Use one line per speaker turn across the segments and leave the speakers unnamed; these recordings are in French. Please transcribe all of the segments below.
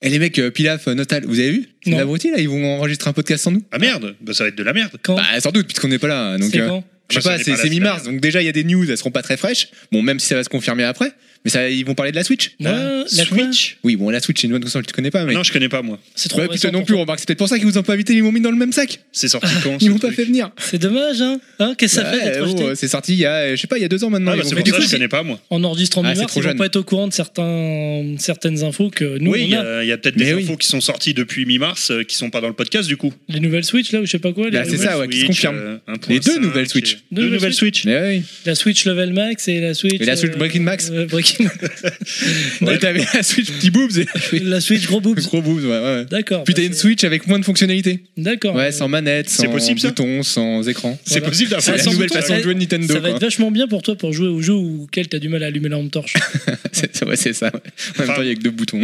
Eh les mecs, euh, Pilaf, euh, Notal, vous avez vu C'est
Non.
l'abruti là, ils vont enregistrer un podcast sans nous
Ah merde, bah ça va être de la merde.
Quand
Bah sans doute, puisqu'on n'est pas là. Donc,
C'est
euh,
quand
je sais
Bah, ça
pas,
n'est
c'est
pas la
c'est mi-mars,
semaine.
donc déjà il y a des news, elles seront pas très fraîches. Bon, même si ça va se confirmer après, mais ça, ils vont parler de la Switch.
Non, la Switch
Oui, bon, la Switch, c'est une bonne console, tu connais pas, mais.
Non, je connais pas moi.
C'est trop
Ouais,
récent
putain, non
pour
plus,
toi.
remarque, c'est peut-être pour ça qu'ils vous ont pas invité, ils m'ont mis dans le même sac.
C'est sorti quand
Ah, Ils
ce
m'ont pas
truc
fait venir.
C'est dommage, hein, Hein, Qu'est-ce que ça fait
Ouais,
d'être
oh,
rejeté
euh, c'est sorti il y a, euh, je sais pas, il y a deux ans maintenant.
Ah
ils
bah
ont
c'est
fait
pour
du
ça
coup,
que je connais pas moi.
En enregistrant
Ah,
en
c'est
mars,
trop
ils vont
jeune.
pas être au courant de certains, certaines infos que nous,
oui, il y
on a.
a, il y a peut-être
Mais
des
oui. euh,
infos qui sont sorties depuis mi-mars euh, qui sont pas dans le podcast du coup.
Les nouvelles Switch, là, ou je sais pas quoi. les
Bah, c'est
nouvelles-
ça, ouais, qui se
Switch,
confirme.
euh, 1.5,
Les deux nouvelles
qui-
Switch.
Deux, nouvelles, Switch.
Mais oui.
La Switch Level Max et la Switch.
Et la Switch Breaking Max.
euh, Breaking-
Ouais.
Et T'avais la Switch petit boobs et la Switch
la Switch Gros Boobs.
gros boobs, ouais, ouais.
D'accord.
Puis
bah,
t'as une
c'est- Ah.
Switch avec moins de fonctionnalités.
D'accord.
Ouais, sans manette, sans
C'est possible, ça
bouton, sans écran.
C'est
Voilà.
possible
C'est
d'avoir
Ah,
la
sans
nouvelle
bouton,
façon de
ça-
jouer Nintendo.
Ça va
quoi.
être vachement bien pour toi pour jouer au jeu auquel t'as du mal à allumer la lampe torche.
C'est ouais, c'est ça. ouais. En même temps, il y a que deux boutons.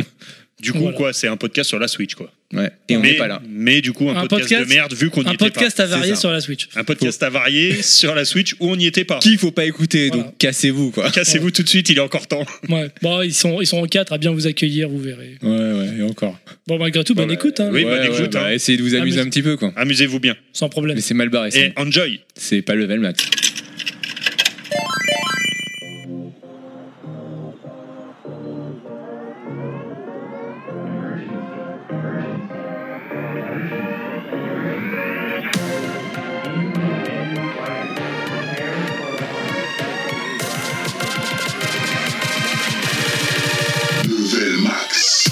Du coup,
Voilà.
quoi, c'est un podcast sur la Switch, quoi.
Ouais. Et on
mais,
n'est pas là.
mais du coup, un,
Un
podcast,
podcast-
de merde vu qu'on n'y
Un
était
podcast à
c'est
varier
ça.
sur la Switch.
pas. Un podcast à varier sur la Switch où on n'y était pas.
Qui faut pas écouter,
Voilà.
donc cassez-vous, quoi.
Cassez-vous tout de suite, il est encore temps.
Ouais. Bon, ils sont, ils sont en quatre à bien vous accueillir, vous verrez.
Ouais, ouais, et encore.
Bon, malgré tout, bonne
Voilà.
écoute, hein,
Oui,
ouais,
bonne
ouais,
écoute,
bah,
hein.
Essayez de vous amuser
Amuse-
un petit peu, quoi.
Amusez-vous bien
sans problème.
Mais c'est mal barré, ça.
et enjoy.
C'est pas level max.
Level Max.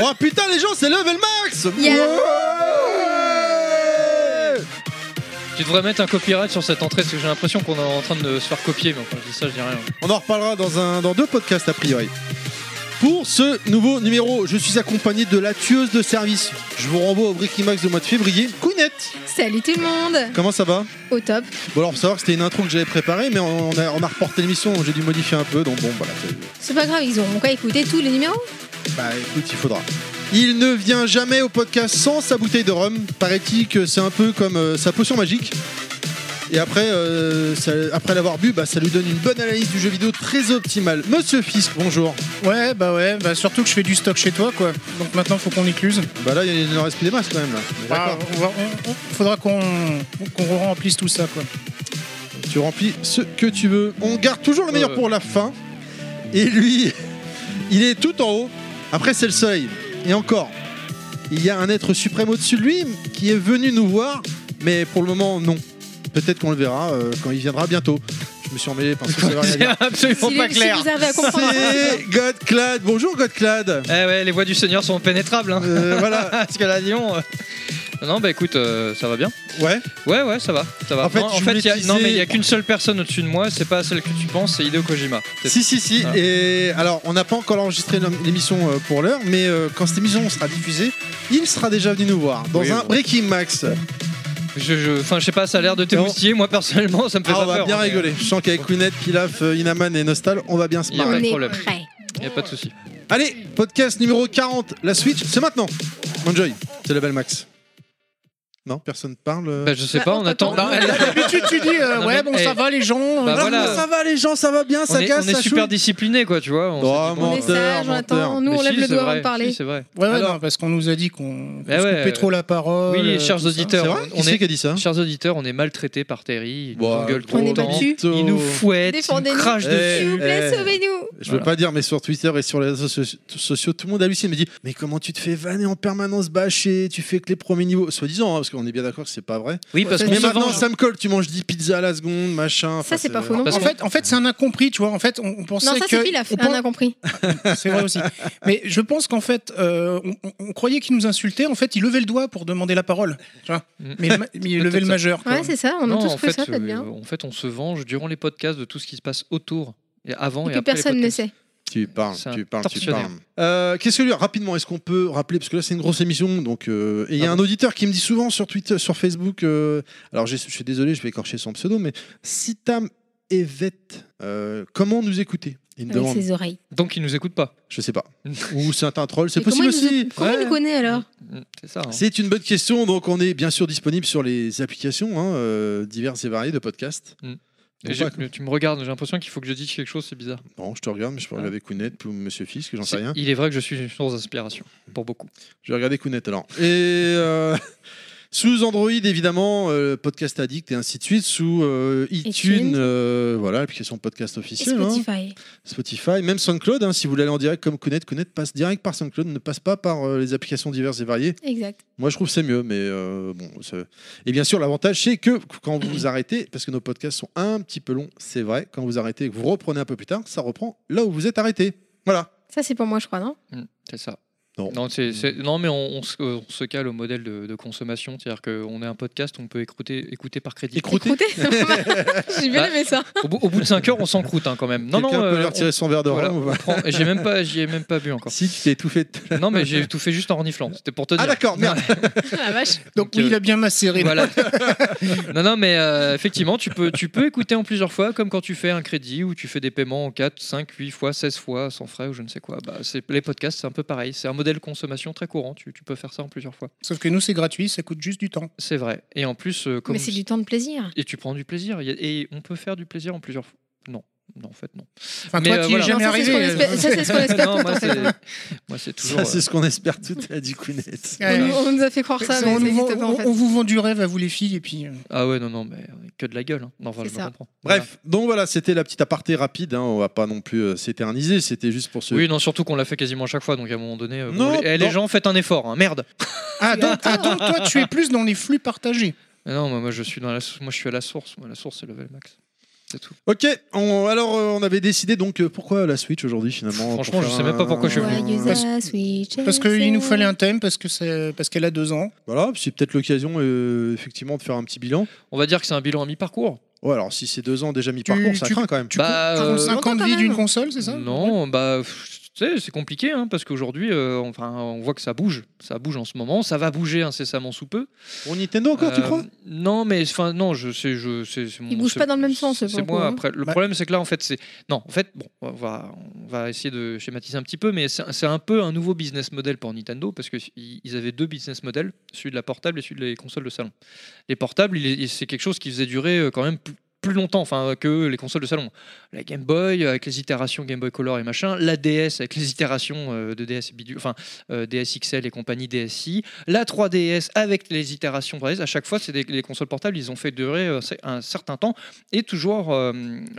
Oh putain les gens c'est level max
Yeah.
Ouais
Tu devrais mettre un copyright sur cette entrée parce que j'ai l'impression qu'on est en train de se faire copier. Mais enfin, je dis ça, je dis rien.
On en reparlera dans, un, dans deux podcasts a priori. Pour ce nouveau numéro, je suis accompagné de la tueuse de service. Je vous renvoie au Breaking Max du mois de février. Queenette
Salut tout le monde
Comment ça va
Au top.
Bon alors faut savoir que c'était une intro que j'avais préparée mais on on a, on a reporté l'émission, j'ai dû modifier un peu donc bon voilà. c'est-
C'est pas grave, ils auront quoi écouter tous les numéros
Bah écoute, il faudra. Il ne vient jamais au podcast sans sa bouteille de rhum. Paraît-il que c'est un peu comme euh, sa potion magique. Et après, euh, ça- après l'avoir bu, bah, ça lui donne une bonne analyse du jeu vidéo très optimale. Monsieur Fisk, bonjour.
Ouais, bah ouais, bah surtout que je fais du stock chez toi, quoi. Donc maintenant, faut qu'on écluse.
Bah là, il en reste plus des masses quand même. Là. On est
Ah,
d'accord.
on va- on- on- faudra qu'on qu'on remplisse tout ça, quoi.
Tu remplis ce que tu veux. On garde toujours le meilleur
Euh.
pour la fin. Et lui, il est tout en haut. Après, c'est le soleil. Et encore, il y a un être suprême au-dessus de lui qui est venu nous voir, mais pour le moment, non. Peut-être qu'on le verra euh, quand il viendra bientôt. Je me suis emmêlé parce que ça veut rien
C'est
dire.
absolument
si,
pas
les- si
clair.
vous arrivez à comprendre.
C'est Godclad. Bonjour Godclad.
Eh ouais, les voix du Seigneur sont pénétrables. Hein.
Euh, voilà.
Parce que là, disons. euh, Non, bah écoute, euh, ça va bien.
Ouais.
Ouais, ouais, ça va. Ça va.
En fait,
Non,
je
il y a-
voulais
non, mais il n'y a
teaser-
qu'une seule personne au-dessus de moi, c'est pas celle que tu penses, c'est Hideo Kojima. C'est-
Si, si, si.
Voilà.
Et alors, on n'a pas encore enregistré l'em- l'émission euh, pour l'heure, mais euh, quand cette émission sera diffusée, il sera déjà venu nous voir dans
Oui,
un
bon.
Breaking Max.
Je, je, enfin, je sais pas, ça a l'air de t'émoustiller. Moi, personnellement, ça me fait
Ah,
pas
on va
peur,
bien
mais, euh,
rigoler. Je sens qu'avec Lunette, Pilaf, euh, Inaman et Nostal, on va bien se
Il y a
marrer.
On
pas de
est
problème.
prêt.
Il n'y euh, a pas de souci.
Allez, podcast numéro 40, la Switch, c'est maintenant. Enjoy, c'est level max. Non, personne parle. euh.
Bah, je sais
Bah,
pas,
on
on attend.
t'attend.
Bah,
D'habitude, tu dis, euh,
Non, mais,
ouais, bon,
eh,
ça va, les gens.
bah,
euh,
Ah,
voilà.
bon, ça va les gens, ça va bien,
on
ça
est,
casse,
on est
ça
super
chauffe.
discipliné, quoi, tu vois. on
Oh,
s'est dit, bon,
On est
menteur,
sage, on
menteur.
attend. Nous,
mais
on
si,
lève le
c'est
doigt
vrai,
avant de parler.
si, c'est vrai.
Ouais, ouais,
Alors.
non, parce qu'on nous a dit qu'on
Eh
qu'on se
ouais,
coupait
euh,
trop la parole.
Oui,
euh,
chers
tout ça.
C'est
auditeurs,
vrai
on
Qui c'est
est,
qui a dit ça
chers auditeurs, on est maltraités par Terry. Il nous
Bon,
engueule tout
on est
le temps.
battus.
Il nous fouette, il nous
Défendez-nous.
crache
Eh,
dessus.
S'il vous plaît,
Eh.
sauvez-nous
Je veux
Voilà.
pas dire, mais sur Twitter et sur les réseaux soci- sociaux, tout le monde hallucine. Me dit, mais comment tu te fais vanner en permanence, bâcher, tu fais que les premiers niveaux, soi-disant, hein, parce que on est bien d'accord que c'est pas vrai.
Oui, parce qu'on
Mais
se
maintenant,
venge.
ça me colle. Tu manges 10 pizzas à la seconde, machin.
Ça,
enfin,
c'est pas faux non
Parce
plus.
En fait, en fait c'est un incompris, tu vois. En fait, on, on pensait
Non, ça,
que.
c'est Pilaf,
on
un
pense-
incompris.
c'est vrai aussi. Mais je pense qu'en fait, euh, on, on- on croyait qu'il nous insultait. En fait, il levait le doigt pour demander la parole. Tu vois
Mm.
mais, le ma- mais il levait
Peut-être
le
ça.
majeur. quoi.
Ouais, c'est ça, on a
Non,
tous
en
cru
fait,
ça, peut-être
euh,
bien.
en fait, on se venge durant les podcasts de tout ce qui se passe autour, et avant et,
Et que
après. les
personne ne
podcasts.
sait.
Tu parles,
C'est un
tu parles, tu
tortionnaire.
parles. Euh, Qu'est-ce que lui rapidement Est-ce qu'on peut rappeler parce que là c'est une grosse émission, donc euh, et il y a
Ah
un auditeur qui me dit souvent sur Twitter, sur Facebook. euh, alors j'ai- je suis désolé, je vais écorcher son pseudo, mais Sitam Evet, euh, comment nous écouter Il me
Avec
demande.
ses oreilles.
Donc ils nous écoutent pas.
Je sais pas. Ou c'est un troll, c'est
Et comment
possible
il nous-
aussi.
Comment il
Ouais.
nous connaît alors
Mm, C'est ça. hein.
C'est une bonne question. Donc, on est bien sûr disponible sur les applications hein, euh, diverses et variées de podcasts.
Mm.
Donc,
Et j'ai-
pas-
tu me regardes, j'ai l'impression qu'il faut que je dise quelque chose, c'est bizarre.
bon, je te regarde, mais je peux
Ah.
regarder Kounet ou Monsieur Fisk, j'en sais
C'est-
rien.
Il est vrai que je suis une source d'inspiration pour beaucoup.
Je vais regarder Kounet alors. Et euh, sous Android, évidemment, euh, Podcast Addict et ainsi de suite. Sous euh, iTunes,
iTunes.
euh, voilà, l'application podcast
Et
officielle. hein.
Spotify.
Spotify, même SoundCloud. hein, si vous voulez aller en direct comme Kounet, Kounet passe direct par SoundCloud, ne passe pas par euh, les applications diverses et variées.
Exact.
Moi, je trouve que c'est mieux, mais euh, bon. c'est- Et bien sûr, l'avantage, c'est que quand vous vous arrêtez, parce que nos podcasts sont un petit peu longs, c'est vrai, quand vous arrêtez et que vous reprenez un peu plus tard, ça reprend là où vous êtes arrêté. Voilà.
Ça, c'est pour moi, je crois, non
Mm, C'est ça.
Non.
c'est- c'est- non, mais on, on se, on se cale au modèle de, de consommation. C'est-à-dire qu'on est un podcast, on peut écouter, écouter par crédit.
Écrouté.
Écoutez, j'ai bien
Ah.
aimé ça.
Au, bout- au bout de 5 heures, on s'encroute hein, quand même. Non, non,
Quelqu'un peut
euh,
lui
on-
retirer son verre de
voilà,
rhum ou pas
on prend- J'ai même pas, j'y ai même pas bu encore.
Si tu t'es étouffé. de-
Non, mais j'ai tout fait juste en reniflant. C'était pour te dire.
Ah d'accord, merde.
La vache.
Donc,
Donc, oui,
euh,
il a bien macéré.
Voilà. non, non, mais euh, effectivement, tu peux, tu peux écouter en plusieurs fois, comme quand tu fais un crédit ou tu fais des paiements en 4, 5, 8 fois, 16 fois, sans frais ou je ne sais quoi. Bah, c'est- les podcasts, c'est un peu pareil. C'est un modèle consommation très courant. Tu, tu peux faire ça en plusieurs fois.
Sauf que nous, c'est gratuit, ça coûte juste du temps.
C'est vrai. Et en plus, euh, comme
Mais c'est du temps de plaisir.
et tu prends du plaisir. Il y a- Et on peut faire du plaisir en plusieurs fois. Non, non, en fait, non.
Enfin,
Mais,
toi,
euh,
tu y es
voilà.
Non,
jamais
ça, c'est ce qu'on
arrivé.
espère- ça, c'est ce qu'on espère
Non,
tout,
moi,
en fait.
c'est- moi, c'est toujours.
Ça, c'est
euh,
ce qu'on espère tout à dit Kounet.
Ouais, ouais.
On, on nous a fait croire ça,
C'est-
mais
on,
ça
nous vend-
n'existe pas en
on-
fait.
on vous vend du rêve à vous les filles et puis euh,
Ah ouais, non, non, mais que de la gueule. hein. Non, enfin,
C'est
je me
ça.
comprends.
Bref, donc voilà, c'était la petite aparté rapide. hein, on va pas non plus euh, s'éterniser. C'était juste pour ce.
Voilà. Oui, non, surtout qu'on l'a fait quasiment à chaque fois, donc à un moment donné. euh,
Non,
bon, les, eh, les
non.
gens, faites un effort, hein, merde!
Ah
Tu
donc,
as
ah,
tort.
donc, toi tu es plus dans les flux partagés.
Mais non, moi, moi, je suis dans la, moi je suis à la source. Moi, la source c'est level max. C'est tout.
Ok. on- alors, euh, on avait décidé donc euh, pourquoi la Switch aujourd'hui finalement.
Franchement,
pour
je
faire
sais même pas pourquoi je suis
Why you
Parce-
the switch
Parce qu'il nous fallait un thème, parce que c'est parce qu'elle a deux ans.
Voilà, c'est peut-être l'occasion euh, effectivement de faire un petit bilan.
On va dire que c'est un bilan à mi-parcours.
Ouais, alors si c'est deux ans déjà mi-parcours,
Tu-
ça
tu-
craint quand même.
Tu
Bah,
comptes
euh,
35 ans de
longtemps
vie
quand
d'une
même.
console, c'est ça
Non, bah pff, tu sais, c'est compliqué hein, parce qu'aujourd'hui, euh, enfin, on voit que ça bouge, ça bouge en ce moment, ça va bouger incessamment sous peu.
Pour Nintendo encore, tu
Euh,
crois
Non, mais enfin, non, je sais, je c'est- c'est mon-
bouge
c'est-
pas dans le même sens,
C'est
pour le coup,
moi
hein.
après. Le
Bah-
problème, c'est que là, en fait, c'est non, en fait, bon, on va on va essayer de schématiser un petit peu, mais c'est c'est un peu un nouveau business model pour Nintendo parce que ils ils avaient deux business models, celui de la portable et celui des consoles de salon. Les portables, il est- c'est quelque chose qui faisait durer euh, quand même plus plus longtemps enfin, que les consoles de salon. La Game Boy avec les itérations Game Boy Color et machin, la DS avec les itérations euh, de DS bidule, enfin euh, DS XL et compagnie DSi, la 3DS avec les itérations 3DS. À chaque fois, c'est des les consoles portables, ils ont fait durer euh, c'est un certain temps et toujours euh,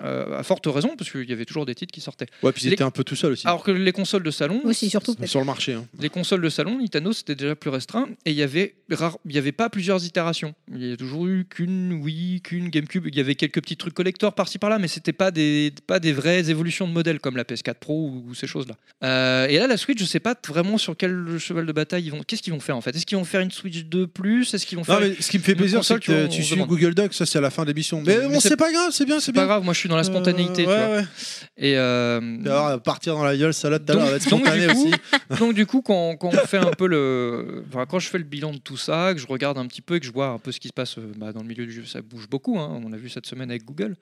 euh, à forte raison parce qu'il y avait toujours des titres qui sortaient.
Ouais, puis ils
les-
étaient un peu tout seuls aussi.
Alors que les consoles de salon,
Aussi, surtout. peut-être.
sur le marché. hein.
les consoles de salon, Nintendo c'était déjà plus restreint et il y avait rare- il y avait pas plusieurs itérations. Il y a toujours eu qu'une Wii, qu'une GameCube. Il y avait quelques petits trucs collector par-ci par-là, mais c'était pas des pas des vraies évolutions de modèles comme la PS4 Pro ou, ou ces choses-là. Euh, et là la Switch, je sais pas vraiment sur quel cheval de bataille ils vont. Qu'est-ce qu'ils vont faire en fait Est-ce qu'ils vont faire une Switch 2 plus Est-ce qu'ils vont faire
Non, mais ce qui me fait
une
plaisir, c'est
console,
que
tu vois,
tu,
on se
suis
demande.
Google Doc, ça c'est à la fin de l'émission. Mais,
Mais
bon,
c'est-
c'est pas grave, c'est bien, c'est
C'est pas
bien.
grave, moi je suis dans la spontanéité.
Euh,
tu
ouais,
vois.
ouais.
Et euh,
Alors, euh, partir dans la gueule, ça là tout à l'heure, elle va être
donc,
spontanée
du coup-
aussi.
donc du coup, quand, quand on fait un peu le, enfin, quand je fais le bilan de tout ça, que je regarde un petit peu et que je vois un peu ce qui se passe euh, bah, dans le milieu du jeu, ça bouge beaucoup. hein, on a vu cette semaine avec Google.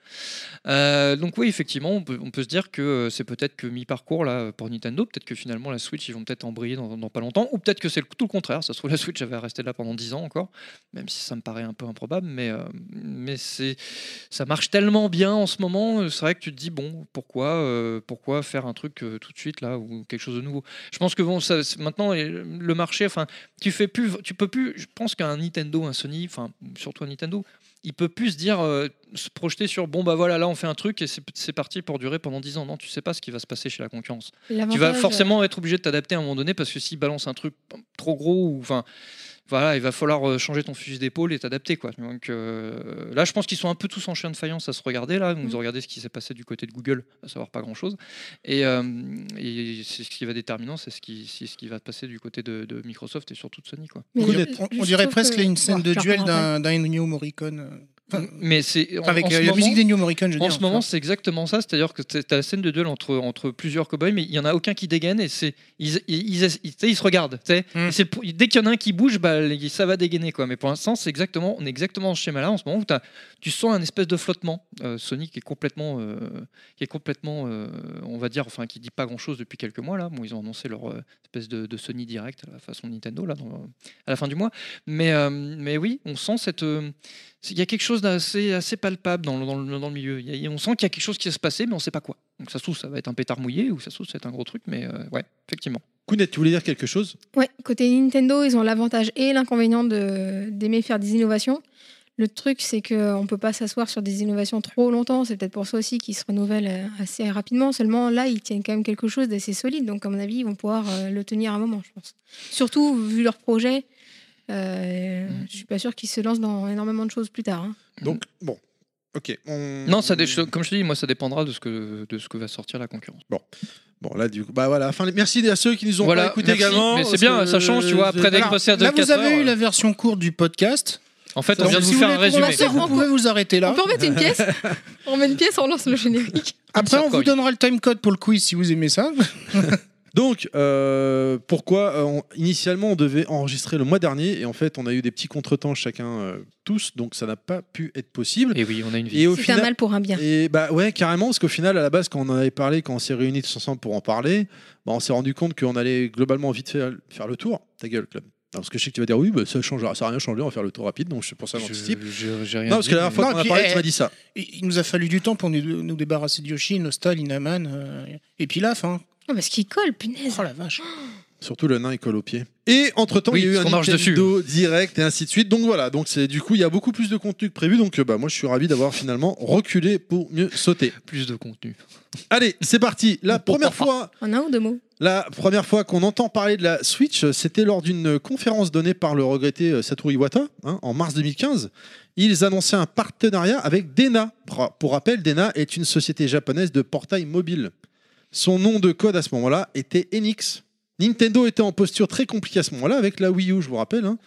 Euh, donc oui, effectivement, on peut, on peut se dire que euh, c'est peut-être que mi-parcours là pour Nintendo, peut-être que finalement la Switch ils vont peut-être embrayer dans, dans pas longtemps, ou peut-être que c'est le- tout le contraire. Ça se trouve la Switch elle va rester là pendant 10 ans encore, même si ça me paraît un peu improbable, mais euh, mais c'est ça marche tellement bien en ce moment, euh, c'est vrai que tu te dis bon pourquoi euh, pourquoi faire un truc euh, tout de suite là ou quelque chose de nouveau. Je pense que bon ça, c'est- maintenant euh, le marché, enfin tu fais plus, tu peux plus. Je pense qu'un Nintendo, un Sony, enfin surtout un Nintendo, il peut plus se dire euh, se projeter sur bon bah voilà là on fait un truc et c'est c'est parti pour durer pendant 10 ans. Non, tu sais pas ce qui va se passer chez la concurrence. Tu vas
L'avantage,
forcément être obligé de t'adapter à un moment donné parce que s'ils balancent un truc trop gros ou enfin voilà, il va falloir euh, changer ton fusil d'épaule et t'adapter. quoi. Donc euh, là, je pense qu'ils sont un peu tous en chien de faïence à se regarder. Là. Donc, Ils ont regardé ce qui s'est passé du côté de Google, à savoir pas grand-chose. Et, euh, et c'est ce qui va déterminant, c'est ce qui, c'est ce qui va passer du côté de, de Microsoft et surtout de Sony.
euh,
Quoi.
Mais
Connaît-
je-
On,
je
on dirait
trouve
presque
que-
là, une scène
Bon,
de
je leur
duel
parlerai
d'un d'un Ennio Morricone. euh, Enfin,
Mais c'est en-
avec
en
euh,
ce
la
moment-
musique d'Ennio Morricone, je hein, veux
En
dire.
ce moment, c'est exactement ça, c'est-à-dire que tu as la scène de duel entre, entre plusieurs cow-boys, mais il n'y en a aucun qui dégaine et c'est ils, ils, ils- ils- tu sais, ils se regardent. tu sais.
Mm.
Et c'est pour- dès qu'il y en a un qui bouge, bah, les- ça va dégainer. Quoi. Mais pour l'instant, c'est exactement, on est exactement dans ce schéma-là, en ce moment où t'as- tu sens un espèce de flottement. Euh, Sony qui est complètement, euh, qui est complètement euh, on va dire, enfin, qui dit pas grand-chose depuis quelques mois. Là. Bon, ils ont annoncé leur euh, espèce de, de Sony Direct à la façon Nintendo là, dans- à la fin du mois. Mais, euh, mais oui, on sent cette... euh, c'est- Il y a quelque chose d'assez assez palpable dans le, dans le- dans le milieu. Il y a- on sent qu'il y a quelque chose qui va se passer, mais on ne sait pas quoi. Donc ça se trouve, ça va être un pétard mouillé, ou ça se trouve, ça va être un gros truc, mais euh, ouais, effectivement.
Kounet, tu voulais dire quelque chose
Ouais, côté Nintendo, ils ont l'avantage et l'inconvénient de- d'aimer faire des innovations. Le truc, c'est qu'on ne peut pas s'asseoir sur des innovations trop longtemps. C'est peut-être pour ça aussi qu'ils se renouvellent euh, assez rapidement. Seulement, là, ils tiennent quand même quelque chose d'assez solide. Donc, à mon avis, ils vont pouvoir euh, le tenir un moment, je pense. Surtout, vu leur projet, euh,
Mm.
Mhm.
je suis pas sûre qu'ils se lancent dans énormément de choses plus tard. hein.
Donc, bon. Ok. on-
Non, ça, dé- comme je te dis, moi, ça dépendra de ce que, de ce que va sortir la concurrence.
Bon, là, du coup, bah voilà. Enfin, merci à ceux qui nous ont
Voilà,
pas écoutés
merci.
bah, également.
Mais c'est
parce
bien,
que-
ça change, tu vois, après d'être
Alors,
passé à
là,
24
vous avez
heures,
eu
euh.
la version courte du podcast.
En fait, on
Donc,
vient de
si
vous faire
voulez
un
qu'on
résumé.
lance, Vous pouvez vous arrêter là.
On peut remettre une pièce On met une pièce, on lance le générique.
Après, on vous
Sarkozy.
donnera le timecode pour le quiz si vous aimez ça.
Donc, euh, pourquoi euh, on- initialement on devait enregistrer le mois dernier et en fait on a eu des petits contretemps chacun euh, tous, donc ça n'a pas pu être possible.
Et Eh oui, on a une vie.
Et au
C'est un
final,
mal pour un bien.
et bah ouais carrément, parce qu'au final à la base quand on en avait parlé, quand on s'est réunis tous ensemble pour en parler, bah, on s'est rendu compte qu'on allait globalement vite faire, faire le tour. Ta gueule club. Non, parce que je sais que tu vas dire oui, bah, ça changera, ça n'a rien changé, on va faire le tour rapide, donc c'est pour ça que
Je-
j'anticipe.
je- j'ai rien
Non, parce
dit,
que la dernière
mais-
fois
Non,
qu'on a
puis,
parlé,
eh,
tu m'as dit ça.
Il il nous a fallu du temps pour nous, nous débarrasser de Yoshi, Nostal, Inaman euh, et Pilaf. Hein.
Non, parce qu'il colle, punaise.
Oh la vache.
Surtout le nain il colle au pied. Et entre temps,
Oui,
il y a eu
parce
un
qu'on marche
Nintendo direct et ainsi de suite. Donc voilà, donc c'est du coup il y a beaucoup plus de contenu que prévu. Donc euh, bah moi je suis ravi d'avoir finalement reculé pour mieux sauter.
Plus de contenu.
Allez, c'est parti. La première fois,
En un ou deux mots.
la première fois qu'on entend parler de la Switch, euh, c'était lors d'une conférence donnée par le regretté euh, Satoru Iwata hein, en mars 2015. Ils annonçaient un partenariat avec Dena. Pour pour rappel, Dena est une société japonaise de portail mobile. Son nom de code à ce moment-là était Enix. Nintendo était en posture très compliquée à ce moment-là avec la Wii U, je vous rappelle. hein.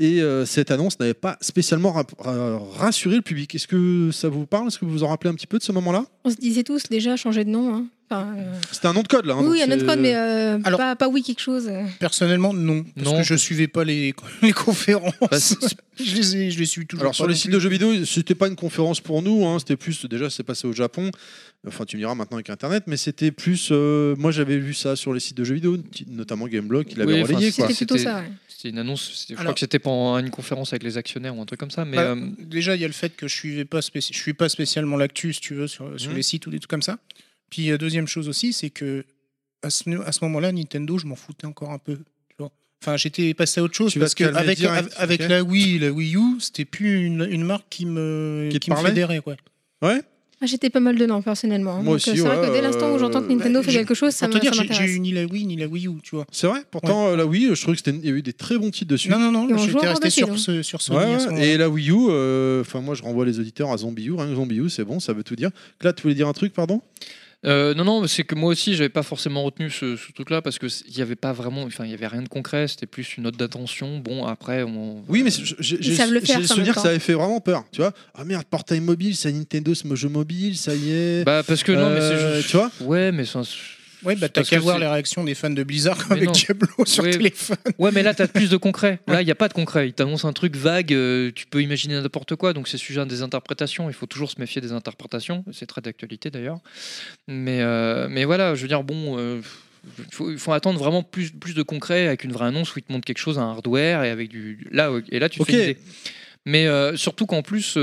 Et euh, cette annonce n'avait pas spécialement rap- ra- rassuré le public. Est-ce que ça vous parle Est-ce que vous vous en rappelez un petit peu de ce moment-là
On se disait tous déjà changer de nom. hein. Enfin, euh,
C'était un nom de code là. hein,
oui, oui,
donc
un autre
c'est-
code, mais euh,
Alors-
pas, pas oui quelque chose. euh.
Personnellement, non. Parce
Non.
que je suivais pas les, les conférences.
Bah, c'est-
je, les ai- je les suis toujours.
Alors
pas
sur les
non
sites
plus.
de jeux vidéo, c'était pas une conférence pour nous, hein, c'était plus déjà c'est passé au Japon. Enfin tu me diras maintenant avec Internet, mais c'était plus. euh, moi j'avais vu ça sur les sites de jeux vidéo, ti- notamment Gameblog qui l'avait
Oui, enfin,
relayé.
c'est-
Quoi.
C'était plutôt
c'était-
ça. ouais.
C'était une annonce, c'était- je crois
Alors-
que c'était pendant une conférence avec les actionnaires ou un truc comme ça, mais
Bah,
euh,
Déjà, il y a le fait que je suivais pas spéci- je suis pas spécialement l'actu, si tu veux, sur, sur
Mhm.
les sites ou des trucs comme ça. Puis euh, deuxième chose aussi, c'est que à ce, à ce moment-là, Nintendo, je m'en foutais encore un peu. tu vois. Enfin, j'étais passé à autre chose
Tu vas
parce
te
que
calmer
avec,
direct,
av- avec
ok.
la Wii, la Wii U, c'était plus une, une marque qui me
Qui te
me
parlait
fédérait quoi.
Ouais.
Ah, J'étais pas mal dedans, personnellement.
Moi
Donc,
aussi,
euh, C'est vrai
ouais,
que dès l'instant où
euh,
j'entends que Nintendo
bah,
fait
j'ai-
quelque chose, ça
Pour te
me- ça
dire, j'ai- j'ai
m'intéresse.
eu ni la Wii ni la Wii U, tu vois.
C'est vrai. Pourtant euh, la Wii, je trouvais que c'était il y a eu des très bons titres dessus.
Non, non, non,
Et on joue
j'étais
à
resté
Rabatté,
sur,
donc.
ce, sur Sony
Ouais,
à ce
ouais,
moment-là.
et la Wii U, euh, enfin moi je renvoie les auditeurs à Zombie U, rien que Zombie U c'est bon, ça veut tout dire. Là tu voulais dire un truc, pardon
Euh, non, non, c'est que moi aussi, j'avais pas forcément retenu ce, ce truc-là parce que c- il y avait pas vraiment, enfin, il y avait rien de concret. C'était plus une note d'attention. Bon, après, on.
Oui, mais je- je- j'ai
savent le
j'ai
faire,
le
ça, en
souvenir
même
que
temps.
ça avait fait vraiment peur. Tu vois, ah merde, portail mobile, c'est Nintendo, ce jeu mobile, ça y est.
Bah parce que non, mais
Euh,
c'est
tu vois
juste- Ouais, mais c'est un-
Ouais, bah t'as
Parce
qu'à
que
voir
c'est-
les réactions des fans de Blizzard
Mais
avec
non.
Diablo sur
Oui.
téléphone.
ouais, mais là, t'as plus de concret. Là, il y a pas de concret. Ils t'annoncent un truc vague. euh, tu peux imaginer n'importe quoi. Donc c'est sujet à des interprétations. Il faut toujours se méfier des interprétations. C'est très d'actualité d'ailleurs. Mais euh, mais voilà, je veux dire, bon. euh, il faut, il faut attendre vraiment plus, plus de concret avec une vraie annonce où ils te montrent quelque chose, un hardware et avec du. Là, euh, et là tu te
Ok.
fais une idée. Mais euh, surtout qu'en plus,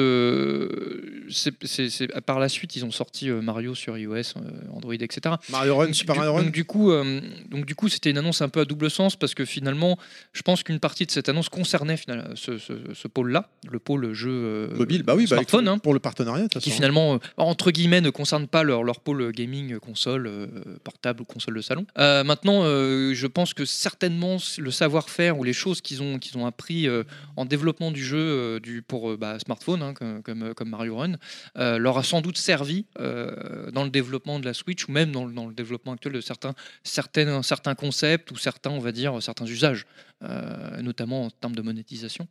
euh, c'est- c'est- c'est- par la suite, ils ont sorti euh, Mario sur iOS, euh, Android, etc.
Mario Run,
Donc,
Super
du-
Mario Run.
donc, du coup, euh, donc du coup, c'était une annonce un peu à double sens parce que finalement, je pense qu'une partie de cette annonce concernait finalement, ce, ce- ce pôle-là, le pôle jeu euh,
Mobile, bah oui, bah,
smartphone, hein,
pour le partenariat, de toute
qui
façon.
finalement, euh, entre guillemets, ne concerne pas leur, leur pôle gaming, euh, console, euh, portable ou console de salon. Euh, maintenant, euh, je pense que certainement c- le savoir-faire ou les choses qu'ils ont, qu'ils ont appris euh, en développement du jeu euh, du, pour euh, bah, smartphone, hein, comme, comme, euh, comme Mario Run, euh, leur a sans doute servi euh, dans le développement de la Switch ou même dans le, dans le développement actuel de certains, certaines, certains concepts ou certains, on va dire, certains usages, euh, notamment en termes de monétisation.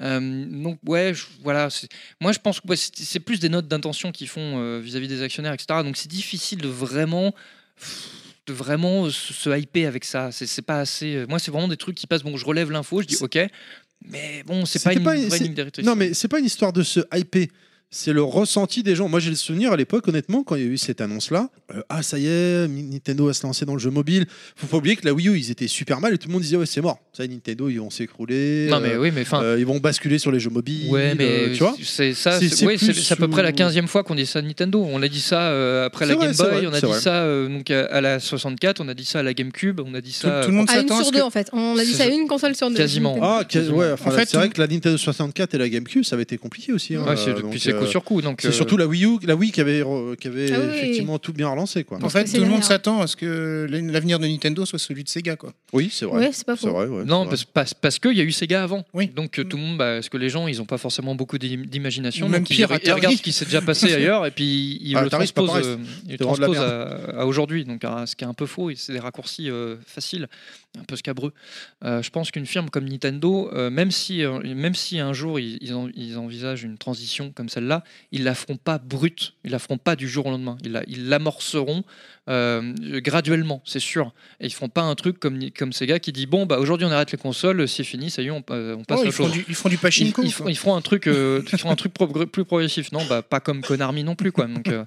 Euh, donc ouais, je- voilà, c'est- moi, je pense que ouais, c'est c'est plus des notes d'intention qu'ils font euh, vis-à-vis des actionnaires, etc. Donc, c'est difficile de vraiment, de vraiment se, se hyper avec ça. C'est c'est pas assez. euh, Moi, c'est vraiment des trucs qui passent. Bon, je relève l'info, je dis
C'est-
OK, mais bon, c'est pas
C'était
une
pas-
vraie
c'est-
ligne directrice.
Non, mais c'est pas une histoire de se hyper. C'est le ressenti des gens. Moi, j'ai le souvenir à l'époque, honnêtement, quand il y a eu cette annonce-là. euh, ah, ça y est, Mi- Nintendo va se lancer dans le jeu mobile. Faut pas oublier que la Wii U, ils étaient super mal et tout le monde disait, ouais, c'est mort. Ça, y est, Nintendo, ils vont s'écrouler.
Non, mais
euh,
oui, mais enfin.
euh, ils vont basculer sur les jeux mobiles.
Ouais, mais
euh, tu vois
c'est ça.
c'est-
C'est
c'est
ouais, c'est-
plus
c'est à peu près la
sous-
15e fois qu'on dit ça à Nintendo. On a dit ça euh, après la
C'est vrai,
Game
c'est
Boy,
vrai,
on a
c'est
dit
vrai.
ça euh, donc à, à la 64, on a dit ça à la GameCube, on a dit
Tout,
ça.
tout le monde
À Ah, une
s'attend à
sur
ce
deux,
que...
en fait. On a dit
C'est-
ça à une console sur deux.
Quasiment.
Ah, que- ouais, enfin,
En fait,
c'est vrai
tout-
que la Nintendo 64 et la GameCube, ça avait été compliqué aussi. hein,
Ouais, c'est-
euh,
puis
donc,
c'est coup
euh,
sur coup. Donc,
c'est
euh,
surtout la Wii U, la Wii qui avait, re- qui avait
Ah oui, oui.
effectivement tout bien relancé, quoi.
En
Parce
fait,
que c'est
tout le monde
derrière.
s'attend à ce que l'avenir de Nintendo soit celui de Sega, quoi.
Oui, c'est vrai.
Ouais, c'est pas
c'est
faux.
vrai, Ah, ouais,
Non,
c'est vrai.
parce, parce, parce qu'il y a eu Sega avant.
Oui.
Donc euh, tout le monde, bah, parce que les gens, ils n'ont pas forcément beaucoup d'im- d'imagination.
Même
donc ils-
pire,
ils,
Atari.
regardent ce qui s'est déjà passé ailleurs et puis ils
Ah,
le
Atari, c'est pas
transposent,
pareil,
euh, ils le
vraiment de la
transposent à, à aujourd'hui. Donc à ce qui est un peu faux, et c'est des raccourcis euh, faciles, un peu scabreux. Euh, je pense qu'une firme comme Nintendo, euh, même, si, euh, même si un jour ils, ils en- ils envisagent une transition comme celle-là, ils la feront pas brute, ils la feront pas du jour au lendemain. Ils la- Ils l'amorceront euh, graduellement, c'est sûr. Et ils font pas un truc comme, comme Sega qui dit bon bah aujourd'hui on arrête les consoles, c'est fini, ça y est on, euh, on passe
Oh,
à
ils,
autre
font
chose.
du, ils font du
Ils,
pachinko,
ils
quoi.
feront- ils feront un truc, euh, ils feront un truc progr- plus progressif, non bah, Pas comme Konami non plus, quoi. Donc, euh,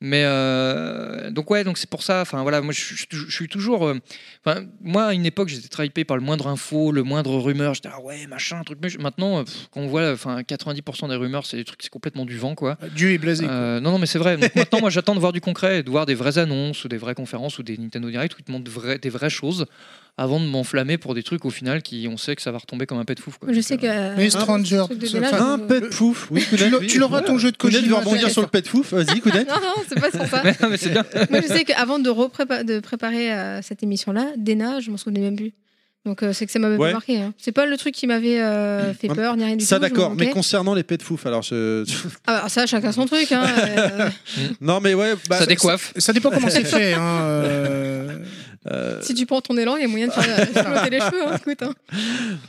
mais euh, donc ouais, donc c'est pour ça. Enfin voilà, moi je, je- je suis toujours. euh, enfin, moi à une époque j'étais très hypé par le moindre info, le moindre rumeur. J'étais ah ouais machin, truc. mais je- Maintenant, euh, pff, quand on voit, enfin 90% des rumeurs, c'est des trucs c'est complètement du vent, quoi.
Dieu est blasé. quoi.
Euh, non, non, mais c'est vrai. Donc, maintenant, moi, j'attends de voir du concret, de voir des vraies annonces ou des vraies conférences ou des Nintendo Direct où ils te montrent de vraies- des vraies choses avant de m'enflammer pour des trucs au final qui, on sait que ça va retomber comme un pet de fouf. Quoi.
Je sais que.
Mais Stranger,
ce truc de
ça-
Bella,
enfin,
Un
je-
pet de pouf. Oui,
Tu
Kounet,
l'a-
oui.
tu l'auras ton jeu de
Kounet veut
Kojima.
rebondir sur le pet de fouf. Vas-y, Kounet.
Non, non, c'est pas sur ça.
Mais, non, mais c'est bien.
Moi, je sais qu'avant de, reprépa- de préparer euh, cette émission-là, Dena, je m'en souvenais même plus. Donc, euh, c'est que ça m'avait
Ouais.
pas marqué. hein. C'est pas le truc qui m'avait euh, fait
Ouais.
peur, ni rien du
Ça
tout. je m'en
d'accord, mais
moquais.
concernant les pets de fouf, alors je...
Ah, bah, ça, chacun son truc. hein, euh,
non mais ouais, bah,
ça décoiffe.
Ça dépend comment c'est fait. Hein. euh,
euh,
si tu prends ton élan, il y a moyen de faire flotter les cheveux. hein, écoute, hein.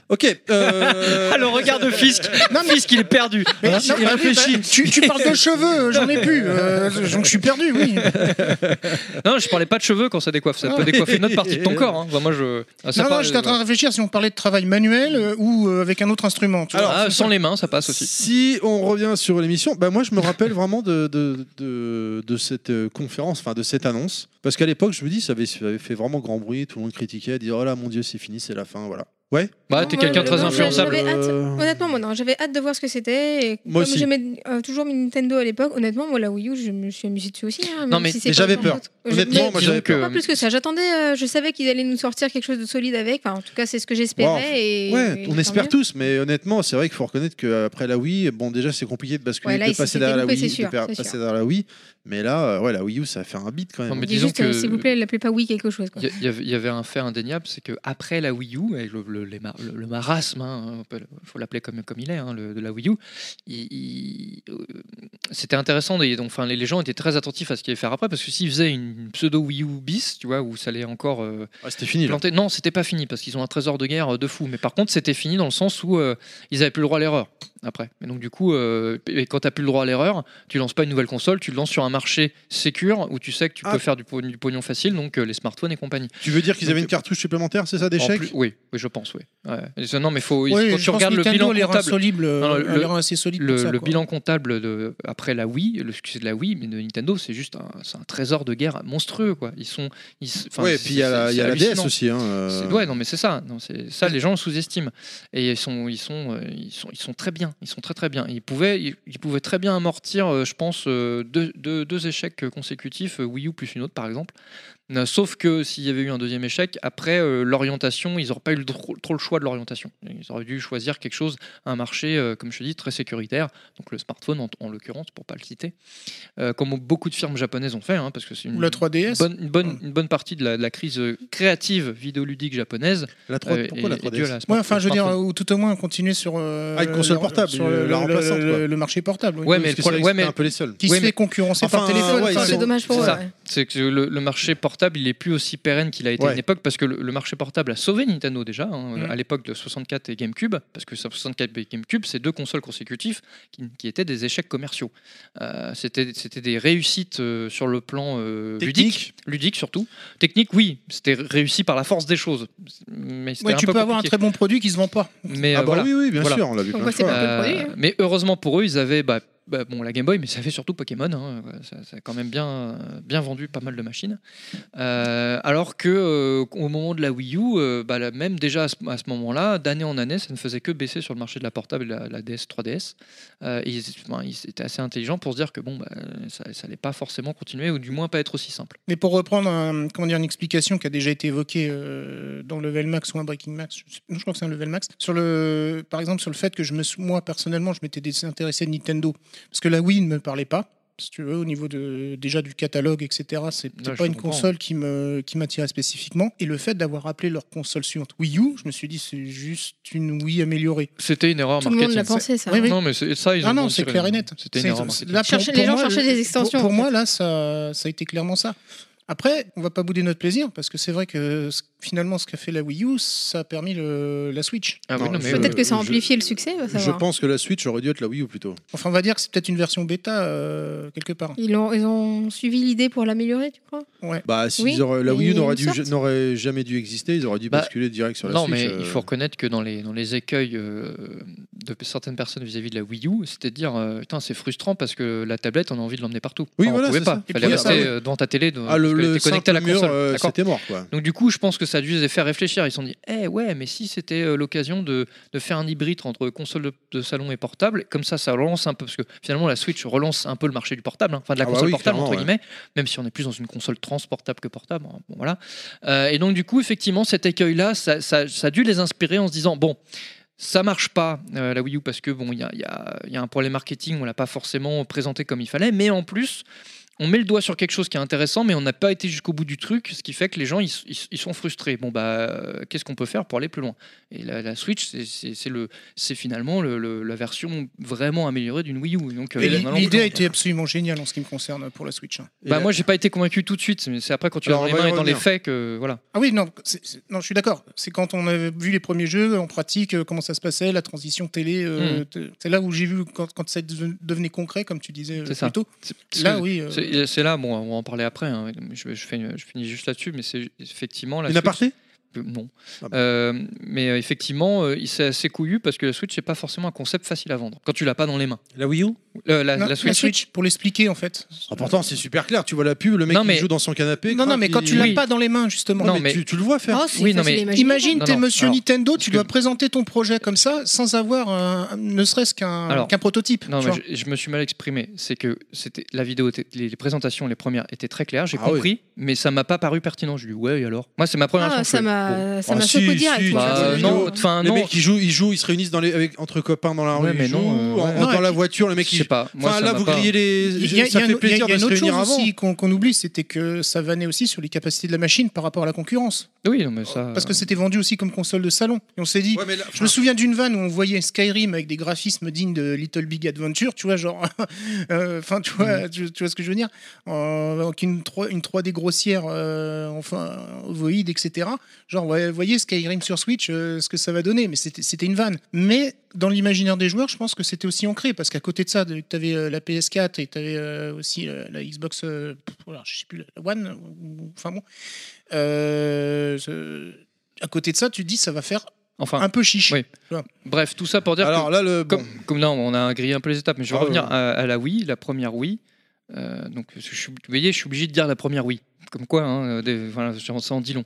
ok. euh,
Ah, le regard de Fisk.
Non, mais-
Fisk, il est perdu.
Mais-
Hein,
non,
il
mais- bah,
réfléchit.
Tu, tu parles de cheveux, euh, j'en ai plus. euh, donc je suis perdu, oui.
bah, Non, je parlais pas de cheveux quand ça décoiffe. Ça peut décoiffer une autre partie de ton corps. hein. Enfin, moi, je. Ah, ça
non, non,
parle-
j'étais en train de réfléchir si on parlait de travail manuel euh, ou euh, avec un autre instrument. Tu
Ah,
vois.
sans les mains, ça passe aussi.
si on revient sur l'émission, bah moi je me rappelle vraiment de, de, de, de cette euh, conférence, enfin de cette annonce, parce qu'à l'époque je me dis ça avait, ça avait fait vraiment grand bruit, tout le monde critiquait, dire oh là mon dieu c'est fini, c'est la fin, voilà. Ouais.
Bah, t'es
Non,
quelqu'un
moi,
de très
non,
influençable.
j'avais hâte.
Euh,
Honnêtement, moi, non, j'avais hâte de voir ce que c'était. et
Moi
comme
aussi.
j'aimais euh, toujours Nintendo à l'époque, honnêtement, moi, la Wii U, je me suis amusée dessus aussi. hein, même
Non, mais-
si c'est
Mais
pas
j'avais
autant
peur.
d'autres. Je-
Honnêtement,
mais-
moi
disons
j'avais
que-
peur.
Pas plus que ça. J'attendais, euh, je savais qu'ils allaient nous sortir quelque chose de solide avec. Enfin, en tout cas, c'est ce que j'espérais.
Bon,
et,
Ouais,
et
on
tant
espère
mieux.
tous, mais honnêtement, c'est vrai qu'il faut reconnaître qu'après la Wii, bon, déjà c'est compliqué de basculer,
Ouais, là,
de
il s'est
passer
fait
derrière la
délouper,
Wii,
c'est sûr,
de pa-
c'est
passer
sûr.
derrière la Wii, mais là, euh, ouais, la Wii U, ça a fait un beat quand même.
Non, mais
Dis
disons
juste, euh,
que- Ah,
S'il vous plaît, l'appelez pas Wii quelque chose. quoi.
Il y a- il y, avait- il y avait un fait indéniable, c'est qu'après la Wii U, et le, le- les mar- le- le marasme, hein, il faut l'appeler comme, comme il est, hein, le- de la Wii U, il- il- euh, c'était intéressant. des- donc, enfin, les, les gens étaient très attentifs à ce qu'il allait faire après, parce que s'ils faisaient une pseudo Wii U bis, tu vois, où ça allait encore euh,
Ah, c'était fini. là.
planter. Non, c'était pas fini, parce qu'ils ont un trésor de guerre euh, de fou. Mais par contre, c'était fini dans le sens où euh, ils avaient plus le droit à l'erreur après. Et donc, du coup, euh, et quand t'as plus le droit à l'erreur, tu lances pas une nouvelle console, tu le lances sur un marché sécure où tu sais que tu
Ah.
peux faire du, pogn- du pognon facile, donc euh, les smartphones et compagnie.
Tu veux dire qu'ils
Donc,
avaient une cartouche supplémentaire, c'est ça,
En
d'échecs
plus- oui, oui, je pense, oui. Ouais. Et ça, Non, mais faut, il-
Ouais,
quand
je
tu
pense
regardes le
Nintendo
bilan
a l'air
comptable,
insoluble, euh,
Non, non,
a
le-
l'air assez solide
le,
pour ça,
le
quoi.
bilan comptable de, après la Wii, le succès de la Wii, mais de Nintendo, c'est juste un, c'est un trésor de guerre monstrueux. Quoi. Ils sont, ils, s- enfin,
ouais, et
c'est-
puis il y a la,
c'est-
il y a
c'est
la DS
hallucinant.
aussi. Hein, euh.
C'est- Ouais, non, mais c'est ça. Non, c'est ça. Les gens le sous-estiment et ils sont, ils sont, euh, ils sont, ils sont très bien. Ils sont très très bien. Ils pouvaient, ils, ils pouvaient très bien amortir, euh, je pense, euh, deux, deux, deux échecs consécutifs, euh, Wii U plus une autre par exemple. Euh, Sauf que s'il y avait eu un deuxième échec, après euh, l'orientation, ils n'auraient pas eu le trop, trop le choix de l'orientation. Ils auraient dû choisir quelque chose, un marché, euh, comme je te dis, très sécuritaire, donc le smartphone en, en l'occurrence, pour pas le citer, Euh, comme beaucoup de firmes japonaises ont fait, hein, parce que c'est
Ou
une,
la 3DS.
bonne, une,
Mm.
bonne, une bonne partie de la, de la crise euh, créative vidéoludique japonaise.
La 3,
euh,
pourquoi
est-
la
est
3DS
due à la smart-
Ouais, enfin, je veux dire, euh,
smartphone.
ou tout au moins continuer sur. euh,
Ah, une console
le-
portable,
sur
une-
euh,
le,
la
le-
remplaçante,
le-
quoi.
le marché portable. oui.
Ouais,
Parce
mais
que
le
c'est vrai
problème-
que
ouais,
c'était
mais-
un peu les seuls.
Qui
ouais,
se
mais-
fait concurrencer
Enfin,
par téléphone.
ouais,
enfin,
ils
c'est
sont-
dommage pour
c'est
eux.
ça.
ouais.
C'est que le, le marché portable, il est plus aussi pérenne qu'il a été à
Ouais.
une époque parce que le, le marché portable a sauvé Nintendo déjà hein,
Mhm.
à l'époque de 64 et GameCube parce que 64 et GameCube, c'est deux consoles consécutives qui, qui étaient des échecs commerciaux. Euh, C'était c'était des réussites euh, sur le plan euh, ludique, ludique surtout. Technique, oui, c'était réussi par la force des choses, mais c'était
Ouais,
un
tu
peu
peux avoir un
compliqué.
très bon produit qui se vend pas.
Mais
Ah
euh,
bah
voilà.
oui, oui, bien
Voilà.
sûr, on l'a vu
Donc,
plein
ouais,
de
c'est
fois.
pas que le produit, hein.
Euh, Mais heureusement pour eux, ils avaient bah, bah, bon, la Game Boy, mais ça fait surtout Pokémon. hein, ouais, ça, ça a quand même bien, euh, bien vendu pas mal de machines. Euh, alors que euh, au moment de la Wii U, euh, bah, là, même déjà à ce, à ce moment-là, d'année en année, ça ne faisait que baisser sur le marché de la portable et la, la DS 3DS. Euh, et ils, enfin, ils étaient assez intelligents pour se dire que bon, bah, ça n'allait pas forcément continuer, ou du moins pas être aussi simple.
Mais pour reprendre un- comment dire, une explication qui a déjà été évoquée euh, dans Level Max ou un Breaking Max, je, sais- non, je crois que c'est un Level Max, sur le, par exemple sur le fait que je me, sou- moi personnellement je m'étais désintéressé de Nintendo, parce que la Wii ne me parlait pas, si tu veux, au niveau de, déjà du catalogue, etc. C'est peut-être
Ouais,
pas
je
une
comprends.
console qui me qui m'attirait spécifiquement. Et le fait d'avoir appelé leur console suivante Wii U, je me suis dit c'est juste une Wii améliorée.
C'était une erreur
Tout le monde l'a
marketing.
pensé, ça.
Oui, oui.
Non, mais c'est- ça, ils
ah
ont
non,
réussi
c'est
à-
clair et net.
C'était une
C'est-
erreur
c'est-
marketing.
là,
Chercher- les gens
moi,
cherchaient
le-
des extensions,
Pour, pour
en
moi, là, ça, ça a été clairement ça. Après, on va pas bouder notre plaisir parce que c'est vrai que ce- finalement, ce qu'a fait la Wii U, ça a permis le- la Switch.
Ah oui, non, mais,
Peut-être
euh,
que ça a
je-
amplifié le succès, va
Je
savoir.
pense que la Switch aurait dû être la Wii U plutôt.
Enfin, on va dire que c'est peut-être une version bêta euh, quelque part.
Ils ont, ils ont suivi l'idée pour l'améliorer, tu crois
Bah, si
Oui,
ils auraient- la
mais
Wii U n'aurait
une
dû-
sorte.
n'aurait jamais dû exister, ils auraient dû
Bah,
basculer direct sur la
non,
Switch.
mais
euh.
il faut reconnaître que dans les, dans les écueils euh, de certaines personnes vis-à-vis de la Wii U, c'était de dire euh, Putain, c'est frustrant parce que la tablette, on a envie de l'emmener partout.
Oui,
Enfin,
voilà,
on pouvait
c'est
pas.
ça.
Il
Et
fallait
puis,
rester
ça, ouais.
euh, devant ta télé, dans-
Ah, le,
parce qu'elle
le
était connectée à la
simple mur,
console.
euh,
D'accord Bah,
c'était mort quoi.
donc du coup, je pense que ça a dû les faire réfléchir. Ils se sont dit, eh ouais, mais si c'était euh, l'occasion de, de faire un hybride entre console de, de salon et portable, comme ça, ça relance un peu, parce que finalement, la Switch relance un peu le marché du portable, hein, enfin de la
Ah bah
console
oui,
portable, entre
clairement,
guillemets, même si on est plus dans une console transportable que portable. hein, bon, voilà. Euh, et donc du coup, effectivement, cet écueil-là, ça, ça- ça a dû les inspirer en se disant, bon... Ça marche pas euh, la Wii U parce que bon, il y a, il y a- il y a un problème marketing, on l'a pas forcément présenté comme il fallait, mais en plus, on met le doigt sur quelque chose qui est intéressant, mais on n'a pas été jusqu'au bout du truc, ce qui fait que les gens ils, ils- ils sont frustrés. Bon bah, euh, qu'est-ce qu'on peut faire pour aller plus loin Et la, la Switch, c'est- c'est c'est le, c'est finalement le- le- la version vraiment améliorée d'une Wii U. Donc euh,
Et
on
l'i-
allant plus
L'idée a
loin,
été absolument géniale en ce qui me concerne pour la Switch. hein.
quoi. Bah moi j'ai pas été convaincu tout de suite, mais c'est après quand tu as
Alors,
dans les
on va y
mains et dans les
revenir.
faits que voilà.
Ah oui, non, c'est- c'est- non je suis d'accord. C'est quand on avait vu les premiers jeux en pratique, euh, comment ça se passait, la transition télé. euh,
Hmm.
t- C'est là où j'ai vu quand, quand ça deven- devenait concret, comme tu disais euh,
C'est ça.
plus tôt.
C'est-
Là, oui. euh,
c'est c'est là, bon, on va en parler après. hein. Je, je fais- je finis juste là-dessus, mais c'est effectivement la
Une
Switch-
aparté
Euh, Non.
Ah
Euh, mais euh, effectivement, euh, il- c'est assez couillu parce que la Switch, c'est pas forcément un concept facile à vendre quand tu l'as pas dans les mains.
La Wii U
Euh, la,
non,
la Switch,
pour l'expliquer en fait.
Oh, Pourtant c'est super clair, tu vois la pub, le mec
Non,
il
mais-
joue dans son canapé.
Non, non,
crac,
mais quand
il-
tu l'as
Oui.
pas dans les mains, justement.
Non,
mais,
mais-
tu, tu le vois faire.
Oh, c'est
Oui, non,
facile
mais
à imaginer,
Imagine,
Non,
t'es
non.
monsieur
Alors,
Nintendo, tu
que-
dois présenter ton projet comme ça, sans avoir un- ne serait-ce qu'un
Alors,
qu'un prototype.
Non,
tu
mais
vois.
je, je me suis mal exprimé. C'est que c'était la vidéo, était- les, les présentations, les premières étaient très claires, j'ai
Ah oui.
compris, mais ça m'a pas paru pertinent. Je dis ouais, et alors Moi, c'est ma première
Ah,
chose.
ça m'a ça
Ah,
m'a
si,
secoué
si,
direct.
tu
moi,
vois,
je
c'est
Bah,
me
une
suis dit,
non,
vidéo.
enfin
les
non,
mecs ils jouent, ils jouent, ils se réunissent dans les, avec, entre copains dans la
Ouais,
rue,
mais
ils
non,
jouent,
euh,
en-
ouais.
dans
Non, et
la
puis-
voiture, le mec
je
il
sais pas. Moi,
Enfin
ça
là
m'a
vous
pas-
grillez
Il
les.
y a, il y a
Ça
un
fait
autre- il y
plaisir
a- il y a
de
une
se
autre chose
réunir avant.
aussi qu'on qu'on oublie, c'était que ça vannait aussi sur les capacités de la machine par rapport à la concurrence.
Oui, non, mais ça.
Parce que c'était vendu aussi comme console de salon. Et on s'est dit,
Ouais, mais là-
Je me souviens d'une vanne où on voyait Skyrim avec des graphismes dignes de Little Big Adventure, tu vois, genre. euh, Enfin, tu,
Mm.
vois, tu, tu vois ce que je veux dire Euh, Avec une, 3, une 3D grossière, euh, enfin, ovoïde, etc. Genre, ouais, voyez Skyrim sur Switch, euh, ce que ça va donner. Mais c'était c'était une vanne. Mais dans l'imaginaire des joueurs, je pense que c'était aussi ancré. Parce qu'à côté de ça, tu avais la PS4 et tu avais aussi euh, la Xbox, euh, pff, voilà, je sais plus, la One, ou- ou- enfin bon. Euh, ce- à côté de ça, tu te dis, ça va faire
Enfin,
un peu chiche.
oui. bref, tout ça pour dire
Alors là, le.
que. Comme,
Euh, bon,
comme non, on a grillé un peu les étapes, mais je vais
Ah,
revenir
ouais.
à, à la Wii, la première Wii. Euh, donc, je suis, vous voyez, je suis obligé de dire la première Wii. Comme quoi, hein, euh, des- voilà, ça ça en dit long.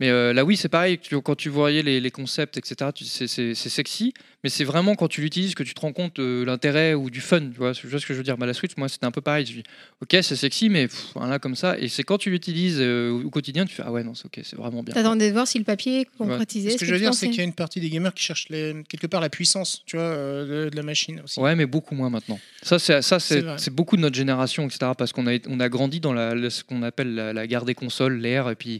Mais euh, la Wii, c'est pareil. tu- quand tu voyais les, les concepts, etc., tu- c'est c'est- c'est sexy, mais c'est vraiment quand tu l'utilises que tu te rends compte de l'intérêt ou du fun. Tu vois, c'est juste ce que je veux dire. Bah, la Switch, moi, c'était un peu pareil. Je dis, ok, c'est sexy, mais pff, là, comme ça. Et c'est quand tu l'utilises euh, au quotidien, tu fais, ah ouais, non, c'est ok, c'est vraiment bien.
T'attendais de voir si le papier concrétisait.
Ce que je veux
tu
dire, c'est qu'il y
pensais.
a une partie des gamers qui cherchent les- quelque part la puissance, tu vois, euh, de, de la machine aussi.
Ouais, mais beaucoup moins maintenant. Ça, c'est ça,
C'est
c'est
vrai.
c'est beaucoup de notre génération, etc. Parce qu'on a, on a grandi dans la, la- ce qu'on appelle la, la guerre des consoles, l'ère, et puis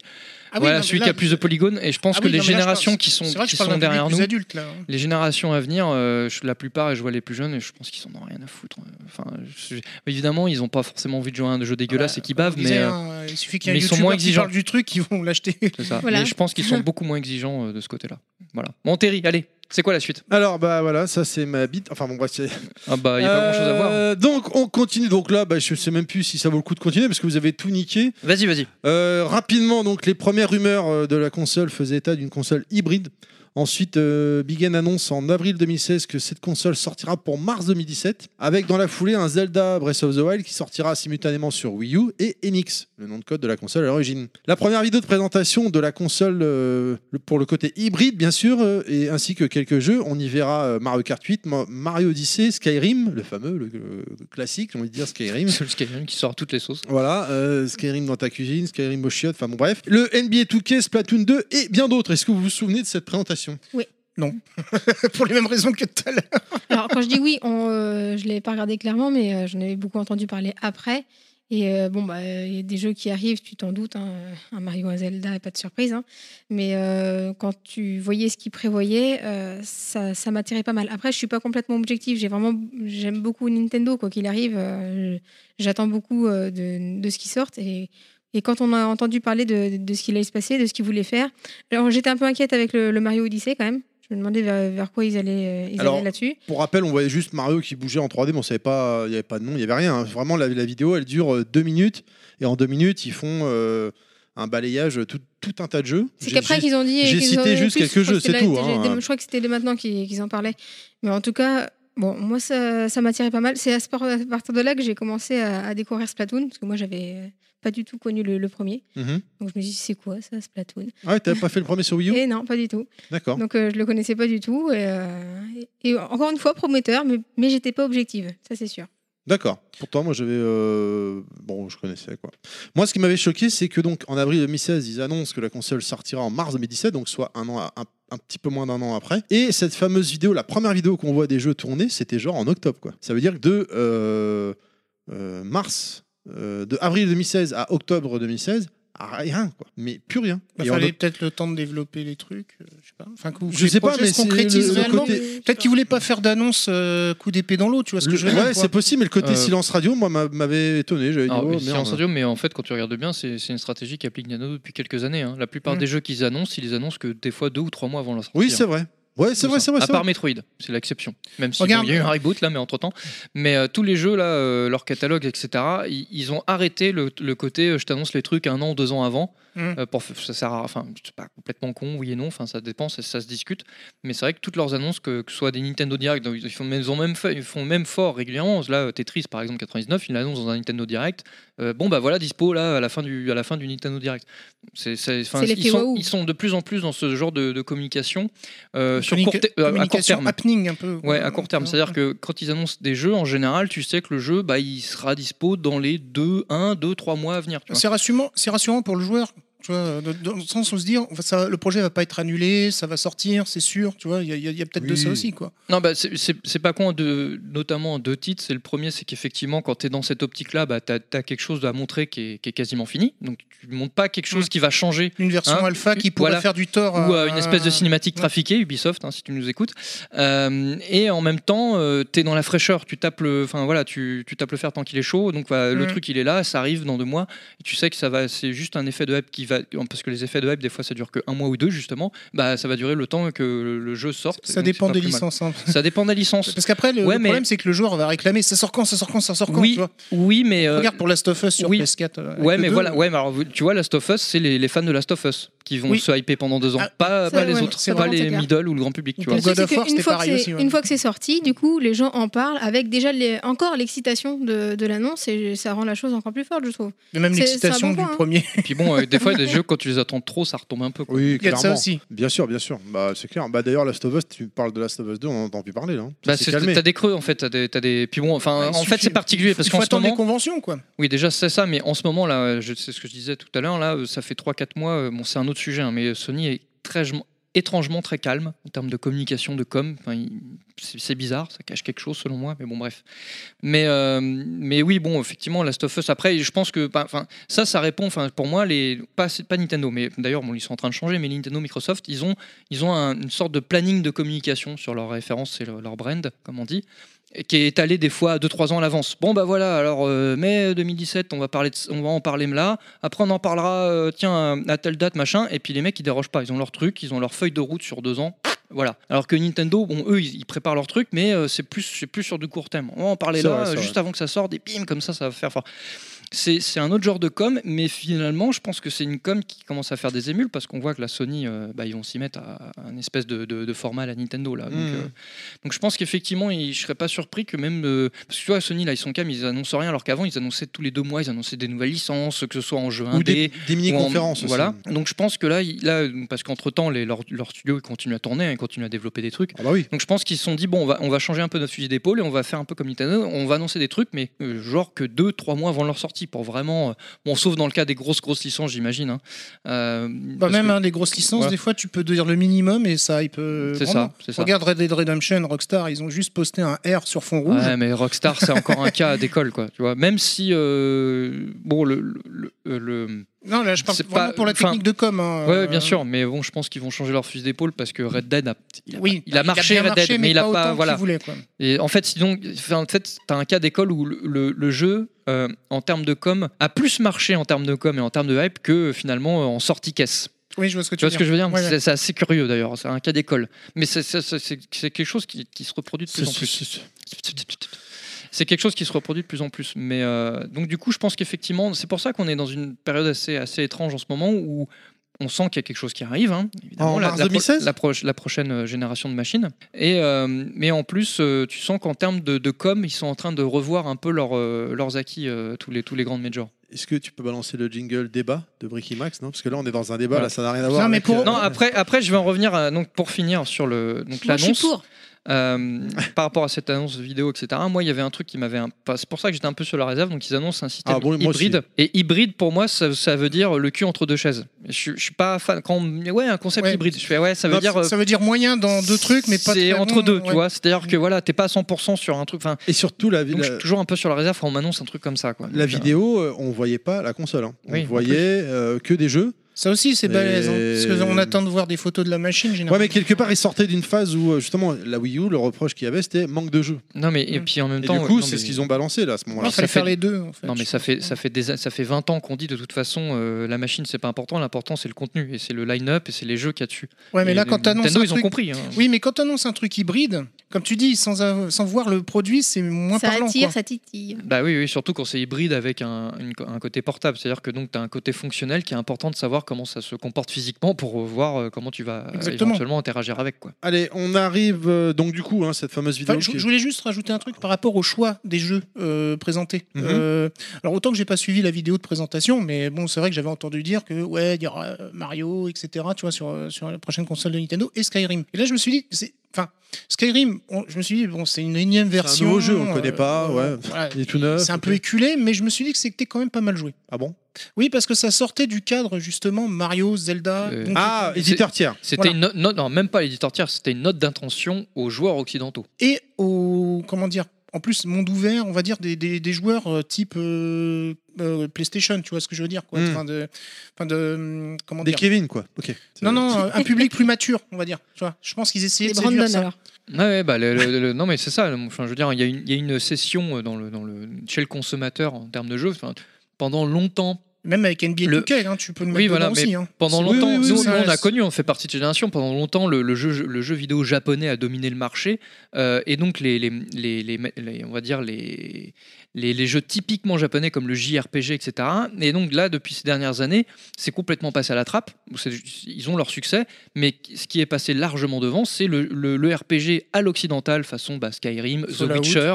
Ah oui,
voilà,
non, mais
celui
là-
qui a plus de polygones. Et je pense
Ah
que
oui,
les
non, mais là, je
générations
parle-
qui sont,
C'est vrai que
qui
je parle
sont
d'un public
derrière
plus
nous,
adulte, là. hein.
les générations à venir, euh, je- la plupart, et je vois les plus jeunes, et je pense qu'ils en ont rien à foutre. euh, Enfin, je- évidemment, ils n'ont pas forcément envie de jouer à un jeu dégueulasse
Voilà,
et qui bave,
on disait,
mais euh,
hein, il suffit qu'il y ait
mais
un
ils sont
youtubeur
moins
qui
exigeants.
parle du truc, ils vont l'acheter.
c'est ça.
Voilà.
Mais je pense qu'ils sont beaucoup moins exigeants euh, de ce côté-là. Voilà. Bon, Terry, allez, c'est quoi la suite
Alors bah voilà, ça c'est ma bite. Enfin bon bref, c'est.
Ah bah, il n'y a pas grand-chose à voir.
Euh, Donc on continue. Donc là, bah, je sais même plus si ça vaut le coup de continuer parce que vous avez tout niqué.
Vas-y, vas-y.
Euh, rapidement, donc les premières rumeurs euh, de la console faisaient état d'une console hybride. Ensuite, euh, Big N annonce en avril 2016 que cette console sortira pour mars 2017, avec dans la foulée un Zelda Breath of the Wild qui sortira simultanément sur Wii U et NX, le nom de code de la console à l'origine. La première vidéo de présentation de la console euh, le- pour le côté hybride, bien sûr, euh, et ainsi que quelques jeux, on y verra euh, Mario Kart 8, Ma- Mario Odyssey, Skyrim, le fameux, le, le classique, j'ai envie de dire Skyrim.
C'est le Skyrim qui sort toutes les sauces.
Voilà, euh, Skyrim dans ta cuisine, Skyrim au chiottes, enfin bon bref. Le NBA 2K, Splatoon 2 et bien d'autres. Est-ce que vous vous souvenez de cette présentation
Pour les mêmes raisons que tout à l'heure.
Alors, quand je dis oui, on, euh, je ne l'ai pas regardé clairement, mais euh, j'en avais beaucoup entendu parler après. Et euh, bon, bah, il y a des jeux qui arrivent, tu t'en doutes. hein, un Mario, un Zelda, pas de surprise. hein. Mais euh, quand tu voyais ce qu'ils prévoyaient, euh, ça, ça m'attirait pas mal. Après, je suis pas complètement objectif. J'ai vraiment, j'aime beaucoup Nintendo, quoi qu'il arrive. euh, J'attends beaucoup euh, de, de ce qui sortent. Et, et quand on a entendu parler de, de ce qu'il allait se passer, de ce qu'ils voulaient faire, alors j'étais un peu inquiète avec le, le Mario Odyssey quand même. Je me demandais vers, vers quoi ils allaient, euh, ils
Alors,
allaient là-dessus.
Pour rappel, on voyait juste Mario qui bougeait en 3D, mais on savait pas, il n'y avait pas de nom, il n'y avait rien. hein. Vraiment, la, la vidéo, elle dure euh, deux minutes, et en deux minutes, ils font euh, un balayage euh, tout, tout un tas de jeux.
C'est
J'ai-
qu'après
j'ai-
qu'ils ont dit.
j'ai
qu'ils
cité
en avaient
juste
plus,
quelques
je crois
jeux,
que
c'est
c'était
tout,
là-
hein.
dès- Je crois que c'était dès maintenant qu'ils qu'ils en parlaient. Mais en tout cas, bon, moi, ça, ça m'attirait pas mal. C'est à, ce par- à partir de là que j'ai commencé à, à découvrir Splatoon, parce que moi, j'avais euh, pas du tout connu le, le premier.
Mhm.
Donc, je me suis dit, c'est quoi ça, Splatoon
Ah ouais, t'avais pas fait le premier sur Wii U
Et non, pas du tout.
D'accord.
Donc, euh, je le connaissais pas du tout. Et, euh, et- et encore une fois, prometteur, mais, mais j'étais pas objective, ça, c'est sûr.
D'accord. Pourtant, moi, j'avais. euh, Bon, je connaissais quoi. Moi, ce qui m'avait choqué, c'est que donc en avril 2016, ils annoncent que la console sortira en mars 2017, donc soit un an, à- un, un petit peu moins d'un an après. Et cette fameuse vidéo, la première vidéo qu'on voit des jeux tournés, c'était genre en octobre, quoi. Ça veut dire que de euh, euh, mars, euh, de avril 2016 à octobre 2016, ah, rien, quoi. Mais plus rien.
Il
Et en
Bah, fallait
oct-
peut-être le temps de développer les trucs. euh, je sais pas. Enfin, que vous-
Je
les
sais pas,
projets
mais
se
c'est
concrétisent
le- le
réellement.
côté-
Peut-être qu'ils voulaient pas faire d'annonce euh, coup d'épée dans l'eau, tu vois ce que
le-
je veux dire
ouais,
quoi.
c'est possible, mais le côté
Euh,
silence radio, moi, m'a- m'avait étonné. J'avais dit,
Alors,
oh,
Ah,
merde.
oui, silence radio, mais en fait, quand tu regardes bien, c'est c'est une stratégie qu'applique Nintendo depuis quelques années. hein. La plupart
Mm.
des jeux qu'ils annoncent, ils les annoncent que des fois deux ou trois mois avant leur sortie. hein.
Oui, c'est vrai. Ouais, c'est vrai, c'est vrai.
À
c'est
part
vrai.
Metroid, c'est l'exception. Même si bon, il
Regarde.
y a eu un reboot là, mais entre temps. Mais euh, tous les jeux là, euh, leur catalogue, etc. Ils, ils ont arrêté le, le côté euh, je t'annonce les trucs un an, deux ans avant.
Mm.
euh, pour f- ça sert à- enfin c'est pas complètement con oui et non enfin ça dépend ça, ça se discute mais c'est vrai que toutes leurs annonces que, que ce soit des Nintendo Direct donc, ils font ils ont même fait- ils font même fort régulièrement là euh, Tetris par exemple 99 ils l'annoncent dans un Nintendo Direct Euh, bon bah voilà dispo là à la fin du à la fin du Nintendo Direct c'est c'est- enfin,
C'est l'effet
ils sont
waouh.
ils sont de plus en plus dans ce genre de, de communication euh, sur
Communica-
court te- euh, à court
communication
terme
happening un peu.
Ouais, à court terme. C'est-à-dire que quand ils annoncent des jeux, en général, tu sais que le jeu, bah, il sera dispo dans les 2, 1, 2, 3 mois à venir. tu vois.
C'est rassurant, c'est rassurant pour le joueur. Tu vois, de- dans le sens où se dire, enfin, ça, le projet va pas être annulé, ça va sortir, c'est sûr. Tu vois, il y a, il y a- il y a peut-être de ça
Oui.
aussi, quoi.
Non, bah, c'est- c'est c'est pas con, de, notamment en deux titres. C'est le premier, c'est qu'effectivement, quand tu es dans cette optique-là, bah, tu as, quelque chose à montrer qui est, qui est quasiment fini. Donc, tu montes pas quelque
Mm.
chose qui va changer
Une version
Hein,
alpha qui pourrait
voilà.
faire du tort.
ou
à-
euh, une espèce de cinématique
ouais.
trafiquée, Ubisoft, hein, si tu nous écoutes. Euh, et en même temps, tu es dans la fraîcheur, tu tapes le, enfin voilà, tu, tu tapes le fer tant qu'il est chaud. Donc voilà, le
Mm.
truc il est là, ça arrive dans deux mois. Et tu sais que ça va, c'est juste un effet de hype qui va, parce que les effets de hype des fois ça dure que un mois ou deux justement. Bah ça va durer le temps que le, le jeu sorte.
Ça
donc c'est
dépend
pas
des
plus mal.
licences. hein.
Ça dépend des licences.
Parce qu'après, le,
Ouais,
le
mais-
problème, c'est que le joueur va réclamer ça sort quand, ça sort quand, ça sort quand.
Oui,
tu vois.
oui, mais euh,
Regarde pour Last of Us sur
oui.
PS4. euh, avec
Ouais,
le
mais
deux,
voilà,
euh,
ouais, mais alors, vous- tu vois, Last of Us, c'est les, les fans de Last of Us. qui vont
Oui.
se hyper pendant deux ans.
Ah,
pas
ça,
pas les
ouais,
autres,
c'est
pas
vraiment,
les
c'est clair.
middle ou le grand public, tu vois.
Ou
Le truc,
God of
c'est
War,
qu'une
c'était
fois que
pareil
c'est-
aussi, ouais.
Une fois que c'est sorti, du coup, les gens en parlent avec déjà les- encore l'excitation de, de l'annonce et ça rend la chose encore plus forte, je trouve.
Mais même
C'est- c'est un
l'excitation
bon
du
point, hein.
premier.
Et puis bon, euh, des fois, des jeux, quand tu les attends trop, ça retombe un peu. quoi.
Oui,
Il y a de ça
clairement.
aussi.
Bien sûr, bien sûr. Bah, c'est clair. Bah, d'ailleurs, Last of Us, tu parles de Last of Us 2, on en entend plus parler là. hein. Ça
Bah,
s'est
c'est-
calmé. Bah,
t'as des creux en fait, t'as des, t'as des. Puis bon, enfin,
Il
en fait,
suffit-
c'est particulier parce
Il faut
qu'en ce
attendre les
moment,
conventions, quoi. Bah,
Oui, déjà, c'est ça, mais en ce moment, là, je sais ce que je disais tout à l'heure, là, euh, ça fait 3-4 mois, euh, bon, c'est un autre sujet, hein, mais Sony est très, étrangement très calme en termes de communication, de com. Enfin, il- c'est c'est bizarre, ça cache quelque chose selon moi, mais bon, bref. Mais, euh, mais oui, bon, effectivement, Last of Us, après, je pense que bah, enfin, ça, ça répond, enfin, pour moi, les, pas, c'est pas Nintendo, mais d'ailleurs, bon, ils sont en train de changer, mais Nintendo, Microsoft, ils ont, ils ont un- une sorte de planning de communication sur leur référence et leur- leur brand, comme on dit et qui est étalé des fois 2-3 ans à l'avance. Bon bah voilà, alors euh, mai 2017, on va, parler de- on va en parler là, après on en parlera, euh, tiens, à telle date, machin, et puis les mecs ils dérogent pas, ils ont leur truc, ils ont leur feuille de route sur deux ans, voilà. Alors que Nintendo, bon eux ils, ils préparent leur truc, mais euh, c'est plus, c'est plus sur du court terme. On va en parler
C'est
là,
vrai, c'est
euh,
vrai.
juste avant que ça sorte, et bim, comme ça ça va faire... Enfin, c'est c'est un autre genre de com, mais finalement, je pense que c'est une com qui commence à faire des émules parce qu'on voit que la Sony, euh, bah, ils vont s'y mettre à, à un espèce de, de- de format à la Nintendo. Là. Donc,
Mhm.
euh, donc je pense qu'effectivement, il- je serais pas surpris que même. euh, parce que tu vois, Sony, là, ils sont calmes, ils annoncent rien, alors qu'avant, ils annonçaient tous les deux mois, ils annonçaient des nouvelles licences, que ce soit en jeu
Ou des,
1D.
des
ou en-
mini-conférences aussi.
Voilà. Donc je pense que là, il- là parce qu'entre-temps, les- leurs leurs studios, ils continuent à tourner, hein, ils continuent à développer des trucs.
Ah bah oui.
Donc je pense qu'ils se sont dit bon on va, on va changer un peu notre fusil d'épaule et on va faire un peu comme Nintendo, on va annoncer des trucs mais euh, genre que 2-3 mois avant leur sortie pour vraiment euh, bon sauf dans le cas des grosses grosses licences j'imagine hein. Euh,
Bah,
parce
même
que-
hein, des grosses licences,
Voilà.
des fois tu peux dire le minimum et ça hype. euh,
c'est
vraiment.
ça, c'est ça.
Regarde Red Dead Redemption, Rockstar, ils ont juste posté un R sur fond rouge.
Ouais, mais Rockstar c'est encore un cas à d'école quoi, tu vois. Même si euh, bon le, le, le- le-
Non, là je parle
C'est
vraiment
pas-
pour la
enfin,
technique de com. hein.
Ouais, ouais, bien sûr, mais bon je pense qu'ils vont changer leur fusil d'épaule parce que Red Dead a- il a,
Oui,
il a marché
bien
Red Dead
marché,
mais il a
autant
pas
qu'il
voilà.
voulait, quoi.
Et en fait, sinon, enfin, en fait, t'as un cas d'école où le, le- le jeu, euh, en termes de com, a plus marché en termes de com et en termes de hype que euh, finalement euh, en sortie caisse.
Oui, je vois ce que
Tu vois ce que je veux dire
Ouais, ouais.
C'est- C'est assez curieux d'ailleurs, c'est un cas d'école. Mais c'est- c'est c'est- c'est- c'est quelque chose qui, qui se reproduit de plus en plus. C'est quelque chose qui se reproduit de plus en plus. Mais euh, donc du coup, je pense qu'effectivement, c'est pour ça qu'on est dans une période assez, assez étrange en ce moment où on sent qu'il y a quelque chose qui arrive. hein, évidemment,
En
la,
mars
la pro-
2016?
la proche- la prochaine euh, génération de machines. Et, euh, mais en plus, euh, tu sens qu'en termes de, de com, ils sont en train de revoir un peu leur, euh, leurs acquis, euh, tous les, tous les grands majors.
Est-ce que tu peux balancer le jingle débat de Bricky Max non Parce que là, on est dans un débat,
Voilà.
là, ça n'a rien à voir.
mais
avec,
pour-
euh,
Non, ah, après, après, je vais en revenir à- donc, pour finir sur le, donc,
Moi, je suis
l'annonce.
pour.
Euh, par rapport à cette annonce vidéo, etc. Moi, il y avait un truc qui m'avait. un- enfin, C'est pour ça que j'étais un peu sur la réserve. Donc, ils annoncent un système
Ah bon, moi aussi.
hybride. Et hybride, pour moi, ça, ça veut dire le cul entre deux chaises. Je, je suis pas fan. Quand on me dit, ouais, un concept
Ouais.
hybride. Je fais ouais, ça veut
Non,
dire. euh,
ça veut dire moyen dans deux trucs, mais pas.
C'est
très
entre
bon,
deux,
ouais.
tu vois. C'est-à-dire que voilà, t'es pas à 100% sur un truc. Enfin,
Et surtout, la,
donc,
la-
je suis toujours un peu sur la réserve quand on m'annonce un truc comme ça, quoi.
la
Donc, euh,
vidéo, euh, on voyait pas la console. hein.
Oui,
on
en
voyait euh, que des jeux.
Ça aussi, c'est
Et-
balèze. hein, parce qu'on attend de voir des photos de la machine, généralement.
Ouais, mais quelque part, ils sortaient d'une phase où, euh, justement, la Wii U, le reproche qu'il y avait, c'était manque de jeux.
Non, mais et puis en même
Et
temps. euh,
du coup,
non,
c'est
mais-
ce qu'ils ont balancé, là, à ce
Il
moment-là.
ça
fallait
fait-
faire les deux, en fait.
Non mais ça fait ça fait des, ça fait 20 ans qu'on dit de toute façon euh, la machine c'est pas important l'important c'est le contenu et c'est le line-up et c'est les jeux qu'il y a dessus.
Ouais, mais
Et
là, quand
Nintendo
t'annonces un
ils ont
truc.
compris. hein.
Oui, mais quand t'annonces un truc hybride, comme tu dis, sans, av- sans voir le produit, c'est moins
ça
parlant.
attire,
quoi.
ça titille.
Bah oui, oui, surtout quand c'est hybride avec un, une- un côté portable. C'est-à-dire que donc tu as un côté fonctionnel qui est important de savoir comment ça se comporte physiquement pour euh, voir euh, comment tu vas euh,
Exactement.
éventuellement interagir avec quoi.
Allez, on arrive, euh, donc, du coup, hein, cette fameuse vidéo.
Enfin, je,
qui-
je voulais juste rajouter un truc par rapport au choix des jeux euh, présentés.
Mhm.
Euh, alors autant que j'ai pas suivi la vidéo de présentation, mais bon, c'est vrai que j'avais entendu dire que ouais, il y aura euh, Mario, etc. Tu vois sur euh, sur la prochaine console de Nintendo et Skyrim. Et là, je me suis dit, c'est enfin Skyrim. on- je me suis dit bon, c'est une énième version.
nouveau jeu, on
euh,
connaît pas, ouais.
voilà.
Il est tout neuf.
C'est un
ok.
peu éculé, mais je me suis dit que c'était quand même pas mal joué.
Ah bon
Oui, parce que ça sortait du cadre justement Mario, Zelda.
Euh,
Donkey
Ah,
Kong.
éditeur tiers.
C'était
Voilà.
une note, non, non, même pas l'éditeur tiers, c'était une note d'intention aux joueurs occidentaux.
et au comment dire en plus monde ouvert on va dire des, des, des joueurs euh, type euh, euh, PlayStation tu vois ce que je veux dire quoi
Hmm.
Mm.
enfin de enfin de hum, comment
Des
dire
Kevin, quoi. Ok.
non non euh, un public plus mature on va dire tu vois je pense qu'ils essayaient
Les
de séduire
Brandon,
ça
alors.
Ouais, ouais, bah, le- le- le- non mais c'est ça. le- Enfin, je veux dire, il y, a une- il y a une session euh, dans le, dans le, chez le consommateur en termes de jeu. Enfin, pendant longtemps,
Même avec NBA
Le-
2K, hein, tu peux le mettre
Oui, voilà,
dedans
mais
aussi. hein.
Pendant
Oui,
longtemps,
oui, oui,
nous,
oui,
nous,
ça
on a
reste.
connu, on fait partie de cette génération, pendant longtemps, le, le jeu, le jeu vidéo japonais a dominé le marché. euh, et donc, les, les, les- les- les- on va dire les, les, les jeux typiquement japonais comme le JRPG, etc. Et donc là, depuis ces dernières années, c'est complètement passé à la trappe. C'est- Ils ont leur succès, mais ce qui est passé largement devant, c'est le, le- le RPG à l'occidental, façon bah, Skyrim, The
Fallout.
Witcher.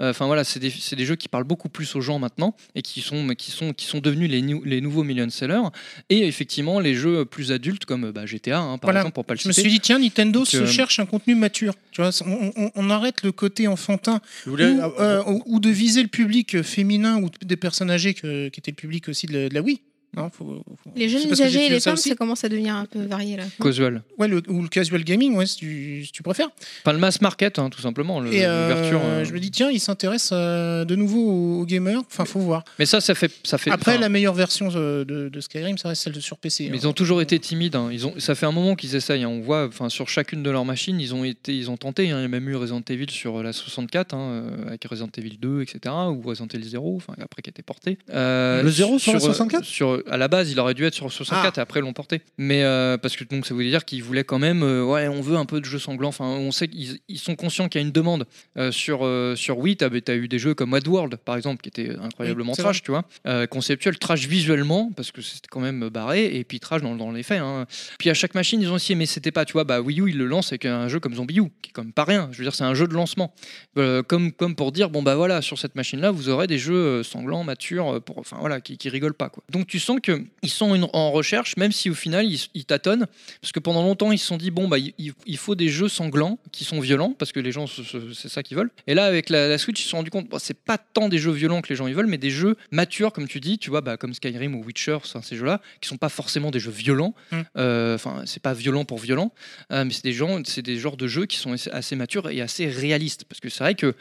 Euh, Enfin voilà, c'est des, c'est des jeux qui parlent beaucoup plus aux gens maintenant et qui sont, qui sont, qui sont devenus les, nou- les nouveaux million sellers. Et effectivement, les jeux plus adultes comme euh, bah, GTA, hein, par
Voilà.
exemple, pour pas le
Je me
citer.
suis dit, tiens, Nintendo
Donc,
se
euh,
cherche un contenu mature. Tu vois, on, on- on arrête le côté enfantin
Je
ou,
voulais-
euh, ou- ou de viser le public euh, féminin ou des personnes âgées que- qui étaient le public aussi de la, de la Wii. Hein, faut- faut-
Les
c'est
jeunes
parce que j'ai
usagers et
fait
les
ça
femmes,
aussi.
ça commence à devenir un peu varié là.
Casual.
Ouais, le- ou le casual gaming, ouais, si tu, si tu préfères.
Enfin, le mass market, hein, tout simplement. le-
Et euh,
l'ouverture, euh.
je me dis, tiens, ils s'intéressent euh, de nouveau aux, aux gamers. Enfin, faut voir.
Mais ça, ça fait. Ça fait
Après,
enfin,
la meilleure version euh, de, de Skyrim, ça reste celle de sur PC.
Mais
hein.
ils ont toujours été timides. hein. Ils ont, ça fait un moment qu'ils essayent. hein. On voit, enfin, sur chacune de leurs machines, ils ont été, ils ont tenté. hein. Il y a même eu Resident Evil sur la 64, hein, euh, avec Resident Evil 2, etc. Ou Resident Evil 0, enfin, après qui a été porté. Euh,
Le 0 sur la Ah. 64?
sur, À la base, il aurait dû être sur 64 et après ils l'ont porté. Mais euh, parce que donc ça voulait dire qu'ils voulaient quand même, euh, ouais, on veut un peu de jeu sanglant. Enfin, on sait qu'ils ils sont conscients qu'il y a une demande. Euh, sur, euh, sur Wii, tu as, eu des jeux comme World par exemple, qui était incroyablement
Oui, c'est
trash, tu vois. Euh, conceptuel, trash visuellement, parce que c'était quand même barré, et puis trash dans, dans les faits. hein. Puis à chaque machine, ils ont essayé, mais c'était pas, tu vois, bah, Wii U, ils le lancent avec un jeu comme Zombie U, qui est quand même pas rien. Je veux dire, c'est un jeu de lancement. Euh, comme, comme pour dire, bon, bah voilà, sur cette machine-là, vous aurez des jeux euh, sanglants, matures, euh, pour, enfin voilà, qui, qui rigolent pas, quoi. Donc tu sens qu'ils sont une- en recherche, même si au final, ils, ils tâtonnent, parce que pendant longtemps, ils se sont dit, bon, bah, il- il il faut des jeux sanglants qui sont violents, parce que les gens, se- se- c'est ça qu'ils veulent. Et là, avec la, la Switch, ils se sont rendus compte, bon, c'est pas tant des jeux violents que les gens ils veulent, mais des jeux matures, comme tu dis, tu vois, bah, comme Skyrim ou Witcher, ça, ces jeux-là, qui sont pas forcément des jeux violents.
Mm.
Euh, Enfin, c'est pas violent pour violent, euh, mais c'est des, gens- c'est des genres de jeux qui sont assez- assez matures et assez réalistes. Parce que c'est vrai que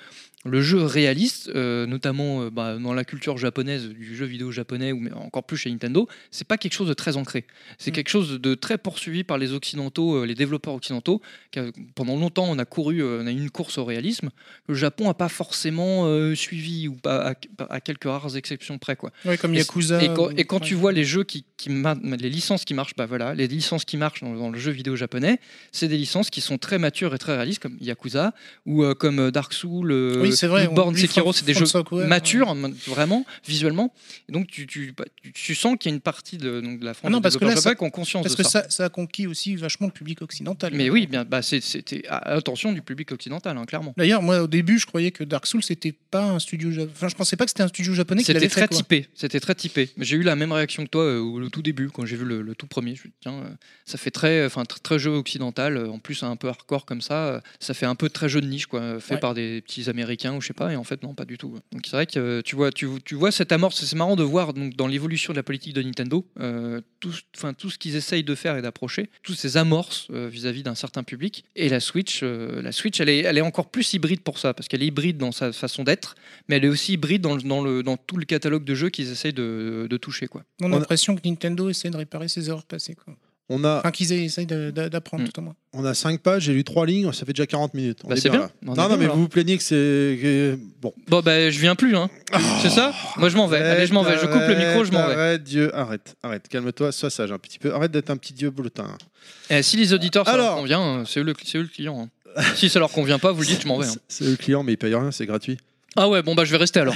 le jeu réaliste, euh, notamment euh, bah, dans la culture japonaise, du jeu vidéo japonais, ou mais encore plus chez Nintendo, c'est pas quelque chose de très ancré. C'est
Mm.
quelque chose de très poursuivi par les occidentaux, euh, les développeurs occidentaux. qui a- pendant longtemps, on a couru, euh, on a eu une course au réalisme. Le Japon a pas forcément euh, suivi, ou pas, à, à quelques rares exceptions près, quoi.
Ouais, comme
Et-
Yakuza.
Et quand,
ou-
et quand tu
Euh, ouais.
vois les jeux qui, qui ma- les licences qui marchent, bah voilà, les licences qui marchent dans, dans le jeu vidéo japonais, c'est des licences qui sont très matures et très réalistes, comme Yakuza ou euh, comme euh, Dark Souls, euh,
Oui, c'est vrai. on
Bloodborne,
oublie
Sekiro,
From-
c'est des
From
jeux
Software, ouais.
matures, hein, ma- vraiment, visuellement. Et donc tu, tu, bah, tu- tu sens qu'il y a une partie de, donc, de la France
Ah non,
des
parce que
développeurs
là, ça-
japonais qui ont conscience
Parce
de
que
ça.
ça, ça a conquis aussi vachement le public occidental.
Mais oui, bien, bah, c'est- c'était ah, attention du public occidental, hein, clairement.
D'ailleurs, moi au début, je croyais que Dark Souls c'était pas un studio. ja- Enfin, je pensais pas que c'était un studio japonais qui
C'était
l'avait
très
fait. quoi.
typé. C'était très typé. J'ai eu la même réaction que toi euh, au au tout début quand j'ai vu le, le tout premier. Je me suis dit, tiens, euh, ça fait très, enfin tr- très jeu occidental. euh, En plus, un peu hardcore comme ça. euh, Ça fait un peu très jeu de niche, quoi, euh, fait
Ouais.
par des petits Américains ou je sais pas. Et en fait, non, pas du tout. ouais. Donc c'est vrai que euh, tu vois, tu, tu vois cette amorce. C'est marrant de voir donc dans l'évolution de la politique de Nintendo, euh, tout, enfin tout ce qu'ils essayent de faire et d'approcher, toutes ces amorces euh, vis-à-vis d'un certain public. Et la Switch, euh, la Switch, elle est, elle est encore plus hybride pour ça parce qu'elle est hybride dans sa façon d'être mais elle est aussi hybride dans, le- dans le, dans tout le catalogue de jeux qu'ils essayent de, de toucher. Quoi.
On a
On a-
l'impression que Nintendo essaie de réparer ses erreurs passées. Quoi.
On a,
Enfin, qu'ils essayent de- de- d'apprendre
Mm.
tout au moins.
on a 5 pages, j'ai lu 3 lignes, ça fait déjà 40 minutes. On
Bah,
est
c'est
bien.
bien.
là.
On est
Non, non,
bien,
mais
alors.
vous vous plaignez que c'est. que- Bon.
Bon, bah, je viens plus, hein. c'est ça Moi, je m'en vais. Allez, je m'en vais. Je coupe le
Oh, Arrête,
micro, je m'en vais.
Arrête, Dieu, arrête, arrête, calme-toi, sois sage un petit peu. Arrête d'être un petit dieu bouletin.
Eh, si les auditeurs, ça leur
Alors.
convient, euh, c'est eux, le- c'est eux le client. hein. si ça leur convient pas, vous le dites, je m'en vais. hein.
C'est le client, mais il paye rien, c'est gratuit.
Ah ouais, bon, bah, je vais rester alors.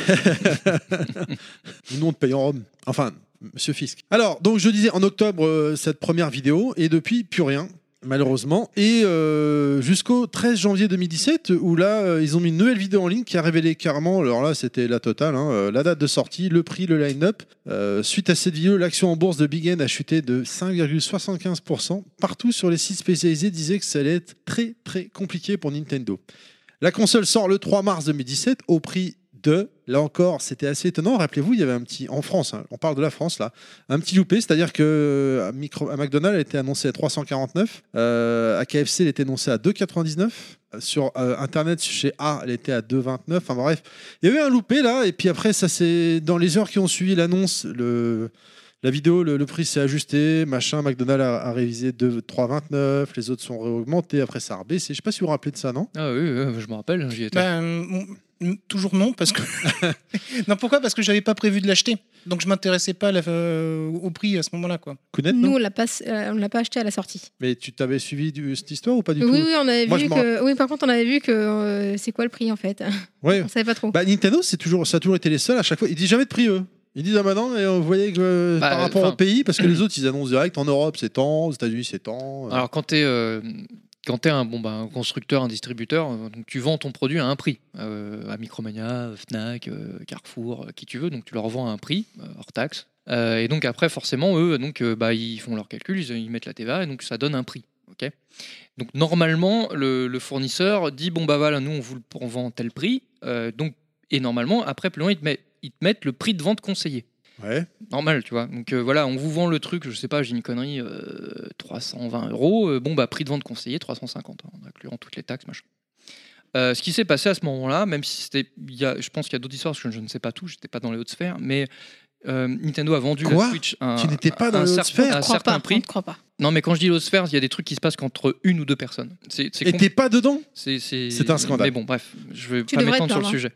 Ou non, on te paye en Rome. Enfin, monsieur Fisk. Alors, donc je disais en octobre euh, cette première vidéo, et depuis, plus rien. Malheureusement, et euh, jusqu'au 13 janvier 2017, où là, euh, ils ont mis une nouvelle vidéo en ligne qui a révélé carrément, alors là, c'était la totale, hein, euh, la date de sortie, le prix, le line-up. Euh, suite à cette vidéo, l'action en bourse de Big End a chuté de 5,75%. Partout sur les sites spécialisés disaient que ça allait être très très compliqué pour Nintendo. La console sort le 3 mars 2017 au prix de, là encore, c'était assez étonnant. Rappelez-vous, il y avait un petit, en France, hein, on parle de la France là, un petit loupé, c'est-à-dire que euh, à micro, à McDonald's, elle était annoncée à 349, euh, à KFC, elle était annoncée à 2,99. Euh, Sur euh, internet, chez A, elle était à 2,29. Enfin bref, il y avait un loupé là, et puis après, ça c'est dans les heures qui ont suivi l'annonce, le La vidéo, le, le prix s'est ajusté, machin. McDonald's a, a révisé 2, 3,29. Les autres sont augmentés. Après, ça a rebaissé. Je sais pas si vous vous rappelez de ça, non
Ah oui, oui, je me rappelle, j'y étais.
Ben, m- m- toujours non, parce que. non, pourquoi Parce que j'avais pas prévu de l'acheter. Donc je m'intéressais pas à la- euh, au prix à ce moment-là, quoi.
Kounet,
Nous,
non
on l'a pas, euh, on l'a pas acheté à la sortie.
Mais tu t'avais suivi du, cette histoire ou pas du
Oui,
tout
oui, on avait
Moi, je
vu
m'en
que. Oui, par contre, on avait vu que euh, c'est quoi le prix en fait.
Ouais.
On savait pas trop.
Bah, Nintendo, c'est toujours, ça a toujours été les seuls à chaque fois. Ils disent jamais de prix, eux. Ils disent, ah bah non, mais euh, vous voyez que euh,
Bah,
par
euh,
rapport au
enfin-
pays, parce que les autres, ils annoncent direct en Europe, c'est tant, aux États-Unis, c'est tant. euh.
Alors quand tu es quand t'es un bon bah, un constructeur, un distributeur, euh, donc tu vends ton produit à un prix Euh, à Micromania, euh, Fnac, euh, Carrefour, euh, qui tu veux, donc tu leur vends à un prix euh, hors taxe. Euh, et donc après forcément eux donc euh, bah, ils font leurs calculs, ils, ils mettent la TVA et donc ça donne un prix. ok donc normalement le, le fournisseur dit bon bah voilà nous on vous le- on vend tel prix Euh, donc et normalement après plus loin ils te, met- ils te mettent le prix de vente conseillé
Ouais.
normal, tu vois. Donc euh, voilà, on vous vend le truc, je sais pas, j'ai une connerie, euh, 320 euros. Euh, bon, bah, prix de vente conseillé, 350, hein, en incluant toutes les taxes, machin. Euh, ce qui s'est passé à ce moment-là, même si c'était. il y a- Je pense qu'il y a d'autres histoires, parce que je ne sais pas tout, j'étais pas dans les hautes sphères, mais euh, Nintendo a vendu
Quoi
la Switch à un,
Tu n'étais pas
à
dans
un
les hautes
certain-
sphères
on
à un
ne croit
certain
pas. On
prix.
ne croit pas.
Non, mais quand je dis hautes sphères, il y a des trucs qui se passent qu'entre une ou deux personnes. C'est c'est
Et
compl-
t'es pas dedans
c'est- C'est
C'est un scandale.
Mais bon, bref, je vais
Tu
pas
devrais
m'étendre
te
sur le
plaindre,
sujet.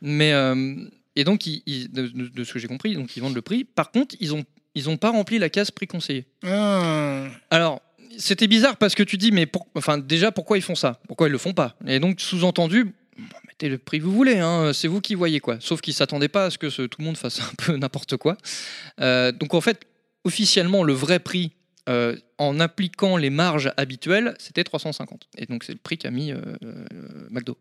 Mais euh, et donc, ils- ils- de, de- de ce que j'ai compris, donc ils vendent le prix. Par contre, ils ont ils ont pas rempli la case prix conseillé.
Ah.
Alors. C'était bizarre parce que tu dis, mais pour- enfin, déjà, pourquoi ils font ça Pourquoi ils le font pas Et donc, sous-entendu, bon, mettez le prix que vous voulez, hein, c'est vous qui voyez quoi. Sauf qu'ils s'attendaient pas à ce que ce- tout le monde fasse un peu n'importe quoi. Euh, donc, en fait, officiellement, le vrai prix, euh, en appliquant les marges habituelles, c'était 350. Et donc, c'est le prix qu'a mis euh, euh, McDo.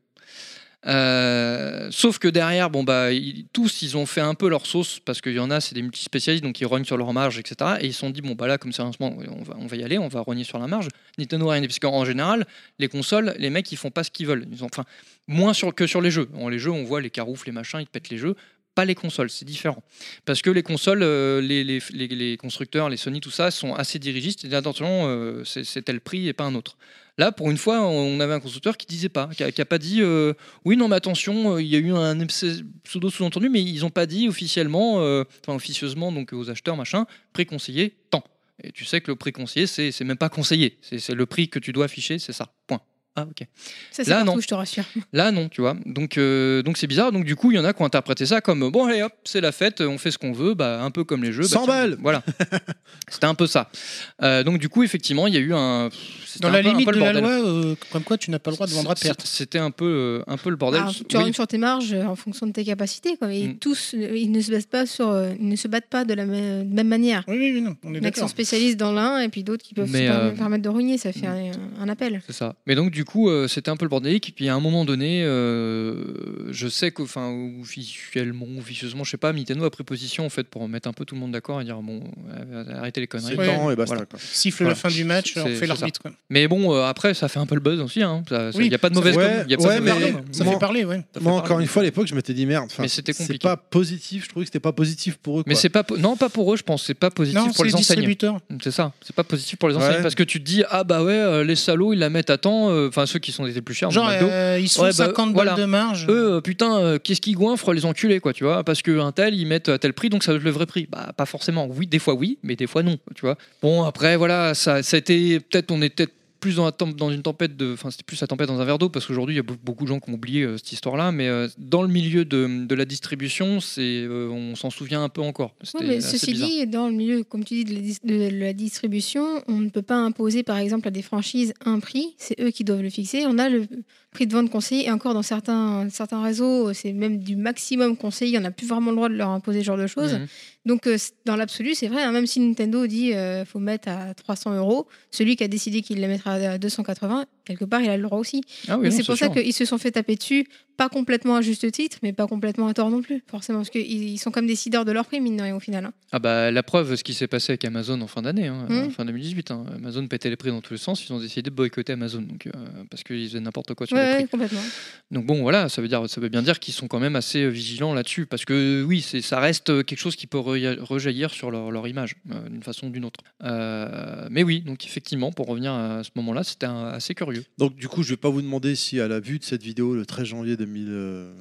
Euh, sauf que derrière, bon bah, ils- tous ils ont fait un peu leur sauce parce qu'il y en a, c'est des multispécialistes donc ils rognent sur leur marge, etc. Et ils se sont dit, bon bah là, comme c'est un lancement, on va, on va y aller, on va rogner sur la marge. Nintendo rien dit, parce qu'en général, les consoles, les mecs ils font pas ce qu'ils veulent. Ils ont, enfin, moins sur, que sur les jeux. En les jeux, on voit les caroufles, les machins, ils te pètent les jeux. Pas les consoles, c'est différent. Parce que les consoles, euh, les, les- les- les constructeurs, les Sony, tout ça, sont assez dirigistes. Ils disent attention, euh, c'est c'est tel prix et pas un autre. Là, pour une fois, on avait un constructeur qui disait pas, qui a, qui a pas dit euh, oui, non, mais attention, euh, il y a eu un obs- pseudo sous-entendu, mais ils n'ont pas dit officiellement, euh, enfin officieusement, donc euh, aux acheteurs, machin, prix conseillé, tant. Et tu sais que le prix conseillé, c'est c'est même pas conseillé. C'est c'est le prix que tu dois afficher, c'est ça. Point. Ah, ok.
Ça, c'est
Là, non.
partout, je te rassure.
Là, non, tu vois. Donc, euh, donc c'est bizarre. Donc, du coup, il y en a qui ont interprété ça comme bon, allez hop, c'est la fête, on fait ce qu'on veut, bah, un peu comme les jeux. bah,
100
tiens,
balles.
Voilà. C'était un peu ça. Euh, donc, du coup, effectivement, il y a eu un. c'était
Dans
un
la
peu- un
limite
peu
de
le
la
bordel.
loi, euh, comme quoi tu n'as pas le droit de Ah, vendre à
C'est-
perte.
C'était un peu, euh, un peu le bordel.
Alors, Bah, tu
Oui.
rognes sur tes marges euh, en fonction de tes capacités. Quoi. Et
Mm.
tous, euh, ils ne se battent pas sur, euh, ils ne se battent pas de la ma- de même manière.
Oui, oui, oui, non, on est
Il y en a qui sont
d'accord.
spécialistes dans l'un et puis d'autres qui peuvent
Mais,
se perm-
euh,
permettre de rogner. Ça fait
mm.
un, un appel.
C'est ça. Mais donc, du coup, euh, c'était un peu le bordélique. Et puis, à un moment donné, euh, je sais que, enfin, officiellement, officieusement, je sais pas, Mitano a pris position, en fait, pour mettre un peu tout le monde d'accord et dire, bon, euh, arrêtez les conneries.
C'est
Ouais.
temps et basta.
Voilà.
quoi.
Siffle
Voilà.
la fin du match, on
C'est-
fait
c'est
l'arbitre. quoi.
Mais bon, euh, après, ça fait un peu le buzz aussi. Il hein. n'y
Oui,
a pas de mauvaise
ça fait-
com, y a pas
Ouais,
de
mais-
mauvaise com.
Ça
Moi-
fait parler, ouais.
Moi, encore une fois, à l'époque, je m'étais dit merde. enfin,
Mais c'était
C'est
compliqué.
pas positif, je trouvais que c'était pas positif pour eux.
Mais
quoi.
c'est pas po- non pas pour eux je pense c'est pas positif
Non,
pour
c'est
les
les
enseignes
distributeurs.
c'est ça c'est pas positif pour les
Ouais.
enseignes parce que tu te dis ah bah ouais euh, les salauds ils la mettent à temps euh, enfin ceux qui sont les plus chers
Genre,
McDo.
euh, ils sont
Ouais, bah,
50
voilà.
balles de marge.
eux euh, putain euh, qu'est-ce qu'ils goinfrent les enculés quoi tu vois parce que un tel ils mettent à tel prix donc ça doit être le vrai prix bah pas forcément oui des fois oui mais des fois non tu vois bon après voilà ça ça a été peut-être on est peut-être plus dans, la tem- dans une tempête de enfin c'était plus la tempête dans un verre d'eau parce qu'aujourd'hui il y a be- beaucoup de gens qui ont oublié euh, cette histoire là mais euh, dans le milieu de, de la distribution c'est euh, on s'en souvient un peu encore C'était
Ouais, mais
assez
ceci
bizarre.
dit, dans le milieu, comme tu dis, de la, dis- de la distribution, on ne peut pas imposer, par exemple, à des franchises un prix. C'est eux qui doivent le fixer. On a le prix de vente conseillé. Et encore, dans certains, certains réseaux, c'est même du maximum conseillé. On n'a plus vraiment le droit de leur imposer ce genre de choses.
Mhm.
Donc, euh, c- dans l'absolu, c'est vrai. hein, même si Nintendo dit euh, faut mettre à 300 euros, celui qui a décidé qu'il la mettra à 280, quelque part, il a le droit aussi.
Ah oui,
Donc
non,
c'est pour ça
sûr.
qu'ils se sont fait taper dessus, pas complètement à juste titre, mais pas complètement à tort non plus, forcément, parce qu'ils ils sont comme décideurs de leur prix, mine de rien, au final. hein.
Ah bah la preuve, ce qui s'est passé avec Amazon en fin d'année, hein,
Hmm.
en fin 2018, hein. Amazon pétait les prix dans tous les sens, ils ont décidé de boycotter Amazon donc, euh, parce qu'ils faisaient n'importe quoi sur
Ouais,
les prix.
ouais, complètement.
Donc bon voilà, ça veut, dire, ça veut bien dire qu'ils sont quand même assez euh, vigilants là-dessus parce que oui, c'est- ça reste euh, quelque chose qui peut re- rejaillir sur leur, leur image euh, d'une façon ou d'une autre. Euh, mais oui, donc effectivement, pour revenir à ce moment-là, c'était un- assez curieux. curieux.
Donc du coup, je vais pas vous demander si à la vue de cette vidéo le 13 janvier 2000, euh,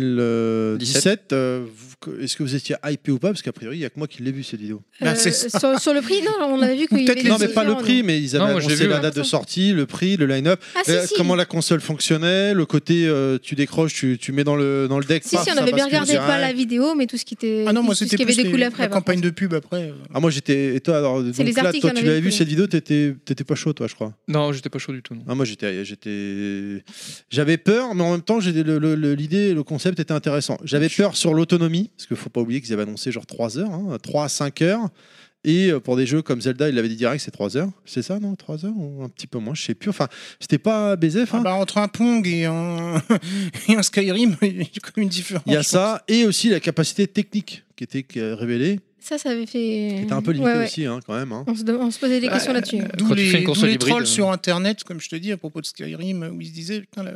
2017, euh, vous- est-ce que vous étiez hypé ou pas Parce qu'a priori, il y a que moi qui l'ai vu cette vidéo.
Bah,
Euh,
c'est ça.
sur, sur le prix, non, on a vu
Ou
qu'il y
peut-être
avait
les-
Non,
des
mais pas le
options,
prix, mais ils avaient
Non, moi, je l'ai
annoncé
vu,
la
hein.
date de sortie, le prix, le line-up,
Ah, si,
euh,
si.
comment la console fonctionnait, le côté euh, tu décroches, tu, tu mets dans le dans le deck.
Si,
paf,
si, on
ça
avait bien
bascule
regardé pas
direct.
la vidéo, mais tout ce qui était.
Ah non, moi
tout ce
c'était
qui avait
plus
découlé
les-
après.
la
par
campagne
contre.
de pub après. euh.
Ah moi j'étais et toi alors donc
les
là
articles
toi
qu'on
tu
avait
l'avais vu
découlés.
cette vidéo t'étais t'étais pas chaud toi je crois.
Non, j'étais pas chaud du tout. Non.
Ah, moi j'étais j'étais j'avais peur mais en même temps j'ai le- le- le- l'idée le concept était intéressant. J'avais peur sur l'autonomie parce qu'il faut pas oublier qu'ils avaient annoncé genre 3 heures hein, 3 à 5 heures et euh, pour des jeux comme Zelda il l'avait dit direct c'est 3 heures. C'est ça non 3 heures ou un petit peu moins je sais plus enfin c'était pas BZF
Ah
hein.
bah, entre un Pong et un, et un Skyrim, il y a quand même une différence.
Il y a ça et aussi la capacité technique qui était qui est révélée
Ça, ça avait fait.
qui était un peu limitée
Mhm. Ouais, ouais.
aussi hein, quand même. hein.
On se, dem- on se posait des
Bah,
questions là-dessus.
D'où
Quand tu
les,
fais une
d'où
console
les
hybride,
trolls
euh.
sur internet, comme je te dis à propos de Skyrim, où ils se disaient, putain, la-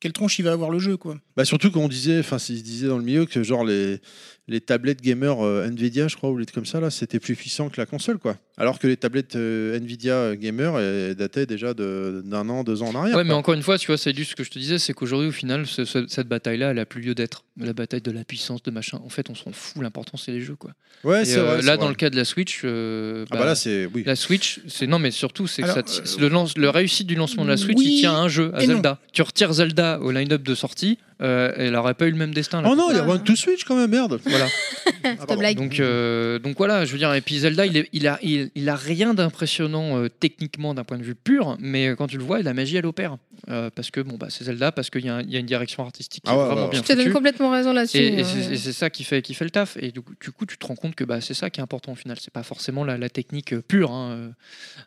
quelle tronche il va avoir le jeu, quoi.
Bah surtout qu'on disait, enfin, il se disait dans le milieu que genre les, les tablettes gamer euh, Nvidia, je crois, ou les trucs comme ça, là, c'était plus puissant que la console, quoi. Alors que les tablettes euh, Nvidia euh, gamer euh, dataient déjà de- d'un an, deux ans en arrière.
Ouais, mais
quoi.
encore une fois, tu vois, c'est juste ce que je te disais, c'est qu'aujourd'hui, au final, ce- ce- cette bataille-là, elle a plus lieu d'être. La bataille de la puissance, de machin. En fait, on s'en fout. L'important, c'est les jeux, quoi.
Ouais,
Et,
c'est
euh,
vrai, c'est
là,
vrai.
dans le cas de la Switch, euh,
ah
bah,
bah là, c'est euh, oui.
la Switch, c'est non, mais surtout, c'est que
Alors,
ça ti- le, lance, le réussite du lancement de la Switch,
oui
il tient à un jeu, à
et non.
Zelda. Tu retires Zelda au line-up de sortie, euh, elle aurait pas eu le même destin. Là.
Oh non, il y a
Ah.
One to Switch quand même, merde.
hein. Voilà.
Ah, pardon.
blague.
Donc, euh, donc voilà, je veux dire, et puis Zelda, il, est- il a, il, il a rien d'impressionnant euh, techniquement d'un point de vue pur, mais euh, quand tu le vois, la magie, elle opère. Euh, parce que bon, bah, c'est Zelda, parce qu'il y, a un- il y a une direction artistique qui
Ah ouais,
est vraiment
ouais, ouais.
bien
Je te donne
foutue.
complètement raison là-dessus.
Et, et
euh,
c'est- et c'est ça qui fait, qui fait le taf. Et du coup, du coup, tu te rends compte que bah, c'est ça qui est important au final. C'est pas forcément la, la technique euh, pure. Hein.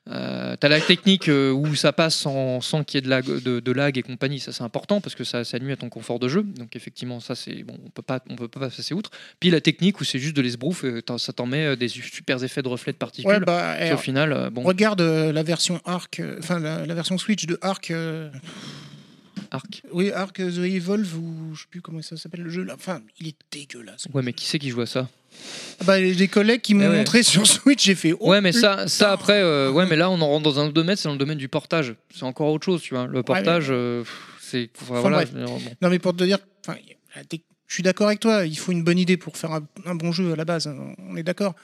Euh, euh, T'as la technique euh, où ça passe sans, sans qu'il y ait de lag, de, de lag et compagnie. Ça, c'est important parce que ça, ça nuit à ton confort de jeu. Donc, effectivement, ça, c'est bon, on peut pas, on peut pas passer outre. Puis la technique où c'est juste de l'esbrouf, euh, t'en- ça t'en met euh, des super effets de reflets de particules.
Ouais, bah,
Puis
eh,
au final, euh, bon,
regarde euh, la version Arc, euh, enfin, la, la version Switch de Arc, euh,
arc.
oui, Arc The Evolve, ou je sais plus comment ça s'appelle le jeu, là. Enfin, il est dégueulasse.
Ouais, mais qui c'est qui joue à ça
Ah Bah, les les collègues qui m'ont
Eh ouais.
montré sur Switch, j'ai fait, oh,
Ouais, mais ça, ça après, euh, ouais, mais là, on en rentre dans un autre domaine, c'est dans le domaine du portage. C'est encore autre chose, tu vois. Le portage, euh, pff, c'est. enfin,
Enfin,
voilà,
bref.
je veux dire, bon.
Non, mais pour te dire, enfin, la tec- je suis d'accord avec toi, il faut une bonne idée pour faire un, un bon jeu à la base, hein, on est d'accord.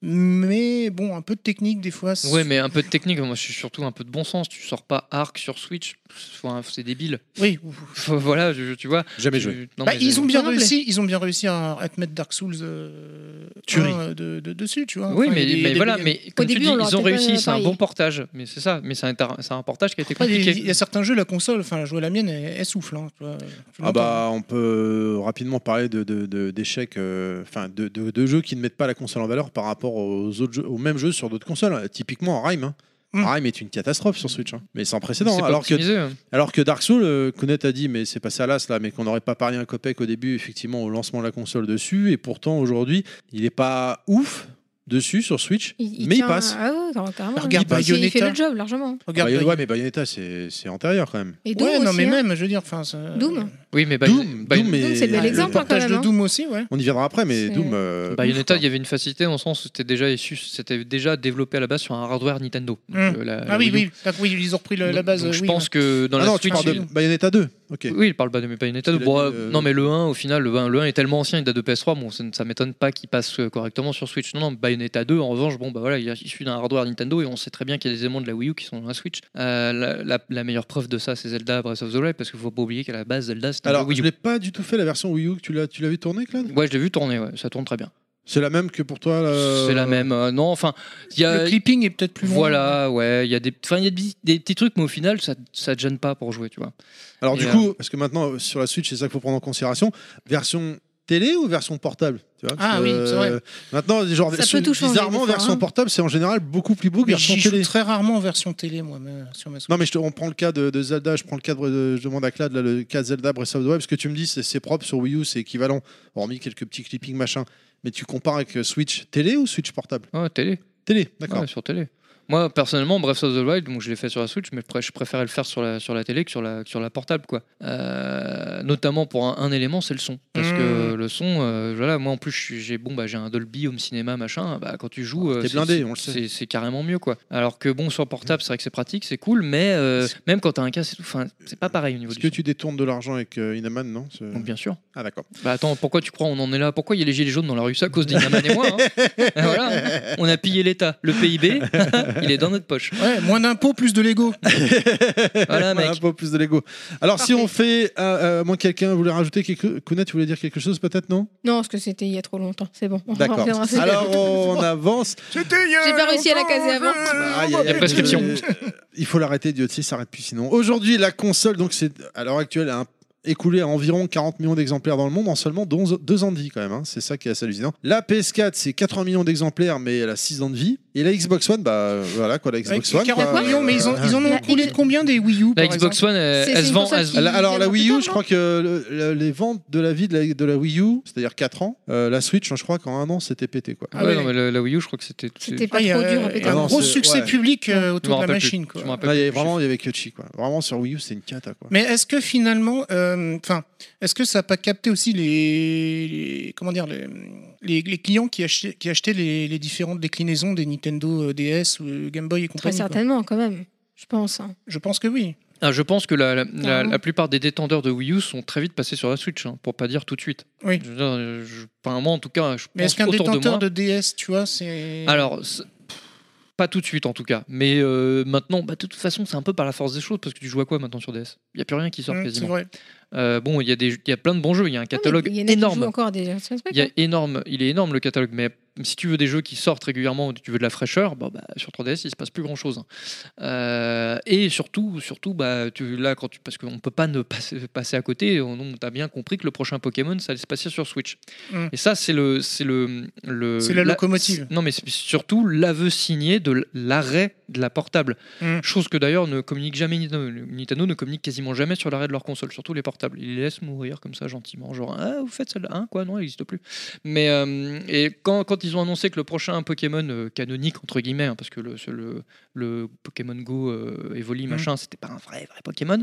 Mais bon, un peu de technique des fois. c'est-
Ouais, mais un peu de technique, moi je suis surtout un peu de bon sens. Tu sors pas Arc sur Switch, enfin, c'est débile.
Oui.
voilà, je- tu vois.
Jamais
tu-
joué.
non,
Bah,
mais
ils
je-
ont bien
Semble.
réussi, ils ont bien réussi à, à te mettre Dark Souls euh,
Tuerie.
un, euh, de, de- dessus, tu vois.
Oui,
Enfin,
mais,
il y a
mais
des-
voilà,
des-
mais comme tu
début,
dis,
on leur
ils ont
était pas
réussi, c'est un
pareil.
bon portage. Mais c'est ça, mais c'est un, tar- c'est un portage qui a été
Après, il y a-
compliqué.
il y a certains jeux, la console, enfin, jouer à la mienne, elle, elle souffle. hein, tu vois, elle fait
Ah bah on peut rapidement parler de de- de- d'échecs, euh, enfin de, de, de jeux qui ne mettent pas la console en valeur par rapport aux autres jeux, aux mêmes jeux sur d'autres consoles. Euh, Typiquement Rime. Hein.
Mm.
Rime est une catastrophe sur Switch, hein. mais sans
Mais
précédent.
c'est pas
Alors que
optimisé, hein.
Alors que Dark Souls, euh, Kounet a dit, mais c'est pas ça l'as là, mais qu'on n'aurait pas parié un copec au début, effectivement, au lancement de la console dessus, et pourtant aujourd'hui, il est pas ouf dessus sur Switch, mais il
tient-
passe.
Ah ouais, car- carrément.
Bah, regarde
il, il fait- il fait
Bayonetta.
le job largement.
Bah,
Regarde,
ouais, ouais, mais Bayonetta, c'est c'est antérieur quand même.
Et Doom
ouais, non,
aussi,
mais
hein.
même, je veux dire, enfin, ça-
Doom. hein,
Oui, mais bah,
Doom,
bah,
Doom, mais-
Doom, c'est le bel
Ah, le
exemple, hein, quand
portage
même.
de
hein.
Doom aussi, ouais.
On y viendra après, mais
C'est-
Doom. euh,
Bayonetta,
ouf,
il y avait une facilité dans le sens où c'était déjà issu, c'était déjà développé à la base sur un hardware Nintendo. Donc,
Hum.
euh, la- la
Ah oui,
Wii U.
oui, d'accord, oui, ils ont repris Euh, la, la
Donc-
base.
donc je
oui, hein.
pense
ouais.
que dans
quoi. Ah
la
non, tu
Switch,
parles de
ils-
Bayonetta 2. Ok.
Oui, il parle pas de Bayonetta 2.
Tu l'as
Bon,
dit,
euh,
euh,
Non, mais le 1, au final, le 1, le 1 est tellement ancien, il date de PS3, bon, ça, ne- ça m'étonne pas qu'il passe euh, correctement sur Switch. Non, non, Bayonetta 2, en revanche, bon, bah voilà, il est issu d'un hardware Nintendo et on sait très bien qu'il y a des éléments de la Wii U qui sont dans la Switch. Euh, la, la- la meilleure preuve de ça, c'est Zelda Breath of the Wild, parce qu'il faut pas oublier qu'à la base, Zelda, c'était un
Alors,
jeu Wii
je
U.
l'ai pas du tout fait la version Wii U. que Tu l'as, tu l'as vu tourner, Claude
Ouais, je l'ai vu tourner, ouais, ça tourne très bien.
C'est la même que pour toi. là
C'est la même. euh, non, enfin, il y a.
Le clipping est peut-être plus long.
Voilà, ouais, il y a des, enfin, il y a des, des petits trucs, mais au final, ça, ça te gêne pas pour jouer, tu vois.
Alors
Et
du
euh,
coup, parce que maintenant euh, sur la Switch, c'est ça qu'il faut prendre en considération. Version télé ou version portable tu vois, parce
Ah
que,
oui, c'est vrai.
euh, Maintenant, genre,
Ça
version-
peut tout changer,
bizarrement,
des fois,
version
hein.
portable, c'est en général beaucoup plus beau que
Mais
version
j'y joue
télé.
très rarement en version télé, moi, mais, euh, sur ma Switch.
Non, mais je te, on prend le cas de, de Zelda, je prends le cas de, je demande à Clad là, le cas de Zelda Breath of the Wild, parce que tu me dis c'est, c'est propre sur Wii U, c'est équivalent, hormis quelques petits clippings machin. Mais tu compares avec euh, Switch télé ou Switch portable
Ouais, télé,
Télé, d'accord.
ouais, sur télé. Moi, personnellement, Breath of the Wild, donc je l'ai fait sur la Switch, mais après, je préférais le faire sur la, sur la télé que sur la, que sur la portable. Quoi. Euh, notamment pour un, un élément, c'est le son. Parce
Mmh.
que le son, euh, voilà, moi en plus, je suis- j'ai bon, bah, j'ai un Dolby, Home Cinéma, machin. Bah, quand tu joues, euh,
Ah, t'es
c'est-
blindé,
c'est-
on le sait.
c'est- C'est carrément mieux. quoi. Alors que bon, sur portable, c'est vrai que c'est pratique, c'est cool, mais euh, même quand t'as un casque, et tout, enfin, c'est pas pareil au niveau
Est-ce
du
que
son.
tu détournes de l'argent avec euh, Inaman, non c'est-
Donc, bien sûr.
Ah d'accord.
Bah attends, pourquoi tu crois on en est là Pourquoi il y a les gilets jaunes dans la rue C'est à cause d'Inaman et moi. hein. voilà, on a pillé l'État. Le PIB, il est dans notre poche.
Ouais, moins d'impôts, plus de Lego.
Voilà,
Voilà,
mec.
un peu plus de Lego. Alors si on fait, euh, euh, moi quelqu'un voulait rajouter quelque chose, Kuna, tu voulais dire quelque chose peut-être, non
Non, parce que c'était il y a trop longtemps. C'est bon. on
D'accord.
reviendra.
Alors on avance.
J'ai pas réussi à la caser avant.
Euh,
Aïe, aïe,
Il y a
aïe.
prescription.
Euh, il faut l'arrêter, Dieu sait, ça s'arrête plus sinon. Aujourd'hui, la console, donc c'est à l'heure actuelle, a un- écoulé à environ 40 millions d'exemplaires dans le monde en seulement 12 deux ans de vie quand même. hein. C'est ça qui est assez hallucinant. La PS4, c'est 80 millions d'exemplaires, mais elle a 6 ans de vie. Et la Xbox One, bah euh, voilà quoi, la
Ouais,
Xbox One.
40
bah,
millions, mais ils, ont, ils en ont
La
coulé
X-
combien des Wii U
La
par
Ah, Bah, Xbox One, elle,
C'est-
elle
c'est
se
une
vend.
console
elle se-
qui-
Ah,
Ah
la- alors la
Ils
Wii
en ont
U,
plus
je crois que le- le- les ventes de la vie de la, de la Wii U, c'est-à-dire 4 ans, euh, la Switch, je crois qu'en un an, c'était pété quoi.
Ah ouais, non, mais la, la Wii U, je crois que c'était.
C'était
c'est-
pas
Ah, il y a
trop dur à
un
péter
Ah
un
non,
gros.
Gros
c'est-
succès
ouais.
public euh,
Je m'en
autour de la
rappelle plus.
machine. quoi.
Je m'en rappelle
Là, il y avait
plus du
vraiment, il y avait que Chi quoi. Vraiment sur Wii U, c'est une cata quoi.
Mais est-ce que finalement, euh, enfin, est-ce que ça n'a pas capté aussi les, les- comment dire, les, les, les clients qui achetaient, qui achetaient les, les différentes déclinaisons des Nintendo euh, DS ou euh, Game Boy et
Très
compagnie quoi.
certainement, quand même. Je pense. hein.
Je pense que oui.
Ah, je pense que la, la- la-
non.
la plupart des détendeurs de Wii U sont très vite passés sur la Switch, hein, pour pas dire tout de suite.
Oui.
Je veux dire, euh, je- enfin, moi, en tout cas, je
Mais
pense
est-ce qu'un
autour de moi.
détenteur de, DS, tu vois, c'est.
Alors, c'est- pff, pas tout de suite en tout cas. Mais euh, maintenant, bah, de toute façon, c'est un peu par la force des choses parce que tu joues à quoi maintenant sur DS Il n'y a plus rien qui sort
Mmh,
Hum, c'est
quasiment.
vrai.
Euh, bon, il y, a des- il y a plein de bons jeux, il y a un catalogue
Ah, mais il y en a qui jouent
énorme.
encore à des Action Spec,
Il y a
hein.
énorme, il est énorme le catalogue, mais si tu veux des jeux qui sortent régulièrement, ou tu veux de la fraîcheur, bah, bah, sur 3DS il se passe plus grand chose. et surtout, surtout, bah tu là quand tu, parce qu'on peut pas ne passer, passer à côté, on, on a bien compris que le prochain Pokémon ça allait se passer sur Switch.
Mm.
Et ça c'est le, c'est le, le-
C'est la locomotive.
c'est- Non mais c'est surtout l'aveu signé de l'arrêt de la portable.
Mm.
Chose que d'ailleurs ne communique jamais Nintendo. Nintendo ne communique quasiment jamais sur l'arrêt de leur console, surtout les portables. Ils les laissent mourir comme ça gentiment, genre ah vous faites celle-là, Hein, quoi non elle n'existe plus. Mais euh, et quand, quand ils ont annoncé que le prochain Pokémon euh, canonique entre guillemets, hein, parce que le, ce- le, le Pokémon Go euh, Evoli
Mm.
machin, c'était pas un vrai vrai Pokémon.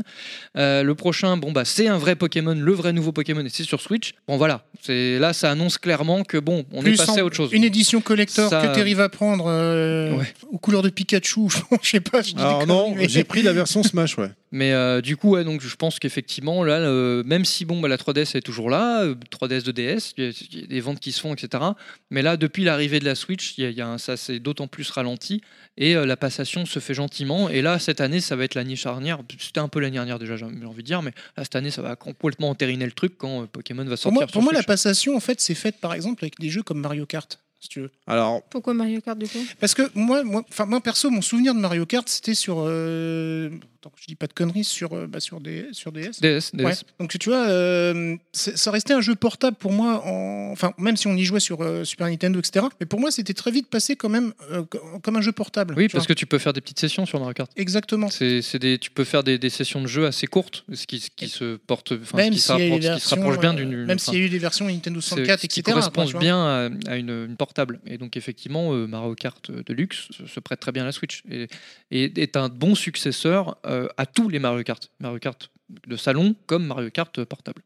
Euh, le prochain, bon bah c'est un vrai Pokémon, le vrai nouveau Pokémon et c'est sur Switch. Bon voilà, c'est là ça annonce clairement que bon on est
Plus
passé
en-
à autre chose.
Une édition collector
Ça-
que Terry va prendre euh,
Ouais.
aux couleurs de Pikachu, je sais pas. je dis
Alors
des
non,
conneries, mais-
j'ai pris la version Smash, ouais.
Mais euh, du coup, ouais, donc je pense qu'effectivement, là, euh, même si bon, bah, la 3DS est toujours là, euh, 3DS, 2DS, il y a- il y, a des ventes qui se font, etc. Mais là, depuis l'arrivée de la Switch, il y a- il y a un- ça s'est d'autant plus ralenti et euh, la passation se fait gentiment. Et là, cette année, ça va être la niche charnière. C'était un peu la dernière déjà, j'ai j'ai envie de dire, mais là, cette année, ça va complètement entériner le truc quand euh, Pokémon va
Pour
sortir.
moi,
sur
pour moi, la
Switch.
passation, en fait, c'est faite par exemple avec des jeux comme Mario Kart, si tu veux.
Alors,
Pourquoi Mario Kart du coup
Parce que moi, moi, enfin moi perso, mon souvenir de Mario Kart, c'était sur, euh, tant que je dis pas de conneries, sur, euh, bah, sur des, sur DS.
DS, DS.
Ouais. Donc tu vois, euh, c'est- ça restait un jeu portable pour moi, en... enfin même si on y jouait sur euh, Super Nintendo, etc. Mais pour moi, c'était très vite passé quand même euh, co- comme un jeu portable.
Oui,
tu
parce
vois.
que tu peux faire des petites sessions sur Mario Kart.
exactement.
C'est, c'est des, tu peux faire des, des sessions de jeu assez courtes, ce qui, ce qui se porte, enfin, ce
Même
qui, se
s'il y a eu
rapproche-
des
ce qui se
versions,
rapproche bien
euh,
d'une.
Même
enfin,
s'il y a eu des versions Nintendo
C'est-
64,
ce qui
etc.
correspond
après, tu vois.
bien à, à une, une portable. Et donc effectivement, euh, Mario Kart euh, Deluxe se- se prête très bien à la Switch et, et est un bon successeur euh, à tous les Mario Kart, Mario Kart de salon comme Mario Kart euh, portable.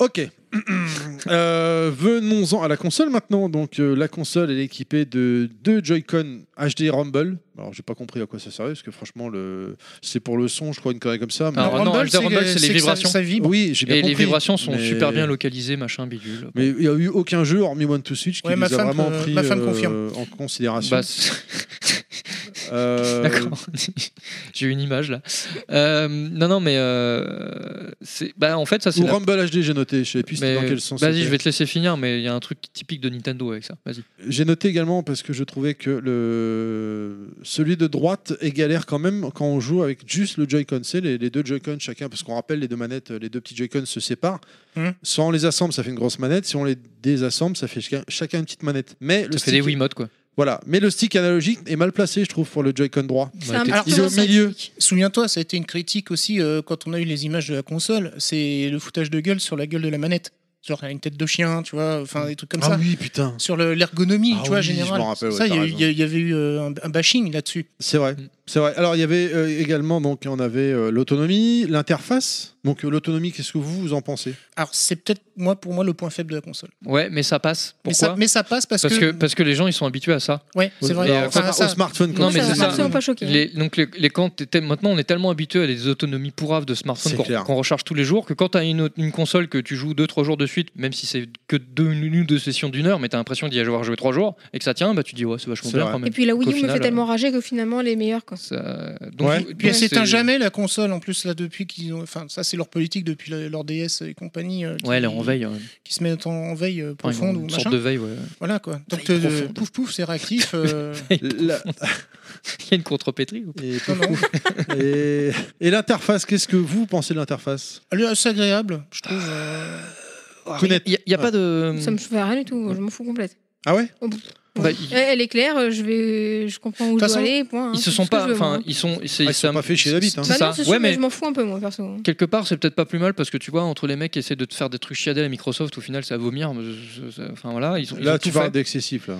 ok. Euh, Venons-en à la console maintenant. Donc, euh, la console, elle est équipée de deux Joy-Con HD Rumble. Alors, j'ai pas compris à quoi ça servait parce que franchement, le... c'est pour le son, je crois, une connerie comme ça. mais-
Alors, non, Elder Rumble, c'est les
que ça-
vibrations.
Ça, vibre.
Oui, j'ai bien
Et les
compris.
vibrations sont
mais-
super bien localisées, machin bidule.
Mais il n'y a eu aucun jeu, hormis One to Switch, qui
Ouais,
les
ma
a
femme,
vraiment
euh,
pris
ma femme
euh,
confirme.
en considération.
Bah, c'est-
Euh,
D'accord. J'ai une image là. Euh, non, non, mais euh, c'est. Bah, en fait, ça c'est.
Ou
la-
Rumble HD, j'ai noté. Je sais plus c'était
mais-
dans quel sens.
Vas-y,
c'était.
je vais te laisser finir, mais il y a un truc typique de Nintendo avec ça. Vas-y.
J'ai noté également parce que je trouvais que le celui de droite est galère quand même quand on joue avec juste le Joy-Con. C'est les, les deux Joy-Con chacun, parce qu'on rappelle les deux manettes, les deux petits Joy-Con se séparent.
Mhm.
Soit on les assemble, ça fait une grosse manette. Si on les désassemble, ça fait chacun, chacun une petite manette. Mais le
Ça fait
stick,
des Wiimote quoi.
voilà. Mais le stick analogique est mal placé, je trouve, pour le Joy-Con droit.
C'est un
t'es-
petit
il
peu
est au milieu.
Souviens-toi, ça a été une critique aussi euh, quand on a eu les images de la console. C'est le foutage de gueule sur la gueule de la manette. genre une tête de chien, tu vois, enfin des trucs comme
Ah
ça.
oui, putain.
Sur le- l'ergonomie,
Ah
tu vois,
oui, je
général.
m'en rappelle, ouais,
ça, il y,
t'as
a eu- il y a- il y avait eu euh, un, un bashing là-dessus.
C'est vrai,
Mm.
c'est vrai. Alors il y avait euh, également donc on avait euh, l'autonomie, l'interface. Donc euh, l'autonomie, qu'est-ce que vous, vous en pensez
Alors, c'est peut-être, moi, pour moi, le point faible de la console.
Ouais, mais ça passe.
mais,
Pourquoi
ça, mais ça passe parce,
parce, que... parce que les gens ils sont habitués à ça.
Ouais, c'est vrai.
Et, euh,
Enfin,
Enfin,
ça-
au smartphone.
Non,
quoi.
Moi,
mais
ça
c'est
m'a
ça.
absolument pas choqué.
Les- donc les, les- quand t'es- t'es- maintenant on est tellement habitué à des autonomies pourraves de smartphones
C'est
qu'on
clair.
qu'on recharge tous les jours que quand t'as une, autre- une console que tu joues 2-3 jours de suite, même si c'est que deux, une ou deux sessions d'une heure, mais t'as l'impression d'y avoir joué 3 jours et que ça tient, bah tu dis ouais c'est vachement
C'est
bien
vrai.
quand
Et
même.
puis la Wii
Qu'au
U me
final,
fait tellement rager que finalement elle est meilleure. Quoi.
Ça- donc,
Ouais.
donc,
Puis elle
c'est-
s'éteint jamais la console en plus là depuis qu'ils ont enfin ça c'est leur politique depuis le- leur DS et compagnie euh, qui,
Ouais, elle est en veille. ouais.
qui se mettent en, en veille euh,
Enfin,
profonde
une
ou
sorte
machin
de veille, ouais.
voilà quoi donc
Veille
euh,
profonde.
pouf pouf c'est réactif euh,
La-
Il y a une contrepétrie. ou-
Et,
non, non.
et- et l'interface, qu'est-ce que vous pensez de l'interface
elle est assez agréable je trouve euh,
Il
Kounet.
n'y a, il y a
Ouais.
pas de.
Ça me fait rien du tout, je m'en fous complète.
Ah ouais
Bah, il-
Elle, elle est claire, je, vais, je comprends où
De
je dois
toute façon,
aller, point. hein,
Ils se
c'est
sont
tout ce que
pas.
je veux, moi,
Enfin,
hein.
ils sont. c'est-
Ah, ils
ça
sont
me-
pas fait chez la bite, hein.
C'est
Bah
ça.
non, c'est sûr,
Ouais,
mais
mais
je m'en fous un peu moi perso. hein.
quelque part, c'est peut-être pas plus mal parce que tu vois, entre les mecs qui essaient de te faire des trucs chiadés à Microsoft, au final, c'est à vomir. mais je- je- je- Enfin voilà, ils, ont- ils ont
Là,
tout
tu
fait.
parles d'excessif là.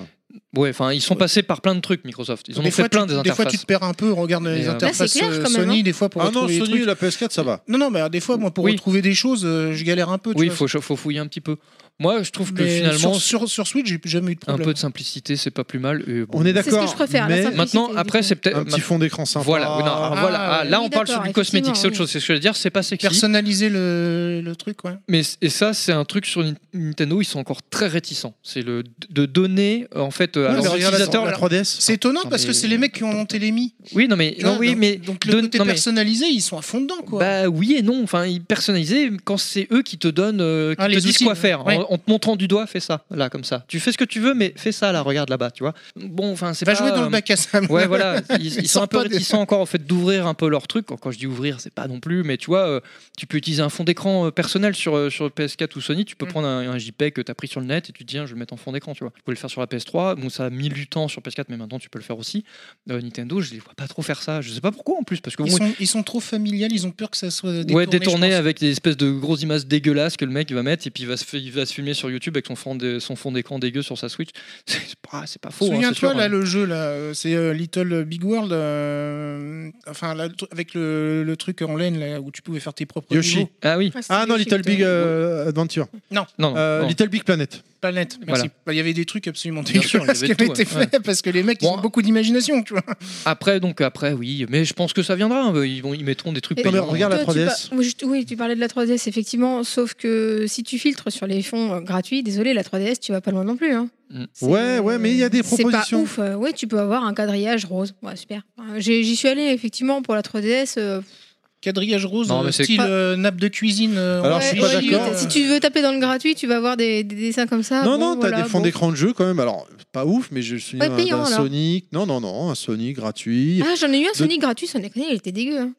Ouais, enfin, ils sont passés par plein de trucs Microsoft. Ils en ont
fois,
fait plein
tu,
des
des fois tu
interfaces.
te perds un peu regarde
Mais,
les
euh,
Là, Bah, c'est
interfaces
clair,
euh,
quand même, hein.
Sony des fois pour
Ah non,
retrouver les
Sony,
trucs.
la PS4, ça va.
non non mais alors, des fois moi pour
Oui.
retrouver des choses euh, je galère un peu tu
Oui, il
vois.
faut, faut fouiller un petit peu. Moi, je trouve que
Mais
finalement,
sur, sur, sur Switch j'ai jamais eu de
un
problème
peu de simplicité, c'est pas plus mal. et bon.
On est
C'est ce que
d'accord.
je préfère, la
mais
simplicité.
Maintenant, après, c'est peut-être.
un petit fond d'écran sympa.
euh, Voilà, oui, non, alors, voilà.
Ah,
Ah, là
oui,
on parle sur
d'accord,
du cosmétique, c'est autre
effectivement,
chose. C'est ce que je veux dire, c'est pas sexy.
personnaliser le, le truc ouais
Mais et ça, c'est un truc sur Ni- Nintendo, ils sont encore très réticents. C'est le de donner euh, en fait euh, à
Ouais, mais
leurs
regarde
regarde
la,
utilisateurs.
la 3DS.
c'est étonnant
Non,
parce que
mais-
c'est les mecs qui ont monté les mi
Oui, non mais
Tu
non,
vois,
oui,
donc-
mais
donc le
donne-
côté
non, mais-
personnalisé, ils sont à fond dedans quoi.
bah oui et non. Enfin, ils personnalisés quand c'est eux qui te donnent, euh, qui
Ah,
te
les
disent
outils,
quoi faire
ouais.
en, en te montrant du doigt, fais ça, là comme ça. Tu fais ce que tu veux, mais fais ça là, regarde là-bas, tu vois. Bon, enfin, c'est
va
pas
jouer dans
euh,
le bac à sable.
Ouais, voilà, ils, ils
Ils
sont un
sortent
peu
pas des-
réticents encore au fait d'ouvrir un peu leur truc. Quand, quand je dis ouvrir, c'est pas non plus, mais tu vois, euh, tu peux utiliser un fond d'écran euh, personnel sur, euh, sur PS4 ou Sony. Tu peux
Mm.
prendre un, un JPEG que tu as pris sur le net et tu te dis, tiens, je vais le mettre en fond d'écran, tu vois. Tu peux le faire sur la PS3. Bon, ça a mis du temps sur PS4, mais maintenant tu peux le faire aussi. Euh, Nintendo, je les vois pas trop faire ça. Je sais pas pourquoi en plus, parce que
Ils
bon,
sont, ils sont trop familiales, ils ont peur que ça soit détourné.
ouais, détourné
je pense.
avec des espèces de grosses images dégueulasses que le mec il va mettre et puis il va se, il va se filmer sur YouTube avec son fond, de- son fond d'écran dégueu sur sa Switch. C'est pas, c'est pas faux. hein, c'est
Souviens-toi
sûr,
là
hein.
le jeu là, euh, c'est euh, Little Big World, euh, enfin là, le tru- avec le, le truc en laine là, où tu pouvais faire tes propres
Yoshi.
niveaux.
Ah oui,
Ouais, c'est
Ah non,
des
Little
shit,
Big
euh,
euh, Adventure.
non, non,
Euh,
non.
Little Big Planet.
Planète. Merci. Bah,
Voilà.
Il y avait des trucs absolument
Bien sûr, il y
dégueulasses
avait
qui avaient
tout, hein.
été
ouais.
faits parce que les mecs ils
Bon.
ont beaucoup d'imagination, tu vois.
Après, donc après, oui, mais je pense que ça viendra. hein. Ils, vont, ils mettront des trucs
Et-
payants. hein.
Non, mais regarde la
Toi, tu
3DS.
par- oui, je- Oui, tu parlais de la 3DS, effectivement. Sauf que si tu filtres sur les fonds euh, gratuits, désolé, la 3DS, tu vas pas loin non plus. hein.
Mm.
C'est-
Ouais, ouais, mais il y a des
C'est
propositions.
pas ouf. euh, Ouais, tu peux avoir un quadrillage rose. Ouais, super. Euh, j'ai- J'y suis allé, effectivement, pour la 3DS. euh,
Quadrillage rose,
Non,
euh,
mais c'est-
style
Ah.
euh, nappe de cuisine. euh,
Alors,
en
je suis
ouais,
pas
ouais,
Chine,
d'accord.
euh,
Si tu veux taper dans le gratuit, tu vas avoir des, des dessins comme
non,
ça. Ah Bon,
non, t'as
voilà,
des fonds
bon.
d'écran de jeu quand même. Alors, pas ouf, mais je suis
Ouais,
un,
payant,
d'un
alors.
Sonic. Non, non, non, un Sonic gratuit.
Ah, j'en ai eu un Sonic gratuit, sans déconner, il était dégueu. hein.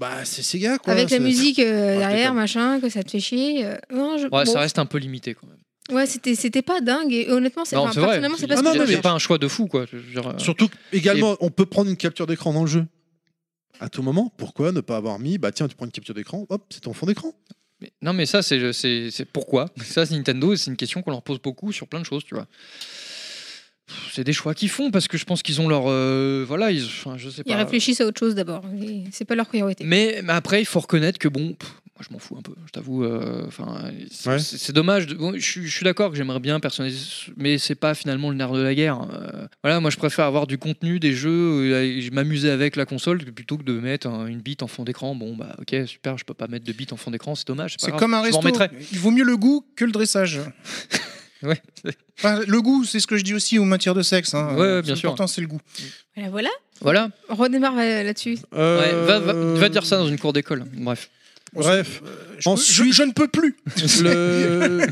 Bah, c'est Sega quoi.
Avec la
c'est-
musique euh,
je
derrière,
déconne.
machin, que ça te fait chier. euh, non, je- bon.
Ouais, ça reste un peu limité quand même.
Ouais, c'était c'était pas dingue. Et honnêtement, c'est
Non,
enfin,
c'est vrai.
personnellement, c'est
Ah
pas ce
non,
que
C'est-
mais-
je
c'est pas un choix de fou, quoi. Je veux dire, euh,
Surtout que, également, on peut prendre une capture d'écran dans le jeu. À tout moment, pourquoi ne pas avoir mis Bah tiens, tu prends une capture d'écran, hop, c'est ton fond d'écran.
mais- non, mais ça, c'est c'est- c'est pourquoi. Ça, c'est Nintendo, et c'est une question qu'on leur pose beaucoup sur plein de choses, tu vois. Pff, C'est des choix qu'ils font parce que je pense qu'ils ont leur. euh, voilà, ils, enfin, je sais
Ils
pas.
réfléchissent à autre chose d'abord. Et C'est pas leur priorité.
Mais, mais après, il faut reconnaître que bon, pff, moi je m'en fous un peu, je t'avoue. euh, Enfin, c'est-
Ouais.
c'est c'est dommage. de- bon, je, suis- je suis d'accord que j'aimerais bien personnaliser, ce- mais c'est pas finalement le nerf de la guerre. Euh, voilà, moi je préfère avoir du contenu, des jeux, euh, et je m'amuser avec la console que- plutôt que de mettre un- une bite en fond d'écran. Bon, bah ok, super, je peux pas mettre de bite en fond d'écran, c'est dommage. pas
C'est
grave,
comme un
je m'en
resto.
remettrai.
Il vaut mieux le goût que le dressage.
Ouais.
Enfin, le goût, c'est ce que je dis aussi aux matières de sexe. Hein.
Ouais, ouais,
C'est
bien sûr.
L'important, c'est le goût.
Voilà, voilà.
Voilà,
On redémarre euh, là-dessus.
Ouais,
Euh,
va, va- va dire ça dans une cour d'école. Bref,
Bref,
Euh, Je,
Ensuite-
je- je ne peux plus.
le,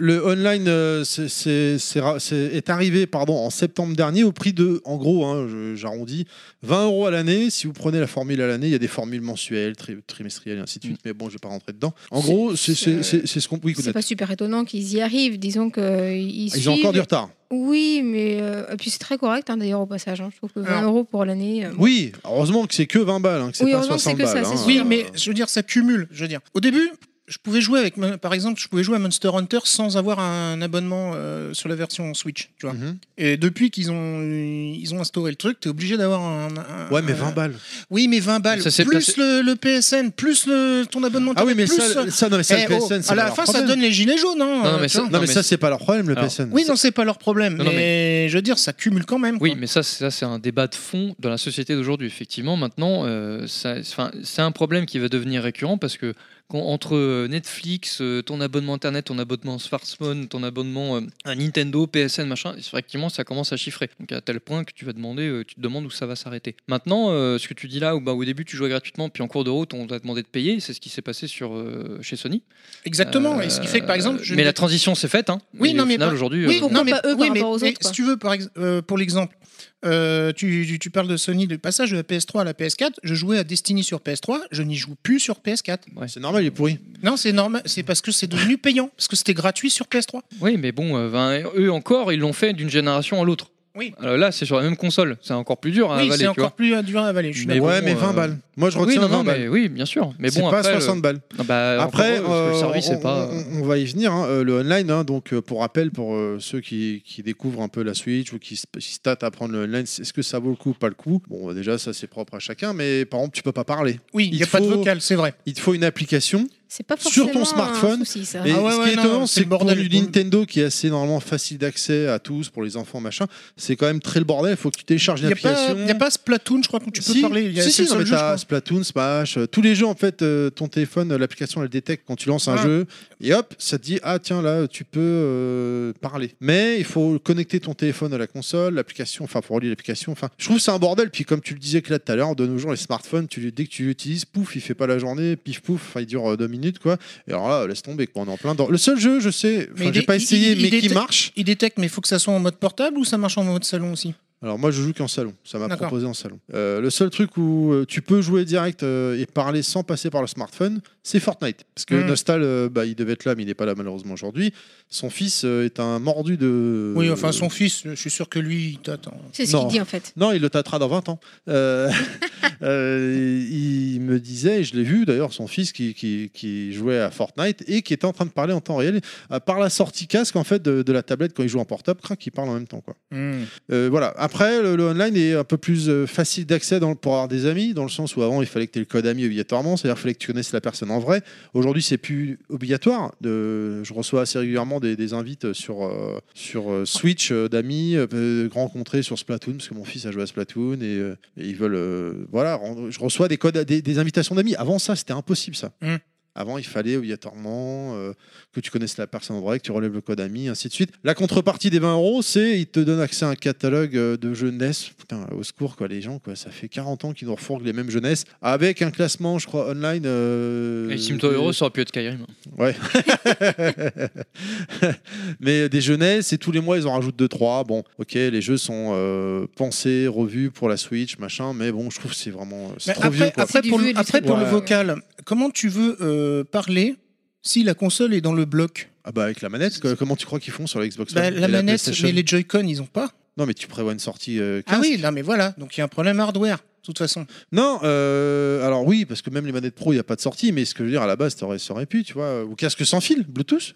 le online euh, c'est- c'est- c'est ra- c'est- est arrivé pardon, en septembre dernier au prix de, en gros, hein, je- j'arrondis, 20 euros à l'année. Si vous prenez la formule à l'année, il y a des formules mensuelles, tri- trimestrielles et ainsi de suite, mais bon, je vais pas rentrer dedans. En
C'est-
gros, c'est
c'est-
c'est- c'est- c'est ce qu'on. Oui,
C'est
Kounet.
pas super étonnant qu'ils y arrivent. Disons qu'ils
ils ont encore du retard.
Oui, mais euh, et puis c'est très correct hein, d'ailleurs au passage. hein. Je trouve que 20
Alors-
euros pour l'année. euh,
Oui, heureusement que c'est que 20 balles, hein, que c'est
Oui,
pas
heureusement que c'est
60
que ça,
balles.
c'est
hein.
sûr.
Oui,
Euh,
mais je veux dire, ça cumule. Je veux dire, au début, je pouvais jouer avec, mon- par exemple, je pouvais jouer à Monster Hunter sans avoir un abonnement euh, sur la version Switch, tu vois.
Mhm.
Et depuis qu'ils ont, ils ont instauré le truc, t'es obligé d'avoir un, un-
Ouais, mais
un-
20 balles. Ah
Oui, mais 20 balles.
Ça s'est
Plus
placé-
le, le PSN, plus le, ton abonnement.
Ah oui, mais
plus,
ça, ça, non, mais ça,
Eh,
le
oh,
PSN, c'est
à
pas
la
leur
fin, ça
problème.
donne les gilets jaunes. hein,
Non, mais
tu
ça-
vois.
Non, mais
Non,
ça,
mais-
c'est pas leur problème, le
Alors,
PSN.
Oui, non, c'est pas leur problème.
Non, non,
mais, je veux dire, ça cumule quand même.
Oui,
quoi.
mais ça, c'est- ça c'est un débat de fond dans la société d'aujourd'hui. Effectivement, maintenant, euh, ça- enfin, c'est un problème qui va devenir récurrent parce que quand- entre euh, Netflix, euh, ton abonnement Internet, ton abonnement smartphone, ton abonnement euh, à Nintendo, PSN, machin, effectivement, ça commence à chiffrer. Donc à tel point que tu vas demander, euh, tu te demandes où ça va s'arrêter. Maintenant, euh, ce que tu dis là, où, bah, au début tu jouais gratuitement, puis en cours de route, on t'a demandé de payer. C'est ce qui s'est passé sur euh, chez Sony.
Exactement. et ce qui fait que, par exemple,
Euh,
je
mais
ne-
la transition s'est faite. Hein,
Oui,
Et
non,
au
mais
final,
pas-
aujourd'hui,
Oui,
euh,
Pourquoi
non, mais,
pas eux par
oui, mais-
rapport aux
mais
autres, quoi.
si tu veux, par ex- euh, pour l'exemple, euh, tu, tu- tu parles de Sony, du passage de la PS3 à la PS4. Je jouais à Destiny sur PS3, je n'y joue plus sur PS4.
C'est normal, il est pourri.
Non, c'est normal, c'est parce que c'est devenu payant, parce que c'était gratuit sur PS3.
Oui, mais bon, euh, ben, eux encore, ils l'ont fait d'une génération à l'autre.
Oui.
Alors là, c'est sur la même console. C'est encore plus dur à
oui,
avaler,
c'est
tu
encore
vois.
plus euh, dur à avaler. Je suis
Mais
d'accord.
ouais,
bon,
mais 20
euh,
balles. Moi, je
oui,
retiens
non,
20
non,
balles.
mais oui, bien sûr. Mais
c'est
bon,
pas
après,
60 balles.
euh, bah,
Après,
encore heureux, parce que
euh,
le service
on,
est pas.
on- on va y venir. hein. Euh, Le online, hein, donc euh, pour rappel, pour euh, ceux qui, qui découvrent un peu la Switch ou qui se qui se tâtent à prendre le online, c'est- est-ce que ça vaut le coup ou pas le coup Bon, euh, déjà, ça c'est propre à chacun, mais par exemple, tu peux pas parler.
Oui, il
Il
n'y a pas de
faut-
vocal, c'est vrai.
Il te faut une application.
C'est pas
Sur
forcément
ton smartphone,
un souci, ça.
Et
Ah ouais,
ce qui
ouais,
est
non,
étonnant,
c'est
c'est
le
que pour
bordel.
du Nintendo qui est assez normalement facile d'accès à tous, pour les enfants, machin, c'est quand même très le bordel. Il faut que tu télécharges
Il n'y a, pas-
l'application.
y a pas Splatoon, je crois que tu peux
Si,
parler. Y a-
si,
c'est
si,
le
non,
seul
mais
jeu, je
t'as
crois.
Splatoon, Smash, euh, tous les jeux en fait, euh, ton téléphone, euh, l'application elle détecte quand tu lances un
Ah.
jeu et hop, ça te dit ah tiens là tu peux euh, parler. Mais il faut connecter ton téléphone à la console, l'application, enfin pour relier l'application, enfin je trouve c'est un bordel. Puis comme tu le disais que là tout à l'heure, de nos jours les smartphones, tu, les- dès que tu l'utilises, pouf, il fait pas la journée, pif pouf, enfin, il dure euh, deux minutes quoi. Et alors là laisse tomber, quoi, on est en plein dans. Le seul jeu je sais, enfin,
Mais il
j'ai
est-
pas
il-
essayé,
il- il
mais qui
était-
marche.
Il détecte, mais il faut que ça soit en mode portable ou ça marche en mode salon aussi
Alors moi je joue qu'en salon, ça m'a
D'accord.
proposé en salon. Euh, le seul truc où euh, tu peux jouer direct euh, et parler sans passer par le smartphone, c'est Fortnite. Parce que
Mm.
Nostal, euh, bah, il devait être là, mais il n'est pas là malheureusement aujourd'hui. Son fils euh, est un mordu de...
Oui, enfin, son fils, je suis sûr que lui, il t'attend.
C'est ce
Non.
qu'il dit en fait.
Non, il le tâtera dans 20 ans. Euh, euh, il me disait, et je l'ai vu d'ailleurs, son fils qui, qui, qui jouait à Fortnite et qui était en train de parler en temps réel, à par la sortie casque en fait de, de la tablette quand il joue en portable, crac, il parle en même temps. quoi. Euh, voilà. Après, le, le online est un peu plus euh, facile d'accès dans le- pour avoir des amis, dans le sens où avant il fallait que tu aies le code ami obligatoirement, c'est-à-dire qu'il fallait que tu connaisses la personne en vrai. Aujourd'hui, c'est plus obligatoire. De... Je reçois assez régulièrement des, des invites sur, euh, sur euh, Switch euh, d'amis euh, euh, rencontrés sur Splatoon, parce que mon fils a joué à Splatoon et, euh, et ils veulent. euh, voilà, rendre- je reçois des, codes, à- des, des invitations d'amis. Avant ça, c'était impossible ça.
Mm.
Avant, il fallait obligatoirement euh, que tu connaisses la personne en vrai, que tu relèves le code ami, ainsi de suite. La contrepartie des 20 euros, c'est ils te donnent accès à un catalogue euh, de jeunesse. Putain, au secours, quoi, les gens, quoi, ça fait 40 ans qu'ils nous refourguent les mêmes jeunesses, avec un classement, je crois, online. euh,
Et Simto
de-
Heroes, ça aurait pu être Skyrim.
Mais des jeunesses, et tous les mois, ils en rajoutent 2-3. Bon, ok, les jeux sont euh, pensés, revus pour la Switch, machin, mais bon, je trouve que c'est vraiment. euh, C'est
Mais
trop
après,
vieux, quoi.
après
C'est du
pour, le,
vieux, du
après,
truc.
pour le
Ouais.
vocal, comment tu veux euh, parler si la console est dans le bloc
Ah bah, avec la manette, quoi, comment tu crois qu'ils font sur la Xbox
Bah,
One et
La manette,
PlayStation
mais les Joy-Con, ils ont pas.
Non, mais tu prévois une sortie. euh,
Ah
15.
oui, non, mais voilà. Donc il y a un problème hardware, de toute façon.
Non, euh, alors oui, parce que même les manettes pro, il n'y a pas de sortie, mais ce que je veux dire, à la base, ça aurait, ça aurait pu, tu vois. euh, Ou casque sans fil, Bluetooth.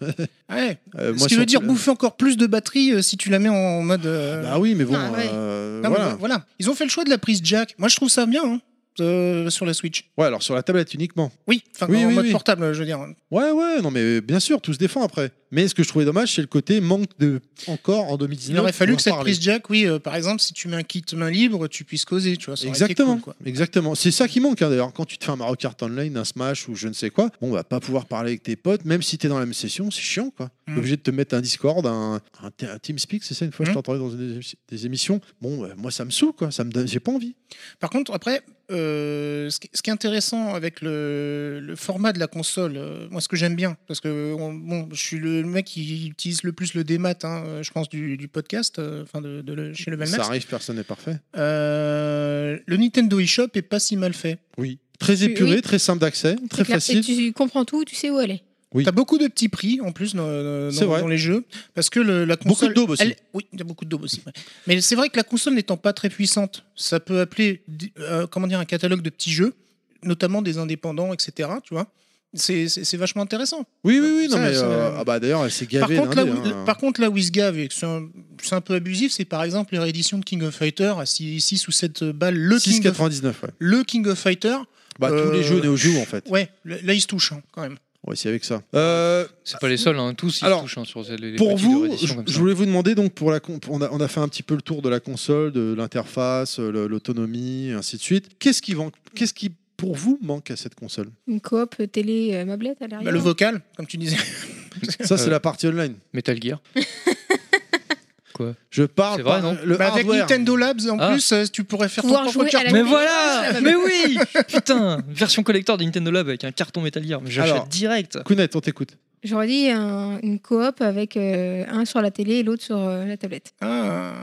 Ouais.
Euh,
Ce
moi,
qui
sur-
veut dire bouffer encore plus de batterie euh, si tu la mets en mode. euh,
Ah oui, mais bon,
Ah ouais.
euh,
non, mais
voilà.
voilà. Ils ont fait le choix de la prise jack. Moi, je trouve ça bien hein, euh, sur la Switch.
Ouais, alors sur la tablette uniquement.
Oui, enfin,
Oui,
en
oui,
mode
oui.
portable, je veux dire.
Ouais, ouais, non, mais bien sûr, tout se défend après. Mais ce que je trouvais dommage, c'est le côté manque de. Encore en 2019.
Il aurait fallu
on en
que cette
parlait.
prise jack, oui, euh, par exemple, si tu mets un kit main libre, tu puisses causer, tu vois. ça aurait été
Exactement,
cool, quoi.
exactement. C'est ça qui manque hein, d'ailleurs. Quand tu te fais un Mario Kart Online, un Smash ou je ne sais quoi, bon, on va pas pouvoir parler avec tes potes, même si t'es dans la même session, c'est chiant quoi. T'es
Mm.
obligé de te mettre un Discord, un, un, t- un TeamSpeak, c'est ça une fois je
Mm.
t'entendais dans une des, des émissions. Bon, bah, moi ça me saoule quoi, ça me donne- j'ai pas envie.
Par contre, après, euh, ce, qui, ce qui est intéressant avec le, le format de la console, euh, moi, ce que j'aime bien, parce que euh, on- bon, je suis le mec qui utilise le plus le démat, hein, euh, je pense, du, du podcast, euh, enfin, de, de le- chez Bah, le
ça
Belmax.
arrive, personne n'est parfait.
Euh, le Nintendo eShop est pas si mal fait.
Oui. Très
Oui,
épuré,
oui.
très simple d'accès, très
C'est clair. Et
facile.
tu comprends tout, tu sais où aller.
Oui.
T'as beaucoup de petits prix en plus dans, dans-
C'est vrai.
dans les jeux parce que le- la
Beaucoup
console.
de daubes aussi.
elle- oui, t'as beaucoup de daubes aussi. ouais. Mais c'est vrai que la console n'étant pas très puissante, ça peut appeler di- euh, comment dire un catalogue de petits jeux, notamment des indépendants, etc. Tu vois. c'est- c'est c'est vachement intéressant.
Oui, oui, oui. Non,
Ça,
mais
ça-
euh, ah bah d'ailleurs, elle s'est
Par
gavée.
contre, là
l'indé,
où,
hein.
par contre, là où il se gave et que c'est un, c'est un peu abusif, c'est par exemple les rééditions de King of Fighter à 6, ou 7 balles. Le King, of,
6,99. Ouais.
le King of Fighter,
Bah, tous les
Euh,
jeux Neo Geo en fait.
ouais, le- là il se touche hein, quand même.
Ouais, c'est avec ça. Euh,
C'est pas les seuls, hein, tous ils
Alors,
se touchent hein, sur les- les
pour
petites
vous,
rééditions
je,
comme
je
ça.
voulais vous demander donc pour la con- on a, on a fait un petit peu le tour de la console, de l'interface, euh, le- l'autonomie, ainsi de suite. Qu'est-ce qui manque Qu'est-ce qui pour vous manque à cette console
Une coop, euh, télé, euh, mablette à l'arrière.
Bah, le vocal, comme tu disais.
Ça c'est
Euh.
la partie online.
Metal Gear. Quoi
Je parle
C'est vrai,
pas-
non
le
Bah, avec
hardware.
Nintendo Labs en
Ah.
plus, euh, tu pourrais faire ton
Pouvoir
propre
jouer à
carton.
la
Mais
Mais
voilà
oui,
Mais oui Putain Version collector de Nintendo Lab avec un carton Metal Gear. Mais
Alors.
J'achète direct
Kounet, on t'écoute.
J'aurais dit un- une coop avec euh, un sur la télé et l'autre sur euh, la tablette.
Ah.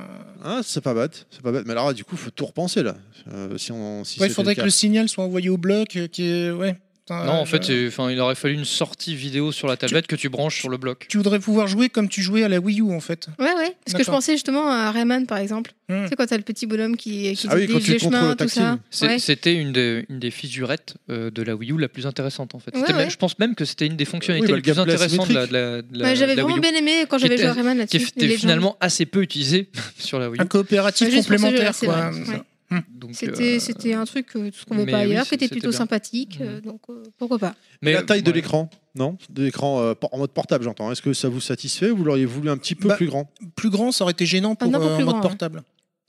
Ah, c'est pas bête, c'est pas bête. Mais alors là, du coup, faut tout repenser là. Euh, si on, si
Ouais, il
c'était
faudrait
le
que
cas.
le signal soit envoyé au bloc. euh, Qui est... ouais. Putain,
Non, en
euh,
fait, c'est- enfin, il aurait fallu une sortie vidéo sur la tablette que tu branches sur le bloc.
Tu voudrais pouvoir jouer comme tu jouais à la Wii U en fait.
Ouais, ouais. Parce que je
D'accord.
pensais justement à Rayman, par exemple.
Hmm.
Tu sais, quand t'as le petit bonhomme qui, qui
Ah oui,
dirige
quand tu
les
contrôles
chemins,
au
tout ça.
C'est-
Ouais.
C'était une, des, une des fisurettes euh, de la Wii U la plus intéressante en fait.
Ouais,
C'était même-
ouais.
Je pense même que c'était une des fonctionnalités
bah, le
les plus
gameplay
intéressantes de la, de la- de la-
Ouais, j'avais
de la
vraiment
Wii U,
bien aimé quand
Qui
j'avais
était-
joué à Rayman
qui
là-dessus. les
était
gens.
finalement euh, assez peu utilisée sur la Wii
Ah,
Un
U.
coopératif
Ouais, juste pour ce
complémentaire
jeu-là,
quoi.
c'est vrai, ouais.
Donc,
C'était
euh,
c'était un truc que tu trouvais
mais
pas
oui,
ailleurs,
c'est-
qui était
c'était
plutôt
bien.
sympathique.
Mhm.
euh, donc euh, pourquoi pas
mais,
la taille de
ouais.
l'écran, non De l'écran euh, por- en mode portable, j'entends. Est-ce que ça vous satisfait ou vous l'auriez voulu un petit peu
Bah-
plus grand
Plus grand, ça aurait été gênant pour
Ah non, pas
euh,
plus
un mode
grand,
portable.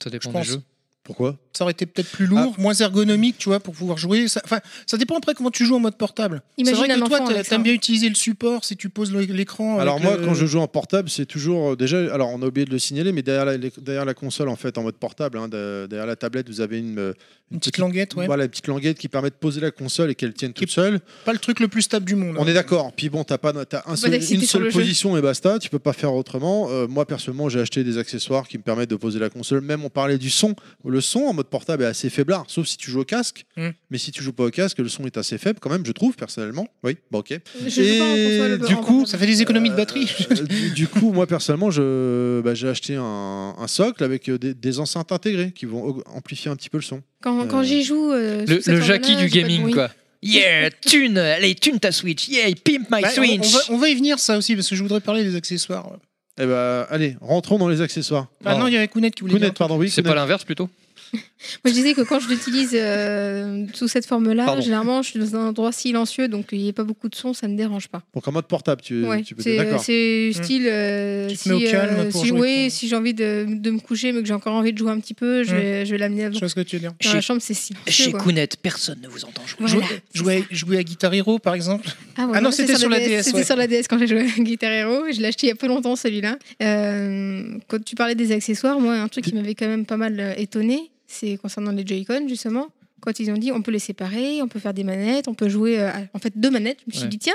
Ça dépend des
Je pense.
jeux.
Pourquoi
Ça aurait été peut-être plus
Ah.
lourd, moins ergonomique, tu vois, pour pouvoir jouer. Ça, enfin, ça dépend après comment tu joues en mode portable. C'est
Imagine
vrai
un
que toi,
enfant
t'a-
avec ça.
t'aimes bien utiliser le support si tu poses le- l'écran. avec
Alors moi,
le-
quand je joue en portable, c'est toujours euh, déjà. Alors on a oublié de le signaler, mais derrière la, les- derrière la console en fait, en mode portable, hein, de- derrière la tablette, vous avez une, euh,
Une petite languette, ouais.
Voilà, une petite languette qui permet de poser la console et qu'elle tienne
Qui-
toute seule.
Pas le truc le plus stable du monde. hein.
On est d'accord. Puis bon, t'as pas, t'as un seul-
d'activité
une
sur
seule
le jeu.
position et basta. Tu peux pas faire autrement. Euh, moi personnellement, j'ai acheté des accessoires qui me permettent de poser la console. Même on parlait du son. Le son en mode portable est assez faiblard, sauf si tu joues au casque.
Mm.
Mais si tu joues pas au casque, le son est assez faible quand même, je trouve personnellement. Oui, bon, ok.
Je joue pas en
Et
console, euh,
du
en
coup,
Ça fait des économies de batterie.
Euh, du, du coup, moi personnellement, je- bah, j'ai acheté un, un socle avec euh, des, des enceintes intégrées qui vont au- amplifier un petit peu le son.
Quand,
Euh,
quand j'y joue. euh,
Le,
sous cette
le Jackie
forme-là,
du
j'ai pas de
gaming
bruit.
quoi. Yeah, tune, allez, tune ta Switch. Yeah, pimp my
Bah, on,
Switch.
on va, on va y venir, ça aussi, parce que je voudrais parler des accessoires.
Eh ben, allez, rentrons dans les accessoires.
Ah non, il y avait Kounet qui voulait
Kounet,
dire.
pardon, oui.
C'est
Kounet.
pas l'inverse plutôt
Moi, je disais que quand je l'utilise euh, sous cette forme-là,
Pardon.
généralement, je suis dans un endroit silencieux, donc il n'y a pas beaucoup de son, ça ne me dérange pas.
Donc en mode portable,
Euh,
tu,
Ouais,
tu peux
c'est-
d'accord.
c'est
Hmm.
style euh,
Tu te
si,
mets au calme
euh,
pour
si,
jouer,
ouais,
quoi.
si j'ai envie de, de me coucher mais que j'ai encore envie de jouer un petit peu,
Hmm.
je
Mm.
vais, je vais l'amener
Je
dans
vois ce que tu veux dire.
la chambre, c'est silencieux. quoi.
Kounet, personne ne vous entend jouer.
Voilà.
Jouer, jouer, jouer à Guitar Hero, par exemple.
ouais,
Ah non,
moi,
c'était sur la DS,
C'était
ouais.
sur la DS quand j'ai joué à Guitar Hero. Je l'ai acheté il y a peu longtemps celui-là. Euh, quand tu parlais des accessoires, moi, un truc qui m'avait quand même pas mal euh, étonné, c'est concernant les Joy-Con justement. Quand ils ont dit on peut les séparer, on peut faire des manettes, on peut jouer euh, à- en fait deux manettes, je me suis
Ouais.
dit tiens,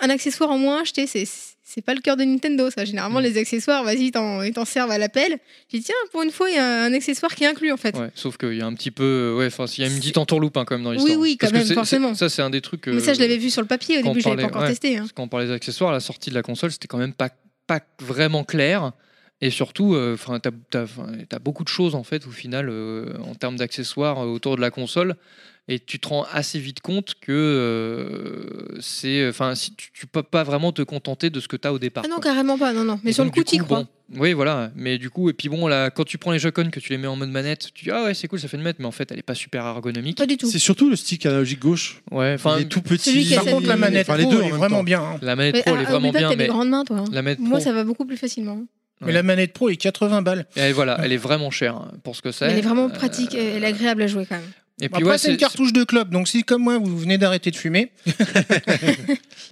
un accessoire en moins acheté, c'est c'est pas le cœur de Nintendo ça. Généralement les accessoires, vas-y, t'en- ils t'en servent à l'appel. J'ai dit tiens, pour une fois, il y a un accessoire qui est inclus en fait.
Ouais, sauf qu'il y a un petit peu. Ouais, enfin, s'il y a une petite entourloupe hein, quand même dans
Oui,
l'histoire.
oui,
Parce
quand
que
même,
c'est- c'est-
forcément.
Ça, c'est un des trucs.
Mais ça, je
euh,
l'avais vu sur le papier au
quand on
début, je l'avais
parlait-
pas encore
ouais.
testé. hein.
Parce qu'on parlait des accessoires, la sortie de la console, c'était quand même pas, pas vraiment clair. Et surtout, euh, 'fin, t'as as, beaucoup de choses en fait au final euh, en termes d'accessoires euh, autour de la console. Et tu te rends assez vite compte que euh, c'est, enfin, si tu, tu peux pas vraiment te contenter de ce que tu as au départ.
Ah non,
quoi.
carrément pas, non, non. Mais
Et
sur
donc,
le coup,
du
t'y
coup,
crois.
bon, oui, voilà. Mais du coup, et puis bon, là, quand tu prends les Joy-Con, que tu les mets en mode manette, tu dis ah ouais, c'est cool, ça fait une manette, mais en fait, elle est pas super ergonomique.
Pas du tout.
C'est surtout le stick analogique gauche.
Ouais, enfin,
il est tout petit.
celui qui a
Par
sa-
contre, la
Enfin,
manette
les
Pro
deux en
est
même
vraiment
temps.
bien. hein.
la manette
Mais,
pro,
ah,
elle est
ah,
vraiment
oublie pas que
bien,
t'as
mais
des grandes mains, toi. hein.
la manette
Moi,
pro,
ça va beaucoup plus facilement.
Ouais.
Mais la manette Pro est 80 balles.
Et voilà, elle est vraiment chère hein, pour ce que c'est.
Mais elle est vraiment
Euh,
pratique, elle est agréable à jouer quand même.
Et puis
Après,
ouais,
c'est une cartouche de club. Donc, si comme moi, vous venez d'arrêter de fumer,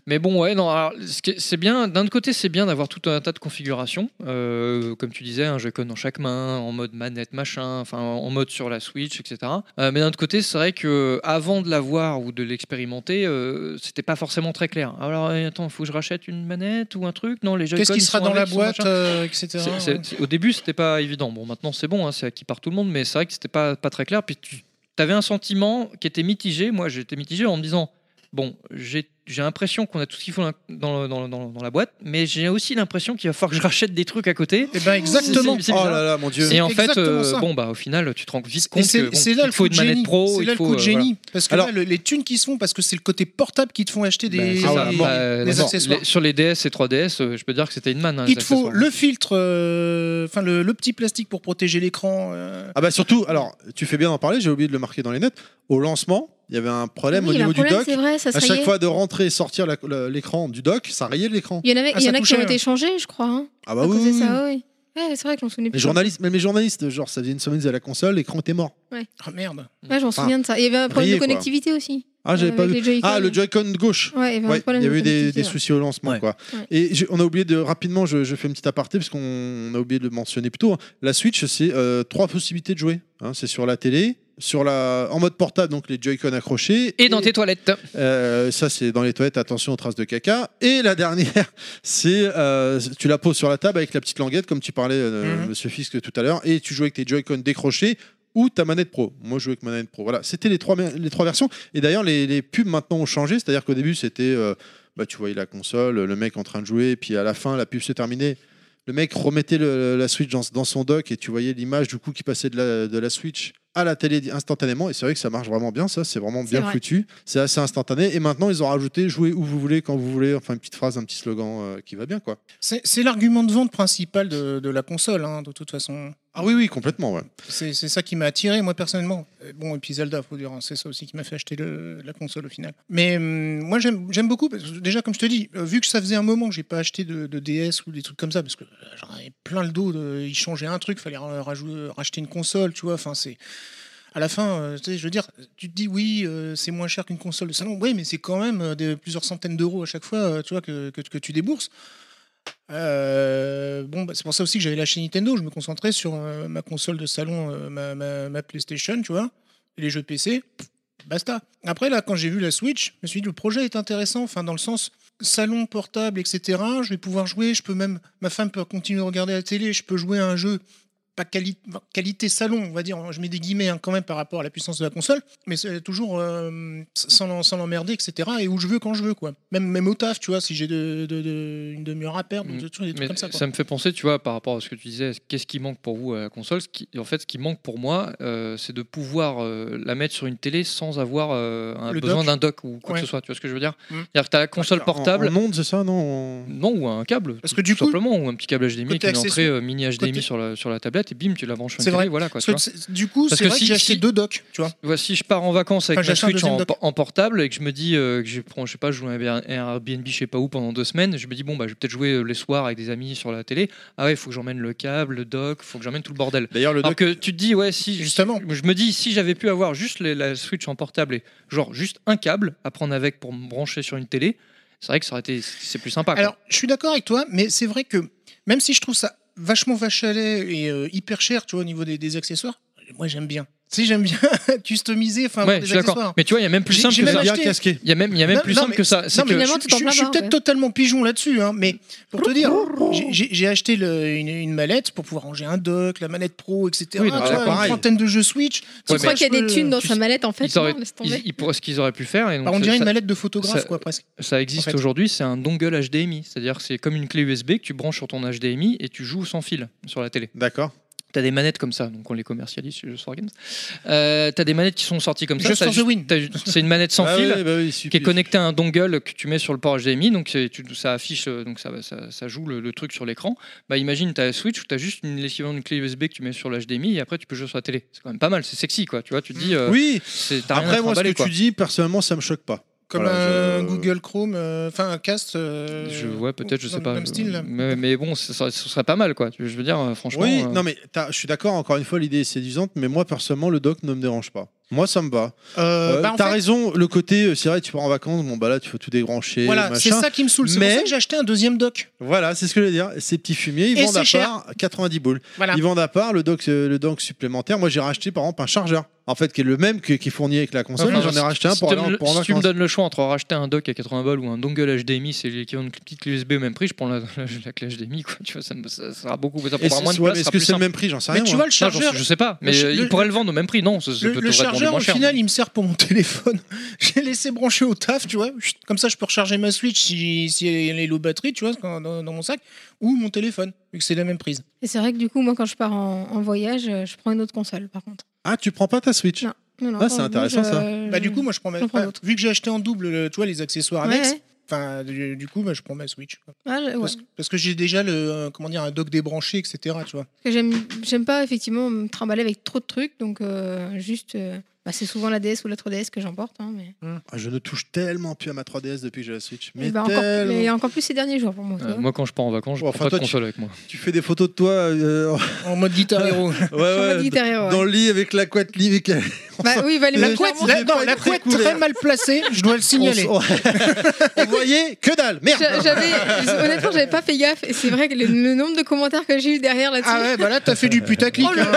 Mais bon, ouais, non. alors, ce qui est- c'est bien. D'un autre côté, c'est bien d'avoir tout un tas de configurations, euh, comme tu disais, un Joy-Con dans chaque main, en mode manette, machin, enfin, en mode sur la Switch, etc. Euh, mais d'un autre côté, c'est vrai que avant de l'avoir ou de l'expérimenter, euh, c'était pas forcément très clair. Alors, euh, attends, faut que je rachète une manette ou un truc Non, les Joy-Con.
qu'est-ce qui
ils
sera
sont
dans la
avec, ils sont
boîte,
machin.
euh, etc.
C'est- c'est- c'est- au début, c'était pas évident. Bon, maintenant, c'est bon, hein, c'est acquis par tout le monde, mais c'est vrai que c'était pas, pas très clair. Puis tu avais un sentiment qui était mitigé. Moi, j'étais mitigé en me disant bon, j'ai j'ai l'impression qu'on a tout ce qu'il faut dans- dans, dans- dans- dans la boîte, mais j'ai aussi l'impression qu'il va falloir que je rachète des trucs à côté.
Et ben exactement.
C'est- c'est
oh
bizarre.
là là, mon dieu.
Et en fait,
exactement
euh,
ça.
bon, bah, au final, tu te rends vite
Et
compte
c'est
que bon,
c'est là
il
le
faut
coup
une
de
manette
génie.
pro.
C'est
il
là le
faut,
coup de
euh,
génie. Parce que
Alors-
là, le- les thunes qui se font, parce que c'est le côté portable qui te font acheter
voilà. Bah,
des,
c'est ça.
des-
Bah,
des
les-
accessoires.
les- sur les DS et 3DS, euh, je peux dire que c'était une manne. hein,
Il
les
te faut
accessoires.
le filtre, euh, enfin le, le petit plastique pour protéger l'écran. euh,
Ah bah surtout, alors tu fais bien d'en parler, j'ai oublié de le marquer dans les notes. Au lancement, il y avait un problème
Oui,
au
il y avait
niveau
un
du
problème,
dock.
c'est vrai, ça se
À chaque
rayait.
fois de rentrer et sortir la- la- l'écran du dock, ça rayait l'écran.
Il y en avait,
Ah,
il y
ça
en a qui
touchait,
ont été
ouais.
changés, je crois. hein,
Ah
à
bah oui.
cause de
oui, oui.
ça, oui. Ouais, c'est vrai que je m'en souvenais
Les
plus.
journalistes, même les journalistes, genre ça faisait une semaine ils avaient la console, l'écran était mort.
Ah merde.
Ouais, je m'en souviens de ça. Il y avait un problème
Ah, briller,
de
quoi.
connectivité aussi.
Ah j'avais
euh,
pas
avec
vu.
les Joy-Con.
Ah le Joy-Con de gauche.
Ouais, il y avait un
Ouais,
problème
il y
de
avait eu des,
connectivité,
des
ouais.
soucis au lancement
Ouais.
quoi.
Ouais.
Et j'ai- on a oublié de rapidement, je, je fais une petite aparté parce qu'on a oublié de le mentionner plus tôt. hein. La Switch c'est euh, trois possibilités de jouer. hein. c'est sur la télé, sur la en mode portable donc les Joy-Con accrochés
Et dans tes toilettes.
Euh, ça, c'est dans les toilettes, attention aux traces de caca. Et la dernière, c'est euh, tu la poses sur la table avec la petite languette, comme tu parlais, euh,
Mhm.
monsieur Fisk, tout à l'heure, et tu joues avec tes Joy-Con décrochés ou ta manette pro. Moi, je jouais avec ma manette pro. Voilà, c'était les trois, les trois versions. Et d'ailleurs, les, les pubs maintenant ont changé, c'est-à-dire qu'au début, c'était euh, bah, tu voyais la console, le mec en train de jouer, puis à la fin, la pub se terminait. Le mec remettait le- la Switch dans, dans son dock et tu voyais l'image du coup qui passait de la, de la Switch à la télé instantanément. Et c'est vrai que ça marche vraiment bien, ça. C'est vraiment
C'est
bien
vrai.
foutu. C'est assez instantané. Et maintenant, ils ont rajouté jouez où vous voulez, quand vous voulez. Enfin, une petite phrase, un petit slogan euh, qui va bien, quoi.
C'est c'est l'argument de vente principal de, de la console, hein, de toute façon.
Ah oui, oui, complètement, ouais.
C'est c'est ça qui m'a attiré, moi, personnellement. Euh, Bon, et puis Zelda, faut dire, hein, c'est ça aussi qui m'a fait acheter le- la console au final. Mais hum, moi, j'aime j'aime beaucoup, parce que déjà, comme je te dis, euh, vu que ça faisait un moment que j'ai pas acheté de, de DS ou des trucs comme ça, parce que euh, j'en avais plein le dos, de- il changeait un truc, fallait ra- rajou- racheter une console, tu vois, enfin, c'est. À la fin, euh, tu sais, je veux dire, tu te dis oui, euh, c'est moins cher qu'une console de salon. Oui, mais c'est quand même euh, des- plusieurs centaines d'euros à chaque fois, euh, tu vois, que, que- que tu débourses. Euh, bon, bah, c'est pour ça aussi que j'avais lâché Nintendo. Je me concentrais sur euh, ma console de salon, euh, ma, ma- ma PlayStation, tu vois, et les jeux PC. pff, Basta. Après, là, quand j'ai vu la Switch, je me suis dit le projet est intéressant, enfin, dans le sens salon portable, etc. Je vais pouvoir jouer, je peux même, ma femme peut continuer de regarder la télé, je peux jouer à un jeu pas quali- enfin, qualité salon, on va dire, je mets des guillemets hein, quand même par rapport à la puissance de la console, mais c'est toujours euh, sans l'en- sans l'emmerder, etc. Et où je veux quand je veux, quoi. Même, même au taf, tu vois, si j'ai de, de- de- une demi-heure à perdre,
Mm.
des trucs des trucs
Mais
comme ça. quoi.
ça me fait penser, tu vois, par rapport à ce que tu disais, qu'est-ce qui manque pour vous à la console Ce qui- En fait, ce qui manque pour moi, euh, c'est de pouvoir euh, la mettre sur une télé sans avoir euh, un
Le
besoin
dock.
d'un dock ou quoi
Ouais.
que ce soit. Tu vois ce que je veux dire
Mm.
C'est-à-dire que tu as la console portable,
En, en ondes, c'est ça, non en-
non, ou un câble.
Parce
tout-
que du
tout
coup-
simplement, ou un petit câble HDMI avec
Côté
une entrée
accessoire-
euh, mini HDMI
côté-
sur la, sur la tablette et bim, tu la branches sur une
C'est
télé.
vrai.
Voilà, quoi,
Parce
tu vois.
que c'est- du coup,
hein. Parce
c'est
que
vrai
si-
que j'ai acheté
si-
deux docks, tu vois.
Ouais, si je pars en vacances avec
Enfin,
ma
j'achète un
Switch en,
deuxième dock.
en portable et que je me dis euh, que je prends, je sais pas, je joue à un Airbnb, je sais pas où pendant deux semaines, je me dis bon bah je vais peut-être jouer euh, les soirs avec des amis sur la télé. Ah ouais, faut que j'emmène le câble, le dock, faut que j'emmène tout le bordel.
D'ailleurs, le
Alors
doc.
que tu te dis ouais si
Justement.
je me dis si j'avais pu avoir juste les- la Switch en portable et genre juste un câble à prendre avec pour me brancher sur une télé, c'est vrai que ça aurait été c'est plus sympa. quoi.
Alors, je suis d'accord avec toi, mais c'est vrai que même si je trouve ça vachement vachalet et euh, hyper cher, tu vois, au niveau des, des accessoires, moi j'aime bien. Si j'aime bien customiser, enfin, avoir
ouais, je
des
suis d'accord.
accessoires.
Mais tu vois, il y a même plus
J'ai-
simple
j'ai
que
même
ça.
bien
acheté-
casqué.
Il y a même, il y a même
Non,
plus
non,
simple
mais-
que ça. c'est
Non, mais
que-
Finalement,
je,
tu t'en
je- je
plains
suis
pas,
peut-être
ouais.
totalement pigeon là-dessus, hein, mais pour te dire, j'ai- j'ai j'ai acheté le- une, une mallette pour pouvoir ranger un dock, la manette pro, etc.
Oui,
tu
bah,
vois,
là,
une
pareil.
trentaine de jeux Switch.
Tu
Ouais,
crois
mais-
qu'il y a des thunes dans
Tu-
sa mallette en fait
ils auraient-
non, laisse tomber.
ils- ils pourraient- ce qu'ils auraient pu faire. Et donc,
Bah, on dirait
ça-
une mallette de photographe,
ça-
quoi, presque.
Ça existe
en fait.
aujourd'hui, c'est un dongle HDMI, c'est-à-dire que c'est comme une clé USB que tu branches sur ton HDMI et tu joues sans fil sur la télé.
D'accord.
Tu as des manettes comme ça, donc on les commercialise chez Just for Games. tu as des manettes qui sont sorties comme ça.
Just
t'as
for the
juste-
win.
t'as juste- C'est une manette sans
Ah
fil
ouais, bah oui, il
qui est
suffit.
connectée à un dongle que tu mets sur le port HDMI, donc c'est- tu- ça affiche, euh, donc ça, ça, ça joue le, le truc sur l'écran. Bah imagine, tu as Switch où tu as juste une- l'équivalent d'une clé USB que tu mets sur le HDMI et après tu peux jouer sur la télé. C'est quand même pas mal, c'est sexy quoi, tu vois, tu te dis, euh,
Oui,
c'est- t'as rien à
après, moi, ce
trimballer,
que
quoi.
tu dis, personnellement, ça me choque pas.
Comme
Voilà,
un
je-
Google Chrome, euh, enfin un cast. euh,
Je, ouais, peut-être, je
dans
sais
le
pas. Euh,
Même
je-
style. là.
mais, mais bon, ce serait, ce serait pas mal, quoi. Je veux dire, euh, franchement.
Oui,
euh,
non, mais t'as- je suis d'accord, encore une fois, l'idée est séduisante, mais moi, personnellement, le doc ne me dérange pas. Moi, ça me va.
Euh,
Euh,
bah, en
T'as
fait,
raison, le côté, euh, c'est vrai, tu pars en vacances, bon, bah là, tu faut tout débrancher.
Voilà, c'est
machin.
ça qui me saoule. C'est
Mais-
pour ça que j'ai acheté un deuxième dock.
Voilà, c'est ce que je veux dire. Ces petits fumiers, ils
Et
vendent
c'est
à
cher.
part 90 boules.
Voilà.
Ils vendent à part le dock, euh, le dock supplémentaire. Moi, j'ai racheté, par exemple, un chargeur. en fait, qui est le même que- qui est fourni avec la console.
Enfin,
et J'en ai racheté un
si
pour
tu
aller en-
me-
pour en
si tu me
vacances.
donnes le choix entre racheter un dock à 80 balles ou un dongle HDMI, c'est l'équivalent d'une petite clé USB au même prix, je prends la, la- la clé HDMI. Quoi. Tu vois, ça, me- ça sera beaucoup, ça
Et
prendra
c'est-
moins de
ouais, mais
place. ça
Est-ce que
sera
c'est
plus
le
simple.
même prix J'en sais
Mais
rien.
tu
moi.
vois, le
Ça, j'en sais-
chargeur,
je sais pas, mais
ch-
euh,
le-
il pourrait le vendre au même prix. Non, ça, ça
le,
peut
le
te vendre
chargeur,
moins
au
cher,
final,
mais-
il me sert pour mon téléphone. J'ai laissé brancher au taf, tu vois. Chut, Comme ça, je peux recharger ma Switch si, si elle est low batterie, tu vois, quand- dans, dans mon sac, ou mon téléphone, vu que c'est la même prise.
Et c'est vrai que du coup, moi, quand je pars en, en voyage, euh, je prends une autre console, par contre.
Ah, tu prends pas ta Switch
Non. Non, non,
Ah, c'est
quand je
intéressant,
bouge,
ça.
euh,
Bah, du coup, moi, je prends ma.
J'en prends
bah,
d'autres.
vu que j'ai até en double, le- tu vois, les accessoires
ouais,
annexes,
ouais.
enfin, du, du coup, bah, je prends ma Switch. quoi.
Ah, je- ouais.
Parce, parce que j'ai déjà le, euh, comment dire, un dock débranché, etc., tu vois.
Parce que J'aime, j'aime pas effectivement me trimballer avec trop de trucs, donc euh, juste, euh, bah, c'est souvent la DS ou la 3DS que j'emporte. hein, mais
Ah, Je ne touche tellement plus à ma 3DS depuis que j'ai la Switch. Mais
Et bah, encore, plus-
tellement.
mais encore plus ces derniers jours pour moi. tu
Euh,
vois.
moi, quand je pars en vacances, je
Ouais, enfin,
prends pas de
toi, tu-
console avec moi.
Tu fais des photos de toi euh,
En mode guitare héros.
ouais,
Je suis
euh,
en mode
ouais,
guitare hero, ouais.
dans le lit avec la couette lit. Avec la-
Bah oui, bah, les
La
mêmes
couette,
charmants.
la-
Là, non,
pas
la
été
couette
couvert.
très mal placée, je dois le signaler.
On, s- on voyait que dalle. Merde.
J'a- J'avais, honnêtement, j'avais pas fait gaffe, et c'est vrai que le, le nombre de commentaires que j'ai eu derrière là-dessus,
Ah ouais, bah là, t'as fait du putaclic.
Oh, le,
hein.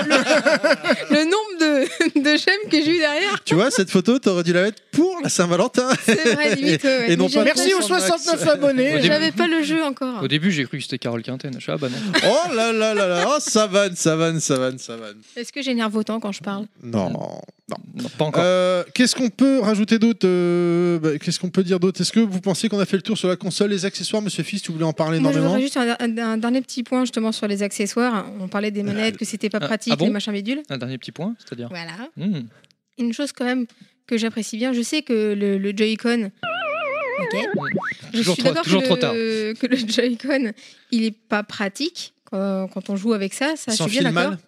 le- le nombre de, de j'aime que j'ai eu derrière,
Tu vois, cette photo, t'aurais dû la mettre pour la Saint-Valentin.
c'est vrai, limite. ouais, ouais.
Et non
Mais
pas-
j'avais
Merci aux
Sans Max.
69 abonnés.
Au début-
J'avais pas le jeu encore.
Au début, j'ai cru que c'était Carole Quinten. Ah bah non.
Oh là là là là. Oh, ça vanne, ça vanne, ça vanne, ça vanne.
Est-ce que j'énerve autant quand je parle
Non. non.
Non, pas encore.
Euh, Qu'est-ce qu'on peut rajouter d'autre euh, bah, Qu'est-ce qu'on peut dire d'autre Est-ce que vous pensez qu'on a fait le tour sur la console, les accessoires, Monsieur Fils Tu voulais en parler
Moi, je
énormément
voudrais juste un, un- un dernier petit point justement sur les accessoires. On parlait des manettes, que c'était pas
ah,
pratique,
ah bon
les machins bidules.
Un dernier petit point, c'est-à-dire.
Voilà.
euh,
Hmm.
Une chose quand même que j'apprécie bien, je sais que le, le Joy-Con. Ok. Je
Ah, Toujours
suis
trop-
d'accord
toujours
que
trop
le-
tard.
Que le Joy-Con, il est pas pratique quand, quand on joue avec ça.
Il
Ça, je suis bien
s'enfile
d'accord.
mal.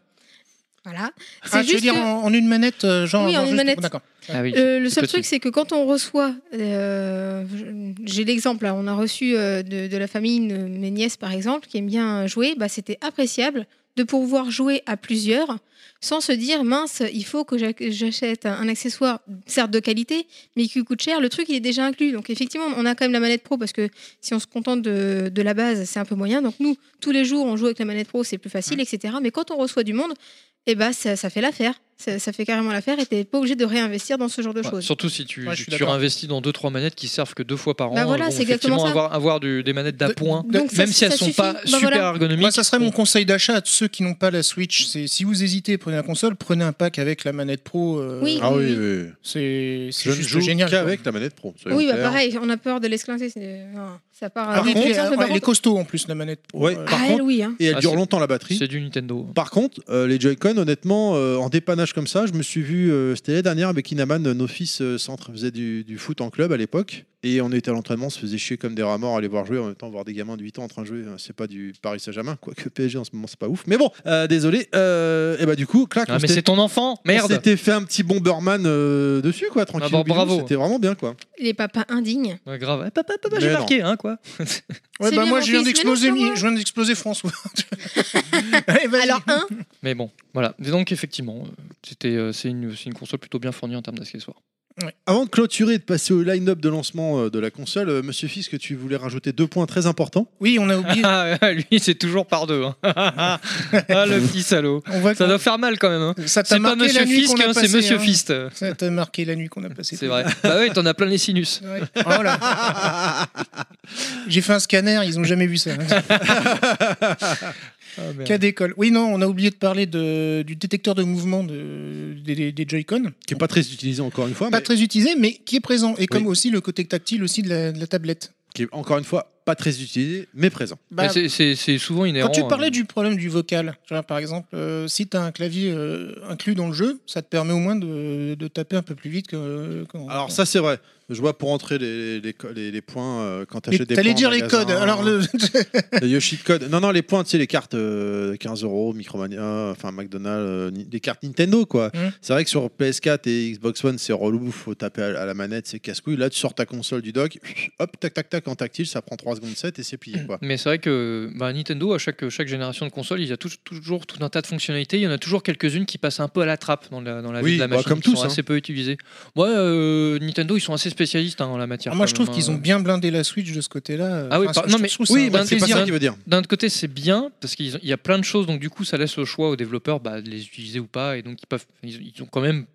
Voilà. C'est
Ah, tu veux
juste
dire
que-
en, en une manette, euh, genre
Oui, en
genre
une
juste-
manette.
D'accord.
Ah oui.
Le, le seul
petit.
truc, c'est que quand on reçoit, euh, je- j'ai l'exemple, là, on a reçu euh, de, de la famille une- mes nièces par exemple, qui aiment bien jouer, bah, c'était appréciable de pouvoir jouer à plusieurs sans se dire mince, il faut que j'ach- j'achète un, un accessoire, certes de qualité, mais qui coûte cher. Le truc, il est déjà inclus. Donc effectivement, on a quand même la manette pro parce que si on se contente de, de la base, c'est un peu moyen. Donc nous, tous les jours, on joue avec la manette pro, c'est plus facile, etc. Mais quand on reçoit du monde, eh ben, ça, ça fait l'affaire. Ça, ça fait carrément l'affaire et t'es pas obligé de réinvestir dans ce genre de
Ouais,
choses.
surtout si tu,
Ouais, je suis
tu
d'accord.
réinvestis dans 2-3 manettes qui servent que deux fois par an.
Bah voilà,
Bon,
c'est exactement
effectivement,
ça.
Avoir, avoir du- des manettes d'appoint,
De-
Donc, ça-
hein. même si elles
ça
sont
suffit.
pas
Bah
super
voilà.
ergonomiques.
Moi, ça serait mon conseil d'achat à ceux qui n'ont pas la Switch. C'est si vous hésitez, prenez la console, prenez un pack avec la manette Pro. euh,
Oui.
Ah oui, oui.
C'est
Je
c'est
ne
juste
joue
génial. quoi.
qu'avec la manette pro. soyons
Oui, bah
clairs.
pareil, on a peur de l'esclinter. c'est- non, Ça part
Ah,
dans
oui,
tous les
puis,
sens,
euh,
mais
ouais,
par
elle est
contre-
costaud en plus la manette. Pro.
Ouais.
Euh,
Par
Ah, elle,
contre-
oui. hein.
Et elle
Ah,
dure
c'est-
longtemps la batterie.
C'est du Nintendo.
Par contre, euh, les Joy-Con, honnêtement, euh, en dépannage comme ça, je me suis vu, euh, c'était l'année dernière avec Inaman, euh, nos fils euh, centre faisaient du, du foot en club à l'époque. Et on était à l'entraînement, on se faisait chier comme des rats morts à les voir jouer, en même temps voir des gamins de 8 ans en train de jouer, euh, c'est pas du Paris Saint-Germain, quoique PSG en ce moment c'est pas ouf. Mais bon, euh, désolé, euh, et bah du coup, clac,
Ah,
on
mais c'est
s'était-
ton enfant
on
Merde Ah,
s'était fait un petit Bomberman euh, dessus quoi, tranquille.
bon,
au bidou,
bravo.
C'était vraiment bien quoi.
Les papas indignes.
Ouais, Grave. Eh, papa, papa, j'ai
Mais non.
marqué, hein, quoi.
ouais,
C'est
bah,
bien
moi,
mon
je
fils,
viens
mais
d'exploser,
non, c'est
mi-
moi.
je viens d'exploser François. Allez, vas-y.
Alors, un,
Mais bon, voilà. Et donc, effectivement, euh, c'était, euh, c'est une, c'est une console plutôt bien fournie en termes d'accessoires.
Avant de clôturer et de passer au line-up de lancement euh, de la console, euh, Monsieur Fisk, tu voulais rajouter deux points très importants.
Oui, on a oublié.
Ah, lui, c'est toujours par deux. hein. ah, le petit salaud.
On voit
Ça
qu'on-
doit faire mal quand même. hein.
ça t'a
C'est pas
Ah, marqué la
Monsieur
nuit
Fisk,
qu'on a
hein, c'est
passée,
Monsieur
hein.
Fist.
Ça t'a marqué la nuit qu'on a passée.
C'est vrai. Bah oui, t'en as plein les sinus.
Ouais. Oh là. J'ai fait un scanner, ils ont jamais vu ça. Cas d'école. Oui, non, on a oublié de parler de- du détecteur de mouvement de- des, des- des Joy-Con.
Qui est pas très utilisé encore une fois,
Pas
mais
très utilisé, mais qui est présent. Et comme aussi le côté tactile aussi de la, de la tablette.
qui est encore une fois pas très utilisé, mais présent.
Mais c'est- c'est c'est souvent inhérent.
quand tu
hein.
parlais du problème du vocal, tu vois, par exemple, euh, si tu as un clavier euh, inclus dans le jeu, ça te permet au moins de, de taper un peu plus vite que. qu'en-
Alors ça c'est vrai. Je vois pour entrer les, les, les- les points euh, quand tu
Mais
achètes des
T'allais
points
dire
en
les
magasin, euh,
codes. Alors le.
hein,
les Yoshi code. Non non les points tu sais les cartes euh, 15 euros Micromania enfin McDonald's euh, Ni- des cartes Nintendo quoi.
Mhm.
C'est vrai que sur PS4 et Xbox One c'est relou faut taper à, à la manette c'est casse couille. Là tu sors ta console du dock hop tac tac tac en tactile ça prend 3 secondes 7 et c'est plié quoi.
Mais c'est vrai que bah, Nintendo, à chaque, chaque génération de console, il y a tout- toujours tout un tas de fonctionnalités. Il y en a toujours quelques-unes qui passent un peu à la trappe dans la, dans la
Oui,
vie de la
bah,
machine,
comme
qui
tous,
sont
hein.
assez peu utilisées. Ouais, euh, Nintendo, ils sont assez spécialistes hein, en la matière.
Alors, Ah, moi,
quand
je trouve
même,
qu'ils
hein.
ont bien blindé la Switch de ce côté-là.
Ah oui,
Enfin,
par-
je-
non,
je
mais-
trouve ça
oui,
un
bah,
bon
c'est
C'est pas
plaisir.
ça qui veut dire.
D'un autre côté, c'est bien parce qu'il y a plein de choses, donc du coup, ça laisse le choix aux développeurs bah, de les utiliser ou pas, et donc ils peuvent, ils, ils ont quand même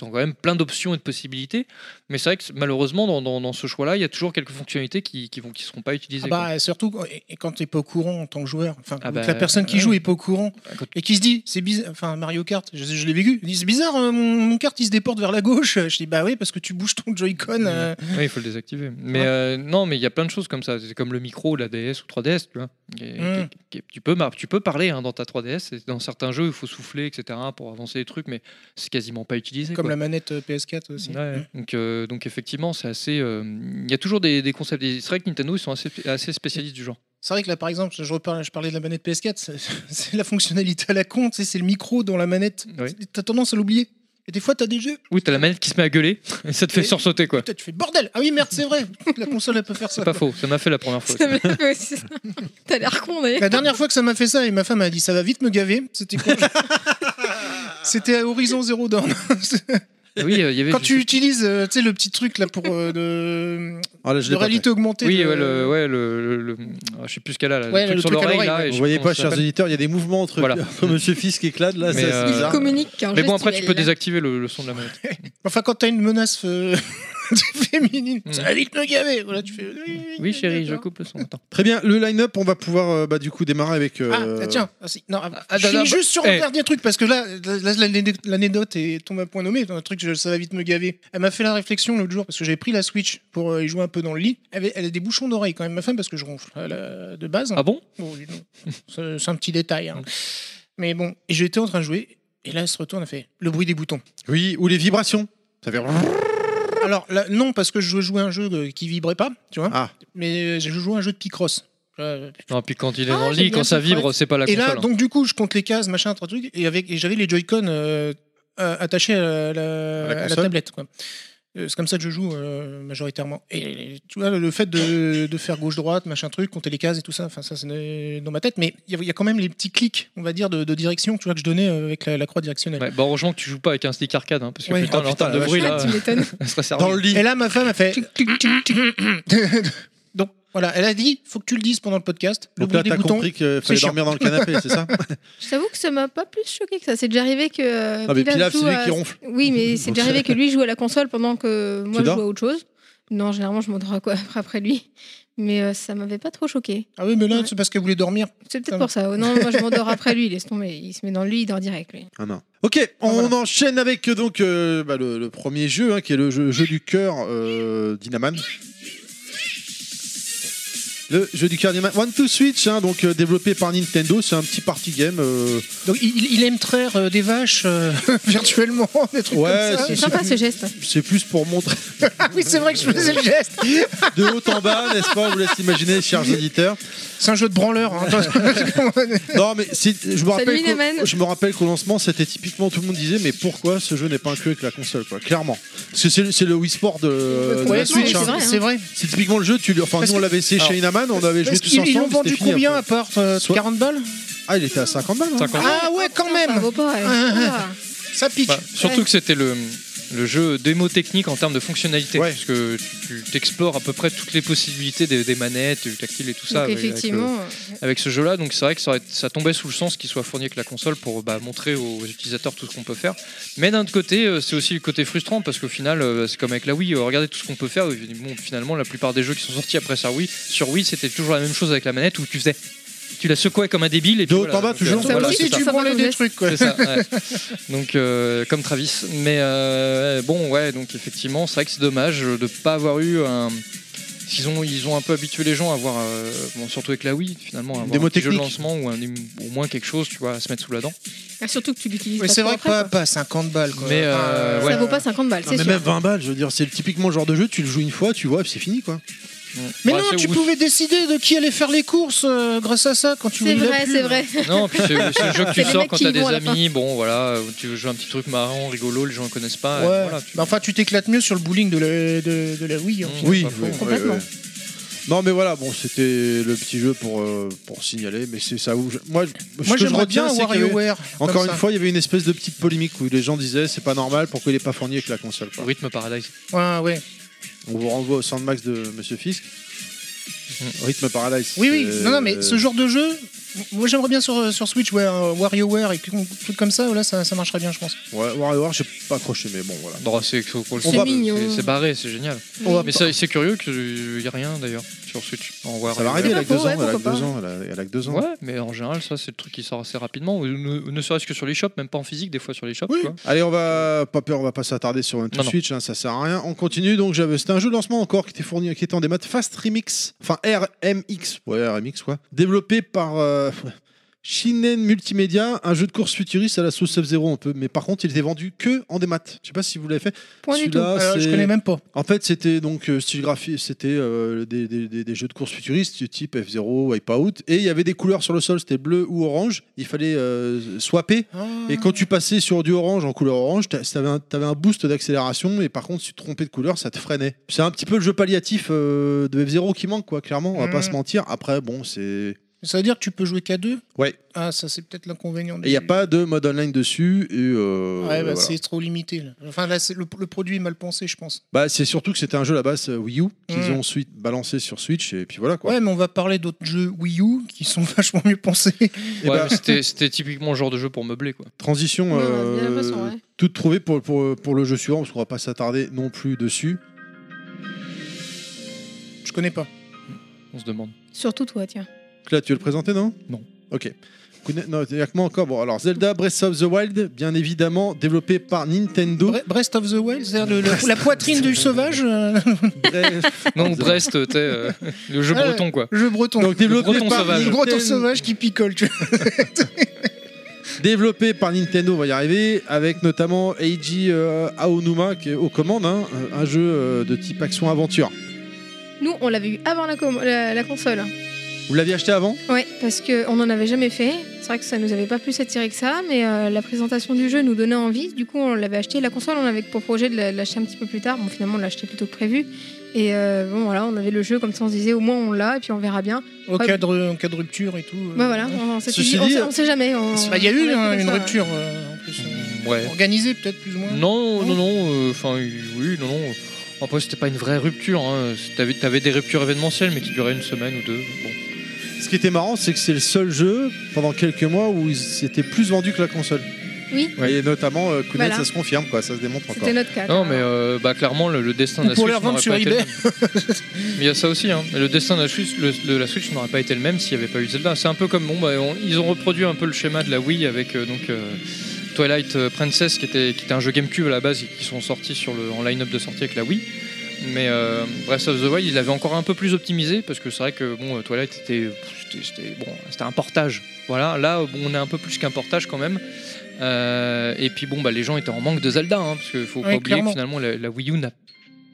ils ont quand même plein d'options et de possibilités. Mais c'est vrai que malheureusement, dans, dans- dans ce choix-là, il y a toujours quelques fonctionnalités qui ne qui vont- qui seront pas utilisées.
Ah bah, surtout quand- et- et quand t'es pas au courant en tant que joueur, enfin,
Ah
ou
bah,
que la personne qui joue
ouais. Bah,
est pas au courant
Quand-
et qui se dit, c'est bizarre, enfin Mario Kart, je, je l'ai vécu, il dit, c'est bizarre, euh, mon, mon kart il se déporte vers la gauche. Je dis, bah oui, parce que tu bouges ton Joy-Con. euh.
quoi. Oui, il faut le désactiver. Mais euh, non, mais il y a plein de choses comme ça. C'est comme le micro, la DS ou 3DS, tu vois. qui est-
Mm.
qui- qui- tu, peux, mar- tu peux parler hein, dans ta 3DS. et Dans certains jeux, il faut souffler, etc. pour avancer les trucs, mais c'est quasiment pas utilisé.
Comme
quoi.
la manette euh, PS4 aussi. Mm.
Ouais. Donc, euh, donc effectivement, c'est assez. euh, Il y a toujours des, des concepts. des- C'est vrai que Nintendo, ils sont assez, assez spécialistes du genre.
C'est vrai que là, par exemple, je, reparle, je parlais de la manette PS4, c'est- c'est la fonctionnalité à la con, tu sais, c'est le micro dans la manette.
Oui.
T'as tendance à l'oublier. Et des fois, t'as des jeux,
Oui, t'as la manette qui se met à gueuler et ça te fait
Et-
sursauter quoi.
putain, tu fais bordel. Ah oui, merde, c'est vrai, la console elle peut faire ça.
C'est pas faux, ça m'a fait la première fois.
Ça me l'a fait aussi, ça. T'as l'air con d'ailleurs.
La dernière fois que ça m'a fait ça, et ma femme a dit ça va vite me gaver, c'était con. C'était à Horizon Zero Dawn.
Oui, euh, il y avait.
Quand tu utilises euh, tu sais, le petit truc là pour euh, de,
Ah, là, je
de
l'ai pas
réalité augmentée.
Oui,
de-
ouais, le, ouais, le, le- le- ah, je sais plus ce qu'elle a là,
Ouais,
le truc
le
sur
truc à
l'oreille
l'oreille,
là.
ouais.
et je
Vous
sais
voyez
plus comment
pas,
ça
chers
s'appelle.
auditeurs, il y a des mouvements entre,
Voilà.
entre Monsieur Fisk et Clad, là,
Mais,
ça, c'est
euh,
Il
bizarre.
communique qu'un
Mais bon,
geste,
après
il
tu
a
peux
la-
désactiver le, le son de la manette.
Enfin, quand t'as une menace euh, féminine,
Mm.
ça va vite me gaver. Voilà, tu fais. oui, oui,
Oui, chérie, je
d'accord.
coupe le son. Attends.
Très bien, le line-up, on va pouvoir euh, bah, du coup démarrer avec. euh,
Ah, ah, tiens, ah, si, non, ah,
ah,
je
non, non,
finis juste sur
eh.
un dernier truc parce que là, là, l'anecdote- l'anecdote est tombe à point nommé. Un truc, je- ça va vite me gaver. Elle m'a fait la réflexion l'autre jour parce que j'avais pris la Switch pour euh, y jouer un peu dans le lit. Elle, avait- elle a des bouchons d'oreille quand même, ma femme, parce que je ronfle elle, euh, de base.
Ah bon
Bon, dis donc, c'est c'est un petit détail. hein. Mais bon, et j'étais en train de jouer et là, elle se retourne, elle fait le bruit des boutons.
Oui, ou les vibrations. Ça fait.
Alors là, non, parce que je jouais à un jeu de- qui vibrait pas, tu vois.
Ah.
Mais euh, j'ai joué à un jeu de Picross. Euh,
Non, puis quand il est
Ah,
dans le
j'ai
lit,
bien
quand ça
compris.
vibre, c'est pas la
Et
console.
là,
hein.
donc du coup, je compte les cases, machin, trois trucs, et avec, et j'avais les Joy-Con euh, euh, attachés à la, à la
console.
tablette. quoi. Euh, C'est comme ça que je joue euh, majoritairement. Et tu vois, le fait de, de faire gauche-droite, machin truc, compter les cases et tout ça, enfin ça c'est dans ma tête, mais il y, a- il y a quand même les petits clics, on va dire, de, de direction tu vois, que je donnais euh, avec la, la croix directionnelle.
Ouais, bah heureusement que tu joues pas avec un stick arcade, hein, parce que
Ouais.
putain,
Ah,
l'entente
putain,
de
la
bruit
vache.
là,
Tu m'étonnes.
elle serait servie.
Dans le lit.
Et là, ma femme a fait. Donc voilà, elle a dit, faut que tu le dises pendant le podcast. Le
Donc là,
bruit des
t'as
boutons.
compris qu'il fallait
chiant.
dormir dans le canapé, c'est ça Ah,
Je t'avoue que ça m'a pas plus choqué que ça. C'est déjà arrivé que. euh,
Ah, mais Pilaf, c'est
joue
lui
à-
qui ronfle.
Oui, mais c'est déjà arrivé que lui joue à la console pendant que moi je
dors
joue à autre chose. Non, généralement, je m'endors quoi après lui. Mais euh, ça m'avait pas trop choqué.
Ah oui, mais là,
Ouais.
c'est parce qu'elle voulait dormir.
C'est
Ça
peut-être pour ça. Oh, non, moi je m'endors après lui, laisse tomber. Il se met dans le lit, il dort direct. Lui.
Ah non. Ok, on
voilà.
enchaîne avec euh, donc euh, bah, le, le premier jeu, hein, qui est le jeu, jeu du cœur euh, Dynaman. Le jeu du cœur Dynaman. One to Switch, hein, donc euh, développé par Nintendo, c'est un petit party game. euh,
Donc il, il aime traire euh, des vaches euh, virtuellement, des trucs
Ouais,
comme ça.
C'est sympa ce geste.
c'est plus pour montrer
Ah oui, c'est vrai que je faisais le geste.
de haut en bas, n'est-ce pas On vous laisse imaginer, chers auditeurs.
C'est un jeu de branleur. hein.
Non, mais c'est- je me rappelle,
Salut, les
qu'au-
men.
je me rappelle qu'au lancement, c'était typiquement tout le monde disait, mais pourquoi ce jeu n'est pas inclus avec la console, quoi Clairement, parce que c'est le- c'est le Wii Sport de, de la
Ouais,
complètement,
Switch.
Switch,
c'est
hein.
vrai,
c'est
hein.
vrai.
C'est typiquement le jeu. Tu, le- enfin,
Parce
nous on
que-
l'avait essayé
alors,
chez Inaman, on avait joué
Parce
tous
qu'ils-
ensemble.
Ils l'ont
c'était
vendu
fini
combien à
après.
part euh,
Soit-
40 balles
Ah, il était à 50 balles. hein.
50.
Ah ouais, quand
Ça
même.
vaut pas. ouais.
Ah, ah,
Ah.
Ça pique.
Bah, surtout que c'était le, le jeu démo technique en termes de fonctionnalité,
Ouais.
parce que tu, tu explores à peu près toutes les possibilités des, des manettes, du tactile et tout ça.
Donc
avec- avec le-
effectivement, euh,
avec ce jeu là donc c'est vrai que ça, aurait- ça tombait sous le sens qu'il soit fourni avec la console pour bah, montrer aux utilisateurs tout ce qu'on peut faire mais d'un autre côté euh, c'est aussi le côté frustrant parce qu'au final euh, c'est comme avec la Wii euh, regardez tout ce qu'on peut faire Bon, finalement la plupart des jeux qui sont sortis après sur Wii sur Wii c'était toujours la même chose avec la manette où tu faisais tu la secouais comme un débile et
De
puis
haut
voilà.
en bas,
Donc,
toujours.
euh,
Ça
voilà,
aussi,
c'est ça.
tu
ça.
branlais des
Ça
trucs. Quoi.
C'est ça, ouais. Donc, euh, comme Travis. Mais euh, bon, ouais, donc effectivement, c'est vrai que c'est dommage de ne pas avoir eu un. Ils ont, ils ont un peu habitué les gens à avoir, euh, bon, surtout avec la Wii, finalement, à avoir
démo
un petit jeu de
technique.
lancement ou un- au moins quelque chose, tu vois, à se mettre sous la dent.
ah, surtout que tu l'utilises.
Ouais,
pas
c'est
trop
vrai que Ah,
après,
pas,
quoi.
pas 50 balles. Quoi.
Mais, euh,
Enfin,
ouais.
Ça vaut pas 50 balles,
Non,
c'est
mais
sûr.
même 20 balles, je veux dire, c'est typiquement le genre de jeu, tu le joues une fois, tu vois, puis c'est fini quoi.
Mais
Mm.
Bah,
non,
c'est
tu
où-
pouvais décider de qui allait faire les courses euh, grâce à ça quand tu
C'est
voulais la
vrai,
pub. hein.
c'est vrai.
Non, puis c'est c'est le jeu que
C'est
tu
les
sors
mecs
quand
qui
t'as
y
des
vont à la
amis, bon, voilà, où tu veux jouer un petit truc marrant, rigolo, les gens ne connaissent pas.
Ouais.
et voilà, tu-
Bah, enfin, tu t'éclates mieux sur le bowling de la, de, de la Wii. hein.
Mmh.
Oui,
pas faux.
oui, oui,
Complètement.
oui. Non mais voilà, bon, c'était le petit jeu pour, euh, pour signaler, mais c'est ça où. je- Moi, je- ce
Moi,
que je
j'aimerais bien
retiens,
un
c'est qu'il y avait-
WarioWare. comme
Encore une
ça.
fois, il y avait une espèce de petite polémique où les gens disaient c'est pas normal, pourquoi il est pas fourni avec la console. quoi.
Rhythm Paradise.
Ouais, ouais.
On vous renvoie au Sandmax de Monsieur Fisk. Rythme Paradise.
Oui, oui.
c'est-
Euh, Non, non, mais ce genre de jeu, Moi, j'aimerais bien sur, sur Switch, ouais, un WarioWare et tout truc comme ça, oh là, ça, ça marcherait bien, je pense.
Ouais, WarioWare, j'ai pas accroché, mais bon, voilà.
Non, bah, c'est faut qu'on le
On
sait.
va-
mignon.
C'est- C'est barré, c'est génial.
On va
Mais ça, c'est curieux qu'il n'y a rien d'ailleurs sur Switch. En
Ça va arriver, elle a que
Ouais,
deux ans, elle a que
pourquoi
deux
pas.
ans, elle a- elle a que deux ans.
Ouais, mais en général, ça, c'est le truc qui sort assez rapidement. Ou ne, ou ne serait-ce que sur les shops, même pas en physique, des fois sur les shops.
Oui.
quoi.
Allez, on va pas peur, on va pas s'attarder sur Nintendo
Non, non.
Switch, hein, ça sert à rien. On continue donc. j'avais- C'était un jeu de lancement encore qui était fourni, qui était en démat Fast Remix, enfin RMX, ouais RMX quoi, développé par euh, Shinen Multimedia, un jeu de course futuriste à la sauce Sub-Zero un peu, mais par contre il était vendu que en démat. Je sais pas si vous l'avez fait.
Point du tout.
Celui-là,
Euh, je
c'est-
connais même pas.
En fait, c'était donc euh, style graphique, c'était euh, des, des- des- des jeux de course futuristes du type F0, Wipeout, et il y avait des couleurs sur le sol, c'était bleu ou orange. Il fallait euh, swapper
Ah.
et quand tu passais sur du orange en couleur orange, t'a- t'avais un, t'avais un boost d'accélération, et par contre, si tu te trompais de couleur, ça te freinait. C'est un petit peu le jeu palliatif euh, de F0 qui manque, quoi, clairement, on va
Mm.
pas
Mhm.
se mentir. Après, bon, c'est.
Ça veut dire que tu peux jouer qu'à deux
Ouais.
Ah, ça, c'est peut-être l'inconvénient.
Et il n'y a pas de mode online dessus, et. euh,
Ouais, bah,
voilà.
c'est trop limité. Là. Enfin, là, c'est- le, le produit est mal pensé, je pense.
Bah, c'est surtout que c'était un jeu à la base euh, Wii U, qu'ils
Mm.
Mhm.
ont ensuite balancé sur Switch, et puis voilà, quoi.
Ouais, mais on va parler d'autres jeux Wii U qui sont vachement mieux pensés.
Et
Ouais,
ben.
bah,
mais c'était- C'était typiquement le genre de jeu pour meubler. Quoi.
transition.
Ouais, on a
euh,
bien l'impression, ouais.
Toute trouvée pour, pour, pour le jeu suivant, parce qu'on va pas s'attarder non plus dessus.
Je connais pas.
On se demande.
Surtout toi, tiens.
Là, tu veux le présenter, non
Non.
Ok. Kuna- Non, il y a que moi encore. Bon, alors Zelda Breath of the Wild, bien évidemment, développé par Nintendo.
Bre- Breath of the Wild, c'est-à-dire le- le- la poitrine du sauvage, euh,
Bref.
Non, Brest, t'es euh, le jeu
Ouais.
breton, quoi.
jeu breton.
Donc développé
breton
par
sauvage.
Le
Ninten-
breton sauvage qui picole, tu vois.
développé par Nintendo, on va y arriver, avec notamment Eiji euh, Aonuma qui est aux commandes, hein, un jeu euh, de type action-aventure.
Nous, on l'avait eu avant la, com- la- la console.
Vous l'aviez acheté avant
Ouais, parce qu'on n'en avait jamais fait. C'est vrai que ça nous avait pas plus attiré que ça, mais euh, la présentation du jeu nous donnait envie. Du coup, on l'avait acheté. La console, on avait pour projet de la- l'acheter un petit peu plus tard. Bon, finalement, on l'a acheté plutôt que prévu. Et euh, bon, voilà, on avait le jeu comme ça, on se disait au moins on l'a et puis on verra bien.
Au cadre, en cas de rupture et tout. euh.
Bah voilà, on, on s'est
Ceci
dit, on
dit,
sait- on sait jamais. on-
Bah, il y a eu
on
hein,
fait
une
ça.
rupture euh, en plus. euh,
Ouais.
Organisée, peut-être plus ou moins.
Non, non,
Non.
non. euh, Enfin, oui, non, non. Après, c'était pas une vraie rupture. Hein. C'est- T'avais t'avais des ruptures événementielles, mais qui duraient une semaine ou deux. Bon.
Ce qui était marrant, c'est que c'est le seul jeu pendant quelques mois où il s'était plus vendu que la console.
Oui.
Et notamment, euh, Kounet,
Voilà.
ça se confirme, quoi, ça se démontre encore.
C'était
Ah,
notre cas.
Non, mais euh, bah, clairement, le, le destin
Ou
de la
pour les
Switch.
revendre
n'aurait
sur
pas été le
eBay.
même. Mais il y a ça aussi. Hein. Mais Le destin de la Switch, le- de la Switch n'aurait pas été le même s'il n'y avait pas eu Zelda. C'est un peu comme. Bon, bah, on- ils ont reproduit un peu le schéma de la Wii avec euh, donc, euh, Twilight euh, Princess, qui était, qui était un jeu GameCube à la base, et qui sont sortis sur le, en line-up de sortie avec la Wii. Mais euh, Breath of the Wild, il l'avait encore un peu plus optimisé parce que c'est vrai que bon, euh, Twilight était, c'était, c'était- bon, c'était un portage. Voilà, là, euh, bon, on est un peu plus qu'un portage quand même. Euh, et puis bon, bah, les gens étaient en manque de Zelda, hein, parce qu'il faut
Ouais,
pas oublier que
clairement.
finalement la, la Wii U n'a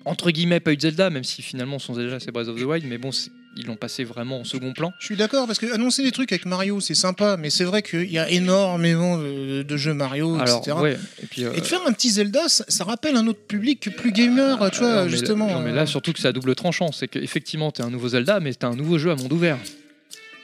entre guillemets pas eu de Zelda, même si finalement son Zelda c'est Breath of the Wild, mais bon, c'est- ils l'ont passé vraiment en second plan.
Je suis d'accord parce que annoncer des trucs avec Mario c'est sympa, mais c'est vrai qu'il y a énormément de, de jeux Mario,
Alors,
etc.
ouais, et puis. euh,
Et de faire un petit Zelda, ça, ça rappelle un autre public plus gamer, tu vois,
Euh, non, mais-
justement. euh,
non, mais là, surtout que c'est à double tranchant. C'est qu'effectivement, t'es un nouveau Zelda, mais t'es un nouveau jeu à monde ouvert.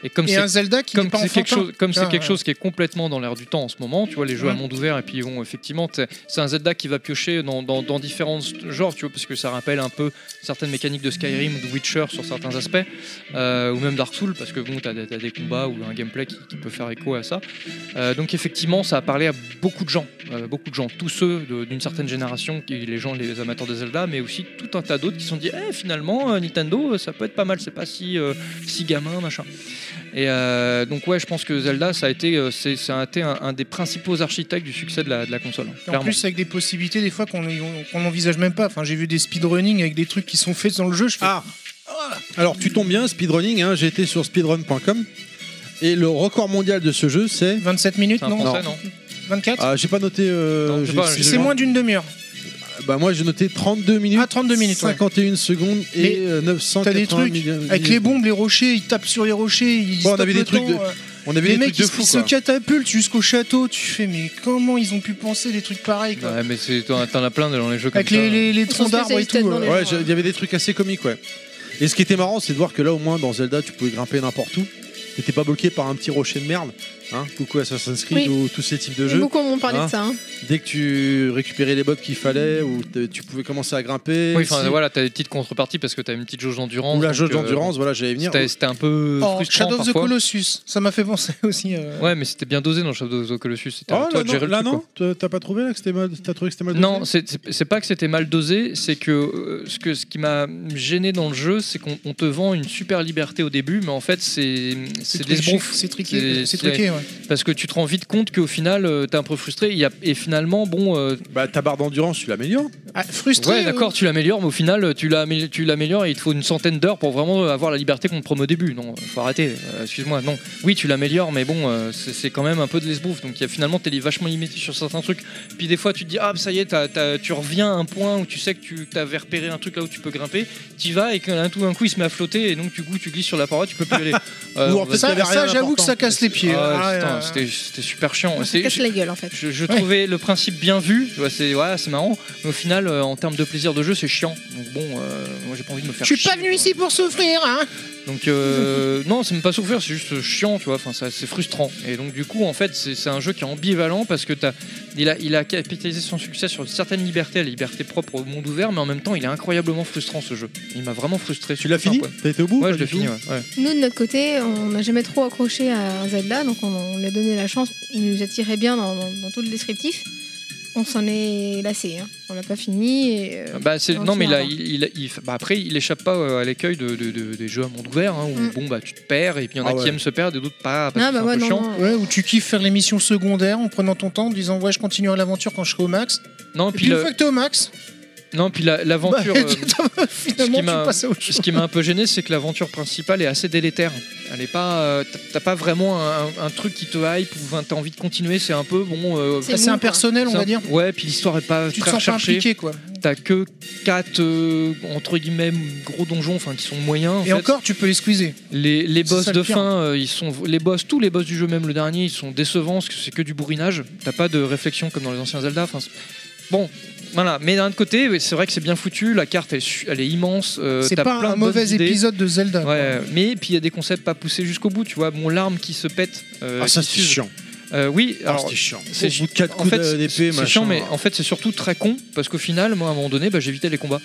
Et comme
Et
c'est
un Zelda qui n'est
comme
pas
c'est
enfantin.
quelque chose, comme c'est
Ah,
quelque
ouais.
chose qui est complètement dans l'air du temps en ce moment, tu vois les jeux à
Ouais.
monde ouvert et puis bon, effectivement t'es- c'est un Zelda qui va piocher dans, dans- dans différents genres, tu vois, parce que ça rappelle un peu certaines mécaniques de Skyrim ou de Witcher sur certains aspects, euh, ou même Dark Souls parce que bon t'as, des- t'as des combats ou un gameplay qui, qui peut faire écho à ça. Euh, donc effectivement ça a parlé à beaucoup de gens, euh, beaucoup de gens, tous ceux de- d'une certaine génération, qui- les gens les amateurs de Zelda, mais aussi tout un tas d'autres qui se sont dit Eh, finalement euh, Nintendo euh, ça peut être pas mal, c'est pas si euh, si gamin machin. Et euh, donc ouais, je pense que Zelda, ça a été, euh, c'est, ça a été un, un des principaux architectes du succès de la, de la console. hein,
Et En
clairement.
plus, avec des possibilités des fois qu'on qu'on n'envisage même pas. Enfin, j'ai vu des speedrunning avec des trucs qui sont faits dans le jeu. Je fais,
Ah Alors tu tombes bien, speedrunning, hein, j'ai été sur speedrun.com et le record mondial de ce jeu c'est...
27 minutes,
c'est un
non,
français, non,
24
Ah, j'ai pas noté... euh,
Non, je sais
j'ai-
pas,
j'ai-
je
C'est moins d'une demi-heure.
Bah moi j'ai noté 32 minutes,
Ah, 32 minutes, ouais.
51 secondes et
Mais
euh, 980
T'as des trucs
millions-
avec les bombes, les rochers, ils tapent sur les rochers, ils
Bon, on
stoppent
avait
le
des trucs
temps,
de-
euh,
On avait
les
des
mecs
trucs de
ils,
fou
ils se
quoi.
catapultent jusqu'au château. Tu fais mais comment ils ont pu penser des trucs pareils quoi
Ouais, mais c'est, t'en, t'en as plein dans les jeux comme
Avec
ça.
les, les, les
Ils sont
troncs d'arbres et
spécialistes
tout.
là-dedans,
euh.
les-
Ouais, j'ai- il y avait des trucs assez comiques ouais. Et ce qui était marrant c'est de voir que là au moins dans Zelda tu pouvais grimper n'importe où, t'étais pas bloqué par un petit rocher de merde. Hein, coucou Assassin's Creed
Oui.
ou tous ces types de
Et
jeux.
Beaucoup m'ont parlé
Ah.
Hein
de ça. hein.
Dès que tu récupérais les bottes qu'il fallait, ou t- tu pouvais commencer à grimper.
Oui, enfin
si-
voilà, t'as des petites contreparties parce que t'as une petite jauge d'endurance.
Ou la
donc,
jauge
euh,
d'endurance, voilà, j'allais venir.
C'était c'était un peu
Oh,
frustrant
Shadow of the
parfois.
Colossus, ça m'a fait penser aussi. euh,
Ouais, mais c'était bien dosé dans Shadow of the Colossus. C'était
Oh,
à toi
là,
de gérer
non,
le
là,
truc, quoi.
non euh, T'as- T'as pas trouvé là que c'était mal, t'as trouvé que c'était mal
Non,
dosé
c'est- c'est c'est pas que c'était mal dosé, c'est que, euh, ce que ce qui m'a gêné dans le jeu, c'est qu'on on te vend une super liberté au début, mais en fait, c'est c'est des
truqué,
esbroufes.
C'est triqué,
C'est-
c'est truqué, ouais.
Parce que tu te rends vite compte qu'au final, euh, t'es un peu frustré. il y a- et finalement, bon, euh,
Bah, ta barre d'endurance, tu l'améliores.
Ah, frustré.
ouais,
euh,
d'accord, tu l'améliores, mais au final, tu l'amé- tu l'améliores et il te faut une centaine d'heures pour vraiment avoir la liberté qu'on te promet au début. Non, faut arrêter. euh, Excuse-moi, non. Oui, tu l'améliores, mais bon, euh, c'est c'est quand même un peu de l'esbrouf. Donc il y a- finalement, t'es vachement limité sur certains trucs. Puis des fois, tu te dis, ah, ça y est, t'as- t'as- tu reviens à un point où tu sais que tu avais repéré un truc là où tu peux grimper. Tu vas et qu'un tout d'un coup, il se met à flotter et donc du coup, tu glisses sur la paroi, tu peux plus y aller. Euh,
Ou en
on va-
fait, il y avait
Ça,
rien
ça, j'avoue que
d'important.
ça casse les pieds.
Ah,
Ah,
putain,
ouais,
c'était c'était super chiant.
Ça
C'est-
casse la gueule en fait.
je, je
Ouais.
trouvais le principe bien vu, tu vois, c'est ouais, c'est marrant, mais au final, euh, en termes de plaisir de jeu, c'est chiant. Donc bon, euh, moi j'ai pas envie de me faire.
Je suis pas
chier,
venu ici pour souffrir, hein
quoi. Donc euh, non, c'est même pas souffrir, c'est juste euh, chiant, tu vois. Enfin, ça- c'est frustrant. Et donc du coup, en fait, c'est c'est un jeu qui est ambivalent parce que t'as, il a, il a capitalisé son succès sur certaines libertés, la liberté propre au monde ouvert, mais en même temps, il est incroyablement frustrant ce jeu. Il m'a vraiment frustré.
Tu l'as
Enfin,
fini
Ouais,
T'as été au bout
Ouais,
pas du
je l'ai
tout
fini. Ouais. ouais.
Nous, de notre côté, on n'a jamais trop accroché à Zelda, donc on, on lui a donné la chance. Il nous attirait bien dans, dans- dans tout le descriptif. On s'en est lassé. hein. On l'a pas fini. Et, euh,
Bah, c'est-
Donc,
non, mais
tu
il a-
vas voir.
il- il a- il- bah, après, il échappe pas euh, à l'écueil de, de- de- des jeux à monde ouvert, hein, où
Mm.
bon, bah, tu te perds, et puis il y en a
Ah ouais.
qui aiment se perdre, et d'autres pas, parce
ah,
que
bah
c'est un
ouais,
peu
non,
chiant.
non.
Ouais, ou tu kiffes faire les missions secondaires en prenant ton temps, en disant ouais, je continuerai l'aventure quand je serai au max.
Non,
Et
puis,
puis une
le-
fois que t'es au max,
non, puis la-
bah,
l'aventure. euh,
finalement, tu
m'a-
passes à autre chose.
ce qui m'a un peu gêné, c'est que l'aventure principale est assez délétère. Elle est pas, euh, t'as- t'as pas vraiment un, un truc qui te hype ou un- t'as envie de continuer. C'est un peu bon. euh,
C'est
Ah, C'est
mou,
impersonnel, on
c'est un-
va dire.
Ouais, puis l'histoire est pas
Tu te
très
sens pas
recherchée.
impliqué, quoi.
T'as que 4 entre guillemets gros donjons, enfin qui sont moyens. en
Et
fait.
encore, tu peux les squeezer.
Les, les
C'est
boss
ça le
de
pire.
fin, euh, ils sont les boss, tous les boss du jeu, même le dernier, ils sont décevants parce que c'est que du bourrinage. T'as pas de réflexion comme dans les anciens Zelda. Enfin, c'est- bon, voilà. Mais d'un autre côté, oui, c'est vrai que c'est bien foutu. La carte, elle, est su- elle est immense. euh,
C'est
t'as
pas
plein
un
de bonnes
mauvais
idées.
épisode de Zelda. quoi.
Ouais, mais puis il y a des concepts pas poussés jusqu'au bout. Tu vois, mon larme qui se pète. euh,
Ah, ça,
qui
c'est
s'use.
chiant.
Euh, oui.
Ah,
Alors,
C'était chiant.
c'est
Au bout de 4
en
coups
fait,
de- d'épée,
c'est
machin. hein.
chiant, mais en fait, c'est surtout très con parce qu'au final, moi, à un moment donné, bah, j'évitais les combats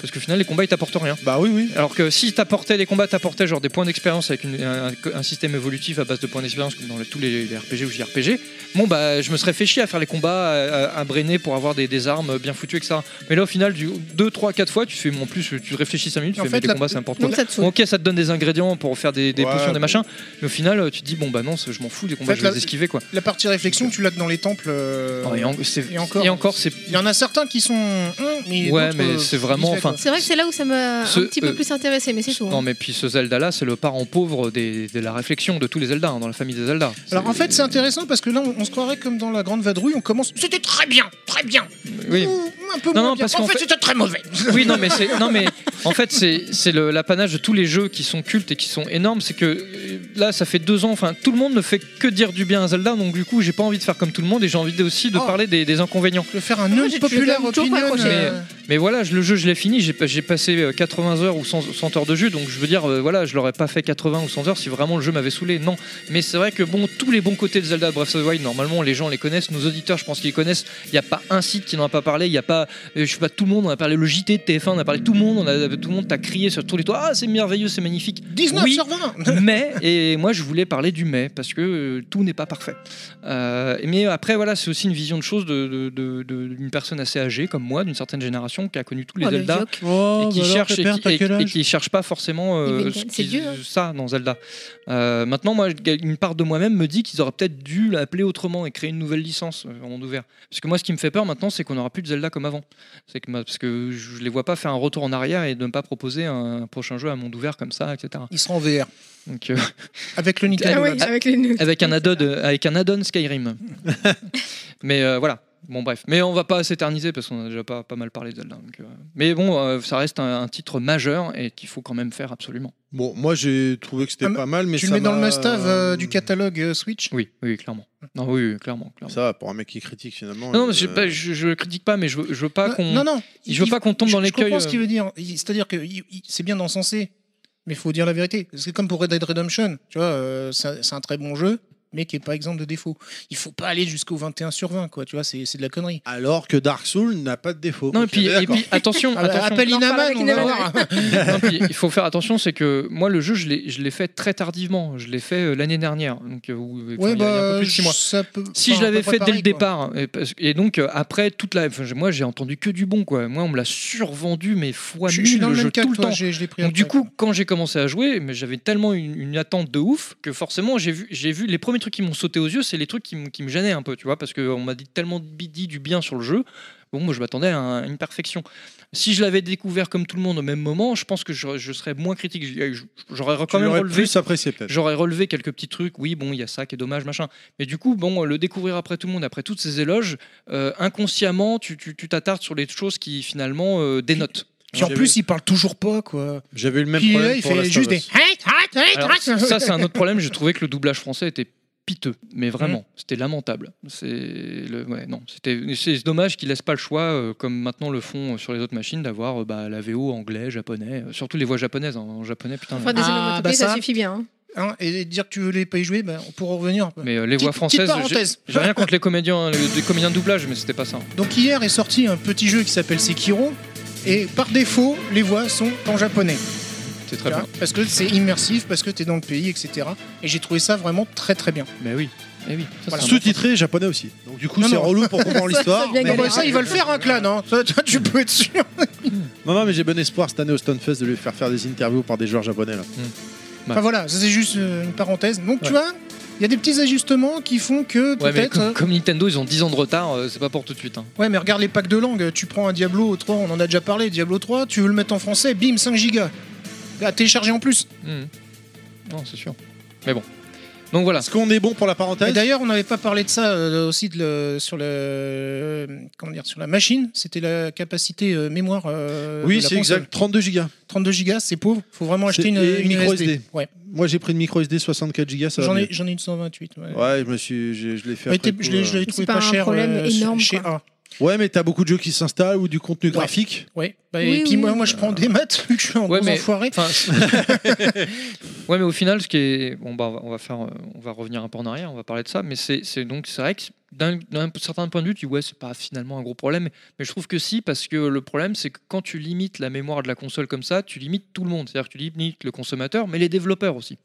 parce qu'au final, les combats, ils t'apportent rien.
Bah oui, oui.
Alors que si t'apportais les combats, t'apportais genre des points d'expérience avec une- un, un système évolutif à base de points d'expérience comme dans le- tous les, les RPG ou JRPG, bon bah je me serais fait chier à faire les combats, à, à- à brainer pour avoir des, des armes bien foutues, etc. Mais là au final, du 2, 3, 4 fois, tu fais mon plus, tu réfléchis 5 minutes, tu
En
fais
fait,
mais les
la-
combats c'est important.
Donc ça te saoule.
Bon, ok, ça te donne des ingrédients pour faire des, des
Ouais,
potions,
bon.
des machins, mais au final tu te dis bon bah non, ça, je m'en fous, les combats
fait,
je vais
là-
les esquiver quoi.
La partie réflexion, tu l'as dans les temples. euh,
Oh, et, en- c'est-
et encore.
et encore, c'est
Il y en a certains qui sont. hum, mais
Ouais,
d'autres,
mais
euh,
c'est vraiment-
vite fait, quoi.
enfin,
C'est vrai que c'est là où ça m'a
Ce-
un petit peu
euh,
plus intéressé, mais c'est tout. hein.
Non mais puis ce Zelda là c'est le parent pauvre des- de la réflexion de tous les Zelda hein, dans la famille des Zelda.
Alors en fait, c'est intéressant parce que là, on, on se croirait comme dans la grande vadrouille. On commence. C'était très bien, très bien.
Oui.
Ou un peu
Non,
moins
non,
bien.
parce
en
qu'en
fait,
fait-
c'était très mauvais.
Oui, non, mais c'est non, mais en fait, c'est c'est le- l'apanage de tous les jeux qui sont cultes et qui sont énormes. C'est que euh, là, ça fait deux ans. Enfin, tout le monde ne fait que dire du bien à Zelda. Donc du coup, j'ai pas envie de faire comme tout le monde et j'ai envie de- aussi de
Oh.
parler des, des inconvénients.
Je vais faire un
Moi,
non
j'ai-
populaire
j'ai toujours pas
opinion.
accroché.
euh,
Mais voilà, je- le jeu, je l'ai fini. J'ai pas- j'ai passé euh, 80 heures ou 100, 100 heures de jeu. Donc je veux dire, euh, voilà, je l'aurais pas fait 80 ou 100 heures si vraiment le jeu m'avait saoulé. Non. Mais c'est vrai que bon, tous les bons côtés de Zelda Breath of the Wild, normalement, les gens les connaissent. Nos auditeurs, je pense qu'ils les connaissent. Il n'y a pas un site qui n'en a pas parlé. Il y a pas, euh, je sais pas, tout le monde. On a parlé le JT de TF1, on a parlé de tout le monde. On a, euh, tout le monde t'a crié sur tous les toits. Ah, c'est merveilleux, c'est magnifique.
19
Oui.
sur 20.
mais et moi, je voulais parler du mais parce que euh, tout n'est pas parfait. Euh, mais après, voilà, c'est aussi une vision de choses de- de- de- de- d'une personne assez âgée comme moi, d'une certaine génération qui a connu tous les
Oh, le
Zelda
joke.
Oh,
et qui
bah alors,
cherchent et
Pépère,
qui-
t'as
et-
quel
et
âge
qui cherchent pas forcément euh,
Evil Dead,
ce
c'est
qu'ils-
vieux, hein.
ça dans Zelda. Euh, maintenant, moi, j'ai- une part de moi-même me dit qu'ils auraient peut-être dû l'appeler autrement et créer une nouvelle licence euh, en monde ouvert. Parce que moi, ce qui me fait peur maintenant, c'est qu'on n'aura plus de Zelda comme avant. C'est que ma- parce que je les vois pas faire un retour en arrière et de ne pas proposer un prochain jeu à monde ouvert comme ça, etc.
Il sera en VR
Donc, euh,
avec le Nintendo.
Ah oui,
Labs.
avec les news.
avec un add-on avec un add-on Skyrim. mais euh, voilà. Bon bref, mais on va pas s'éterniser parce qu'on a déjà pas, pas mal parlé de Zelda. donc, euh, Mais bon, euh, ça reste un, un titre majeur et qu'il faut quand même faire absolument.
Bon, moi j'ai trouvé que c'était
Ah, mais
pas mal, mais
Tu le
ça
mets dans le
m'a-
must-have euh, du catalogue euh, Switch.
Oui, oui, clairement. Non, oui, oui, clairement, clairement.
Ça va, pour un mec qui critique finalement.
Non, non,
euh,
mais je, pas- je, je critique pas, mais je veux, je veux pas
Ouais,
qu'on,
Non, non.
je veux
il-
pas qu'on tombe
je-
dans
je
l'écueil.
comprends ce
euh,
qu'il veut dire. Il- C'est-à-dire que il- il- c'est bien d'encenser, mais il faut dire la vérité. C'est comme pour Red Dead Redemption. Tu vois, euh, c'est un- c'est un très bon jeu. mais qui est pas exempt de défauts. Il faut pas aller jusqu'au 21 sur 20, quoi. Tu vois, c'est c'est de la connerie.
Alors que Dark Souls n'a pas de défaut.
Non, et
Ok,
puis, et
d'accord.
puis attention,
Ah bah,
attention.
appelle
On en reparle
Inaman,
avec
on va
Inaman.
voir.
Non, puis, il faut faire attention, c'est que moi, le jeu, je l'ai je l'ai fait très tardivement. Je l'ai fait euh, l'année dernière, donc, euh, ou- enfin,
Ouais,
il y a- il y a un peu
bah,
plus de six mois.
ça peut-
Si
enfin,
je l'avais
à peu
fait
près
dès le
pareil, quoi.
départ, et, parce- et donc euh, après toute la, enfin, j'ai- moi j'ai entendu que du bon quoi. Moi on me l'a survendu mais fois
je,
mille
je suis dans
le
le
jeu
même cas
tout
que
le
toi,
temps.
j'ai- je l'ai pris
Donc du
après.
coup, quand j'ai commencé à jouer, mais j'avais tellement une, une attente de ouf que forcément j'ai vu, j'ai vu les premiers trucs qui m'ont sauté aux yeux, c'est les trucs qui, me- qui me gênaient un peu, tu vois, parce qu'on m'a dit tellement bi- dit du bien sur le jeu. Bon, moi je m'attendais à un- une perfection. Si je l'avais découvert comme tout le monde au même moment, je pense que je, je serais moins critique. J'aurais
Tu
quand même
l'aurais
relevé
plus apprécié peut-être.
J'aurais relevé quelques petits trucs, oui, bon, il y a ça qui est dommage, machin. Mais du coup, bon, le découvrir après tout le monde, après toutes ces éloges, euh, inconsciemment, tu tu- tu t'attardes sur les choses qui finalement euh, dénotent.
Puis en
J'ai
plus, il parle toujours pas, quoi.
J'avais eu le même
Puis
problème
là, il
pour
fait
Last
juste
of
des.
Us.
Alors, ça, c'est un autre problème. J'ai trouvé que le doublage français était piteux, mais vraiment,
Mm.
c'était lamentable. C'est le, ouais, non, c'était, c'est dommage qu'ils laissent pas le choix, euh, comme maintenant le font sur les autres machines, d'avoir euh, bah, la VO anglais, japonais, euh, surtout les voix japonaises. hein. en japonais, putain.
Enfin, des
Ah,
onomatopées,
bah
ça,
ça.
suffit bien. hein.
Hein, et dire que tu voulais pas y jouer, ben, on pourra revenir.
Mais euh, les voix
Petite- petite
françaises, j'ai-
parenthèse.
j'ai rien contre les comédiens, les, les comédiens de doublage, mais c'était pas ça. hein.
Donc hier est sorti un petit jeu qui s'appelle Sekiro. Et par défaut, les voix sont en japonais.
C'est très
tu vois,
bien.
Parce que c'est immersif, parce que t'es dans le pays, etc. Et j'ai trouvé ça vraiment très très bien.
Mais oui. Mais Eh oui. Ça,
Voilà.
c'est un-
Sous-titré japonais aussi. Donc du coup,
Non,
c'est
non.
relou pour comprendre
Ça,
l'histoire.
ça vient
mais-
Non, bah, ça, il va le faire, un clan, hein. Ça, toi, tu peux être sûr.
Non, non, mais j'ai bon espoir cette année au Stonefest de lui faire faire des interviews par des joueurs japonais. Là.
Enfin voilà, ça, c'est juste euh, une parenthèse. Donc tu vois, il y a des petits ajustements qui font que
Ouais, mais
peut-être. hein.
comme, comme Nintendo, ils ont 10 ans de retard, euh, c'est pas pour tout de suite. hein.
Ouais, mais regarde les packs de langues. Tu prends un Diablo 3, on en a déjà parlé, Diablo 3, tu veux le mettre en français, bim, 5 gigas. À télécharger en plus.
Mhm. Non, c'est sûr. Mais bon. Donc voilà.
Est-ce qu'on est bon pour la
Et
parenthèse
d'ailleurs, on n'avait pas parlé de ça euh, aussi de le- sur, le, euh, comment dire, sur la machine. C'était la capacité euh, mémoire. euh, de
Oui,
la
c'est
console.
exact. 32 gigas.
32 gigas, c'est pauvre. Faut vraiment acheter
C'est-
une,
et
une
micro
SD.
SD.
Ouais.
Moi, j'ai pris une micro SD 64 gigas. Ça
J'en
va
ai,
mieux.
j'en ai une 128. Ouais.
Ouais, je me suis, je, je l'ai fait.
Mais
après
t'es-
coup,
je l'ai, je l'ai
euh.
trouvé
pas
pas,
un
cher
problème
euh, sur-
énorme,
chez
quoi.
A.
Ouais, mais t'as beaucoup de jeux qui s'installent ou du contenu
Ouais.
graphique.
Ouais. Bah,
Oui,
et puis
oui.
moi, moi, je prends des maths vu que je suis un
Ouais,
gros
mais-
enfoiré.
Enfin, c'est- ouais, mais au final, ce qui est bon, bah, on va faire, euh, on va revenir un peu en arrière, on va parler de ça, mais c'est, c'est donc c'est vrai que d'un, d'un certain point de vue, tu dis ouais, c'est pas finalement un gros problème, mais je trouve que si, parce que le problème, c'est que quand tu limites la mémoire de la console comme ça, tu limites tout le monde, c'est-à-dire que tu limites le consommateur, mais les développeurs aussi.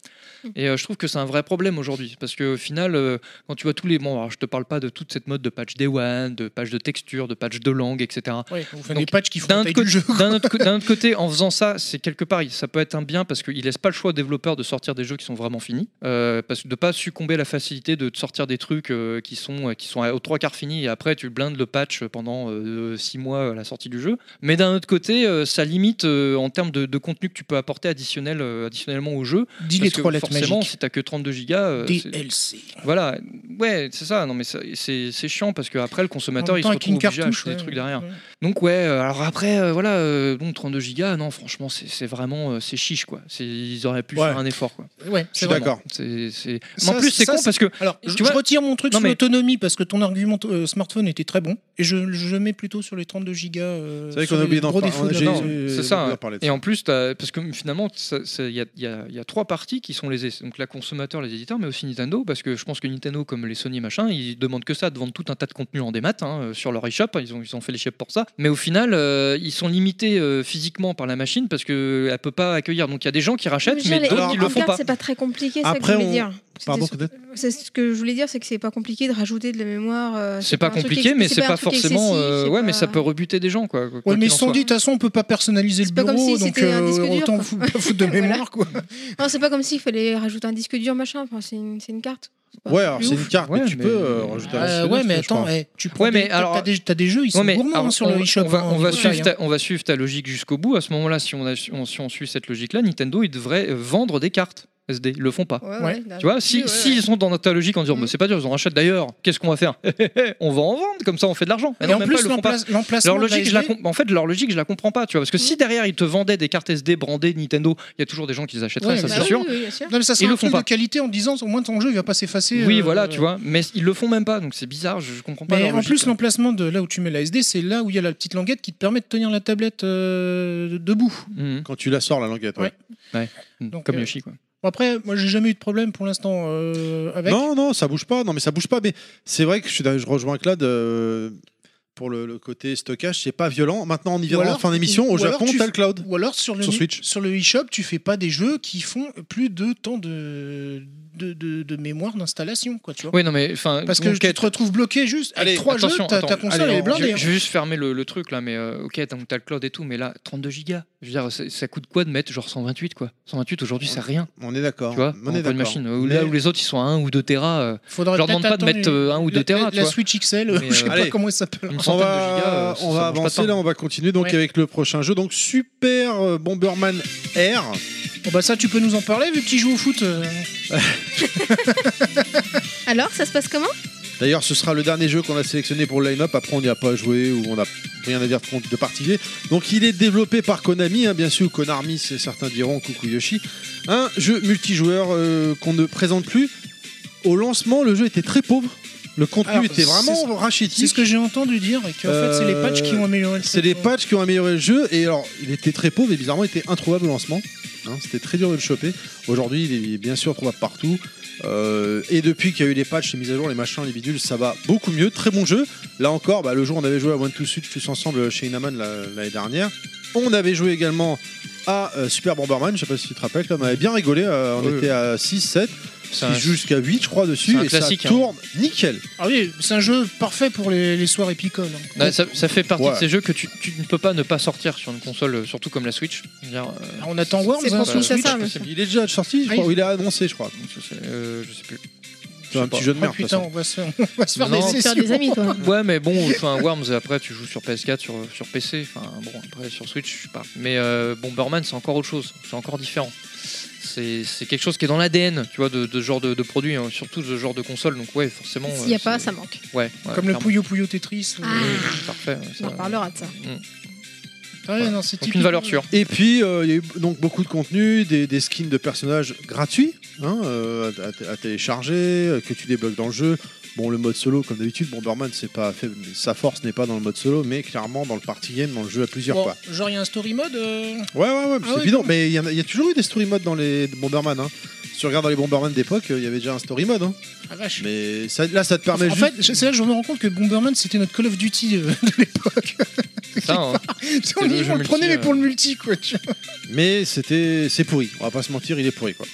Et euh, je trouve que c'est un vrai problème aujourd'hui, parce que au final, euh, quand tu vois tous les, bon, alors, je te parle pas de toute cette mode de patch day one, de patch de texture, de patch de langue, etc.
Ouais, on fait
Donc,
des patchs qui font
D'un
la
autre,
taille
côté-
du jeu.
d'un autre co- d'un autre côté, en faisant ça, c'est quelque part, il- ça peut être un bien parce qu'il laisse pas le choix aux développeurs de sortir des jeux qui sont vraiment finis, euh, parce que de pas succomber à la facilité de te sortir des trucs euh, qui sont euh, qui sont à- aux trois quarts finis et après tu blindes le patch pendant euh, six mois à la sortie du jeu. Mais d'un autre côté, euh, ça limite euh, en termes de, de contenu que tu peux apporter additionnel euh, additionnellement au jeu.
Dis les
parce que
trois lettres
forcément,
magiques.
si t'as que 32 gigas, euh, c'est-
DLC.
voilà, ouais, c'est ça. Non mais ça- c'est c'est chiant parce que après le
En
consommateur
même
il se
temps, avec
retrouve
une
obligé à
cartouche,
acheter des
ouais.
trucs derrière.
Ouais.
Donc ouais, euh, alors après, euh, voilà, euh, donc 32 gigas, non, franchement, c'est c'est vraiment, euh, c'est chiche, quoi. C'est- Ils auraient pu
Ouais.
faire un effort, quoi.
Ouais,
Je suis
c'est vrai.
d'accord.
C'est- c'est- Mais
Ça,
En plus, c'est
ça,
con
c'est-
parce que
Alors,
Tu
je,
vois-
je retire mon truc
Non,
sur
mais-
l'autonomie parce que ton argument euh, smartphone était très bon et je, je mets plutôt sur les 32 gigas. euh,
C'est vrai qu'on
sur
a
les
oublié d'en
gros
par-
défauts de la
j'ai-
norme.
j'ai-
c'est ça,
oublié d'en
hein.
parler de
Et
ça.
en plus, t'as- parce que finalement, ça- ça- il y a, il y a- il y a trois parties qui sont lésées. Donc, la consommateur, les éditeurs, mais aussi Nintendo, parce que je pense que Nintendo, comme les Sony machin, ils demandent que ça, de vendre tout un tas de contenus en démat hein, euh, sur leur eShop. Ils ont, ils ont fait l'eShop pour ça. Mais au final, euh, ils sont limités euh, physiquement par la machine parce que elle peut pas accueillir. Donc, il y a des gens qui rachètent, mais
Déjà, les-
d'autres
alors,
qui
les
le font
cartes,
pas.
oh, C'est pas très compliqué, c'est ça que je
Après,
voulais
on-
dire. C'était
Pardon,
sur-
peut-être
C'est ce que je voulais dire, c'est que c'est pas compliqué de rajouter de la mémoire. euh,
C'est pas
un truc
compliqué,
ex-
mais c'est
un
pas
truc
forcément.
excessif,
euh,
c'est
ouais, mais
pas-
ça peut rebuter des gens, quoi. quoi
Ouais,
qu'il
mais
en
sans
soit.
dit, de toute façon, on peut pas personnaliser le
C'est pas
bureau,
comme si
donc
c'était un
euh,
disque dur,
autant
quoi.
fou- pas foutre de
Voilà.
mémoire, quoi.
Non, c'est pas comme s'il fallait rajouter un disque dur, machin. Enfin, c'est une, c'est une carte. pas
Ouais, alors
plus
c'est
ouf.
une carte,
Ouais,
mais tu
mais-
peux euh, rajouter un
Euh,
CD,
ouais, mais
je crois.
attends, eh, tu prends
Ouais, mais
des, t'as-
alors-
t'as des, t'as des jeux, ils sont
Ouais, mais
gourmands
alors,
hein, sur
on,
le eShop.
on va,
hein,
on va
ils
suivre
taillent, hein.
ta, on va suivre ta logique jusqu'au bout. À ce moment-là, si on, a, on- si on suit cette logique-là, Nintendo, ils devraient euh, vendre des cartes SD. Ils le font pas.
Ouais,
Ouais.
ouais,
Tu vois, s'ils
ouais,
si,
ouais.
s'ils sont dans ta logique en disant,
Mm.
bah, c'est pas dur, ils en rachètent d'ailleurs, qu'est-ce qu'on va faire On va en vendre, comme ça on fait de l'argent. Mais
Et
non,
en
même pas,
plus,
ils le font pas.
l'emplace- l'emplacement.
Leur
de la
logique, je la
SD,
com- en fait, leur logique, je la comprends pas, tu vois, parce
Mm.
que si derrière ils te vendaient des cartes SD brandées Nintendo, il y a toujours des gens qui les achèteraient,
Ouais,
ça
bah
c'est
oui,
sûr.
oui, oui, bien sûr.
Non, mais ça
ils
sera
le
un
font
truc
pas.
de qualité en disant, au moins ton jeu, il va pas s'effacer.
Oui,
euh,
voilà, tu vois, mais ils le font même pas, donc c'est bizarre, je, je comprends pas.
Mais
leur
en
logique,
plus,
quoi.
l'emplacement de là où tu mets la SD, c'est là où il y a la petite languette qui te permet de tenir la tablette euh, debout.
Mhm.
Quand tu la sors, la languette. ouais.
Ouais.
Mm.
Donc,
comme
euh,
Yoshi, quoi.
Bon, après, moi, j'ai jamais eu de problème pour l'instant euh, avec.
Non, non, ça bouge pas. Non, mais ça bouge pas. Mais c'est vrai que je, suis d'accord, je rejoins Claude euh, pour le, le côté stockage. C'est pas violent. Maintenant, on y viendra en
alors-
fin d'émission. Au
ou alors
Japon,
tu
t'as
f-
le cloud.
Ou alors sur le,
Sur
ni-
Switch.
sur le eShop, tu fais pas des jeux qui font plus de temps de, de, de- de mémoire d'installation, quoi, tu vois.
Oui, non, mais enfin.
Parce que
donc,
tu te retrouves bloqué juste avec
Allez,
trois jeux,
attention,
ta,
attends,
ta console
allez,
elle est
on-
blindée. hein.
Je, je vais juste fermer le, le truc là, mais euh, ok, donc t'as le cloud et tout, mais là, 32 gigas. Je veux dire, c'est- ça coûte quoi de mettre genre 128 quoi 128 aujourd'hui, c'est rien,
On est d'accord.
tu
On
vois
est
pour
d'accord.
une machine. Où,
Mais-
Là où les autres ils sont à 1 ou 2 Tera, euh,
Faudrait
je leur
peut-être
demande pas de
attendre
mettre euh, 1 ou 2
la,
Tera,
la-
tu
la
vois.
Switch XL,
Mais,
je sais
euh,
allez.
pas comment elle s'appelle.
Une
On
centaine
va,
de gigas. euh, ça
on va
mange pas
avancer
de
là,
temps.
on va continuer donc
Ouais.
avec le prochain jeu, donc Super euh, Bomberman Air.
Bon, bah ça, tu peux nous en parler vu que tu joues au foot. euh.
Alors, ça se passe comment
D'ailleurs, ce sera le dernier jeu qu'on a sélectionné pour le line-up. Après, on n'y a pas joué ou on n'a rien à dire de particulier. Donc, il est développé par Konami, hein, bien sûr, ou Konami, c'est- certains diront, coucou Yoshi. Un jeu multijoueur euh, qu'on ne présente plus. Au lancement, le jeu était très pauvre. Le contenu
Alors,
était vraiment
C'est
rachitique.
ce que j'ai entendu dire et qu'en
Euh,
fait, c'est les patchs qui ont amélioré le
C'est
truc,
les
quoi.
patchs qui ont amélioré le jeu et alors il était très pauvre et bizarrement il était introuvable au lancement. hein, C'était très dur de le choper. Aujourd'hui il est bien sûr trouvable partout. Euh, et depuis qu'il y a eu les patchs, les mises à jour, les machins, les bidules, ça va beaucoup mieux. Très bon jeu. Là encore, bah, le jour on avait joué à One Two Switch tous ensemble chez Inaman la- l'année dernière. On avait joué également à euh, Super Bomberman, je sais pas si tu te rappelles, là, on avait bien rigolé, euh, on
Oui, oui.
était à 6, 7,
C'est un-
jusqu'à 8 je crois dessus,
c'est un
et ça
classique, hein.
tourne nickel.
Ah oui, c'est un jeu parfait pour les, les soirées picole. hein.
Bah,
Non, ça, ça fait partie
Ouais.
de ces jeux que tu, tu ne peux pas ne pas sortir sur une console, euh, surtout comme la Switch. Je veux dire, euh,
Ah, On attend Worms
C'est
hein,
pour
sur
tout
Switch.
ça,
je
mais-
sais plus.
Il est déjà sorti, je
Ah,
crois,
il-
ou il a annoncé je crois.
Je sais, euh, je sais plus.
C'est un
pas.
petit jeu de
Ah
merde. de toute
putain,
façon.
on va se faire, on va se faire
Non,
des
on va
Tu
sessions.
faire des amis, toi.
Ouais, mais bon, enfin, Worms, après, tu joues sur PS4, sur, sur PC, enfin, bon, après, sur Switch, je sais pas. Mais euh, Bomberman, c'est encore autre chose, c'est encore différent. C'est c'est quelque chose qui est dans l'ADN, tu vois, de, de ce genre de, de produit, hein, surtout de ce genre de console, donc ouais, forcément.
S'il n'y
euh,
a pas,
c'est-
ça manque.
Ouais, ouais,
Comme le
clairement.
Puyo Puyo Tetris. euh.
Ah.
Oui, Parfait. ouais,
On en
ça-
parlera de ça.
Ah ouais, non, c'est
Aucune
typique.
valeur sûre.
Et puis, euh, il y a eu donc beaucoup de contenu, des, des skins de personnages gratuits hein, euh, à, à- à télécharger, euh, que tu débloques dans le jeu. Bon, le mode solo, comme d'habitude, Bomberman, c'est pas fait- sa force n'est pas dans le mode solo, mais clairement dans le party game, dans le jeu à plusieurs.
Bon,
Quoi.
genre, il y a un story mode. euh,
Ouais, ouais, ouais,
Ah
c'est
ouais,
évident.
cool.
Mais il y, en a- il y a toujours eu des story modes dans les Bomberman. Hein. Si tu regardes dans les Bomberman d'époque, euh, il y avait déjà un story mode. hein.
Ah vache.
Mais ça- là, ça te permet
en
juste.
fait, je- c'est là que je me rends compte que Bomberman c'était notre Call of Duty euh, de l'époque.
C'est ça, hein.
on,
le
y-
jeu
on le
multi,
prenait mais
euh.
pour le multi quoi. tu vois.
Mais c'était, c'est pourri. On va pas se mentir, il est pourri quoi.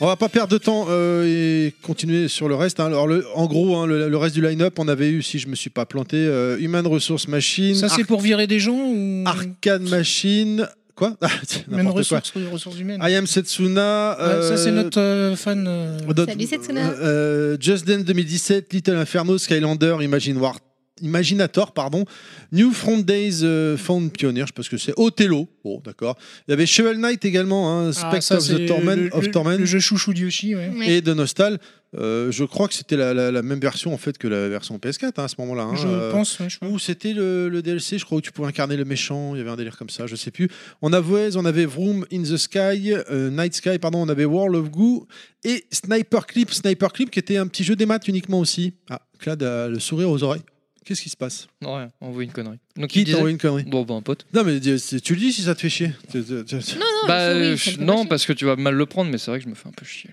On va pas perdre de temps euh, et continuer sur le reste. hein. Alors le, en gros, hein, le, le reste du line-up, on avait eu, si je me suis pas planté, euh, Human Resource Machine,
Ça c'est
Ar-
pour virer des gens ou
Arcade Machine, quoi Ah, c'est
même
N'importe quoi.
ressources, ressources humaines.
I Am Setsuna.
Ah,
euh,
ça c'est notre euh, fan. euh,
d'autres-
Salut, Setsuna.
euh, euh, Just Dance 2017, Little Inferno, Skylander, Imagine War. Imaginator, pardon. New Front Days euh, Found Pioneer, je sais pas ce que c'est. Othello, bon, d'accord. Il y avait Shovel Knight également, hein,
ah,
Spectre
ça,
of
c'est
the Torment,
le-
of
le-
Torment
Le jeu chouchou de Yoshi, ouais.
Ouais.
et de Nostal. Euh, je crois que c'était la, la- la même version en fait que la version PS4 hein, à ce moment-là. hein.
je
Euh,
pense. ouais, je pense.
Ou c'était le, le DLC, je crois, où tu pouvais incarner le méchant. Il y avait un délire comme ça, je sais plus. On avait, on avait Vroom in the Sky, euh, Night Sky, pardon, on avait World of Goo et Sniper Clip. Sniper Clip qui était un petit jeu des maths uniquement aussi. Ah, Clad a le sourire aux oreilles. Qu'est-ce qui se passe
Non, rien, on voit une connerie. Donc,
Qui
il
t'a
disait...
envoyé une connerie
Bon, bah, un pote.
Non, mais dis- c'est- tu le dis si ça te fait chier. Tu- tu- tu-
Non, non,
bah,
le
euh,
souris, ça le fait
non,
pas
parce que tu vas mal le prendre, mais c'est vrai que je me fais un peu chier.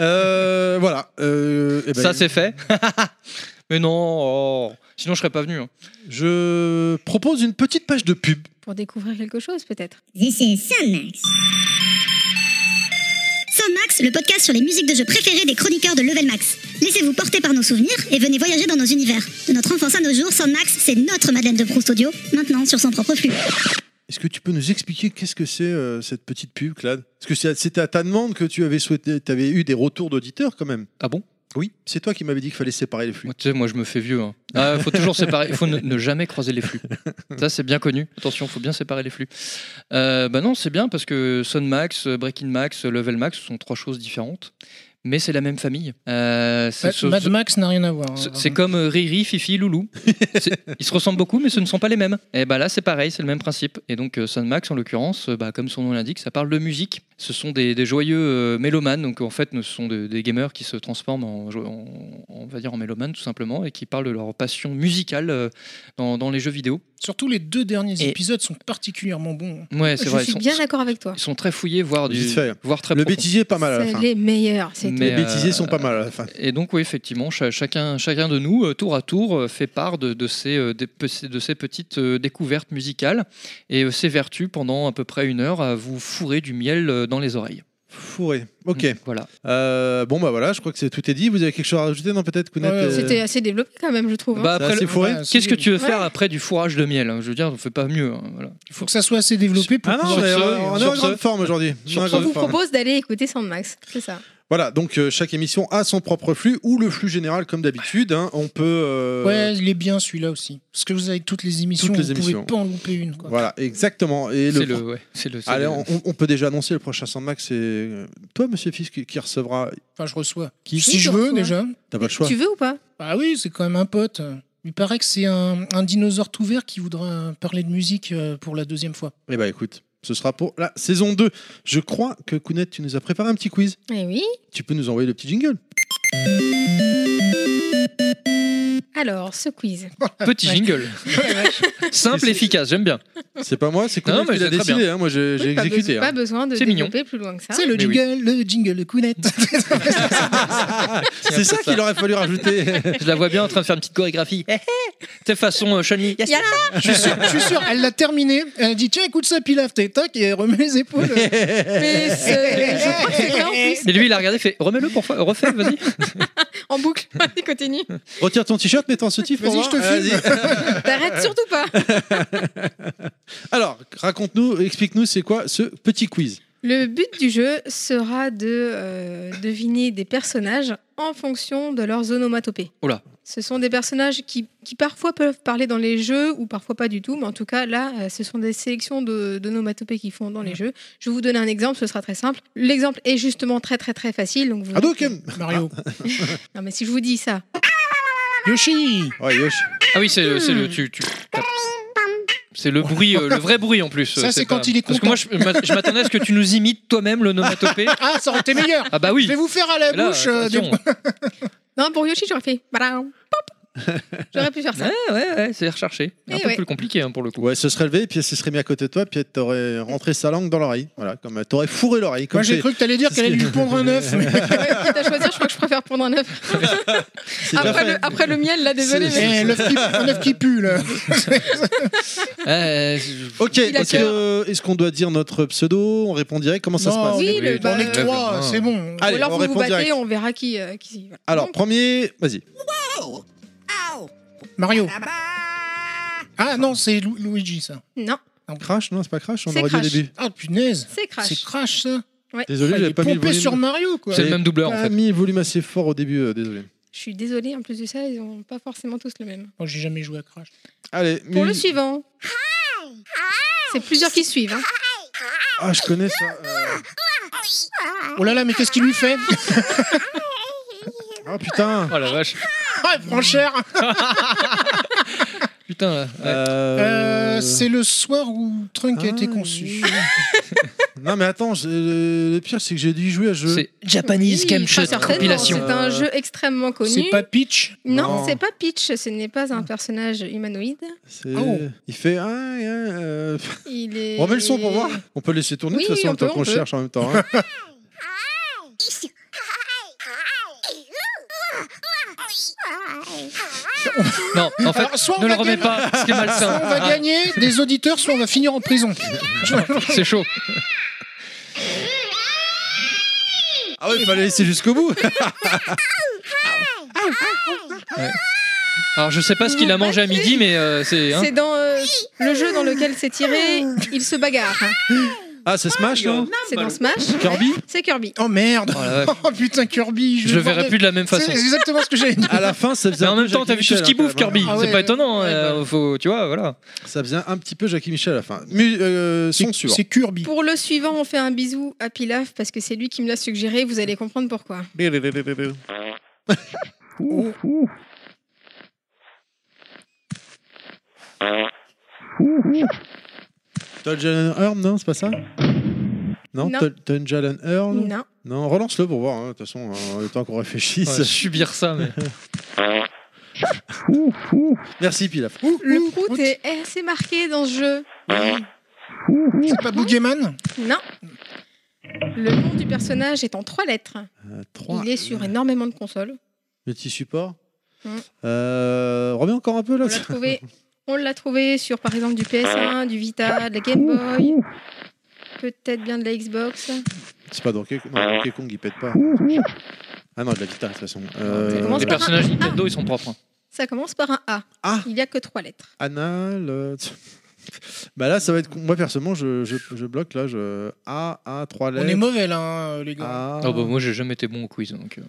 Euh, voilà. Euh, eh ben,
ça, c'est fait. mais non, oh. sinon, je serais pas venu. hein.
je propose une petite page de pub.
chier. Pour découvrir quelque chose, peut-être.
This is Soundmax. Soundmax, le podcast sur les musiques de jeux préférées des chroniqueurs de Level Max. Laissez-vous porter par nos souvenirs et venez voyager dans nos univers. De notre enfance à nos jours, Soundmax, c'est notre Madeleine de Proust audio, maintenant sur son propre flux.
Est-ce que tu peux nous expliquer qu'est-ce que c'est euh, cette petite pub, Clad Parce que c'est- c'était à ta demande que tu avais souhaité, tu avais eu des retours d'auditeurs quand même.
Ah bon
Oui, c'est toi qui m'avais dit qu'il fallait séparer les flux.
Moi, tu sais, moi je me fais vieux. hein. Ah, faut toujours séparer. Il faut ne, ne jamais croiser les flux. Ça, c'est bien connu. Attention, faut bien séparer les flux. Euh, bah non, c'est bien parce que Sonmax, euh, Breaking Max, euh, Level Max sont trois choses différentes, mais c'est la même famille. Euh, c'est
Mad-
ce-
Mad
ce-
Max n'a rien à voir.
ce-
hein.
c'est comme euh, Riri, Fifi, Loulou. C'est- Ils se ressemblent beaucoup, mais ce ne sont pas les mêmes. Et bah là, c'est pareil, c'est le même principe. Et donc, euh, Sonmax, en l'occurrence, euh, bah, comme son nom l'indique, ça parle de musique. Ce sont des, des joyeux euh, mélomanes. Donc, en fait, ce sont des, des gamers qui se transforment en, jo- en- en on va dire en mélomane tout simplement, et qui parlent de leur passion musicale euh, dans, dans les jeux vidéo.
Surtout les deux derniers
Et-
épisodes sont particulièrement bons.
Ouais, c'est
Je
vrai.
suis
ils sont,
bien d'accord avec toi.
ils sont très fouillés, voire, du,
Vite fait.
voire très
Le
profonds.
bêtisier est pas mal à la
C'est
fin.
les meilleurs, c'est tout.
Mais,
Les bêtisiers
euh,
sont pas mal à la fin.
Et donc, oui, effectivement, cha- chacun, chacun de nous, euh, tour à tour, euh, fait part de, de, ces, euh, des pe- de ces petites euh, découvertes musicales et euh, ses vertus pendant à peu près une heure à vous fourrer du miel euh, dans les oreilles.
Fourré. Ok.
Donc, Voilà.
Euh, bon, bah voilà, je crois que c'est tout est dit. Vous avez quelque chose à rajouter Non, peut-être Kounet
Ouais,
euh,
C'était assez développé quand même, je trouve. hein.
Bah,
Ah, c'est
après,
assez
le-
fourré
Ouais,
Qu'est-ce que tu veux faire
Ouais.
après du fourrage de miel hein Je veux dire, on ne fait pas mieux. hein, voilà.
Il faut que ça soit assez développé pour
Ah non,
pouvoir-
mais,
ce-
euh, on est
sur
en
ce-
grande forme aujourd'hui. On est en
On
grande
vous
forme.
propose d'aller écouter Sandmax, c'est ça.
Voilà, donc euh, chaque émission a son propre flux ou le flux général comme d'habitude. hein. On peut. euh,
Ouais, il est bien celui-là aussi. Parce que vous avez toutes les émissions,
Toutes les
vous
émissions.
pouvez pas en louper une. Quoi.
Voilà, exactement. Et
C'est
le.
le, ouais, c'est le- c'est
Allez,
le-
on, on- on peut déjà annoncer le prochain Sandmax. C'est euh, toi, Monsieur Fils, qui, qui recevra.
Enfin, je reçois.
Qui-
si
Oui,
je
tu
veux
reçois.
déjà.
T'as pas le choix.
Tu veux ou pas
Ah oui, c'est quand même un pote. Il paraît que c'est un, un dinosaure tout vert qui voudra parler de musique euh, pour la deuxième fois.
Eh bah écoute, ce sera pour la saison 2. Je crois que Kounet, tu nous as préparé un petit quiz.
Eh oui.
Tu peux nous envoyer le petit jingle.
Alors, ce quiz.
Petit jingle. Simple, efficace, j'aime bien.
C'est pas moi, c'est
Non,
Kounet
mais
qui l'a
c'est très
décidé. hein. Moi, j'ai j'ai
Oui, pas
exécuté.
besoin- Pas
hein.
besoin de
C'est mignon.
développer plus loin que ça.
c'est le
mais oui.
jingle, le jingle, le counette.
hein. C'est ça qu'il aurait fallu rajouter.
Je la vois bien en train de faire une petite chorégraphie. Hé, hé De façon, euh, Chun Li. Yes.
je, suis sûr, je suis sûr, elle l'a terminé. Elle a dit tiens, écoute ça, pilaf, t'es tac, et elle remet les épaules.
Mais ce- je crois que c'est ça en plus.
Et lui, il a regardé, il fait remets-le pour fa- refais, vas-y.
En boucle. Vas-y, continue.
Retire ton t-shirt, mets ton soutif. pour
Vas-y, je te
voir.
filme.
Vas-y.
T'arrêtes surtout pas.
Alors, raconte-nous, explique-nous, c'est quoi ce petit quiz
Le but du jeu sera de euh, deviner des personnages en fonction de leurs onomatopées.
Oula.
Ce sont des personnages qui, qui parfois peuvent parler dans les jeux ou parfois pas du tout, mais en tout cas là, euh, ce sont des sélections de- d'onomatopées qu'ils font dans les jeux. Je vais vous donner un exemple, ce sera très simple. L'exemple est justement très très très facile. Donc vous...
Ah donc
Mario.
Non mais si je vous dis ça,
Yoshi
Ouais, Yoshi.
Ah oui, c'est le, c'est
Hmm.
le tu, tu tapes. C'est le bruit, euh, le vrai bruit en plus.
Ça, c'est
pas-
quand il est
Parce que moi, je, m'a- je m'attendais à ce que tu nous imites toi-même le nomatopée.
Ah, ça aurait été meilleur
Ah bah oui.
Je vais vous faire à la
Là,
bouche euh, des-
attention.
Non, pour Yoshi, j'aurais fait. Badam, pop. J'aurais pu faire ça.
Ouais, ouais, ouais, c'est recherché. Un
Eh
peu
ouais.
plus compliqué hein, pour le coup.
Ouais, ce serait levé, puis ce serait mis à côté de toi, puis t'aurais rentré sa langue dans l'oreille. Voilà, comme euh, t'aurais fourré l'oreille. Comme
Moi, j'ai
c'est-
cru que t'allais dire qu'elle allait lui pondre un œuf. mais-
Quitte à choisir, je crois que je préfère prendre un œuf.
c'est déjà
Après
fait.
le, après le miel, là, désolé.
C'est-
Mais...
Eh, l'œuf qui- un œuf qui pue, là.
Euh, je-
Ok,
Il a
est-ce que- est-ce qu'on doit dire notre pseudo On répond direct Comment ça se
Non,
passe
on
Oui,
est-
le, bah,
on est que
euh,
trois,
euh,
c'est bon.
Allez,
ou alors
on
vous vous
répond
battez,
direct.
on verra qui. euh, qui... voilà.
Alors,
Donc,
premier, vas-y.
Mario. Ah non, c'est Lu- Luigi, ça.
non,
Crash Non, c'est pas Crash, on
C'est
aurait dit au
Crash.
début.
Ah punaise
c'est
C'est
Crash.
Crash, ça
Désolé,
Ah, Il
j'avais
est
pas mis le
pompé
volume.
sur Mario, quoi.
C'est le
J'avais
même doubleur en
pas
Euh,
fait.
mis le volume assez fort au début, euh, désolé.
Je suis désolée, en plus de ça, ils n'ont pas forcément tous le même.
Moi, j'ai jamais joué à Crash.
Allez,
Pour le
Ah, mais-
suivant. C'est plusieurs qui suivent. hein.
Ah, je connais ça. euh.
Oh là là, mais qu'est-ce qu'il lui fait
Ah putain
Oh la vache.
Ah, il prend cher
Putain, là. Ouais.
Euh,
Euh,
C'est le soir où Trunk a été
Ah,
conçu.
oui. Non, mais attends, je- le pire, c'est que j'ai dû y jouer à ce jeu.
c'est Japanese
Oui,
Game
enfin,
Shot
certainement,
compilation.
C'est un jeu extrêmement connu.
C'est pas Peach
Non,
Non.
c'est pas Peach, ce n'est pas un personnage humanoïde.
C'est-
Oh.
Il fait. Ah, ah, euh,
Il est...
On remet le son pour voir. On peut laisser tourner de
Oui,
toute façon
on
le temps
peut,
qu'on
on peut.
cherche en même temps. hein.
Non, en fait,
Alors, Ah, soit on
ne le
va
remets
gagner-
pas, c'est malsain.
Soit on va
Ah,
gagner des auditeurs, soit on va finir en prison.
c'est chaud.
Ah oui, il fallait laisser jusqu'au bout.
Alors je sais pas ce qu'il a mangé à midi, mais euh, c'est. hein.
C'est dans euh, le jeu dans lequel c'est tiré, il se bagarre. hein.
Ah, c'est Smash, non
C'est dans Smash.
Kirby
C'est Kirby.
Oh merde
Oh la vache.
Oh putain, Kirby
Je le
vais
verrai
voir
plus de la même façon.
C'est exactement ce que j'avais dit.
À la fin, ça faisait.
Mais en
un peu
même temps,
Jackie
t'as vu tout ce
Michel,
qu'il
hein,
bouffe,
quand même,
Kirby.
hein.
Ah
c'est
ouais,
pas étonnant.
ouais, bah.
euh,
ouais.
faut- tu vois, voilà.
Ça faisait un petit peu Jackie Michel à la fin. Mais euh, son
C'est
suivant.
c'est Kirby.
Pour le suivant, on fait un bisou à Pilaf parce que c'est lui qui me l'a suggéré. Vous allez comprendre pourquoi.
Tunjalen Earl, non, c'est pas ça Non,
Non.
Tun- Tunjalen Earl
Non.
hein, Non, relance-le pour voir, hein, de toute façon, euh, le temps qu'on réfléchisse.
Ouais, subir ça, mais.
Merci Pilaf.
Le prout est assez marqué dans ce jeu.
C'est pas Boogeyman
Non. Le nom du personnage est en trois lettres.
Euh, trois.
Il est sur énormément de consoles.
Le petit support.
Mm. Oh
Euh, remets encore un peu là.
On l'a trouvé. On l'a trouvé sur par exemple du PS1, du Vita, de la Game Boy, peut-être bien de la Xbox.
C'est pas Donkey Kong. Non, Donkey Kong, il pète pas. Ah non, de la guitare de toute façon.
Ça Ah.
Euh,
commence
Les
par un
personnages
A.
Nintendo, ils sont propres. hein.
Ça commence par un A.
Ah.
Il n'y a que trois lettres.
Anna, le... Bah là, ça va être. con. Moi, personnellement, je, je, je bloque là. Je... A, A, 3
On est
lettres.
mauvais là, hein, les gars.
A.
Ah bah, moi, j'ai jamais été bon au quiz. Donc, euh.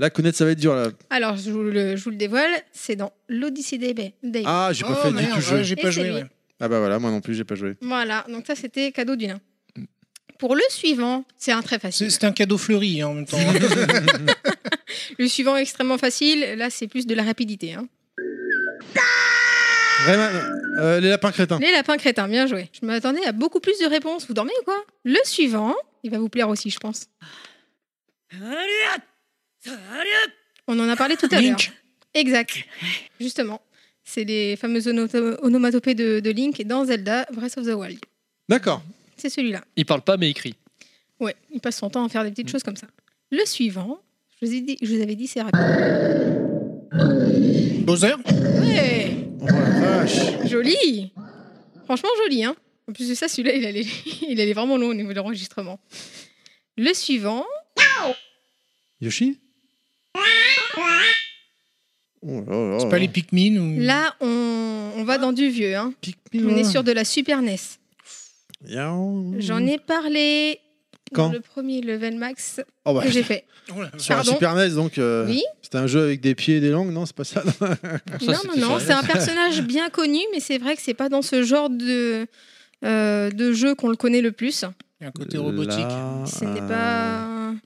Là, connaître, ça va être dur. Là.
Alors je vous le, je vous le dévoile, c'est dans l'Odyssée des Baies. Des-
Ah, j'ai pas
Oh,
fait du
merde,
tout
ouais,
jouer.
j'ai
Et c'est
pas joué.
lui.
ouais.
Ah bah voilà, moi non plus, j'ai pas joué.
Voilà, donc ça c'était cadeau du nain. Pour le suivant, c'est un très
C'est
facile.
c'est un cadeau fleuri hein, en même temps.
Le suivant est extrêmement facile, là c'est plus de la rapidité. hein.
Vraiment, euh, les lapins crétins.
Les lapins crétins, bien joué. Je m'attendais à beaucoup plus de réponses. Vous dormez ou quoi Le suivant, il va vous plaire aussi, je pense. On en a parlé tout à l'heure.
Link.
Exact. Justement, c'est les fameuses ono- onomatopées de, de Link dans Zelda Breath of the Wild.
D'accord.
C'est celui-là.
Il parle pas, mais écrit.
Ouais, il passe son temps à faire des petites choses comme ça. Le suivant, je vous, ai dit, je vous avais dit c'est rapide.
Bowser
Ouais,
Oh la vache.
joli. Franchement joli, hein. En plus de ça, celui-là, il allait, il allait vraiment long au niveau de l'enregistrement. Le suivant,
Yoshi Oh là là
C'est
là.
pas les Pikmin ou...
Là, on, on va dans du vieux. Hein.
Pikmin,
On est
là.
sur de la Super NES.
Yaou.
J'en ai parlé
Quand
dans le premier level max
Oh bah,
que j'ai fait.
Oh là là.
sur la
pardon.
Super NES, donc. euh,
Oui.
C'était un jeu avec des pieds et des langues, non C'est pas ça non
Bon, Ah, ça,
non,
c'était
non, non,
sur- E
c'est un personnage bien connu, mais c'est vrai que c'est pas dans ce genre de, euh, de jeu qu'on le connaît le plus.
Il y a un côté robotique.
Là,
Ce n'est
euh,
pas. un-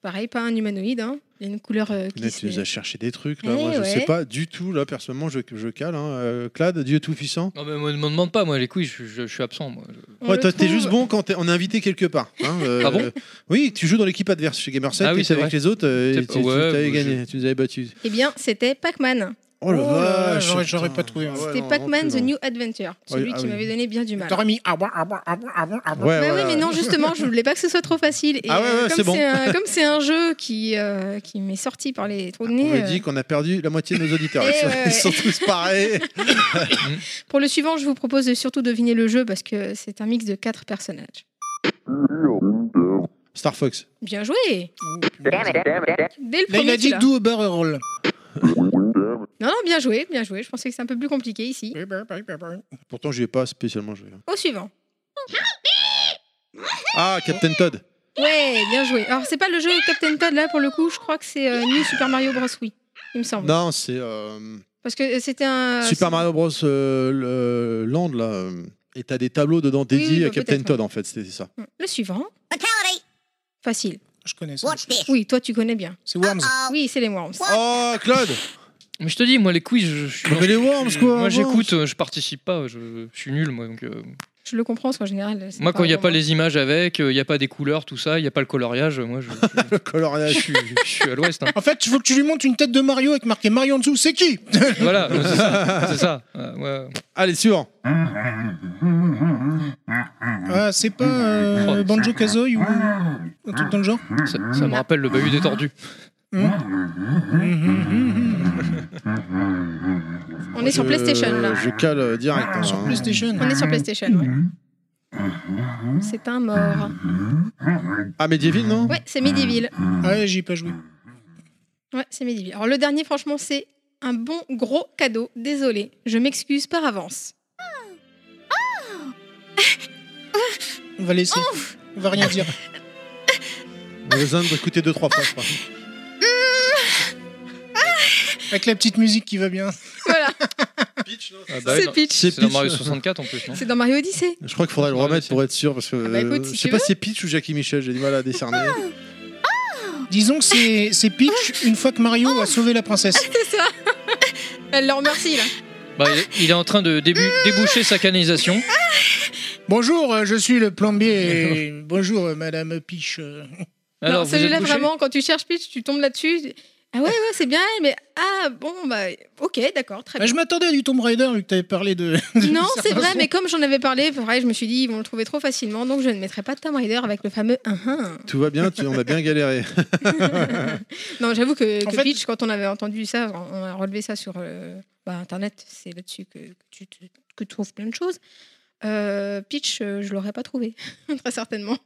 Pareil, pas un humanoïde. hein. Il y a une couleur euh, qui
Là, tu
se-
nous as cherché des trucs, là.
Eh
Moi, je
ouais.
sais pas du tout, là, personnellement, je, je cale. Hein. Euh, Clad, Dieu Tout-Puissant.
Non, mais moi, ne me demande pas, moi, les quiz, je, je- je suis absent. Moi.
on
Ouais,
le
toi, t'es
trouve-
juste bon quand t'es- on est invité quelque part. hein, euh,
Ah bon
euh, Oui, tu joues dans l'équipe adverse chez Gamerset,
Ah oui,
t'étais
c'est
avec
vrai.
les autres, euh,
C'est-
et tu, tu-
ouais,
t'avais
moi,
gagné, tu nous avais battus.
Eh bien, c'était Pac-Man.
Oh la
Oh là là,
vache
j'aurais- j'aurais
putain.
pas trouvé, hein.
Ah ouais,
C'était
non, non
Pac-Man The
plus, non.
New Adventure. Celui
ah
qui
oui.
m'avait donné bien du mal.
T'aurais mis ah ouais, ah ouais, ah ouais, ah ouais, ah ouais.
Ouais,
Bah
voilà.
oui, mais non, justement, je voulais pas que ce soit trop facile. Et
euh. Ah ouais, ouais,
euh,
c'est
comme
bon.
c'est un, comme c'est un jeu qui, euh, qui m'est sorti par les trous de
On
nez,
me
euh,
dit qu'on a perdu la moitié de nos auditeurs.
Eh
Ils sont,
ouais.
ils sont tous pareils.
euh, pour le suivant, je vous propose de surtout deviner le jeu parce que c'est un mix de quatre personnages.
Star Fox.
Bien joué Dès le
Là, il
premier,
a
tu
dit
l'as.
Do Uber Roll.
Non, non, bien joué, bien joué. Je pensais que c'est un peu plus compliqué ici.
Pourtant, je ai pas spécialement joué. hein.
Au suivant.
Ah, Captain Todd.
Ouais, bien joué. Alors, c'est pas le jeu Captain Todd là pour le coup, je crois que c'est euh, New Super Mario Bros. Oui, il me semble.
Non, c'est euh,
Parce que c'était un.
Super Mario Bros. euh, le- Land, là. euh, Et t'as des tableaux dedans dédiés
oui,
à
bah,
Captain
peut-être,
Todd, en fait. C'était ça.
Le suivant. Facile.
Je connais ça.
Oui, toi tu connais bien.
C'est Worms.
Ah.
Oui, c'est les Worms.
Oh, Claude
Mais je te dis, moi, les quiz, je, je suis.
Mais les Worms, quoi
Moi,
Worms.
j'écoute, euh, je participe pas, je, je suis nul, moi. Donc, euh,
Je le comprends, parce qu'en général. c'est
Moi, quand il n'y a pas
vraiment-
les images avec, euh, il n'y a pas des couleurs, tout ça, il n'y a pas le coloriage, moi, je,
Le
je
coloriage.
suis, je suis à l'ouest. hein.
En fait, il faut que tu lui montes une tête de Mario avec marqué Mario en dessous. C'est qui
Voilà, c'est ça. c'est ça. Euh, ouais.
Allez, suivant.
Ah, c'est pas euh,
Oh.
Banjo Kazooie ou un truc dans le genre Hmm?
ça, ça me rappelle le bahut des tordus.
On est sur
Je-
PlayStation là.
Je cale euh, direct. hein.
Ah, Sur PlayStation.
On est sur PlayStation, ouais. C'est un mort.
Ah, Medieval, non
Ouais, c'est Medieval.
Ah Ouais, j'y ai pas joué.
Ouais, c'est Medieval. Alors le dernier, franchement, c'est un bon gros cadeau. Désolé, je m'excuse par avance.
On va laisser. On va rien dire.
On les a écouté deux, trois fois, je crois.
Avec la petite musique qui va bien.
Voilà,
Ah, bah ouais,
c'est
non.
Peach.
C'est
C'est dans
Peach.
Mario 64 en plus, non
C'est dans Mario Odyssey.
Je crois qu'il faudrait le
Ouais,
remettre
c'est-
pour être sûr, parce que
Ah bah écoute,
euh,
si
je
tu
sais pas
veux.
si c'est Peach ou Jackie Michel, j'ai du mal à décerner.
Disons que c'est c'est Peach une fois que Mario a sauvé la princesse.
C'est ça. Elle le remercie là.
Bah, il- Il est en train de débu- déboucher sa canisation.
Bonjour, euh, je suis le plombier. et Bonjour, euh, madame Peach. euh.
Non,
Alors, vous êtes
Celui-là,
bouché
vraiment, quand tu cherches Peach, tu tombes là-dessus. Ah ouais, ouais, c'est bien, mais ah bon, bah ok, d'accord, très
Bah,
bien.
je m'attendais à du Tomb Raider vu que t'avais parlé de.
Non,
de
c'est vrai,
Sarah
mais comme j'en avais parlé, pareil, je me suis dit, ils vont le trouver trop facilement, donc je ne mettrai pas de Tomb Raider avec le fameux 1
Tout va bien, tu- on a bien galéré.
Non, j'avoue que,
En
que
fait-
Peach, quand on avait entendu ça, on on a relevé ça sur euh, bah, Internet, c'est là-dessus que, que tu, te- que tu trouves plein de choses. Euh, Peach, euh, je l'aurais pas trouvé, très certainement.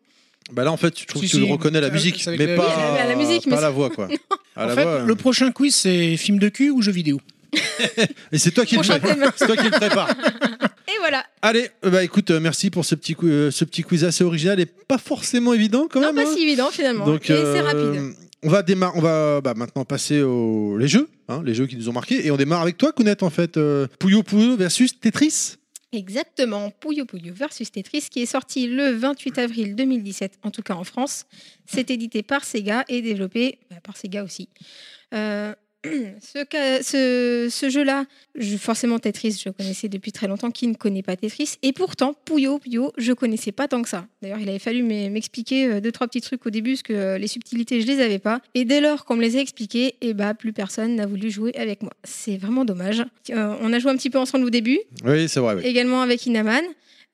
Bah là, en fait, tu trouves
Si,
que tu
si,
reconnais la
avec-
musique,
avec
mais
la-
pas,
Oui, la- la- la musique,
pas
mais
la
c'est-
voix, quoi. À
En
la
fait,
voix,
le
euh.
prochain quiz, c'est film de cul ou jeu vidéo
Et c'est toi qui le
Prochain
fais.
thème.
C'est toi qui le prépare.
Et voilà.
Allez, euh, bah écoute, euh, merci pour ce petit, cou- euh, ce petit quiz assez original et pas forcément évident quand
Non,
même.
pas
hein.
si évident finalement.
Donc,
Et c'est
euh,
rapide.
On va, démar- on va bah, maintenant passer aux les jeux, hein, les jeux qui nous ont marqués. Et on démarre avec toi, Kounet, en fait. euh, Puyo Puyo versus Tetris.
Exactement, Puyo Puyo versus Tetris qui est sorti le 28 avril 2017, en tout cas en France. C'est édité par Sega et développé bah, par Sega aussi. Euh, ce ca- ce, ce jeu-là, je- forcément Tetris, je connaissais depuis très longtemps. Qui ne connaît pas Tetris Et pourtant, Puyo Puyo, je connaissais pas tant que ça. D'ailleurs, il avait fallu m'e- m'expliquer euh, deux trois petits trucs au début parce que euh, les subtilités, je les avais pas. Et dès lors qu'on me les a expliquées, et bah plus personne n'a voulu jouer avec moi. C'est vraiment dommage. Euh, on a joué un petit peu ensemble au début
Oui, c'est vrai. oui.
également avec Inaman,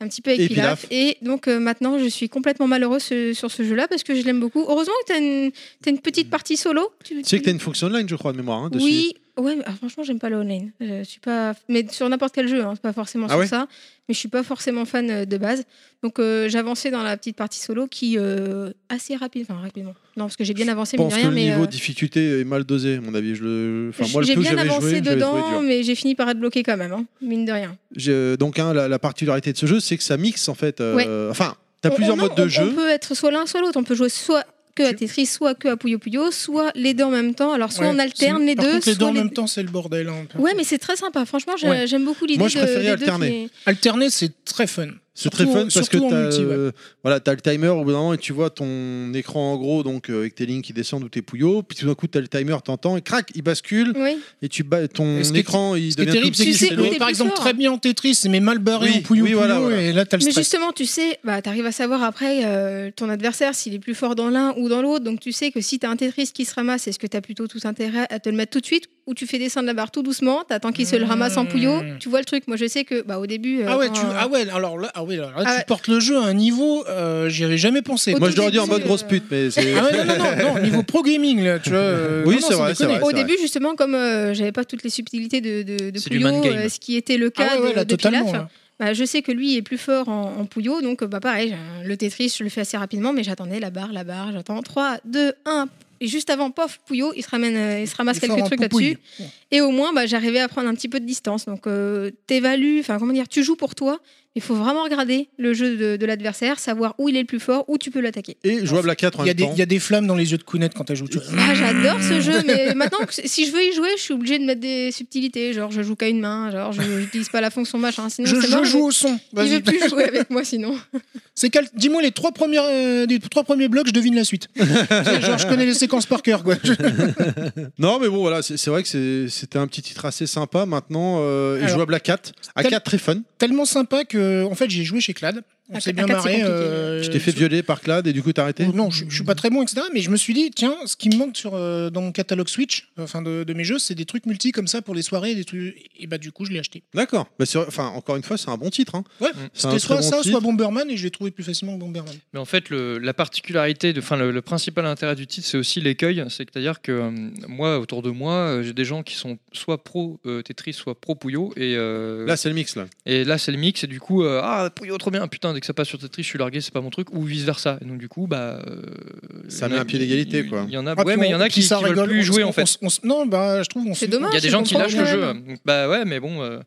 un petit peu avec
Et
Pilaf. Et donc euh, maintenant, je suis complètement malheureuse ce- sur ce jeu-là parce que je l'aime beaucoup. Heureusement que tu as, une petite partie solo. Tu,
Mm. Tu sais que t'as une fonction online, je crois, de mémoire. hein, dessus.
Oui, ouais, mais, ah, franchement, j'aime pas le online. Je suis pas, mais sur n'importe quel jeu, hein, c'est pas forcément
Ah
sur
ouais
ça. Mais je suis pas forcément fan euh, de base. Donc euh, j'avançais dans la petite partie solo qui euh, assez rapide, enfin rapidement. Non, parce que j'ai bien avancé,
Je
mais
pense que
rien.
le
mais
niveau
euh,
de difficulté est mal dosé, à mon avis. Je le... enfin, moi, le
j'ai
peu que
bien
j'avais
avancé
joué, je l'avais trouvé
dedans,
dur.
mais j'ai fini par être bloqué quand même, hein, mine de rien.
Je- Donc, hein, la, la particularité de ce jeu, c'est que ça mixe, en fait. euh,
Ouais.
Enfin, t'as
On-
plusieurs
on-
modes de
on-
jeu.
On peut être soit l'un, soit l'autre. On peut jouer soit que à Tetris, soit que à Puyo Puyo, soit les deux en même temps. Alors, soit
Ouais.
on alterne
C'est-
les
par
deux,
contre, les deux
soit
en même temps, c'est le bordel. hein.
Ouais, mais c'est très sympa. Franchement, j'ai-
Ouais.
j'aime beaucoup l'idée
Moi, je
de-
préférais
des deux
alterner.
qui-
Alterner, c'est très fun.
C'est très fun
Surtout-
parce que
surtout en
t'as
multi, ouais.
euh, voilà, t'as le timer au bout d'un moment et tu vois ton écran en gros, donc euh, avec tes lignes qui descendent ou tes pouillots. Puis tout d'un coup, t'as le timer, t'entends et crac, il bascule
Oui.
et tu bats ton
Et ce qui est-
écran. il
Ce qui est
devient
terrible,
tout
c'est que
petit,
tu sais
j'ai
c'est
où
l'autre.
t'es
joué, par
plus
exemple
fort.
très bien en Tetris, mais mal barré
Oui,
en Puyo
oui, voilà,
Puyo,
voilà.
et là t'as le
Mais
stress.
justement, tu sais, bah, tu arrives à savoir après euh, ton adversaire s'il est plus fort dans l'un ou dans l'autre. Donc tu sais que si tu as un Tetris qui se ramasse, est-ce que tu as plutôt tout intérêt à te le mettre tout de suite ou tu fais descendre la barre tout doucement, t'attends qu'il se le ramasse en Puyo
Mmh.
Tu vois le truc Moi, je sais que bah, au début. euh,
Ah ouais,
quand,
tu,
euh,
ah ouais, alors là, ah ouais, alors là,
Ah
tu
ouais.
portes le jeu à un niveau, euh, j'y avais jamais pensé.
Au
Moi,
tout
je l'aurais dit en
début,
mode grosse
euh,
pute, mais c'est.
Ah ouais, non, non, non, non, niveau pro gaming, là, tu vois. euh,
Oui,
non, non,
c'est
sans
vrai, c'est
déconner.
vrai.
Au début, justement, comme euh, j'avais pas toutes les subtilités de, de, de
C'est du
Puyo,
man game.
euh, ce qui était le cas
Ah ouais, ouais,
de,
là,
de
totalement.
Pilaf,
là.
bah, je sais que lui est plus fort en, en Puyo, donc euh, bah, pareil, j'ai- le Tetris, je le fais assez rapidement, mais j'attendais la barre, la barre, j'attends 3, 2, 1. Et juste avant, pof, Puyo, il se, ramène, euh, il se ramasse
Il sort
quelques
en
trucs
poupouille.
là-dessus. Et au moins, bah, j'arrivais à prendre un petit peu de distance. Donc, euh, t'évalues, enfin, comment dire, tu joues pour toi, mais il faut vraiment regarder le jeu de, de l'adversaire, savoir où il est le plus fort, où tu peux l'attaquer.
Et jouable à 4 en
Il y, a
même
des,
temps.
il y a des flammes dans les yeux de Kounet quand t'as joué. Tu vois.
Ah, j'adore ce jeu, mais maintenant, que- si je veux y jouer, je suis obligée de mettre des subtilités. Genre, je joue qu'à une main, genre, je n'utilise pas la fonction machin. Sinon,
Je,
c'est
je
mort,
joue au son.
Il veut
Vas-y.
plus jouer avec moi sinon.
C'est quel- Dis-moi les trois premières, euh, des trois premiers blocs, je devine la suite. Genre, je connais les séquences par cœur, quoi.
Non, mais bon, voilà, c'est c'est vrai que c'est- c'était un petit titre assez sympa maintenant euh, et
Alors,
jouable à 4. À
tel-
4, très fun.
Tellement sympa que, en fait, j'ai joué chez Clad. On
À-
s'est
à
bien
Ah, quatre, c'est
marré.
compliqué.
euh,
Tu t'es fait violer par Clad et du coup, t'as arrêté
Ou non, je, je suis pas très bon, etc. Mais je me suis dit, tiens, ce qui me manque sur, euh, dans mon catalogue Switch, euh, enfin de, de mes jeux, c'est des trucs multi comme ça pour les soirées, des trucs. Et bah du coup, je l'ai acheté.
D'accord. Bah, c'est- enfin, encore une fois, c'est un bon titre. hein.
Mm.
Ouais,
C'est un
c'était
très
soit
bon
ça,
titre.
soit Bomberman, et je l'ai trouvé plus facilement que Bomberman.
Mais en fait, le- la particularité, de- enfin le, le principal intérêt du titre, c'est aussi l'écueil. C'est-à-dire que euh, moi, autour de moi, euh, j'ai des gens qui sont soit pro euh, Tetris, soit pro Puyo. Et, euh,
Là, c'est le mix. Là.
et là, c'est le mix. Et du coup, euh, ah, Puyo, trop bien. Putain, dès que ça passe sur Tetris, je suis largué, c'est pas mon truc. Ou vice-versa. Et donc, du coup, bah. euh,
Ça
il y
met
en a-
un pied d'égalité, quoi.
Il y en a,
Ah,
ouais,
puis
mais il y
on-
en a
puis
qui,
ça
qui veulent
rigole,
plus
on-
jouer,
on-
en fait.
on- on- non, bah je trouve. on
C'est
se-
dommage.
Il y a des gens qui
comprends
lâchent le
quand
jeu.
même.
euh, Bah ouais, mais bon, euh,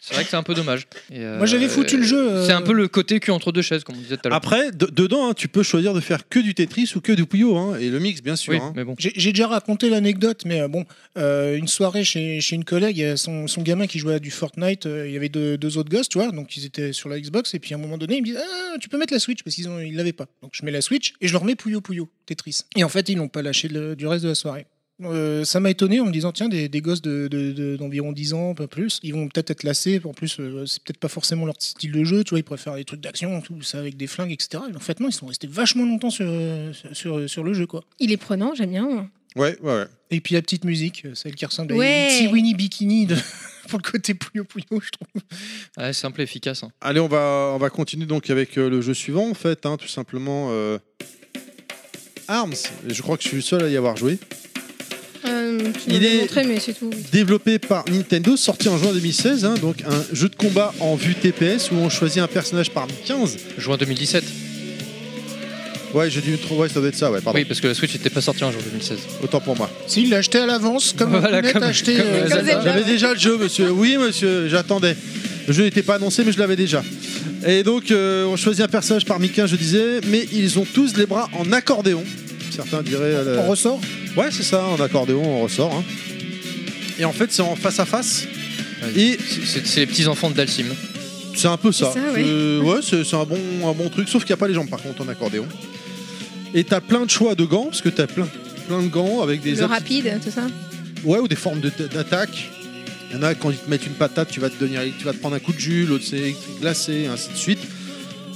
c'est vrai que c'est un peu dommage. Et, euh,
Moi, j'avais foutu le jeu, euh,
C'est un peu le côté cul entre deux chaises, comme on disait tout à l'heure.
Après, de- dedans, hein, tu peux choisir de faire que du Tetris ou que du Puyo. hein, et le mix, bien sûr.
Oui,
hein.
mais bon.
J'ai j'ai déjà raconté l'anecdote, mais euh, bon, euh, une soirée chez, chez une collègue, il y a son, son gamin qui jouait à du Fortnite, euh, il y avait deux, deux autres gosses, tu vois, donc ils étaient sur la Xbox, et puis à un moment donné, ils me disent Ah, tu peux mettre la Switch, parce qu'ils ont- ils l'avaient pas. Donc je mets la Switch, et je leur mets Puyo Puyo, Tetris. Et en fait, ils l'ont pas lâché le- du reste de la soirée. Euh, ça m'a étonné en me disant tiens des, des gosses de- de- de- d'environ 10 ans pas plus ils vont peut-être être lassés en plus euh, c'est peut-être pas forcément leur style de jeu tu vois ils préfèrent des trucs d'action tout ça avec des flingues etc mais en fait non ils sont restés vachement longtemps sur, sur, sur le jeu quoi
Il est prenant, j'aime bien.
Ouais, ouais, ouais.
Et puis la petite musique, euh, celle qui ressemble
Ouais.
à une Winnie Bikini de- pour le côté Puyo Puyo, je trouve.
Ouais, simple et efficace. hein.
Allez, on va, on va continuer donc avec euh, le jeu suivant, en fait, hein, tout simplement. euh, Arms, et je crois que je suis le seul à y avoir joué.
Euh, tu
Il
m'avais
est-
montré, mais c'est tout.
Développé par Nintendo, sorti en juin 2016, hein, donc un jeu de combat en vue TPS où on choisit un personnage parmi 15.
Juin 2017.
Ouais, j'ai dû trouver, ouais, ça doit être ça, ouais, pardon.
Oui, parce que la Switch n'était pas sortie en juin 2016.
Autant pour moi.
Si, il l'a acheté à l'avance, comme
Voilà,
on
comme-
l'a acheté.
comme
euh,
Zelda.
Zelda.
Zelda.
J'avais déjà le jeu, monsieur. Oui, monsieur, j'attendais. Le jeu n'était pas annoncé, mais je l'avais déjà. Et donc, euh, on choisit un personnage parmi 15, je disais, mais ils ont tous les bras en accordéon. Certains diraient. euh,
On ressort
Ouais, c'est ça, en accordéon, on ressort. hein. Et en fait, c'est en face à face. Et
C'est- C'est c'est les petits enfants de Dalsim.
c'est un peu ça.
C'est ça, ouais.
Euh, ouais, c'est c'est un bon, un bon truc, sauf qu'il n'y a pas les jambes par contre en accordéon. Et t'as plein de choix de gants, parce que t'as plein, plein de gants avec des
Le
apti-
rapide, tout ça.
Ouais, ou des formes de- d'attaque. Il y en a quand ils te mettent une patate, tu vas te, devenir, tu vas te prendre un coup de jus, l'autre c'est électrique glacé, ainsi de suite.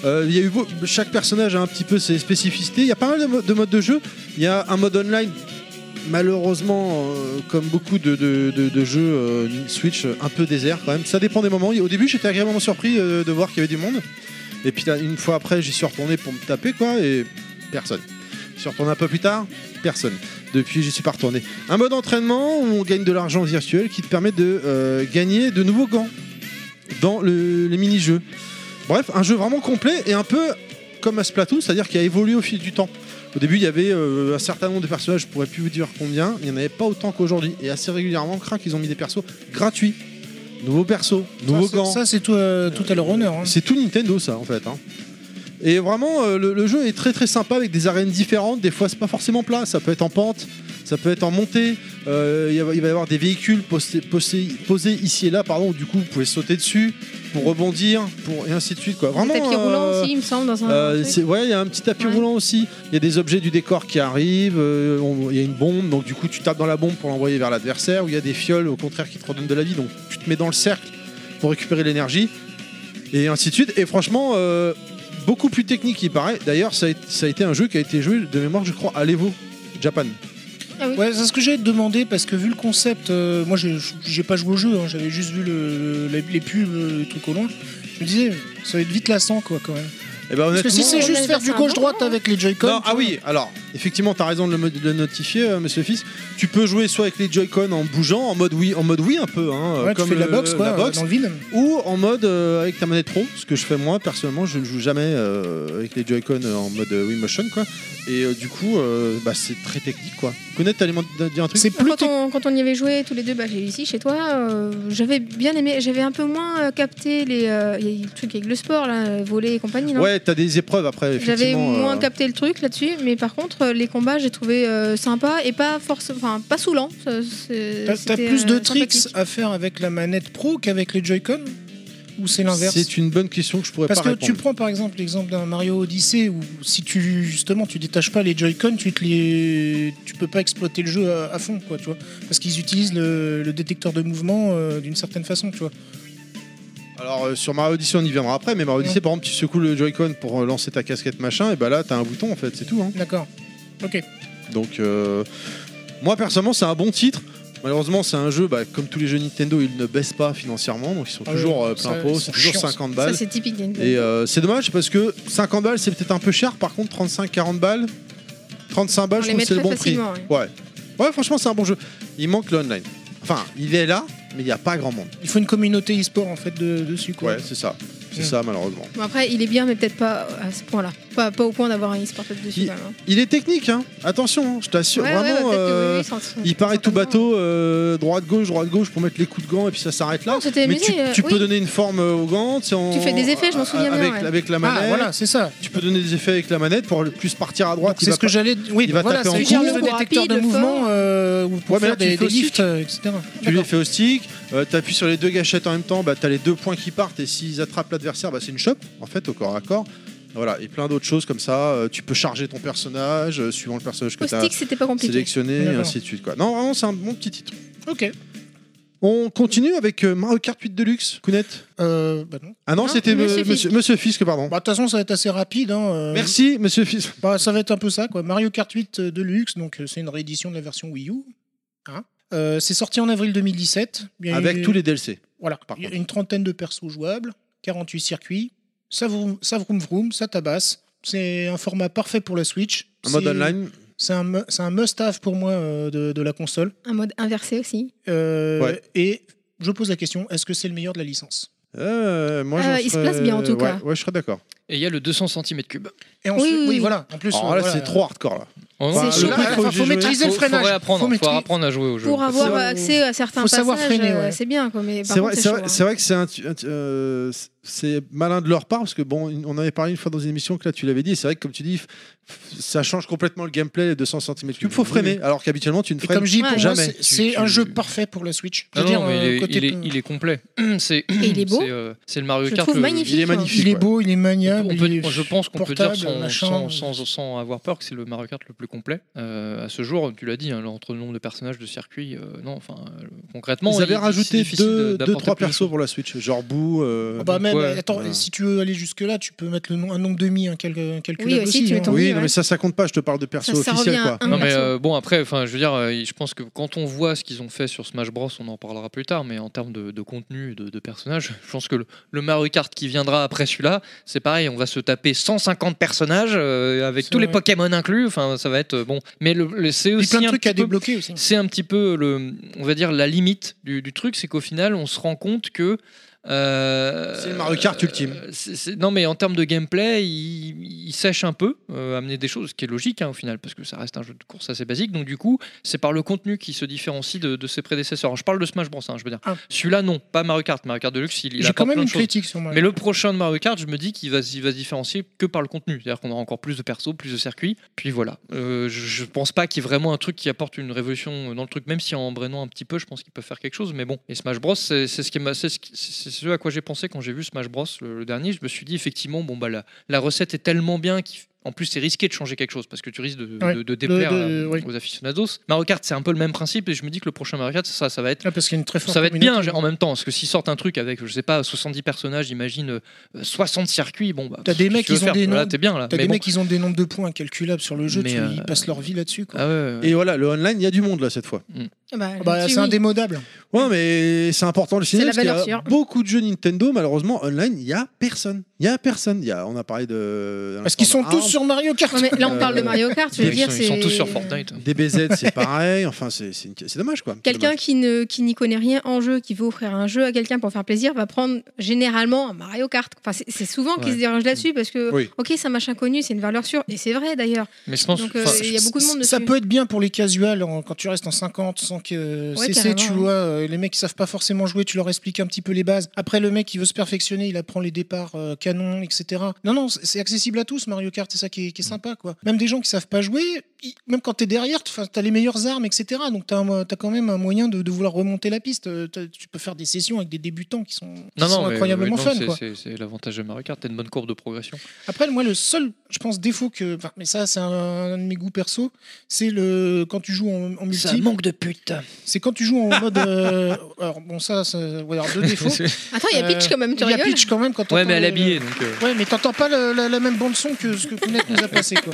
Euh, il y a eu beau- chaque personnage a un petit peu ses spécificités. Il y a pas mal de, mo- de modes de jeu. Il y a un mode online. Malheureusement, euh, comme beaucoup de, de- de- de jeux euh, Switch, euh, un peu désert quand même. Ça dépend des moments. Au début, j'étais agréablement surpris euh, de voir qu'il y avait du monde. Et puis là, une fois après, j'y suis retourné pour me taper quoi, et personne. Je suis retourné un peu plus tard, personne. Depuis, j'y suis pas retourné. Un mode entraînement où on gagne de l'argent virtuel qui te permet de euh, gagner de nouveaux gants dans le- les mini-jeux. Bref, un jeu vraiment complet et un peu comme à Splatoon, c'est-à-dire qui a évolué au fil du temps. Au début, il y avait euh, un certain nombre de personnages, je pourrais plus vous dire combien, il n'y en avait pas autant qu'aujourd'hui. Et assez régulièrement, crac, ils ont mis des persos gratuits. Nouveaux persos, nouveaux
Ça, c'est-
gants.
Ça, c'est tout, euh, tout à leur honneur. hein.
C'est tout Nintendo ça en fait. hein. Et vraiment, euh, le, le jeu est très très sympa avec des arènes différentes. Des fois, c'est pas forcément plat. Ça peut être en pente, ça peut être en montée. Euh, il y a- il va y avoir des véhicules postés, posés- posés ici et là, pardon. où Du coup, vous pouvez sauter dessus pour rebondir, pour et ainsi de suite quoi. Vraiment.
Des tapis roulants
euh,
aussi, il me semble, dans un.
euh,
truc.
c'est- ouais, il y a un petit tapis
Ouais.
roulant aussi. Il y a des objets du décor qui arrivent. euh, on- Il y a une bombe, donc du coup tu tapes dans la bombe pour l'envoyer vers l'adversaire. Ou il y a des fioles au contraire qui te redonnent de la vie, donc tu te mets dans le cercle pour récupérer l'énergie et ainsi de suite. Et franchement, euh, beaucoup plus technique il paraît. D'ailleurs, ça, a été- ça a été un jeu qui a été joué de mémoire, je crois, à l'Evo Japan.
Ah
Ouais, c'est ce que j'ai demandé parce que vu le concept, euh, moi j'ai- j'ai pas joué au jeu, hein, j'avais juste vu le, le- les pubs, euh, le truc au loin. Je me disais, ça va être vite lassant quoi quand même.
Et ben
Parce que si
honnêtement-
c'est
on
juste
avait
faire
fait
du
un
gauche-droite
bon
avec les Joy-Con.
Non,
tu
ah
vois.
oui, alors effectivement, t'as raison de le, mo- de le notifier, euh, monsieur Fils. Tu peux jouer soit avec les Joy-Con en bougeant, en mode oui, en mode oui un peu, hein, euh,
Ouais, tu
comme
fais de la
euh,
boxe quoi,
la boxe.
dans le vide.
ou en mode euh, avec ta manette pro, ce que je fais moi personnellement, je ne joue jamais euh, avec les Joy-Con euh, en mode euh, Wii Motion quoi. Et euh, du coup, euh, bah, c'est très technique quoi. Connaître, t'allais m'en dire un truc
C'est plus
quand, on, quand on y avait joué tous les deux, bah, j'ai- ici chez toi, euh, j'avais bien aimé, j'avais un peu moins euh, capté les, euh, les trucs avec le sport, là, voler et compagnie.
hein.
non
Ouais, t'as des épreuves après.
J'avais
effectivement,
moins
euh,
capté le truc là-dessus, mais par contre, euh, les combats, j'ai trouvé euh, sympa et pas forcément, enfin, pas saoulant. ça, c'est-
T'as t'as
c'était,
plus
euh,
de tricks
sympathique.
à faire avec la manette pro qu'avec les Joy-Con Ou c'est l'inverse
C'est une bonne question que je pourrais
Parce
pas
que
répondre.
tu prends par exemple l'exemple d'un Mario Odyssey où si tu justement tu détaches pas les Joy-Con, tu te les tu peux pas exploiter le jeu à, à fond quoi, tu vois. Parce qu'ils utilisent le, le détecteur de mouvement euh, d'une certaine façon, tu vois.
Alors euh, sur Mario Odyssey, on y viendra après, mais Mario Odyssey, par exemple, tu secoues le Joy-Con pour euh, lancer ta casquette machin, et bah là, t'as un bouton en fait, c'est tout. hein.
D'accord. OK.
Donc euh, moi personnellement c'est un bon titre. Malheureusement c'est un jeu, bah, comme tous les jeux Nintendo, ils ne baissent pas financièrement, donc ils sont
Ah
toujours
ouais,
euh, plein
ça,
pot,
ils
c'est
sont
toujours
chiants, ça.
50
Ça,
balles.
c'est typique. Nintendo.
Et euh, c'est dommage parce que 50 balles c'est peut-être un peu cher, par contre 35-40 balles, 35 balles
On
je trouve
les
que
met
c'est le
très
bon prix.
facilement,
Ouais. ouais franchement c'est un bon jeu. Il manque l'online. Enfin il est là mais il n'y a pas grand monde.
Il faut une communauté e-sport en fait de- dessus quoi.
Ouais c'est ça. C'est
Mm.
ça malheureusement.
Bon, après, il est bien, mais peut-être pas à ce point-là. Pas, pas au point d'avoir un e-sport dessus.
Il-
quand même, hein.
Il est technique hein, attention, hein, je t'assure.
Ouais, ouais, ouais,
Vraiment
peut-être que
euh,
oui, oui, sans- sans-
Il paraît tout
certainement.
bateau, euh, droite gauche, droite gauche pour mettre les coups de gants et puis ça s'arrête là.
Non, c'était
mais
amusé,
tu,
euh,
tu peux
oui.
donner une forme euh, aux gants. sais, en-
Tu fais des effets, je m'en souviens bien,
avec,
ouais.
avec la manette.
Ah voilà, c'est ça.
Tu peux donner des effets avec la manette pour le plus partir à droite.
Donc,
il
C'est
va
ce que
pas-
j'allais. Oui,
il va
voilà,
taper en
c'est
cours.
juste le
Le rapide,
détecteur de
le fort.
mouvement euh, où- pour
Ouais, mais là,
faire
tu
des,
fais
des
aussi.
lifts, euh, etc.
Tu les
D'accord.
fais au stick, euh, t'appuies sur les deux gâchettes en même temps, bah, t'as les deux points qui partent et s'ils attrapent l'adversaire, bah, c'est une chope en fait au corps à corps. Voilà, et plein d'autres choses comme ça. euh, tu peux charger ton personnage euh, suivant le personnage que
Au
t'as
stick, c'était pas compliqué.
sélectionné et
D'accord.
ainsi de suite. Quoi. Non, vraiment, c'est un bon petit titre.
Ok.
On continue avec euh, Mario Kart 8 Deluxe, Kounet.
Euh, bah non.
Ah non,
Non,
c'était
Monsieur
euh,
Fisk.
monsieur, monsieur Fisk, pardon.
Bah, de toute façon, ça va être assez rapide. hein, euh,
Merci, monsieur Fisk.
Bah, ça va être un peu ça, quoi. Mario Kart 8 euh, Deluxe, donc euh, c'est une réédition de la version Wii U. Hein. Euh, c'est sorti en avril 2017. Il y a
Avec
eu-
tous les DLC.
Voilà,
par
il y a une trentaine de persos jouables, 48 circuits, ça, vroom, ça vroom vroom, ça tabasse. C'est un format parfait pour la Switch.
Un mode
C'est-
online.
C'est un, mu- c'est un must-have pour moi euh, de, de la console.
Un mode inversé aussi.
Euh,
Ouais.
Et je pose la question, est-ce que c'est le meilleur de la licence
Euh, moi, j'en
Euh, il se
serais-
place bien, en tout
ouais,
cas.
Ouais, je serais d'accord.
Et il y a le 200 cm3.
et
Oui, oui, oui.
voilà. En plus,
Alors
euh,
Oh, là,
voilà,
c'est trop hardcore là.
C'est chaud.
là,
Enfin,
faut
faut,
que j'y joue.
maîtriser le freinage.
Faut apprendre,
Faut
faut
maîtriser-
apprendre à jouer au jeu.
Pour avoir
C'est-
accès à certains
faut
passages,
savoir freiner,
euh,
ouais.
c'est bien. Quoi, mais par
C'est vrai,
contre,
c'est
chaud,
vrai,
hein.
c'est vrai que c'est un tu- un tu- euh, c'est- c'est malin de leur part parce que bon, une- on avait parlé une fois dans une émission que là tu l'avais dit. et C'est vrai que comme tu dis, f- f- ça change complètement le gameplay les 200 cm3. Il faut freiner, alors qu'habituellement tu ne
Et
freines
comme je dis, pour
Ouais.
moi,
Jamais.
c'est-
Tu-
c'est
tu-
un jeu parfait pour la Switch. Je
Non,
veux dire,
non, mais
euh,
il, est,
côté-
il est- il est complet. C'est
il est beau.
c'est, euh, C'est le Mario
hein. Je le
Kart.
trouve
le-
magnifique.
il est
quoi.
magnifique.
il est
ouais.
beau, il est maniable.
on peut-
il est-
je pense qu'on peut dire
portable,
sans,
machin.
sans, sans, sans avoir peur que c'est le Mario Kart le plus complet. Euh, à ce jour, tu l'as dit, hein, entre le nombre de personnages, de circuits, euh, non, enfin, euh, concrètement.
Ils avaient
il- c'est
rajouté
difficile
deux,
de-
deux,
d'apporter
trois
plus de
persos pour la Switch, genre Boo. euh,
Ah bah même,
ouais,
attends,
voilà.
si tu veux aller jusque-là, tu peux mettre le nom, un nombre de mi, un calc- un calculable
aussi, tu mets ton-
hein.
oui,
oui,
non,
ouais.
mais ça, ça compte pas. Je te parle de
Ça,
perso
ça revient
officiel
à
quoi.
un
Non mais
perso.
euh, bon après, enfin je veux dire, euh, je pense que quand on voit ce qu'ils ont fait sur Smash Bros, on en parlera plus tard, mais en termes de, de contenu, et de, de personnages, je pense que le, le Mario Kart qui viendra après celui-là, c'est pareil, on va se taper 150 personnages euh, avec
C'est
tous les
vrai.
Pokémon inclus, enfin ça va être euh, bon. Mais le, le- c'est
Puis
aussi
plein de
un
trucs à
petit peu-
débloquer aussi.
c'est un petit peu le, on va dire la limite du, du truc, c'est qu'au final on se rend compte que euh,
C'est le Mario Kart ultime.
euh, c'est- c'est- non mais en termes de gameplay, il, il sèche un peu, euh, amener des choses, ce qui est logique hein, au final parce que ça reste un jeu de course assez basique. Donc du coup, c'est par le contenu qui se différencie de, de ses prédécesseurs. Alors, je parle de Smash Bros, hein, je veux dire.
Ah.
Celui-là non, pas Mario Kart. Mario Kart Deluxe, il, il
J'ai quand
apporte
même
plein
une
de choses.
critique sur moi.
Mais le prochain de Mario Kart, je me dis qu'il va, il va se différencier que par le contenu. C'est-à-dire qu'on aura encore plus de persos, plus de circuits. Puis voilà. Euh, je, je pense pas qu'il y ait vraiment un truc qui apporte une révolution dans le truc, même si en brenant un petit peu, je pense qu'ils peuvent faire quelque chose. Mais bon. Et Smash Bros, c'est c'est ce, qui m'a- c'est ce, qui- c'est ce à quoi j'ai pensé quand j'ai vu Smash Bros le, le dernier. Je me suis dit, effectivement, bon, bah, la, la recette est tellement bien qu'il. En plus, c'est risqué de changer quelque chose parce que tu risques de, de-
Ouais,
de
de-
déplaire
de-
euh,
oui.
aux aficionados. Mario Kart, c'est un peu le même principe et je me dis que le prochain Mario Kart, ça, ça va être
Ah, parce qu'il y a une très forte
ça va être
communauté.
bien j'ai- en même temps, parce que s'ils sortent un truc avec, je sais pas, 70 personnages, imagine euh, 60 circuits, bon bah.
T'as
pff,
des
qu'est-ce que
mecs,
tu veux
ils ont
faire
des
Là,
noms-
t'es bien là.
T'as
Mais
des
bon.
mecs, ils ont des nombres de points calculables sur le jeu,
Mais,
tu-
euh,
ils passent leur vie là-dessus. quoi.
Ah ouais, ouais.
Et voilà, le online, il y a du monde là cette fois.
Ah bah,
Ah bah,
là-dessus,
c'est
oui.
indémodable.
Ouais, mais c'est important de le signaler
la
parce qu'il y a
valeur sûre.
beaucoup de jeux Nintendo, malheureusement, online, il y a personne. Il y a personne. Il Y a, on a parlé de.
Parce qu'ils sont
Ah.
Arms,
tous sur Mario Kart.
Ouais, mais là,
Euh,
on parle de Mario Kart. Je veux
ils,
dire,
sont, ils sont
c'est-
tous sur Fortnite.
DBZ, c'est pareil. Enfin, c'est c'est une- c'est dommage quoi.
Quelqu'un qui ne qui n'y connaît rien en jeu, qui veut offrir un jeu à quelqu'un pour faire plaisir, va prendre généralement un Mario Kart. Enfin, c'est c'est souvent qu'ils
Ouais.
se dérangent là-dessus parce que
Oui.
ok, c'est un machin connu, c'est une valeur sûre et c'est vrai d'ailleurs.
Mais je pense.
Donc, euh,
enfin,
il y a beaucoup de monde
Ça
dessus.
peut être bien pour les casuals en- quand tu restes en 50, sans que
Ouais,
CC, tu
carrément,
vois. euh, Les mecs qui savent pas forcément jouer, tu leur expliques un petit peu les bases. Après, le mec qui veut se perfectionner, il apprend les départs euh, canons, etc. Non, non, c'est c'est accessible à tous, Mario Kart, c'est ça qui est, qui
Mm.
est sympa, quoi. Même des gens qui savent pas jouer, ils- même quand t'es derrière, t'as t'as les meilleures armes, etc. Donc t'as as quand même un moyen de, de vouloir remonter la piste. Euh, t'as- Tu peux faire des sessions avec des débutants qui sont, qui
non,
sont
non, mais-
incroyablement
mais non,
fun,
c'est-
quoi.
c'est- C'est l'avantage de Mario Kart, t'as une bonne courbe de progression.
Après, moi, le seul, je pense, défaut que. enfin, Mais ça, c'est un, un de mes goûts perso. C'est le. Quand tu joues en, en multi.
manque de pute.
C'est quand tu joues en mode. euh, Alors, bon, ça, ça... ouais, alors, deux défauts.
Attends, il y a Peach
Euh,
quand même,
Il
tu
y a
rigoles
pitch quand même quand
Ouais,
t'entends
mais elle est
le-
habillée donc. euh,
Ouais, mais t'entends pas le- la, la même bande-son que ce que Kounet nous a passé, quoi.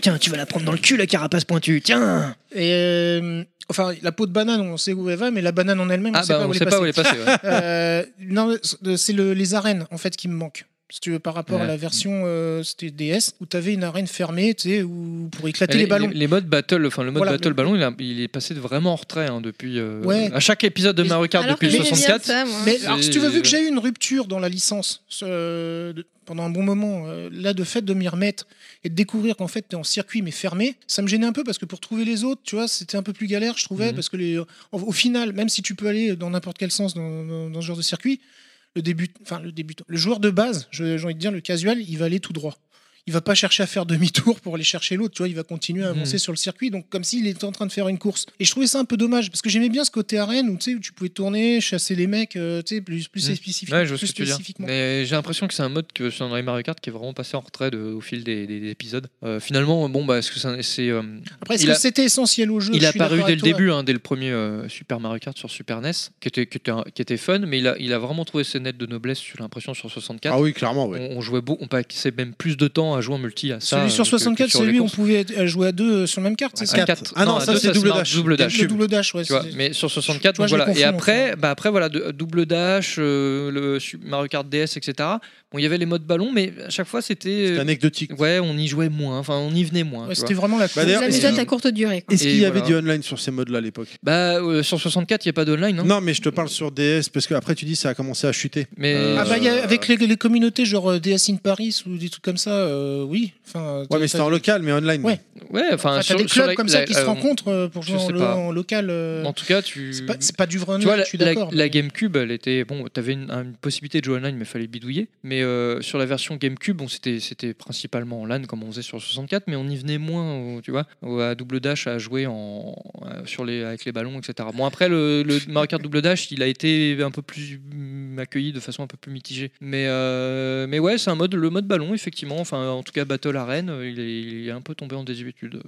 Tiens, tu vas la prendre dans le cul, la carapace pointue, tiens
Et. euh, Enfin, la peau de banane, on sait où elle va, mais la banane en elle-même, on
Ah
sait
bah
pas
on
où elle
sait
est
pas où
passée.
elle est passée. ouais.
Euh, non, c'est le- les arènes en fait qui me manquent. Si tu veux, par rapport à
Ouais.
la version euh, c'était DS où t'avais une arène fermée, tu sais, où pour éclater
Les,
les ballons.
les- les modes battle, enfin le mode
Voilà,
battle
le-
ballon, il, a- il est passé de vraiment en retrait hein, depuis. euh,
Ouais.
À chaque épisode de
Mais-
Mario Kart
Alors que
depuis le
j'aimais bien
64,
ça, moi.
Mais
C'est-
alors, si tu veux, vu que j'ai eu une rupture dans la licence euh, de- pendant un bon moment, euh, là, de fait de m'y remettre et de découvrir qu'en fait, t'es en circuit mais fermé, ça me gênait un peu parce que pour trouver les autres, tu vois, c'était un peu plus galère, je trouvais,
Mhm.
parce que les, euh, au, au final, même si tu peux aller dans n'importe quel sens dans, dans- dans ce genre de circuit, le début, enfin le débutant, le joueur de base, je- j'ai envie de dire le casual, il va aller tout droit. il va pas chercher à faire demi-tour pour aller chercher l'autre, tu vois, il va continuer à
Hmm.
avancer sur le circuit, donc comme s'il était en train de faire une course. Et je trouvais ça un peu dommage, parce que j'aimais bien ce côté arène où, tu sais, où tu pouvais tourner, chasser les mecs, euh, tu sais, plus, plus
Mhm.
spécifiquement.
Ouais, je vois ce
plus
que tu veux dire.
spécifiquement.
Mais j'ai l'impression que c'est un mode que sur Android Mario Kart qui est vraiment passé en retrait de- au fil des, des- des épisodes. Euh, finalement, bon, bah, est-ce que ça- c'est. euh,
Après, est-ce
Il
que
a-
c'était essentiel au jeu
il
Je
a
suis
paru
d'accord
dès
avec
le
toi.
début, hein, dès le premier euh, Super Mario Kart sur Super NES, qui était, qui était, un- qui était fun, mais il a, il a vraiment trouvé ses nettes de noblesse, j'ai l'impression, sur 64.
Ah oui, clairement, ouais.
On, on jouait beau, on passait même plus de temps à jouer en multi à ça.
Celui
euh,
sur
que- que
64,
sur les
celui où on
courses.
pouvait être- euh, jouer à deux euh, sur la même carte, c'est
À
ça
quatre.
quatre.
Ah non,
à
ça,
deux,
c'est double
marche,
dash.
Double dash.
Le double dash, ouais.
Tu vois,
c'est-
mais sur 64,
Tu vois,
donc
je
voilà.
les
Et
confonds,
après, bah après voilà, de- double dash, euh, le Su- Mario Kart DS, etc. Bon, il y avait les modes ballon, mais à chaque fois
C'est
c'était,
anecdotique.
ouais, on y jouait moins. Enfin, on y venait moins.
ouais,
tu
c'était
vois.
vraiment la
Bah, d'ailleurs,
La
est-ce
musette
qu'il-
à courte durée. quoi.
Est-ce
Et
qu'il y avait
voilà.
du online sur ces modes-là à l'époque
Bah euh, sur 64, il n'y a pas d'online, hein. non
non, mais je te parle sur DS parce que après tu dis ça a commencé à chuter.
Mais
Euh,
Ah bah, il y a-
Euh,
avec les, les communautés genre euh, DS in Paris ou des trucs comme ça, euh, oui. Enfin, t'as-
Ouais, mais c'était
t'as-
en local, mais online.
Ouais.
euh, ouais, enfin,
t'as
sur,
des
sur
clubs
la-
comme ça
la-
qui se
euh,
rencontrent euh, pour
je
jouer en,
sais
lo-
pas.
en local. euh,
En tout cas, tu.
c'est pas, c'est pas du vrai
Tu vois,
online,
la,
je suis
la-
d'accord.
la
mais-
GameCube, elle était. Bon, t'avais une, une possibilité de jouer online, mais fallait bidouiller. Mais euh, sur la version GameCube, bon, c'était, c'était principalement en LAN, comme on faisait sur le 64, mais on y venait moins, au- tu vois, au- à double dash, à jouer en, euh, sur les, avec les ballons, etc. Bon, après, le, le Mario Kart double dash, il a été un peu plus hum, accueilli de façon un peu plus mitigée. Mais, euh, mais ouais, c'est un mode, le mode ballon, effectivement. Enfin, en tout cas, Battle Arena, euh, il est, il est un peu tombé en désuétude.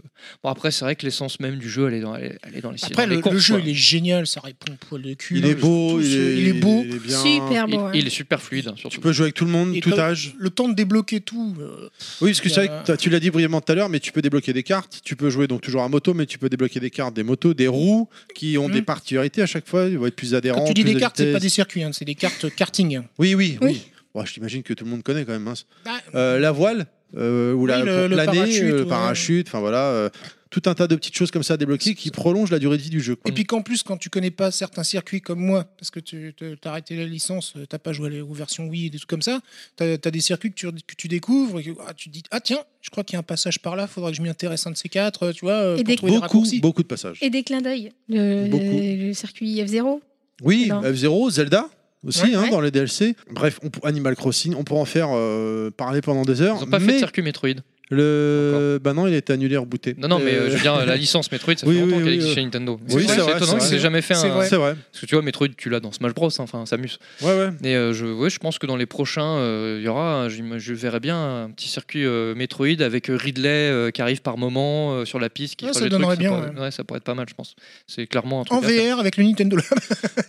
Bon, après, c'est vrai que l'essence même du jeu, elle est dans, elle est- elle est dans les
Après,
dans les
le, le
courses,
jeu,
quoi.
il est génial, ça répond au poil de cul.
Il est
Tout
beau,
ce-
il est,
il est beau.
il est bien.
Ah
Super
Il,
beau. ouais.
il est super fluide, hein, surtout.
Tu peux jouer avec tout le monde,
Et
tout
comme-
âge.
Le temps de débloquer tout. euh,
Oui, parce que
Il y
c'est
a-
vrai que t'as- tu l'as dit brièvement tout à l'heure, mais tu peux débloquer des cartes. Tu peux jouer donc toujours à moto, mais tu peux débloquer des cartes, des motos, des roues qui ont
Mhm.
des particularités à chaque fois. Ils vont être plus adhérents.
Quand tu dis
plus
des
à
cartes, c'est pas
vitesse.
des circuits, hein, c'est des cartes karting.
Oui, oui, oui.
Oui.
Bon, je t'imagine que tout le monde connaît quand même. mince.
Bah,
Euh, la voile, euh, ou la
Oui, le-
pour
le
planer,
parachute,
euh, le
ouais.
parachute, enfin voilà. euh, tout un tas de petites choses comme ça à débloquer qui prolongent la durée de vie du jeu. quoi.
Et puis qu'en plus, quand tu connais pas certains circuits comme moi, parce que tu tu- t'as arrêté la licence, euh, t'as pas joué à la- aux versions Wii et des trucs comme ça, t'as as des circuits que tu, que tu découvres et que ah, tu te dis ah tiens, je crois qu'il y a un passage par là, faudrait que je m'y intéresse un de ces quatre, euh, tu vois, euh,
Et
pour
des-
trouver les
beaucoup,
raccourcis.
beaucoup de passages.
Et des clins d'œil. Le,
Beaucoup.
le circuit F0.
Oui,
Alors.
F-Zero, Zelda aussi
Ouais,
hein,
ouais.
dans les DLC. Bref, on, pour- Animal Crossing, on pourra en faire euh, parler pendant des heures.
Ils ont pas fait
mais
de circuit Metroid.
le bah non, il a été annulé, rebooté.
Non, non, mais euh,
Euh,
je veux dire, la licence Metroid, ça
Oui,
fait
oui,
longtemps qu'elle
oui,
existe
oui.
chez Nintendo.
Oui, c'est vrai,
étonnant
c'est
que
vrai.
c'est jamais fait
C'est
un.
vrai.
c'est vrai.
Parce que tu vois, Metroid, tu l'as dans Smash Bros, hein, enfin, ça amuse.
Ouais, ouais.
Et euh, je, ouais, je pense que dans les prochains, euh, il y aura, un- j'im- je verrai bien un petit circuit euh, Metroid avec Ridley euh, qui arrive par moment euh, sur la piste. Qui
Ouais,
fera
ça
des trucs,
donnerait bien,
pourrait- ouais, ça pourrait être pas mal, je pense. C'est clairement un truc.
En
à faire.
VR avec le Nintendo. Lab.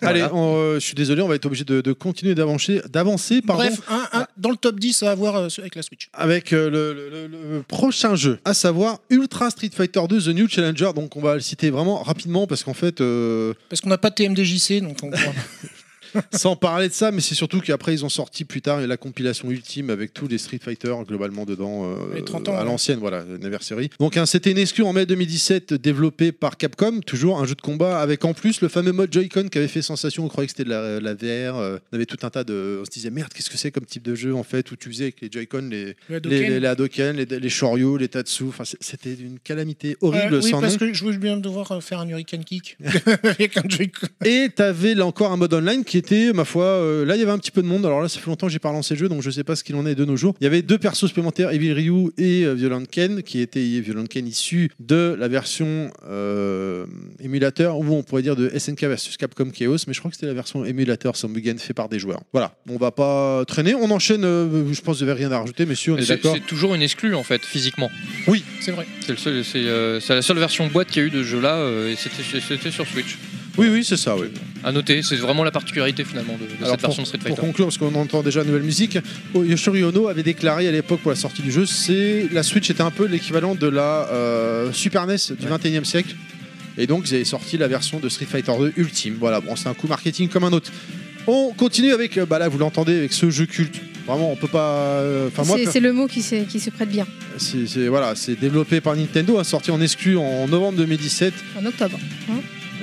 Allez,
Voilà.
on, euh, je suis désolé, on va être obligé de, de continuer d'avancer, d'avancer, pardon,
Bref, un- un- dans le top 10 à avoir euh, avec la Switch.
avec euh, le, le- le- le prochain jeu, à savoir Ultra Street Fighter 2 The New Challenger. Donc, on va le citer vraiment rapidement parce qu'en fait, euh,
Parce qu'on n'a pas de TMDJC, donc on pourra-
sans parler de ça, mais c'est surtout qu'après ils ont sorti plus tard la compilation ultime avec tous les Street Fighter globalement dedans euh,
Les 30 ans,
à
ouais.
l'ancienne, voilà, l'anniversary. Donc hein, c'était une exclu en mai 2017 développé par Capcom, toujours un jeu de combat avec en plus le fameux mode Joy-Con qui avait fait sensation, on croyait que c'était de la, la VR, euh, on avait tout un tas de on se disait merde, qu'est-ce que c'est comme type de jeu en fait où tu faisais avec les Joy-Con les
le
les,
Hadoken.
les, les Hadoken, les, les Shoryu, les Tatsu, enfin c'est- c'était une calamité horrible
Euh, oui,
sans nom.
parce que je veux bien devoir euh, faire un Hurricane Kick avec un joy
Et t'avais là encore un mode online qui était, ma foi, euh, là il y avait un petit peu de monde. Alors là, ça fait longtemps que j'ai pas lancé le jeu, donc je sais pas ce qu'il en est de nos jours. Il y avait deux persos supplémentaires, Evil Ryu et euh, Violent Ken, qui étaient Violent Ken issu de la version euh, émulateur, ou on pourrait dire de SNK versus Capcom Chaos, mais je crois que c'était la version émulateur, sans bugain fait par des joueurs. Voilà, on va pas traîner, on enchaîne. euh, je pense que vous avez rien à rajouter, messieurs, on est
C'est
d'accord.
c'est toujours une exclue en fait, physiquement.
C'est vrai.
C'est le seul- c'est, euh, c'est la seule version boîte qu'il y a eu de ce jeu là, et c'était c'était sur Switch.
Oui, oui, c'est ça, oui.
À noter, c'est vraiment la particularité finalement de, de
Alors,
cette version de Street
Pour
Fighter.
conclure, parce qu'on entend déjà la nouvelle musique, Oh, Yoshori Ono avait déclaré à l'époque pour la sortie du jeu, c'est la Switch était un peu l'équivalent de la euh, Super NES du 21e siècle. Et donc, ils avaient sorti la version de Street Fighter 2 ultime. Voilà, bon, c'est un coup marketing comme un autre. On continue avec, euh, bah là, vous l'entendez, avec ce jeu culte. Vraiment, on peut pas. euh, Enfin, moi,
C'est c'est le mot qui, s'est- qui se prête bien.
c'est c'est- voilà, c'est développé par Nintendo, hein, sorti en exclu en novembre 2017.
En octobre.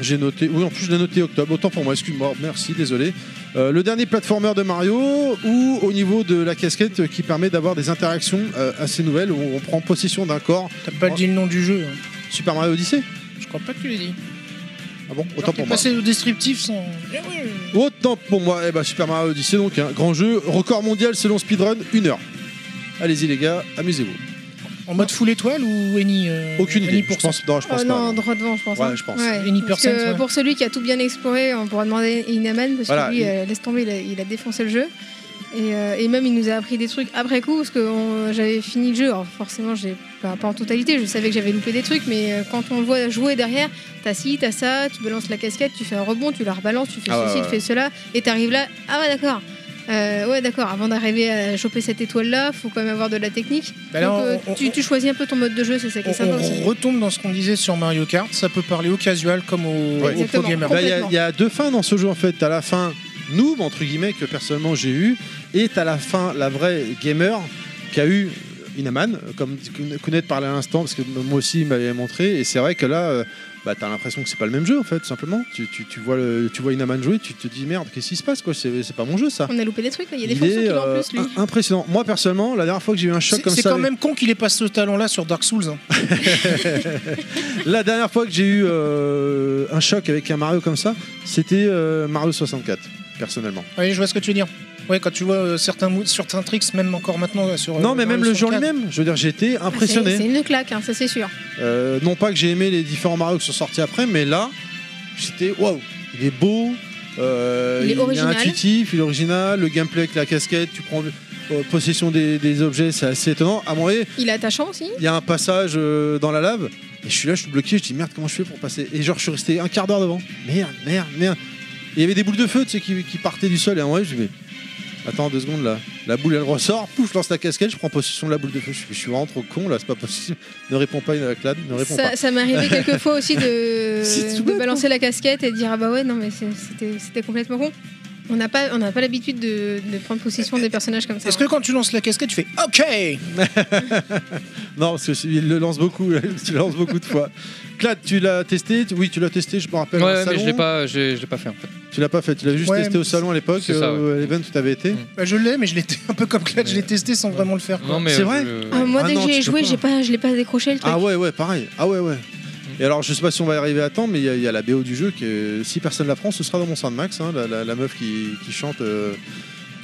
J'ai noté, oui, en plus je l'ai noté octobre, autant pour moi, excuse-moi, merci, désolé. Euh, le dernier platformer de Mario, ou au niveau de la casquette euh, qui permet d'avoir des interactions euh, assez nouvelles où on prend possession d'un corps.
T'as pas dit le nom du jeu. hein.
Super Mario Odyssey
Je crois pas que tu l'as dit.
Ah bon,
Genre,
autant
t'es
pour moi.
passé au descriptif sans. Eh ouais.
hein, Autant pour moi, eh ben, Super Mario Odyssey, donc, un grand jeu, record mondial selon Speedrun, une heure. Allez-y les gars, amusez-vous.
En mode full étoile ou any euh,
Aucune
any
idée. Je
pourcent
pense, non, je pense
Oh
pas.
non,
non.
droit devant, je pense.
Ouais,
hein.
je pense.
Any
parce
percent,
que
ouais.
Pour celui qui a tout bien exploré, on pourra demander Inaman, parce
Voilà,
que lui,
il-
euh, laisse tomber, il a, il a défoncé le jeu. Et, euh, et même, il nous a appris des trucs après coup, parce que on- j'avais fini le jeu. Alors, forcément, j'ai pas, pas en totalité, je savais que j'avais loupé des trucs, mais euh, quand on le voit jouer derrière, t'as ci, t'as ça, tu balances la casquette, tu fais un rebond, tu la rebalances, tu fais
Ah ouais,
ceci,
ouais,
tu fais cela, et t'arrives là, ah ouais, d'accord. Euh, ouais, d'accord, avant d'arriver à choper cette étoile-là, faut quand même avoir de la technique.
Bah là,
Donc, euh,
on- on-
tu, tu choisis un peu ton mode de jeu, c'est ça qui est
on,
sympa
on
aussi.
retombe dans ce qu'on disait sur Mario Kart, ça peut parler au casual comme au,
Ouais.
au pro
Exactement.
gamer.
Bah, Il y a-
Complètement.
il y, a deux fins dans ce jeu en fait. T'as la fin noob entre guillemets que personnellement j'ai eu, et t'as la fin la vraie gamer qui a eu Inaman, comme Kounet parlait à l'instant parce que moi aussi il m'avait montré. Et c'est vrai que là, euh, bah, t'as l'impression que c'est pas le même jeu en fait tout simplement. Tu, tu- tu vois le- tu vois Inaman jouer, tu te dis merde qu'est-ce qui se passe quoi C'est c'est pas mon jeu ça.
On a loupé des trucs, là, il y a des
Il
fonctions
est,
qu'il a en
euh,
plus, lui.
im- impressionnant. Moi personnellement, la dernière fois que j'ai eu un choc
C'est
comme
c'est
ça,
quand même con qu'il ait pas ce talent-là sur Dark Souls. hein.
la dernière fois que j'ai eu euh, un choc avec un Mario comme ça, c'était euh, Mario 64 personnellement.
Ouais, je vois ce que tu veux dire. Ouais, quand tu vois euh, certains, moods- certains tricks, même encore maintenant euh, sur. euh,
Non, mais
dans
même le jeu en
64.
lui-même, je veux dire, j'étais
Ah, C'est c'est
impressionné.
une claque, hein, ça c'est sûr.
Euh, non pas que j'ai aimé les différents Mario qui sont sortis après, mais là, j'étais waouh, il est beau, euh,
Il est original.
intuitif, il est original, le gameplay avec la casquette, tu prends euh, possession des, des objets, c'est assez étonnant. À mon avis,
Il est attachant aussi.
il y a un passage euh, dans la lave, et je suis là, je suis bloqué, je dis merde, comment je fais pour passer Et genre, je suis resté un quart d'heure devant. Merde, merde, merde. Et il y avait des boules de feu, tu sais, qui, qui partaient du sol, et à mon avis, je dis mais. Attends deux secondes là, la boule elle ressort, pouf, je lance la casquette, je prends possession de la boule de feu. Je, suis- je suis vraiment trop con là, c'est pas possible. Ne réponds pas à la clade, ne réponds pas.
Ça, ça m'est arrivé quelques fois aussi de,
C'est tout
de
bête,
balancer la casquette et de dire ah bah ouais non mais c'est- c'était c'était complètement con. On n'a pas on n'a pas l'habitude de, de prendre possession des personnages comme ça.
Est-ce que quand tu lances la casquette, tu fais OK
Non, parce qu'il le lance beaucoup, tu le lance beaucoup de fois. Clad, tu l'as testé tu- Oui, tu l'as testé, je me rappelle. au
Ouais, mais
salon.
je l'ai pas, j'ai- je l'ai pas fait en fait.
Tu l'as pas fait, tu l'as juste
Ouais,
testé au
mais
salon à l'époque,
c'est ça,
euh, à l'event où tu avais été.
Mm.
Bah, Je l'ai, mais je l'ai t- un peu comme Clad, je l'ai
Mais-
testé sans vraiment le faire. quoi.
Non, mais
C'est
euh,
vrai
je-
Ah, moi
Ah
dès
non,
que
tu
j'ai
peux
joué
pas.
j'ai pas je l'ai pas décroché le truc.
Ah ouais, ouais, pareil. Ah ouais, ouais. Et alors, je sais pas si on va y arriver à temps, mais il y, a- il y a la BO du jeu. Que, si personne la prend, ce sera dans mon Soundmax, hein, la, la- la meuf qui, qui chante. euh,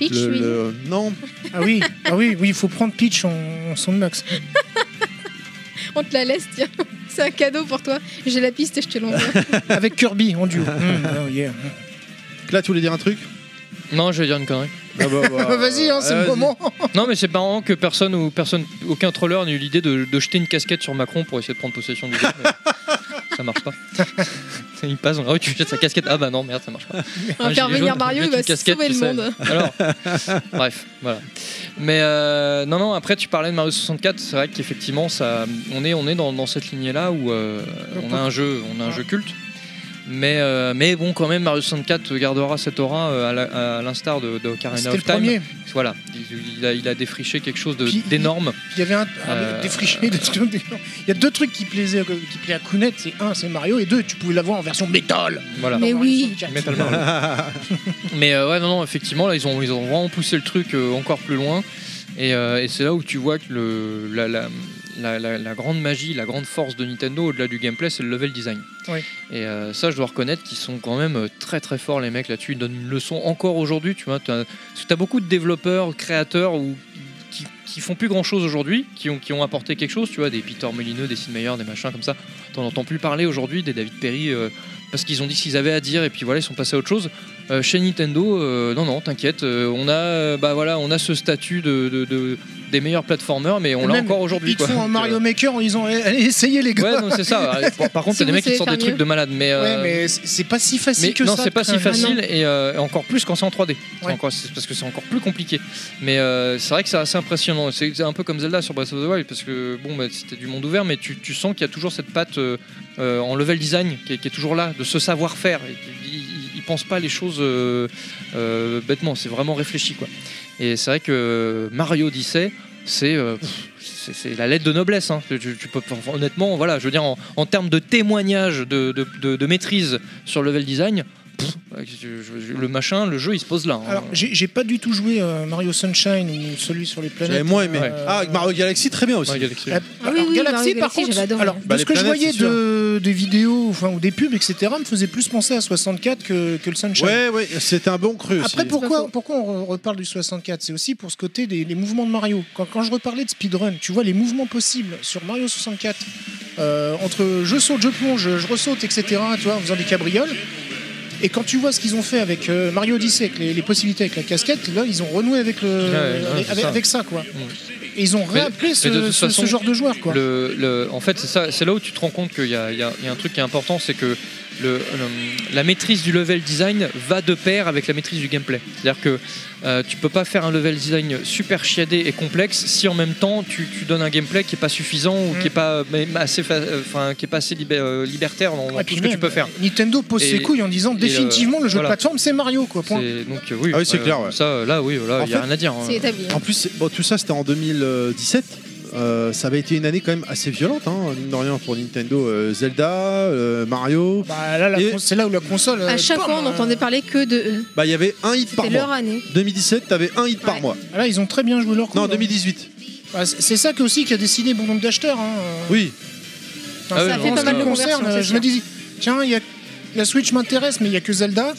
Peach
le,
oui.
le- Non,
Ah oui, ah oui, oui, il faut prendre Peach en, en soundmax.
On te la laisse tiens. C'est un cadeau pour toi. J'ai la piste, je te l'envoie.
Avec Kirby en duo. Mm, oh yeah.
Clad, tu voulais dire un truc
Non, je vais dire une connerie.
Ah bah, bah,
Vas-y, hein, c'est le
vas-y.
moment.
Non, mais c'est marrant que personne ou personne, aucun troller n'ait eu l'idée de, de jeter une casquette sur Macron pour essayer de prendre possession du jeu. mais ça marche pas. Il passe dans la rue, tu jettes sa casquette. Ah bah non, merde, ça marche pas.
On va
Un
faire
gilet
venir
jaune,
Mario, il
mettre
va
une casquette,
sauver
tu
le
sais.
monde.
Alors, bref, voilà. Mais euh, non, non, après tu parlais de Mario 64, c'est vrai qu'effectivement, ça, on est, on est dans, dans cette lignée-là où euh, on a un jeu, on a un jeu culte. Mais, euh, mais bon, quand même, Mario 64 gardera cette aura euh, à la- à l'instar de, de Ocarina
C'était le
of Time.
premier.
Voilà, il, il a, il a défriché quelque chose de-
Puis-
d'énorme.
Il y avait un. ah,
Euh,
mais défriché, des trucs- des- Il y a deux trucs qui plaisaient, euh, qui plaisaient à Kounet c'est un, c'est Mario, et deux, tu pouvais l'avoir en version métal.
Voilà.
Mais
Dans Mario
oui.
64.
Metal Mario. Mais euh, ouais, non, non, effectivement, là, ils ont, ils ont vraiment poussé le truc euh, encore plus loin. Et, euh, et c'est là où tu vois que le, la, la, la- la- la grande magie, la grande force de Nintendo, au-delà du gameplay, c'est le level design.
Oui.
Et euh, ça, je dois reconnaître qu'ils sont quand même euh, très très forts, les mecs, là-dessus. Ils donnent une leçon encore aujourd'hui, tu vois. t'as- Parce que tu as beaucoup de développeurs, créateurs ou qui, qui font plus grand chose aujourd'hui, qui ont, qui ont apporté quelque chose, tu vois, des Peter Molineux, des Sid Meier, des machins comme ça. T'en entends plus parler aujourd'hui, des David Perry, euh, parce qu'ils ont dit ce qu'ils avaient à dire et puis voilà, ils sont passés à autre chose. Euh, chez Nintendo, euh, non, non, t'inquiète, euh, on, a, euh, bah, voilà, on a ce statut de, de- de- des meilleurs platformers, mais on l'a
Même,
encore aujourd'hui.
Ils te
quoi.
font en
Donc,
Mario Maker en disant eh, allez, essayez les
euh, Ouais,
gars.
non, c'est ça. Ouais, bon, Par
Si
contre, t'as des
vous
mecs qui
savez
te sortent des
faire
trucs
mieux.
de malade, mais.
Ouais,
euh,
mais c'est c'est pas si facile
mais
que
non,
ça.
c'est
de
pas si
créer un-
facile et, euh, et encore plus quand c'est en 3D. C'est
Ouais.
encore- c'est- parce que c'est encore plus compliqué. Mais euh, c'est vrai que c'est assez impressionnant. C'est c'est un peu comme Zelda sur Breath of the Wild parce que bon, bah, c'était du monde ouvert, mais tu, tu sens qu'il y a toujours cette patte euh, euh, en level design qui est, qui est toujours là, de ce savoir-faire. Et Ils ils- ils pensent pas les choses euh, euh, bêtement, c'est vraiment réfléchi quoi. Et c'est vrai que Mario Odyssey, c'est euh, pff, c'est c'est la lettre de noblesse. hein. Tu, tu- tu peux, enfin, honnêtement, voilà, je veux dire, en, en termes de témoignage, de, de- de- de maîtrise sur level design, pff, Je- je- je- Le machin, le jeu, il se pose là. hein.
Alors, j'ai j'ai pas du tout joué euh, Mario Sunshine ou celui sur les planètes.
J'avais moins aimé.
Ouais.
Ah, avec Mario Galaxy, très bien aussi.
Ouais, Galaxy.
Euh,
Ah oui,
alors,
oui,
Galaxy,
Mario
par
Galaxy,
contre,
j'avais adoré.
alors,
Bah,
de ce
les
que je
planètes,
voyais
c'est sûr.
de, des vidéos enfin, ou des pubs, etc., me faisait plus penser à 64 que, que le Sunshine.
Ouais, ouais, c'était un bon cru aussi.
Après,
C'est pas
pourquoi,
faux.
pourquoi on re- reparle du 64 C'est aussi pour ce côté des les mouvements de Mario. Quand, quand je reparlais de speedrun, tu vois les mouvements possibles sur Mario 64, euh, entre je saute, je plonge, je ressaute, etc., tu vois, en faisant des cabrioles. Et quand tu vois ce qu'ils ont fait avec euh, Mario Odyssey, avec les, les possibilités avec la casquette, là, ils ont renoué avec, le,
Ouais, ouais,
avec,
c'est
avec-
ça. Mm.
avec ça, quoi. Et ils ont
Mais-
réappelé ce,
mais de toute
ce- ce
façon,
genre de joueur, quoi.
Le- le- en fait, c'est ça- c'est là où tu te rends compte qu'il y, a- il y a il y a un truc qui est important, c'est que le- le- la maîtrise du level design va de pair avec la maîtrise du gameplay. C'est-à-dire que euh, tu peux pas faire un level design super chiadé et complexe si en même temps tu, tu donnes un gameplay qui est pas suffisant ou
Mm.
qui est pas même assez, fa- euh, enfin, qui est pas assez libé- euh, libertaire dans, dans
Ah,
tout
puis
ce que tu
même,
peux faire.
Nintendo pose
Et-
ses couilles en disant
et, euh,
définitivement le jeu
voilà.
de plateforme c'est Mario quoi. Point.
C'est- Donc euh, oui,
Ah oui, c'est
euh,
clair, ouais.
Ça, euh, là, oui, là,
En
il y a
fait,
rien à dire. hein.
C'est établi. hein.
En plus, c'est- bon, tout ça c'était en 2017. Euh, ça avait été une année quand même assez violente, hein, mine de rien, pour Nintendo. Euh, Zelda, euh, Mario.
Bah, là, la
Et-
con- c'est là où la console.
À
euh,
chaque
bam,
fois, on
euh,
n'entendait parler que de eux.
Bah, il y avait un hit par
C'était leur
mois.
année.
2017, t'avais un hit par
Ouais.
mois.
Ah Là, ils ont très bien joué leur coup.
Non,
là.
2018.
Bah, c'est c'est ça que aussi qui a décidé bon nombre d'acheteurs. hein.
Oui.
Enfin,
Ah oui,
ça
non,
fait pas
c'est
mal de
vrai.
concerts.
Conversion, c'est
Je me
sûr.
dis, tiens, il y a- la Switch m'intéresse, mais il y a que Zelda.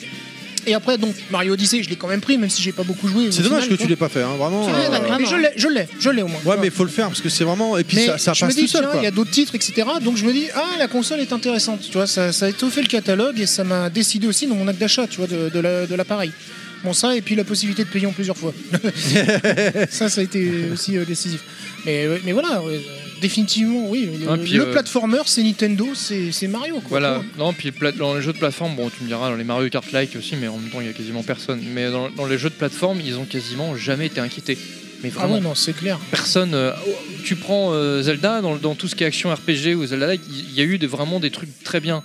Et après, donc Mario Odyssey, je l'ai quand même pris, même si j'ai pas beaucoup joué. au
C'est dommage que
final,
tu l'aies pas fait, hein, vraiment.
C'est
euh,
vrai,
quoi. Mais je l'ai, je l'ai, je l'ai au moins.
Ouais, mais faut le faire parce que c'est vraiment. Et puis
Mais
ça, ça
je me
passe
dis,
tout seul.
tiens, il
Quoi.
y a d'autres titres, etc. Donc je me dis, ah, la console est intéressante. Tu vois, ça, ça a étoffé le catalogue et ça m'a décidé aussi dans mon acte d'achat, tu vois, de, de la- de l'appareil. Bon, ça, et puis la possibilité de payer en plusieurs fois. ça, ça a été aussi euh, décisif. Mais, ouais, mais voilà, ouais, euh, définitivement, oui. Le,
Ah, puis,
le
euh,
platformer, c'est Nintendo, c'est c'est Mario. Quoi,
Voilà, non, puis pla- dans les jeux de plateforme, bon, tu me diras, dans les Mario Kart Like aussi, mais en même temps, il y a quasiment personne. Mais dans, dans les jeux de plateforme, ils ont quasiment jamais été inquiétés. Mais
Ah
vraiment,
ouais, non, c'est clair.
personne. euh, tu prends euh, Zelda, dans, dans tout ce qui est action RPG ou Zelda Like, il y a eu des- vraiment des trucs très bien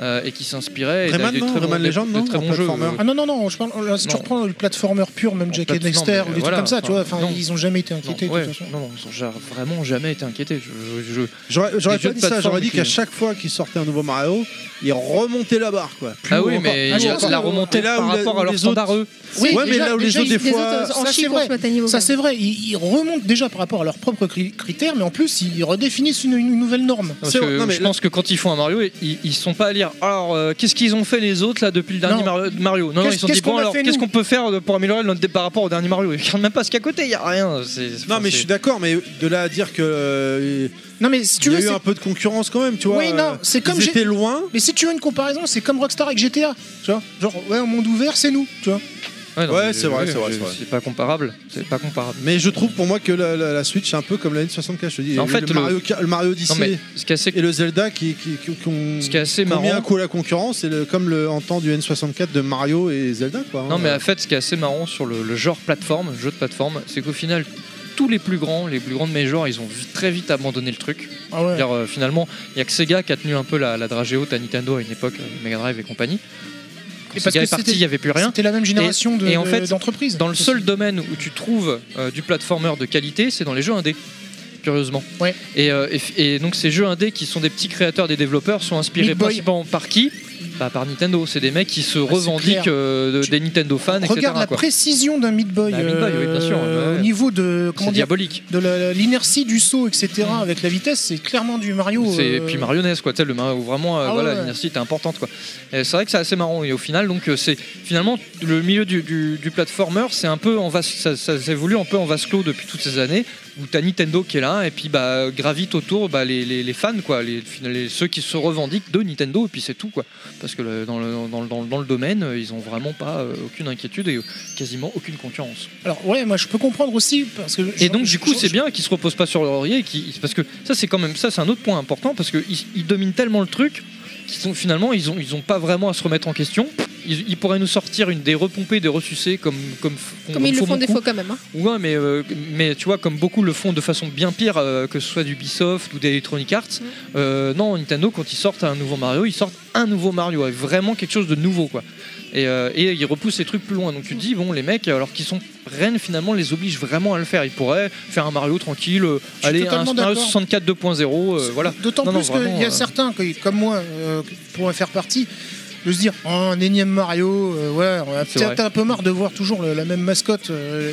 euh, et qui s'inspiraient. et
Rayman,
des
non
très bons-
Rayman
des-
Legend,
de
non,
très
en
bons jeux. euh,
platformer.
Ah non, non, non, je parle, là, si tu
Non.
reprends le platformer pur, même
En
Jack and
plateforme,
Dexter,
mais
ou des
voilà,
trucs comme ça, tu vois,
enfin,
enfin,
non.
ils ont jamais été
non,
inquiétés, de
ouais,
toute façon.
non, non, ils ont ja- vraiment jamais été inquiétés. Je- je- je-
J'aurais j'aurais
les jeux
pas
de
dit ça,
plateforme
j'aurais dit
qui-
qu'à chaque fois qu'il sortait un nouveau Mario, il remontait la barre. Quoi. Plus
Ah
haut
oui,
encore.
mais
Ah, je
il y a
pense
la
que-
remontée
t'es là
par
où la-
rapport à
où
leur
les
standard, eux.
Oui,
Ouais, mais
déjà-
là où les
déjà, euh,
autres, des
ils-
fois.
autres, en
ça, c'est
chiffres, on
vrai.
se met à niveau.
Ça
quand
c'est vrai, ils, ils remontent déjà par rapport à leurs propres cri- critères, mais en plus ils redéfinissent une, une nouvelle norme.
Parce
C'est-
que
non, mais
je
là-
pense que quand ils font un Mario, ils, ils sont pas à lire. Alors, euh, qu'est-ce qu'ils ont fait les autres là depuis le dernier
Non.
Mario- Mario Non, non,
Qu'est-ce-
ils se sont
qu'est-ce
dit bon
qu'on a
alors,
fait,
qu'est-ce
nous
qu'on peut faire de- pour améliorer notre par rapport au dernier Mario Ils regardent même pas ce qu'il y a à côté, il y a rien. c'est- c'est-
Non, mais
c'est-
je suis d'accord, mais de là à dire que. euh,
Non mais si tu
il y
veux,
a eu
c'est-
un peu de concurrence quand même, tu vois. euh,
Oui, non, c'est
Ils
comme j'ai-
étaient loin.
mais si tu veux une comparaison, c'est comme Rockstar avec GTA, tu vois. Genre ouais, au monde ouvert, c'est nous, tu vois.
non,
Ouais,
mais-
c'est vrai, c'est vrai, c'est vrai.
C'est pas comparable. C'est pas comparable.
Mais je trouve pour moi que la, la- la Switch, c'est un peu comme la N64, je te dis.
En
Le-
fait,
le,
le-
Mario, Ka- le Mario Odyssey
Non, mais ce qui est assez,
et le Zelda qui, qui, qui- qui ont,
ce qui est assez
qui ont mis
marrant.
un coup à la concurrence, c'est le- comme le, en temps du N64 de Mario et Zelda, quoi. hein.
Non, mais en fait, ce qui est assez marrant sur le, le genre plateforme, jeu de plateforme, c'est qu'au final, tous les plus grands, les plus grands de mes genres, ils ont vu- très vite abandonné le truc.
Ah ouais.
C'est-à-dire, euh, finalement, il n'y a que Sega qui a tenu un peu la, la dragée haute à Nintendo à une époque, euh, Mega Drive et compagnie. Quand
Et parce
Sega
que
est parti,
c'était-
il n'y avait plus rien.
C'était la même génération de-
et en
de-
fait,
d'entreprise.
Dans le seul domaine où tu trouves euh, du platformer de qualité, c'est dans les jeux indés, curieusement.
Ouais.
Et, euh, et f- et donc ces jeux indés qui sont des petits créateurs, des développeurs, sont inspirés
Meat Boy. Bah,
principalement par qui bah, Par Nintendo. C'est des mecs qui se
c'est
revendiquent
clair.
euh, de-
Tu-
des Nintendo fans, etc.
Regarde la
quoi.
précision d'un Meat Boy, euh,
Bah, Meat Boy, oui, bien sûr, bah ouais, ouais.
au niveau de comment
C'est
dire,
diabolique.
de la- l'inertie du saut, etc.
Mm.
Avec la vitesse, c'est clairement du Mario.
C'est et
euh,
puis marionnette quoi, tu sais, le Mario où vraiment euh,
Ah ouais,
voilà
ouais.
l'inertie était importante quoi. Et C'est vrai que c'est assez marrant et au final donc euh, c'est finalement le milieu du, du, du platformer c'est un peu en vase ça, ça s'évolue un peu en vase clos depuis toutes ces années où t'as Nintendo qui est là et puis bah gravite autour bah, les, les, les fans quoi, les, les- ceux qui se revendiquent de Nintendo et puis c'est tout quoi. Parce que le- dans, le, dans, le- dans le- dans le domaine euh, ils ont vraiment pas euh, aucune inquiétude et euh, quasiment aucune concurrence.
Alors ouais, moi je peux comprendre aussi parce que.
Et donc du coup
je-
c'est bien qu'ils se reposent pas sur leur laurier, et qu'ils- parce que ça c'est quand même ça c'est un autre point important parce que ils, ils dominent tellement le truc qu'ils sont finalement ils ont ils ont pas vraiment à se remettre en question. Ils, ils pourraient nous sortir une des repompées, des ressucées comme comme f-
ils le
font
font des
beaucoup.
fois quand même. hein.
Ouais mais euh, mais tu vois comme beaucoup le font de façon bien pire euh, que ce soit d'Ubisoft ou d'Electronic Arts.
Mm.
euh, non Nintendo quand ils sortent un nouveau Mario ils sortent un nouveau Mario avec vraiment quelque chose de nouveau quoi. Et, euh, et ils repoussent les trucs plus loin. Donc tu te dis, bon, les mecs, alors qu'ils sont Rennes, finalement, les oblige vraiment à le faire. Ils pourraient faire un Mario tranquille, euh,
Je suis
aller à un
totalement
Mario
d'accord.
64 2.0, euh, voilà.
D'autant
Non, non,
plus qu'il y
vraiment,
a
euh,
certains, que- comme moi, euh, qui pourraient faire partie, de se dire oh, un énième Mario, euh, ouais, on a
C'est
peut-être un peu marre de voir toujours le- la même mascotte. euh,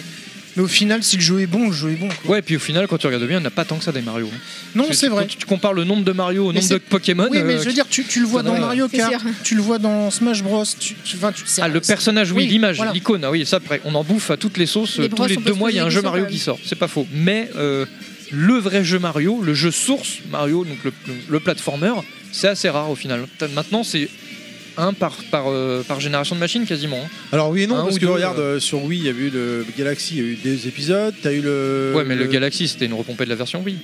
mais au final, si le jeu est bon, le jeu est bon. quoi.
Ouais, et puis au final, quand tu regardes bien, il n'y en a pas tant que ça des Mario. hein.
non,
Tu-
c'est
tu-
vrai.
quand Tu, tu compares le nombre de Mario au
Mais
nombre de
c'est-
Pokémon.
Oui, mais
euh,
je veux dire, tu, tu le vois
Faudrait-
dans Mario
C'est
Kart,
sûr.
tu le vois dans Smash Bros. Tu, tu- enfin, tu- c'est-
Ah, le personnage, oui,
oui,
l'image,
voilà.
l'icône, ah oui, ça après, on en bouffe à toutes les sauces,
Les
tous
brosses,
les
on peut
deux
se
mois il y a
poser des
un jeu
questions,
Mario
quand
qui
même.
sort, c'est pas faux. Mais euh, le vrai jeu Mario, le jeu source Mario, donc le, le, le platformer, c'est assez rare au final. T'as- Maintenant c'est un par, par, euh, par génération de machine quasiment. hein.
Alors oui et non,
Un
parce
ou
que
deux,
regarde, euh, sur Wii, il y a eu le Galaxy, il y a eu des épisodes, t'as eu le...
ouais, mais le Galaxy c'était une repompée de la version Wii.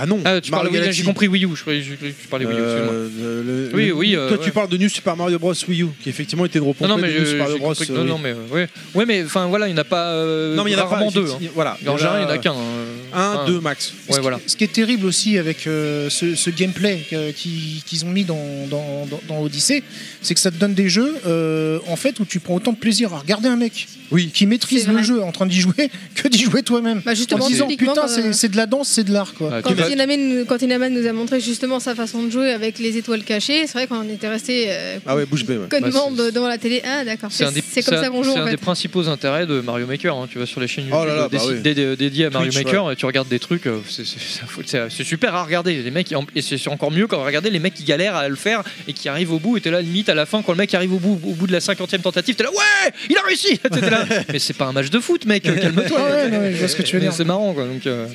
Ah non,
Euh, Ah, tu
Mario
parles Wii,
Galaxy.
j'ai compris Wii U, je, croyais- je, je- je parlais Wii U, excuse-moi.
Euh, le- le-
Oui,
le-
oui, euh,
Toi,
ouais.
tu parles de New Super Mario Bros. Wii U, qui effectivement était de repos
Non, non, mais
de
je,
New Super Mario
j'ai
Bros.
compris que-
euh,
non,
oui.
non, mais euh, ouais, ouais, mais enfin voilà, il n'y en a pas. euh,
Non, mais il y en a pas.
rarement deux. hein.
effectivement, Voilà.
En général, il n'y en a
euh,
qu'un. hein.
Un,
Enfin,
deux max.
Ouais, voilà.
Ce qui est terrible aussi avec euh, ce, ce gameplay euh, qui- qu'ils ont mis dans, dans, dans- dans Odyssey, c'est que ça te donne des jeux euh, en fait où tu prends autant de plaisir à regarder un mec
Oui.
qui maîtrise
C'est
le
vrai.
jeu en train d'y jouer que d'y jouer toi-même.
Bah, justement, euh,
en disant
typiquement,
putain,
quand-
c'est c'est de la danse, c'est de l'art quoi.
Bah, tu
Quand
vas-
Inaman, quand Inaman nous a montré justement sa façon de jouer avec les étoiles cachées, c'est vrai qu'on était resté euh,
Ah ouais, bouche bée, ouais.
connement
Bah,
de- devant la télé. Ah d'accord,
C'est un des-
c'est c'est comme
c'est un-
ça qu'on joue
c'est
en
un des
fait.
principaux intérêts de Mario Maker. hein. Tu vas sur les chaînes YouTube
Oh là là,
euh, des
bah
sites
oui.
dé- dé- dédiés à Mario
Twitch,
Maker et tu regardes des trucs. euh, c'est- c'est- c'est affo- C'est c'est super à regarder. Les mecs, et en- et c'est encore mieux quand regardez les mecs qui galèrent à le faire et qui arrivent au bout. Et t'es là limite à la fin quand le mec arrive au bout, au bout de la 50e tentative, t'es là ouais, il a réussi. T'es- t'es là, Mais c'est pas un match de foot, mec. euh, Calme-toi.
Ouais, ouais, non, mais je vois ce que tu veux
Mais
dire.
C'est marrant, quoi. Donc. euh,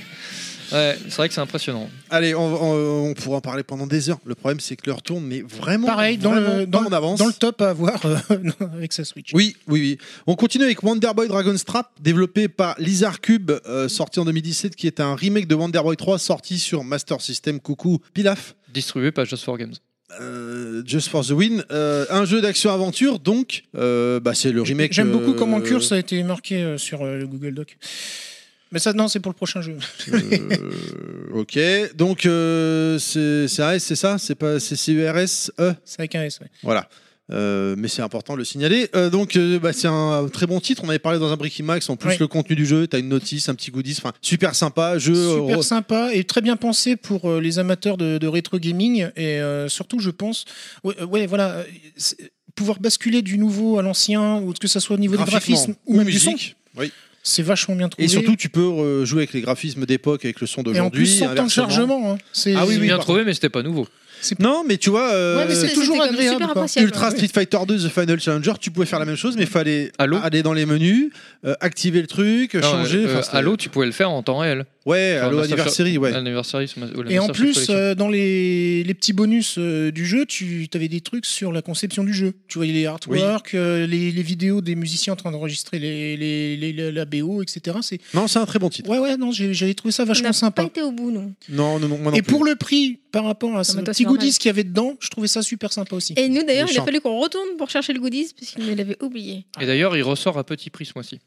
Ouais, c'est vrai que c'est impressionnant.
Allez, on, on- on pourra en parler pendant des heures. Le problème, c'est que l'heure tourne, mais vraiment.
Pareil, dans, le,
vraiment
dans,
pas en avance.
dans le top à avoir euh, avec sa Switch.
Oui, oui, oui. On continue avec Wonderboy Dragon Strap, développé par Lizard Cube, euh, sorti en 2017, qui est un remake de Wonderboy 3, sorti sur Master System, coucou, Pilaf,
Distribué par Just for Games.
euh, Just for the Win. Euh, un jeu d'action-aventure, donc, euh, bah, c'est le remake.
J'aime beaucoup
euh,
comment le cure ça a été marqué euh, sur euh, le Google Doc. Mais ça, non, c'est pour le prochain jeu.
euh, ok, donc, euh, c'est c'est AS, c'est ça C'est pas c'est CURS E
C'est avec un S. ouais.
Voilà. Euh, mais c'est important de le signaler. Euh, donc, euh, bah, c'est un très bon titre. On avait parlé dans un Bricky Max. En plus,
Oui.
le contenu du jeu, t'as une notice, un petit goodies. Enfin, super sympa. Jeu. euh,
Super
re-
sympa et très bien pensé pour euh, les amateurs de, de rétro gaming. Et euh, surtout, je pense, ouais, euh, ouais, voilà, euh, c'est- pouvoir basculer du nouveau à l'ancien, ou que ça soit au niveau du
graphiquement,
graphisme ou même du son,
Oui.
c'est vachement bien trouvé.
Et surtout, tu peux euh, jouer avec les graphismes d'époque, avec le son
et en plus,
d'aujourd'hui.
sans temps de
inversement.
chargement. hein. C'est-
Ah oui,
C'est
oui,
bien
par
trouvé, mais c'était pas nouveau.
Non, mais tu vois, euh,
Ouais, mais c'est
C'était
toujours
quand même
agréable,
super
quoi.
appréciable.
Ultra Street Fighter 2 The Final Challenger, tu pouvais faire la même chose, mais il fallait
Allô
aller dans les menus, euh, activer le truc,
Non,
changer.
euh,
enfin,
euh,
c'était-
Halo, tu pouvais le faire en temps réel.
Ouais,
Enfin,
Halo
Master Euh,
Anniversary, ouais.
Anniversary, c'est ma- ou la
Et en
Master Chief
plus,
Collection.
euh, dans les, les petits bonus euh, du jeu, tu avais des trucs sur la conception du jeu. Tu voyais les artworks, euh, les, les vidéos des musiciens en train d'enregistrer les, les- les- les- la BO, etc. C'est-
Non, c'est un très bon titre.
Ouais, ouais, non, j'ai- j'avais trouvé ça
On n'a
vachement
pas
sympa.
été au bout, non.
Non, non, non, moi non
Et
plus.
pour le prix, par rapport à ce
mais toi,
petit
c'est normal.
goodies qu'il y avait dedans, je trouvais ça super sympa aussi.
Et nous d'ailleurs,
Les
il a
chants.
fallu qu'on retourne pour chercher le goodies parce qu'il l'avait oublié.
Et d'ailleurs, il ressort à petit prix ce mois-ci.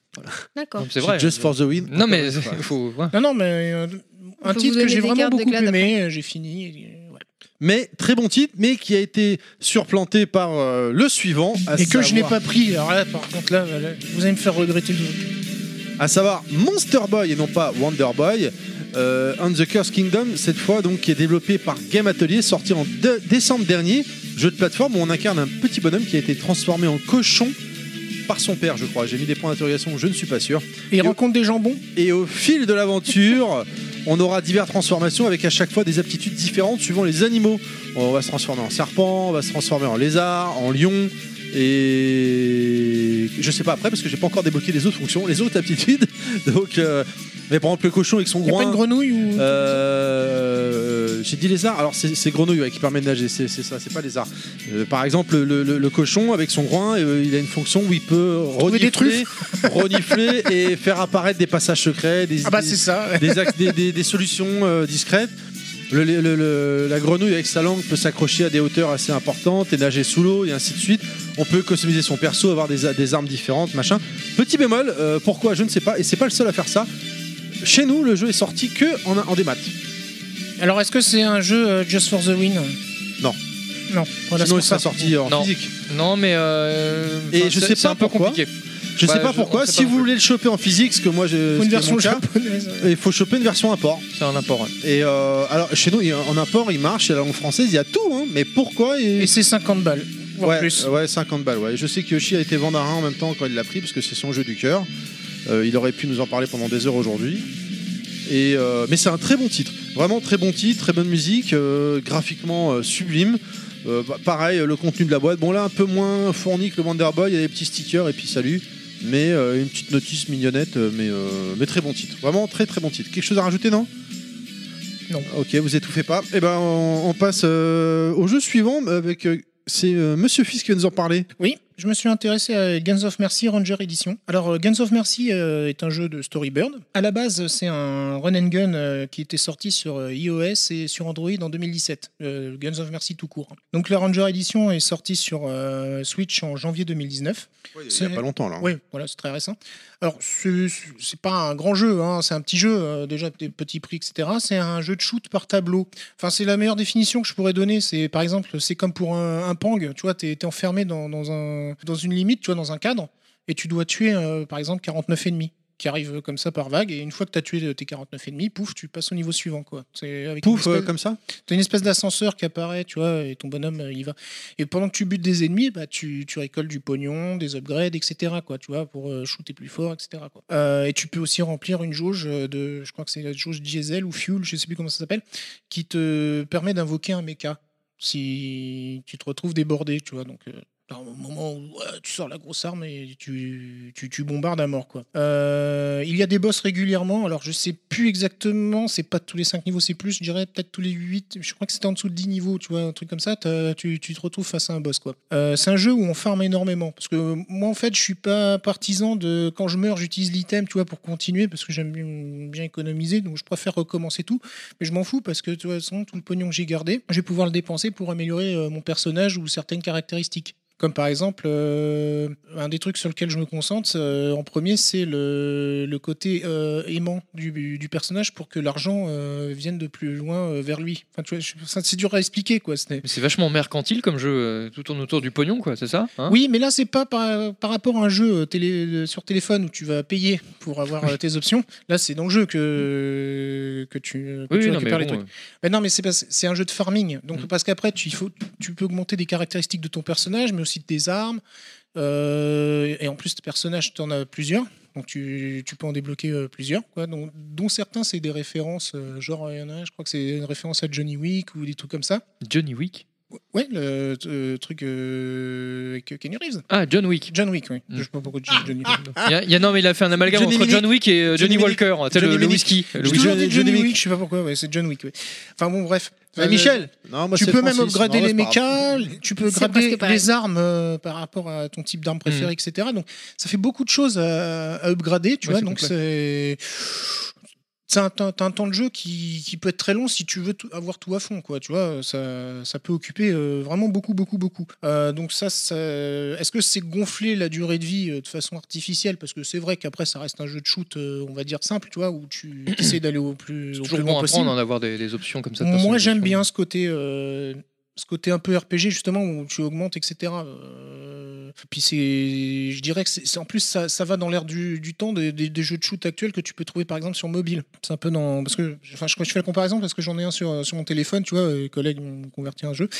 D'accord.
Donc, C'est
C'est
vrai.
Just for the win.
Non, mais
Ouais.
il faut. ouais.
Non, non, mais euh,
peut
un
vous
titre
donner
que j'ai
des
vraiment
cartes de
beaucoup
Glad
aimé, euh, j'ai fini. euh, ouais.
mais très bon titre, mais qui a été surplanté par euh, le suivant, à,
Et que
savoir,
je n'ai pas pris. Alors là, par contre, là, là, vous allez me faire regretter le
à savoir Monster Boy et non pas Wonder Boy. Euh, and the Curse Kingdom, cette fois donc qui est développé par Game Atelier, sorti en de- décembre dernier, jeu de plateforme où on incarne un petit bonhomme qui a été transformé en cochon par son père, je crois. J'ai mis des points d'interrogation, je ne suis pas sûr.
Et rencontre des jambons.
Et au fil de l'aventure, on aura diverses transformations avec à chaque fois des aptitudes différentes suivant les animaux. On va se transformer en serpent, on va se transformer en lézard, en lion. Et je sais pas après parce que j'ai pas encore débloqué les autres fonctions, les autres aptitudes. Donc, euh, mais par exemple le cochon avec son
Il n'y a pas
groin.
une grenouille ou.
Euh, j'ai dit lézard, alors c'est c'est grenouille ouais, qui permet de nager, c'est c'est ça, c'est pas lézard. Euh, par exemple, le, le- le cochon avec son groin, euh, il a une fonction où il peut
Trouver des
renifler, renifler et faire apparaître des passages secrets, des,
Ah bah,
des-
c'est ça.
des, ax- des- des- des solutions euh, discrètes. Le- le- le- le- la grenouille avec sa langue peut s'accrocher à des hauteurs assez importantes et nager sous l'eau et ainsi de suite. On peut customiser son perso, avoir des, a- des armes différentes, machin. Petit bémol, euh, pourquoi je ne sais pas, et c'est pas le seul à faire ça. Chez nous, le jeu est sorti que en, en démat.
Alors, est-ce que c'est un jeu euh, Just for the Win
Non.
Non. Voilà,
Sinon,
c'est pour
il sera
ça.
sorti euh, en
Non.
physique.
Non, mais. euh,
Et
enfin,
je
c'est-
sais
c'est
pas
un peu
pourquoi.
compliqué.
Je
Bah,
sais pas
je- on
pourquoi.
sait
Si
pas non
vous
plus.
voulez le choper en physique, ce que moi, je,
Faut
ce
une
qui est
version
mon cas,
japonaise.
il faut choper une version import.
C'est un import. ouais.
Et euh, alors, chez nous, il- en import, il marche. Et la langue française, il y a tout. hein. mais pourquoi
Et
et-
c'est 50 balles. voire
Ouais,
plus.
euh, ouais, 50 balles. Ouais. Et Je sais que Yoshi a été vendarin en même temps quand il l'a pris, parce que c'est son jeu du cœur. Euh, il aurait pu nous en parler pendant des heures aujourd'hui. Et, euh, mais c'est un très bon titre. Vraiment très bon titre, très bonne musique, euh, graphiquement euh, sublime. Euh, bah, pareil, le contenu de la boîte. Bon, là, un peu moins fourni que le Wonderboy. Il y a des petits stickers et puis salut. Mais euh, une petite notice mignonnette, euh, mais, euh, mais très bon titre. Vraiment très très bon titre. Quelque chose à rajouter, non
Non.
Ok, vous étouffez pas. Et ben, on, on passe euh, au jeu suivant avec. euh, c'est euh, Monsieur Fils qui va nous en parler.
Oui, je me suis intéressé à Guns of Mercy Ranger Edition. Alors, euh, Guns of Mercy euh, est un jeu de Storybird. À la base, c'est un run and gun euh, qui était sorti sur euh, iOS et sur Android en 2017. euh, Guns of Mercy tout court. Donc, la Ranger Edition est sortie sur euh, Switch en janvier 2019.
Il y a pas longtemps là.
Oui, voilà, c'est très récent. Alors, c'est c'est pas un grand jeu, hein, c'est un petit jeu, euh, déjà des petits prix, etc. C'est un jeu de shoot par tableau. Enfin, c'est la meilleure définition que je pourrais donner. C'est par exemple, c'est comme pour un, un Pang, tu vois, t'es es enfermé dans, dans un, dans une limite, tu vois, dans un cadre, et tu dois tuer, euh, par exemple, 49 ennemis qui arrivent comme ça par vague, et une fois que tu as tué euh, tes 49 ennemis, pouf, tu passes au niveau suivant, quoi. C'est avec une
Pouf, euh,
espèce-
comme ça
T'as une espèce d'ascenseur qui apparaît, tu vois, et ton bonhomme, euh, il va. Et pendant que tu butes des ennemis, bah, tu, tu récoltes du pognon, des upgrades, etc., quoi, tu vois, pour euh, shooter plus fort, etc., quoi. Euh, et tu peux aussi remplir une jauge euh, de, je crois que c'est la jauge diesel ou fuel, je sais plus comment ça s'appelle, qui te permet d'invoquer un mecha si tu te retrouves débordé, tu vois, donc... euh, par un moment où ouais, tu sors la grosse arme et tu, tu, tu bombardes à mort. Quoi. Euh, il y a des boss régulièrement, alors je sais plus exactement, c'est pas tous les 5 niveaux, c'est plus, je dirais peut-être tous les 8, je crois que c'était en dessous de 10 niveaux, tu vois, un truc comme ça, t'as- tu, tu te retrouves face à un boss. quoi. Euh, c'est un jeu où on farme énormément, parce que euh, moi en fait je suis pas partisan de quand je meurs j'utilise l'item, tu vois, pour continuer, parce que j'aime bien- bien économiser, donc je préfère recommencer tout. Mais je m'en fous parce que de toute façon, tout le pognon que j'ai gardé, je vais pouvoir le dépenser pour améliorer euh, mon personnage ou certaines caractéristiques. Comme par exemple, euh, un des trucs sur lequel je me concentre euh, en premier, c'est le, le côté euh, aimant du, du personnage pour que l'argent euh, vienne de plus loin euh, vers lui. Enfin, tu vois, je- ça, c'est dur à expliquer, quoi. ce n'est-
Mais c'est vachement mercantile comme jeu, euh, tout tourne autour du pognon, quoi, c'est ça hein
oui, mais là, c'est pas par, par rapport à un jeu euh, télé, euh, sur téléphone où tu vas payer pour avoir euh, tes options. Là, c'est dans le jeu que, que tu, que
Oui, oui,
tu
non, mais
récupères les
bon,
trucs.
euh,
Mais Ben non, mais c'est parce- c'est un jeu de farming. Donc
Mhm.
parce qu'après tu il faut tu peux augmenter des caractéristiques de ton personnage, mais aussi de tes armes. Euh, et en plus, tes personnages, tu en as plusieurs. Donc tu, tu peux en débloquer euh, plusieurs, quoi. Donc, dont certains c'est des références, euh, genre il y en a, un, je crois que c'est une référence à Johnny Wick ou des trucs comme ça.
euh, Johnny Wick
Ouais, le euh, truc euh, avec Kenny Reeves.
Ah, John Wick.
John Wick, oui.
Mhm.
Je sais pas pourquoi je dis Johnny Wick.
Il y a- il y a- non, mais il a fait un amalgame
Ah. Johnny
entre John Wick et euh, Johnny,
Johnny
Walker, tu sais, le,
Johnny
le
Minic.
whisky. le
J'ai
whisky.
toujours dit Johnny
Johnny
ah. Wick, je sais pas pourquoi, ouais, c'est John Wick. ouais. Enfin bon, bref.
Euh,
Enfin,
Michel Non, moi,
Tu
c'est
peux même
Francis.
upgrader
Non,
les
c'est pas grave.
mechas, tu peux
C'est
upgrader
presque pareil.
les armes euh, par rapport à ton type d'arme préférée,
Mm.
etc. Donc ça fait beaucoup de choses à, à upgrader, tu
Ouais,
vois.
c'est
Donc c'est. C'est un, temps- t'as un temps de jeu qui, qui peut être très long si tu veux tout- avoir tout à fond, quoi. Tu vois, ça, ça peut occuper euh, vraiment beaucoup, beaucoup, beaucoup. Euh, donc ça, ça- est-ce que c'est gonfler la durée de vie euh, de façon artificielle Parce que c'est vrai qu'après ça reste un jeu de shoot, euh, on va dire simple, tu vois, où tu essaies d'aller au plus,
C'est
au
toujours
plus
bon
loin
à
possible.
prendre, d'en avoir des, des options comme ça. de
Moi, j'aime
personnalisation.
bien ce côté, euh, ce côté un peu RPG justement où tu augmentes, etc. Euh, puis c'est, je dirais que c'est, c'est- en plus ça, ça va dans l'air du, du temps des, des- des jeux de shoot actuels que tu peux trouver par exemple sur mobile. C'est un peu dans, parce que, enfin, je, je fais la comparaison parce que j'en ai un sur, sur mon téléphone, tu vois, euh, collègue me convertit un jeu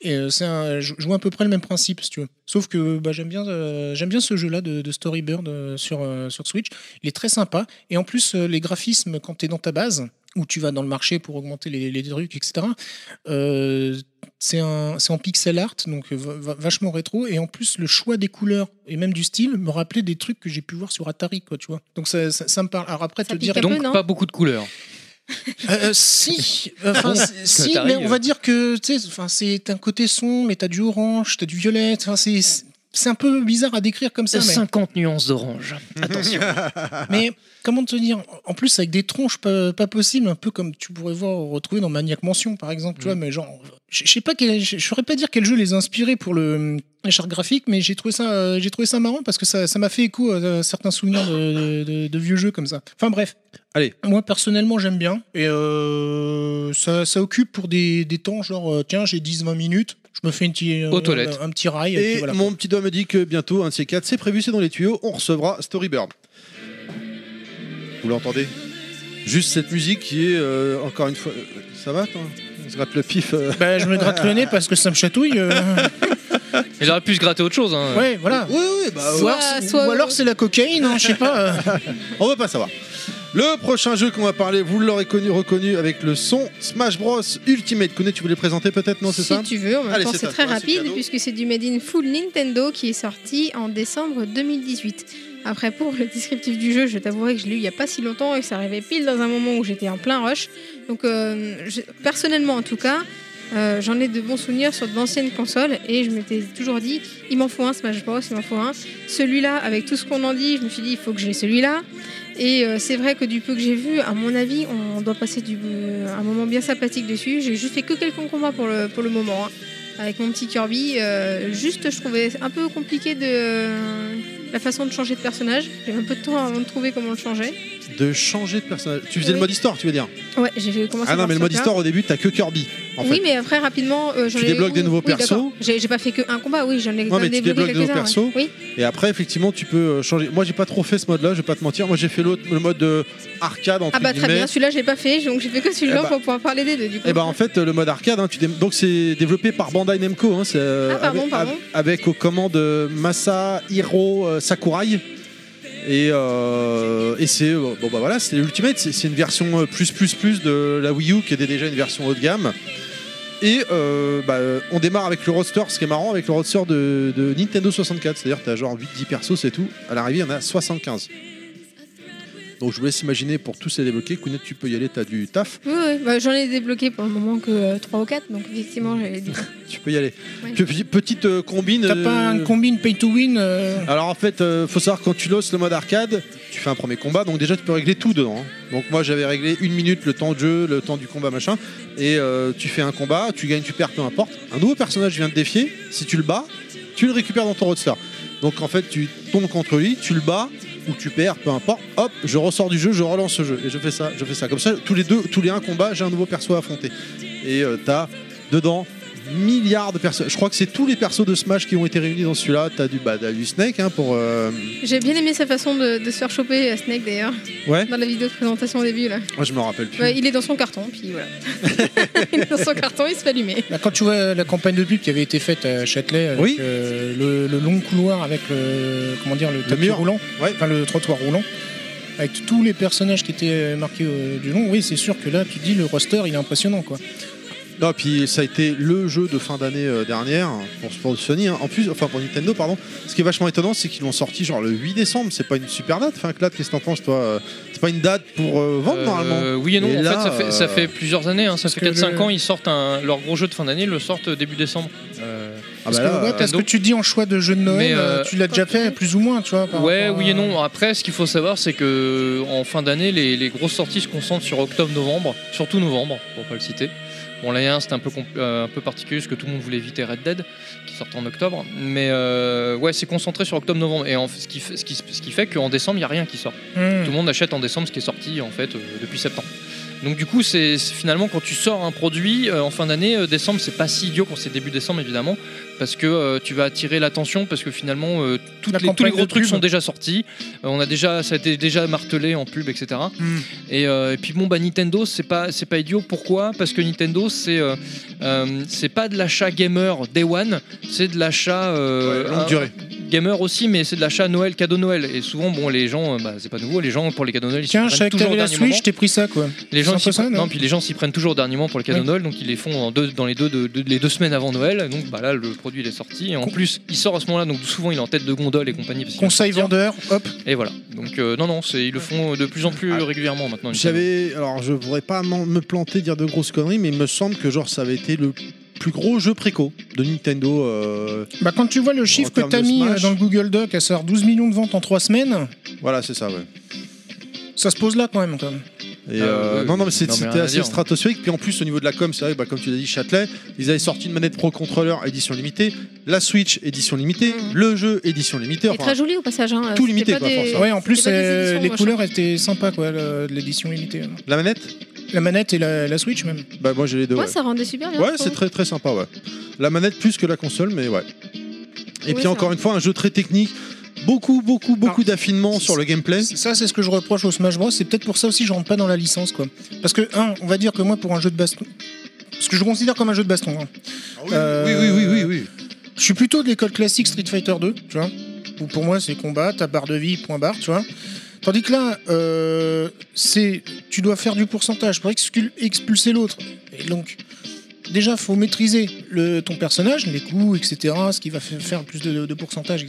et euh, c'est un, je je vois à peu près le même principe, si tu veux. Sauf que bah, j'aime bien, euh, j'aime bien ce jeu-là de, de Storybird euh, sur euh, sur Switch. Il est très sympa et en plus euh, les graphismes quand tu es dans ta base où tu vas dans le marché pour augmenter les, les trucs, etc. Euh, c'est un- c'est en pixel art, donc euh, va- va- vachement rétro. Et en plus, le choix des couleurs et même du style me rappelait des trucs que j'ai pu voir sur Atari, quoi, tu vois. Donc ça, ça- ça me parle. Alors après,
Ça
te
pique
dire.
un peu,
Donc,
non
pas beaucoup de couleurs.
Euh, si, enfin, c'est- si,
Atari,
mais
euh.
on va dire que tu sais, enfin, c'est un côté son, mais t'as du orange, t'as du violet. Enfin, c'est c'est un peu bizarre à décrire comme ça, mais.
50 nuances d'orange. Attention.
Mais comment te dire En plus, avec des tronches pas, pas possibles, un peu comme tu pourrais voir retrouver dans Maniac Mansion, par exemple. Tu vois, mais genre, je je sais pas, quel, je je saurais pas dire quel jeu les a inspirés pour le la charte graphique, mais j'ai trouvé ça, euh, j'ai trouvé ça marrant parce que ça, ça m'a fait écho à, certains souvenirs de, de- de vieux jeux comme ça. Enfin bref.
Allez.
Moi personnellement, j'aime bien et euh, ça, ça occupe pour des, des temps genre euh, tiens, j'ai 10-20 minutes. Je me fais une petite- euh,
Aux toilettes.
un petit rail.
Et
puis voilà.
mon petit doigt me dit que bientôt, un de ces quatre, c'est prévu, c'est dans les tuyaux, on recevra Storybird. Vous l'entendez Juste cette musique qui est, euh, encore une fois... euh, Ça va, toi On se gratte le pif euh,
Ben, Bah, je me gratte le nez parce que ça me chatouille. euh.
Ils auraient pu se gratter autre chose. Hein.
Ouais, voilà.
Oui, oui, bah,
Ou
ouais.
alors c'est-
soit-
euh, ou alors c'est la cocaïne, hein, je sais pas. euh.
on va pas savoir. Le prochain jeu qu'on va parler, vous l'aurez connu, reconnu avec le son Smash Bros Ultimate. Connais, tu voulais présenter peut-être, non, c'est
si
ça
tu veux, en même
Allez,
temps,
c'est
c'est
ça,
très
ouais, c'est
rapide
cadeau.
puisque c'est du Made in Full Nintendo qui est sorti en décembre 2018. Après, pour le descriptif du jeu, je t'avouerai que je l'ai lu il n'y a pas si longtemps et que ça arrivait pile dans un moment où j'étais en plein rush. Donc, euh, je- personnellement en tout cas, euh, j'en ai de bons souvenirs sur d'anciennes consoles et je m'étais toujours dit, il m'en faut un Smash Bros, il m'en faut un. Celui-là, avec tout ce qu'on en dit, je me suis dit, il faut que j'ai celui-là. Et euh, c'est vrai que du peu que j'ai vu, à mon avis, on doit passer du, euh, un moment bien sympathique dessus. J'ai juste fait que quelques combats pour le, pour le moment. hein. Avec mon petit Kirby, euh, juste je trouvais un peu compliqué de euh, la façon de changer de personnage. J'ai eu un peu de temps avant de trouver comment le changer.
De changer de personnage. Tu faisais
Oui.
le mode histoire, tu veux dire
Ouais, j'ai commencé.
Ah non,
par
mais le
ça,
mode
là.
histoire, au début, t'as que Kirby. En fait.
Oui, mais après rapidement, euh, j'en
Tu
ai-
débloques des
oui,
nouveaux
oui, d'accord.
persos.
J'ai j'ai pas fait que un combat, oui, j'en ai
Non, mais tu
développé
débloques des nouveaux
quelques-uns. ouais.
persos.
Oui,
Et après, effectivement, tu peux euh, changer. Moi, j'ai pas trop fait ce mode-là, je vais pas te mentir. Moi, j'ai fait l'autre, le mode euh, arcade entre
ah bah très
guillemets.
bien. Celui-là, je l'ai pas fait, donc j'ai fait que celui-là
Eh bah-
pour pouvoir parler des deux. Du coup.
Et bah en fait le mode arcade, hein, tu dé- donc c'est développé par Bandai Namco, hein, c'est, euh,
Ah, pardon,
avec,
pardon.
av- avec aux commandes euh, Masahiro euh, Sakurai. Et, euh, et c'est euh, bon bah voilà, c'est Ultimate, c'est c'est une version euh, plus plus plus de la Wii U qui était déjà une version haut de gamme. Et euh, bah, euh, on démarre avec le roster, ce qui est marrant avec le roster de, de Nintendo 64, c'est-à-dire t'as genre 8-10 persos c'est tout, à l'arrivée il y en a 75. Donc je vous laisse imaginer pour tous les débloquer, Kounet tu peux y aller, t'as du taf.
Oui, oui, bah, j'en ai débloqué pour le moment que 3 ou 4, donc effectivement, j'avais dit.
Tu peux y aller.
Ouais.
Que- petite euh, combine.
T'as
euh,
pas un combine pay to win euh,
Alors en fait, euh, faut savoir quand tu lances le mode arcade, tu fais un premier combat, donc déjà tu peux régler tout dedans. hein. Donc moi j'avais réglé une minute le temps de jeu, le temps du combat machin, et euh, tu fais un combat, tu gagnes, tu perds, peu importe. Un nouveau personnage vient te défier, si tu le bats, tu le récupères dans ton roadster. Donc en fait tu tombes contre lui, tu le bats ou tu perds, peu importe. Hop, je ressors du jeu, je relance ce jeu et je fais ça, je fais ça. Comme ça, tous les deux, tous les un combat, j'ai un nouveau perso à affronter. Et euh, t'as dedans milliards de personnes. Je crois que c'est tous les persos de Smash qui ont été réunis dans celui-là. T'as du, bah, t'as du Snake hein, pour. euh,
J'ai bien aimé sa façon de, de se faire choper à Snake d'ailleurs,
Ouais.
dans la vidéo de présentation au début. Là.
Moi je me rappelle plus.
Ouais, il est dans son carton, puis voilà. il est dans son carton, il se fait allumer.
Là, quand tu vois la campagne de pub qui avait été faite à Châtelet, avec,
Oui.
euh, le, le long couloir avec le comment dire le tapis
mur.
roulant,
Ouais.
enfin le trottoir roulant, avec tous les personnages qui étaient euh, marqués euh, du long, oui c'est sûr que là tu te dis le roster il est impressionnant quoi.
Ah Non, puis ça a été le jeu de fin d'année euh, dernière pour, pour Sony. hein. En plus, enfin pour Nintendo, pardon. Ce qui est vachement étonnant, c'est qu'ils l'ont sorti genre le 8 décembre. C'est pas une super date. Enfin, Clad, qu'est-ce que t'en penses toi euh, C'est pas une date pour euh, vendre normalement.
Euh, oui et non,
Et
en
là,
fait, ça fait, ça
euh,
fait plusieurs années, hein, ça fait
que
4-5
le-
ans, ils sortent un- leur gros jeu de fin d'année, ils le sortent début décembre. Euh,
Ah
Parce
bah
que,
là,
ouais,
euh,
parce que
donc-
tu te dis en choix de jeu de Noël,
Mais, euh,
euh, tu l'as déjà fait plus ou moins tu vois. par
ouais,
rapport à-
oui et non. Après, ce qu'il faut savoir, c'est que en fin d'année, les, les grosses sorties se concentrent sur octobre-novembre, surtout novembre, pour pas le citer. Bon, l'année 1, c'était un peu, compl- euh, un peu particulier parce que tout le monde voulait éviter Red Dead, qui sort en octobre. Mais euh, ouais, c'est concentré sur octobre-novembre. Et en fait, ce, qui fait, ce, qui, ce qui fait qu'en décembre, il n'y a rien qui sort. Tout
Hmm.
le monde achète en décembre ce qui est sorti en fait euh, depuis septembre. Donc du coup, c'est c'est finalement quand tu sors un produit euh, en fin d'année, euh, décembre, c'est pas si idiot quand c'est début décembre évidemment, parce que euh, tu vas attirer l'attention parce que finalement euh, toutes
La
les- tous les
campagne
gros
de
trucs
pub.
sont déjà sortis. Euh, on a déjà, ça a été déjà martelé en pub, etc.
Mm.
Et, euh, et puis bon bah Nintendo, c'est pas c'est pas idiot. Pourquoi Parce que Nintendo, c'est euh, euh, c'est pas de l'achat gamer day one, c'est de l'achat euh,
Ouais, longue
un-
durée.
gamer aussi, mais c'est de l'achat Noël, cadeau Noël. Et souvent, bon, les gens, euh, bah, c'est pas nouveau, les gens pour les cadeaux Noël, ils s'y
Tiens, je
prennent
savais que
toujours au
t'avais la
dernier
Switch,
moment.
je t'ai pris ça quoi.
Les gens,
c'est
s'y
un peu ça,
prennent-
non
non, puis les gens s'y prennent toujours au dernier moment pour les cadeaux
Oui.
Noël, donc ils les font en deux, dans les deux, de- de- les deux semaines avant Noël. Et Donc bah, là, le produit il est sorti. Et en
Con-
plus, il sort à ce moment-là, donc souvent il est en tête de gondole et compagnie. parce qu'il vient de
Conseil
sortir.
vendeur, hop.
Et voilà. Donc euh, non, non, c'est- ils le font de plus en plus
Ah.
régulièrement maintenant. Nintendo.
J'avais, alors je voudrais pas m'en- me planter, dire de grosses conneries, mais il me semble que genre ça avait été le plus gros jeu préco de Nintendo. euh,
Bah quand tu vois le chiffre que
termes
t'as
de
mis euh,
Smash.
dans le Google Doc, à savoir 12 millions de ventes en 3 semaines,
Voilà, c'est ça, ouais.
ça se pose là quand même. Quoi.
Et,
Ah,
euh,
oui,
non, non,
oui.
mais c'est-
Non, mais
c'était
rien à
assez
dire.
stratosphérique. Puis en plus, au niveau de la com, c'est vrai, que, bah, comme tu l'as dit, Châtelet, ils avaient sorti une manette Pro Controller édition limitée, la Switch édition limitée,
Mhm.
le jeu édition limitée.
Il est
enfin,
très joli au passage. Hein.
tout
C'était
limité,
pas
quoi,
des-
forcément.
Ouais, en plus,
C'était pas des
euh,
éditions,
les
moi, je
couleurs étaient sympas, quoi, le- de l'édition limitée. là.
la manette
La manette et la, la Switch, même.
Bah, moi j'ai les deux.
Ouais,
ouais.
ça rendait super bien.
Ouais,
je
c'est
trouve.
très très sympa, ouais. La manette plus que la console, mais ouais. Et
Oui,
puis
ça
encore
va.
une fois, un jeu très technique, beaucoup beaucoup beaucoup d'affinement sur le gameplay.
Ça, c'est ce que je reproche au Smash Bros. C'est peut-être pour ça aussi que je rentre pas dans la licence, quoi. Parce que, un, on va dire que moi, pour un jeu de baston. Ce que je considère comme un jeu de baston. hein.
Ah oui,
Euh,
oui, oui, oui, oui, oui.
Je suis plutôt de l'école classique Street Fighter 2, tu vois. Où pour moi, c'est combat, ta barre de vie, point barre, tu vois. Tandis que là, euh, c'est, tu dois faire du pourcentage pour excul- expulser l'autre. Et donc, déjà, faut maîtriser le, ton personnage, les coups, etc., ce qui va fa- faire plus de, de pourcentage.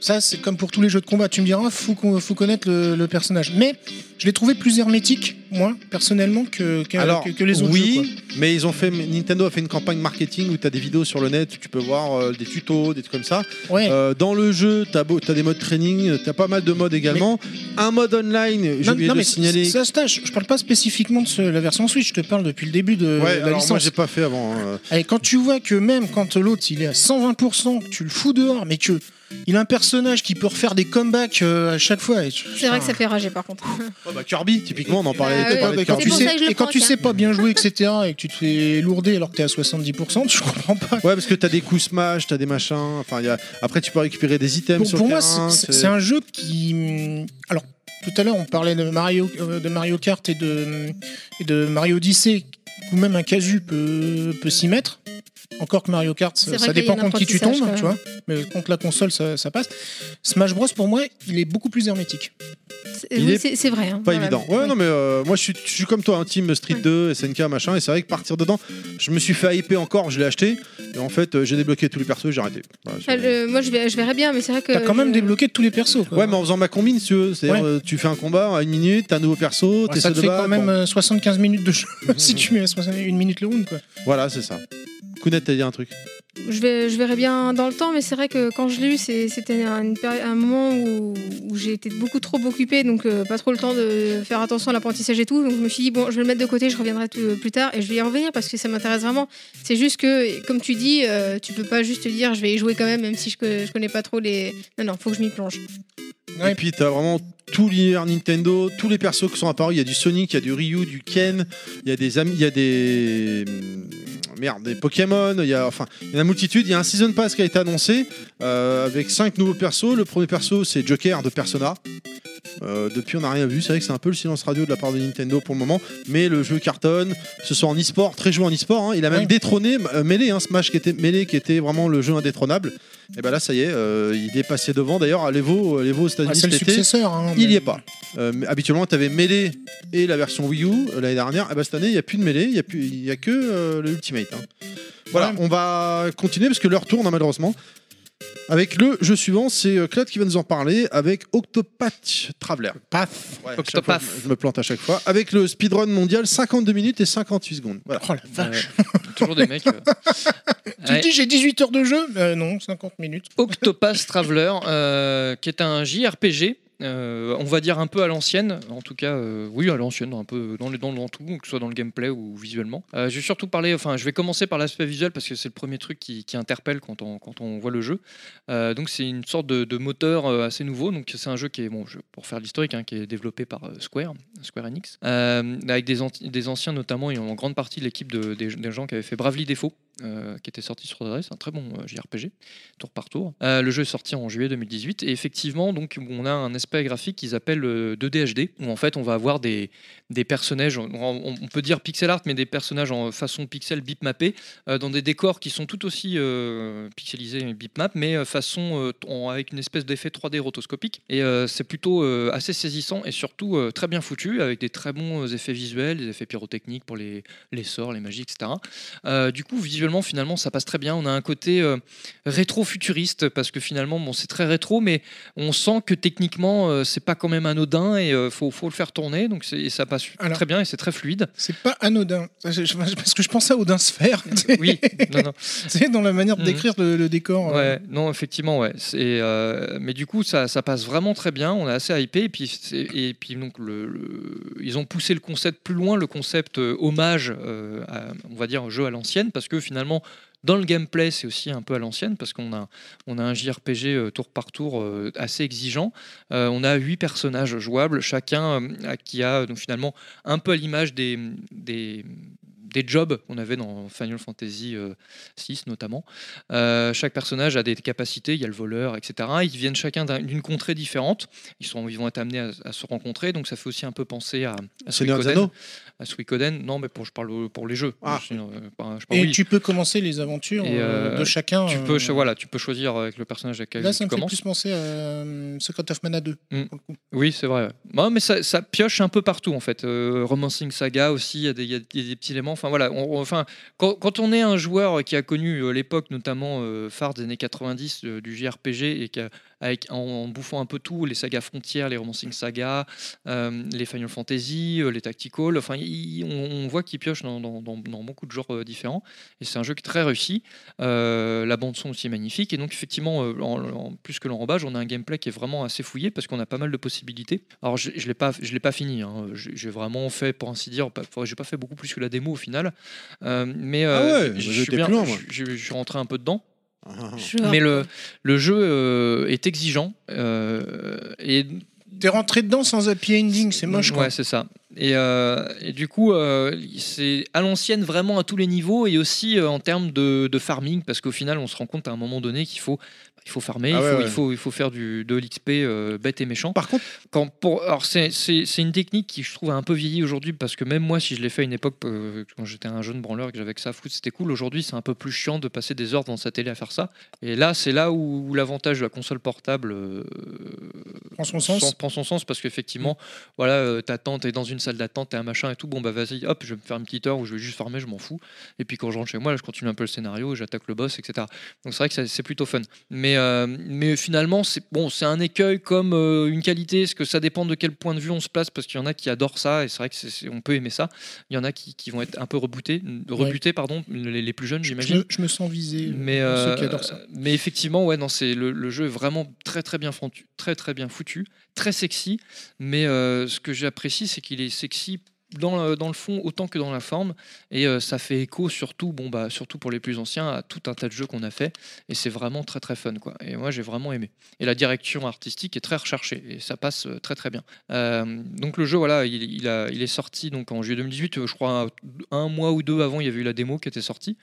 Ça, c'est comme pour tous les jeux de combat. Tu me diras, faut, qu'on- faut connaître le, le personnage. Mais je l'ai trouvé plus hermétique, moi, personnellement, que, que-
Alors,
que- que les autres jeux, quoi.
oui, mais ils ont fait Nintendo a fait une campagne marketing où tu as des vidéos sur le net, où tu peux voir euh, des tutos, des trucs comme ça.
Ouais.
Euh, dans le jeu, tu as, des modes training, tu as pas mal de modes également. Un mode online, j'ai
Non,
oublié
non,
de
mais
signaler.
Ça, ça, je, je parle pas spécifiquement de ce- la version Switch, je te parle depuis le début de
ouais,
la
alors moi
licence.
j'ai pas fait avant. euh,
Et quand tu vois que même quand l'autre il est à 120%, que tu le fous dehors, mais que il a un personnage qui peut refaire des comebacks euh, à chaque fois. et tu-
C'est vrai que ça fait rager par contre.
bah, Kirby, typiquement, on en parlait.
Bah
t'as
oui.
parlé de
Et quand
C'est
Kirby.
tu
pour
sais,
ça que je le
et quand
prends,
tu
tiens.
sais pas bien jouer, etc., et que tu te fais lourder alors que t'es à 70%, je comprends pas.
Ouais, parce que t'as des coups smash, t'as des machins. Enfin, il y a... après, tu peux récupérer des items
Pour,
sur
pour
le
moi,
terrain,
c'est- c'est c'est un jeu qui. hum, Alors, tout à l'heure, on parlait de Mario, euh, de Mario Kart et de, et de Mario Odyssey, où même un casu peut, peut s'y mettre. Encore que Mario Kart,
C'est
ça,
vrai
ça
qu'il y a
dépend
un
contre qui tu tombes,
apprentissage, quand
tu vois. Mais contre la console, ça, ça passe. Smash Bros, pour moi, il est beaucoup plus hermétique.
C'est-
Il
oui,
est
C'est c'est vrai. hein.
Pas
Voilà.
évident. Ouais, non, mais euh, moi je suis, je suis comme toi, un team Street 2, SNK, machin, et c'est vrai que partir dedans, je me suis fait hyper encore, je l'ai acheté, et en fait euh, j'ai débloqué tous les persos, j'ai arrêté. Voilà, c'est-
Ah, le- moi, je, vais- je verrais bien, mais c'est vrai que.
T'as quand même
je-
débloqué tous les persos. quoi.
Ouais, mais en faisant ma combine, si tu veux, c'est-à-dire
Ouais.
euh, tu fais un combat à une minute, t'as un nouveau perso,
Ouais,
t'es
ça te fait
battre,
quand même
bon.
euh, 75 minutes de jeu si tu mets à 61 minutes le round, quoi.
Voilà, c'est ça. Kounet, t'as dit un truc.
Je, vais, je verrais bien dans le temps, mais c'est vrai que quand je l'ai eu, c'est- c'était un, une péri- un moment où, où j'ai été beaucoup trop occupée, donc euh, pas trop le temps de faire attention à l'apprentissage et tout. Donc je me suis dit, bon, je vais le mettre de côté, je reviendrai tout- euh, plus tard et je vais y revenir parce que ça m'intéresse vraiment. C'est juste que, comme tu dis, euh, tu peux pas juste te dire, je vais y jouer quand même, même si je, co- je connais pas trop les. Non, non, faut que je m'y plonge.
Ouais.
Et puis t'as vraiment tout l'univers Nintendo, tous les persos qui sont apparus. Il y a du Sonic, il y a du Ryu, du Ken, il y a des amis, il y a des hmm, merde, des Pokémon. Il y a enfin, il y en a une multitude. Il y a un season pass qui a été annoncé euh, avec cinq nouveaux persos. Le premier perso c'est Joker de Persona. Euh, depuis on n'a rien vu, c'est vrai que c'est un peu le silence radio de la part de Nintendo pour le moment, mais le jeu cartonne, ce soit en e-sport, très joué en e-sport, hein. il a même
Ouais.
détrôné euh, Melee, hein, Smash qui était, Melee qui était vraiment le jeu indétrônable, et ben là ça y est, euh, il est passé devant, d'ailleurs à l'Evo, à l'Evo aux
Ah,
États-Unis
c'est
cet
le
été,
successeur. hein,
il
mais-
n'y est pas. Euh, mais habituellement, tu avais Melee et la version Wii U euh, l'année dernière. Eh ben, cette année, il n'y a plus de Melee, il n'y a, plus- il y a que euh, le Ultimate. hein. Voilà,
Ouais.
on va continuer parce que l'heure tourne hein, malheureusement. Avec le jeu suivant, c'est euh, Claude qui va nous en parler avec Octopath Traveler.
Paf.
Ouais, à chaque
Octopath.
fois, je me plante à chaque fois. Avec le speedrun mondial, 52 minutes et 58 secondes. Voilà.
Oh la vache.
Euh, toujours des mecs. euh.
Tu
Ouais.
te dis j'ai 18 heures de jeu Euh, Non, 50 minutes.
Octopath Traveler, euh, qui est un JRPG. euh, on va dire un peu à l'ancienne, en tout cas, euh, oui, à l'ancienne, un peu dans, le, dans, dans tout, que ce soit dans le gameplay ou visuellement. Euh, je vais surtout parler, enfin, je vais commencer par l'aspect visuel parce que c'est le premier truc qui, qui interpelle quand on, quand on voit le jeu. Euh, donc, c'est une sorte de, de moteur euh, assez nouveau. Donc, c'est un jeu qui est, bon, je- pour faire l'historique, hein, qui est développé par euh, Square, Square Enix, euh, avec des, anti- des anciens notamment et en grande partie l'équipe de, des, des gens qui avaient fait Bravely Default, euh, qui était sorti sur adresse, un très bon euh, JRPG tour par tour. Euh, le jeu est sorti en juillet 2018 et effectivement, donc, on a un aspect graphique qu'ils appellent euh, 2DHD, où en fait on va avoir des, des personnages, on, on- on peut dire pixel art, mais des personnages en façon pixel bitmappé, euh, dans des décors qui sont tout aussi euh, pixelisés et bitmap, mais euh, façon euh, t- en- avec une espèce d'effet 3D rotoscopique. Et euh, c'est plutôt euh, assez saisissant et surtout euh, très bien foutu, avec des très bons euh, effets visuels, des effets pyrotechniques pour les, les sorts, les magies, etc. Euh, du coup, visuellement, finalement, ça passe très bien. On a un côté... euh, rétro-futuriste parce que finalement bon c'est très rétro mais on sent que techniquement euh, c'est pas quand même anodin et euh, faut, faut le faire tourner donc c'est- et ça passe
Alors-
très bien et c'est très fluide
C'est pas anodin. Je- je- Parce que je pensais à Odin Sphere.
oui non, non.
C'est dans la manière de
Mhm.
décrire le, le décor. euh.
Ouais, non, effectivement, ouais. C'est, euh, mais du coup, ça, ça passe vraiment très bien. On est assez hypé. Et puis, c'est- et puis donc, le, le- ils ont poussé le concept plus loin, le concept euh, hommage, euh, à- on va dire, au jeu à l'ancienne, parce que finalement, dans le gameplay, c'est aussi un peu à l'ancienne, parce qu'on a, on a un JRPG euh, tour par tour euh, assez exigeant. Euh, on a huit personnages jouables, chacun euh, qui a donc finalement un peu à l'image des, des des jobs qu'on avait dans Final Fantasy euh, 6 notamment. Euh, chaque personnage a des capacités, il y a le voleur, etc. Ils viennent chacun d'un- d'une contrée différente. Ils, sont, ils vont être amenés à, à se rencontrer, donc ça fait aussi un peu penser à, à
Seigneur des
Suikoden.
Anneaux
À Suikoden, non, mais pour, je parle pour les jeux.
Ah.
Je, euh, pas- je parle-
Et
oui.
tu peux commencer les aventures
Et,
euh,
euh,
de chacun.
Tu
euh,
peux, cho- voilà, tu peux choisir avec le personnage avec lequel
Là,
tu
ça me fait
commences.
plus penser à euh, Secret of Mana 2.
Mm.
pour le coup.
Oui, c'est vrai. ouais. Non, mais ça, ça pioche un peu partout en fait. Euh, Romancing Saga aussi, il y, a des- il y a des des petits éléments. Enfin voilà, on- on- enfin quand, quand on est un joueur qui a connu euh, l'époque notamment euh, phare des années 90 euh, du JRPG et qui a- avec, en, en bouffant un peu tout, les sagas frontières, les Romancing Saga, euh, les Final Fantasy, euh, les Tactical. Enfin, il- on, on voit qu'il pioche dans, dans- dans- dans beaucoup de genres euh, différents. Et c'est un jeu qui est très réussi. Euh, la bande son aussi est magnifique. Et donc effectivement, euh, en- en- plus que l'enrobage, on a un gameplay qui est vraiment assez fouillé parce qu'on a pas mal de possibilités. Alors je, je l'ai pas, je l'ai pas fini. hein. J'ai j'ai vraiment fait, pour ainsi dire, pas- j'ai pas fait beaucoup plus que la démo au final. Euh, mais euh,
Ah ouais,
je-
moi,
je
j'étais
suis bien-
plus loin, moi.
je- je- je suis rentré un peu dedans.
Je-
Mais le, le jeu euh, est exigeant euh, et
T'es rentré dedans sans happy ending, c'est moche quoi.
Ouais, c'est ça. Et, euh, et du coup, euh, c'est à l'ancienne vraiment à tous les niveaux et aussi euh, en termes de, de farming, parce qu'au final, on se rend compte à un moment donné qu'il faut, bah, il faut farmer,
Ah
il,
ouais,
faut,
ouais.
il faut, il faut faire du, de l'XP euh, bête et méchant.
Par contre,
Quand pour, alors c'est, c'est- c'est une technique qui je trouve a un peu vieilli aujourd'hui parce que même moi si je l'ai fait à une époque euh, quand j'étais un jeune branleur et que j'avais que ça à foutre c'était cool aujourd'hui c'est un peu plus chiant de passer des heures dans sa télé à faire ça et là c'est là où, où l'avantage de la console portable euh,
Prends son sens.
prend son sens parce qu'effectivement voilà euh, t'attends t'es dans une salle d'attente t'es un machin et tout bon bah vas-y hop je vais me faire une petite heure où je vais juste farmer je m'en fous et puis quand je rentre chez moi là, je continue un peu le scénario j'attaque le boss etc donc c'est vrai que ça- c'est plutôt fun. Mais, euh, mais finalement, c'est bon, c'est un écueil comme euh, une qualité, parce que ça dépend de quel point de vue on se place, parce qu'il y en a qui adorent ça, et c'est vrai que c'est- c'est- on peut aimer ça. Il y en a qui, qui vont être un peu rebootés, rebutés pardon, les, les plus jeunes,
Je,
j'imagine.
me- je me sens visé. euh,
Mais,
pour
euh,
ceux qui adorent ça.
mais effectivement, ouais, non, c'est le, le jeu est vraiment très très bien foutu, très très bien foutu, très sexy. Mais euh, ce que j'apprécie, c'est qu'il est sexy dans le, dans le fond autant que dans la forme, et euh, ça fait écho surtout, bon bah surtout pour les plus anciens, à tout un tas de jeux qu'on a fait, et c'est vraiment très très fun quoi. Et moi j'ai vraiment aimé. Et la direction artistique est très recherchée, et ça passe euh, très très bien. Euh, donc le jeu voilà, il, il a- il est sorti donc en juillet 2018, euh, je crois un, un mois ou deux avant, il y avait eu la démo qui était sortie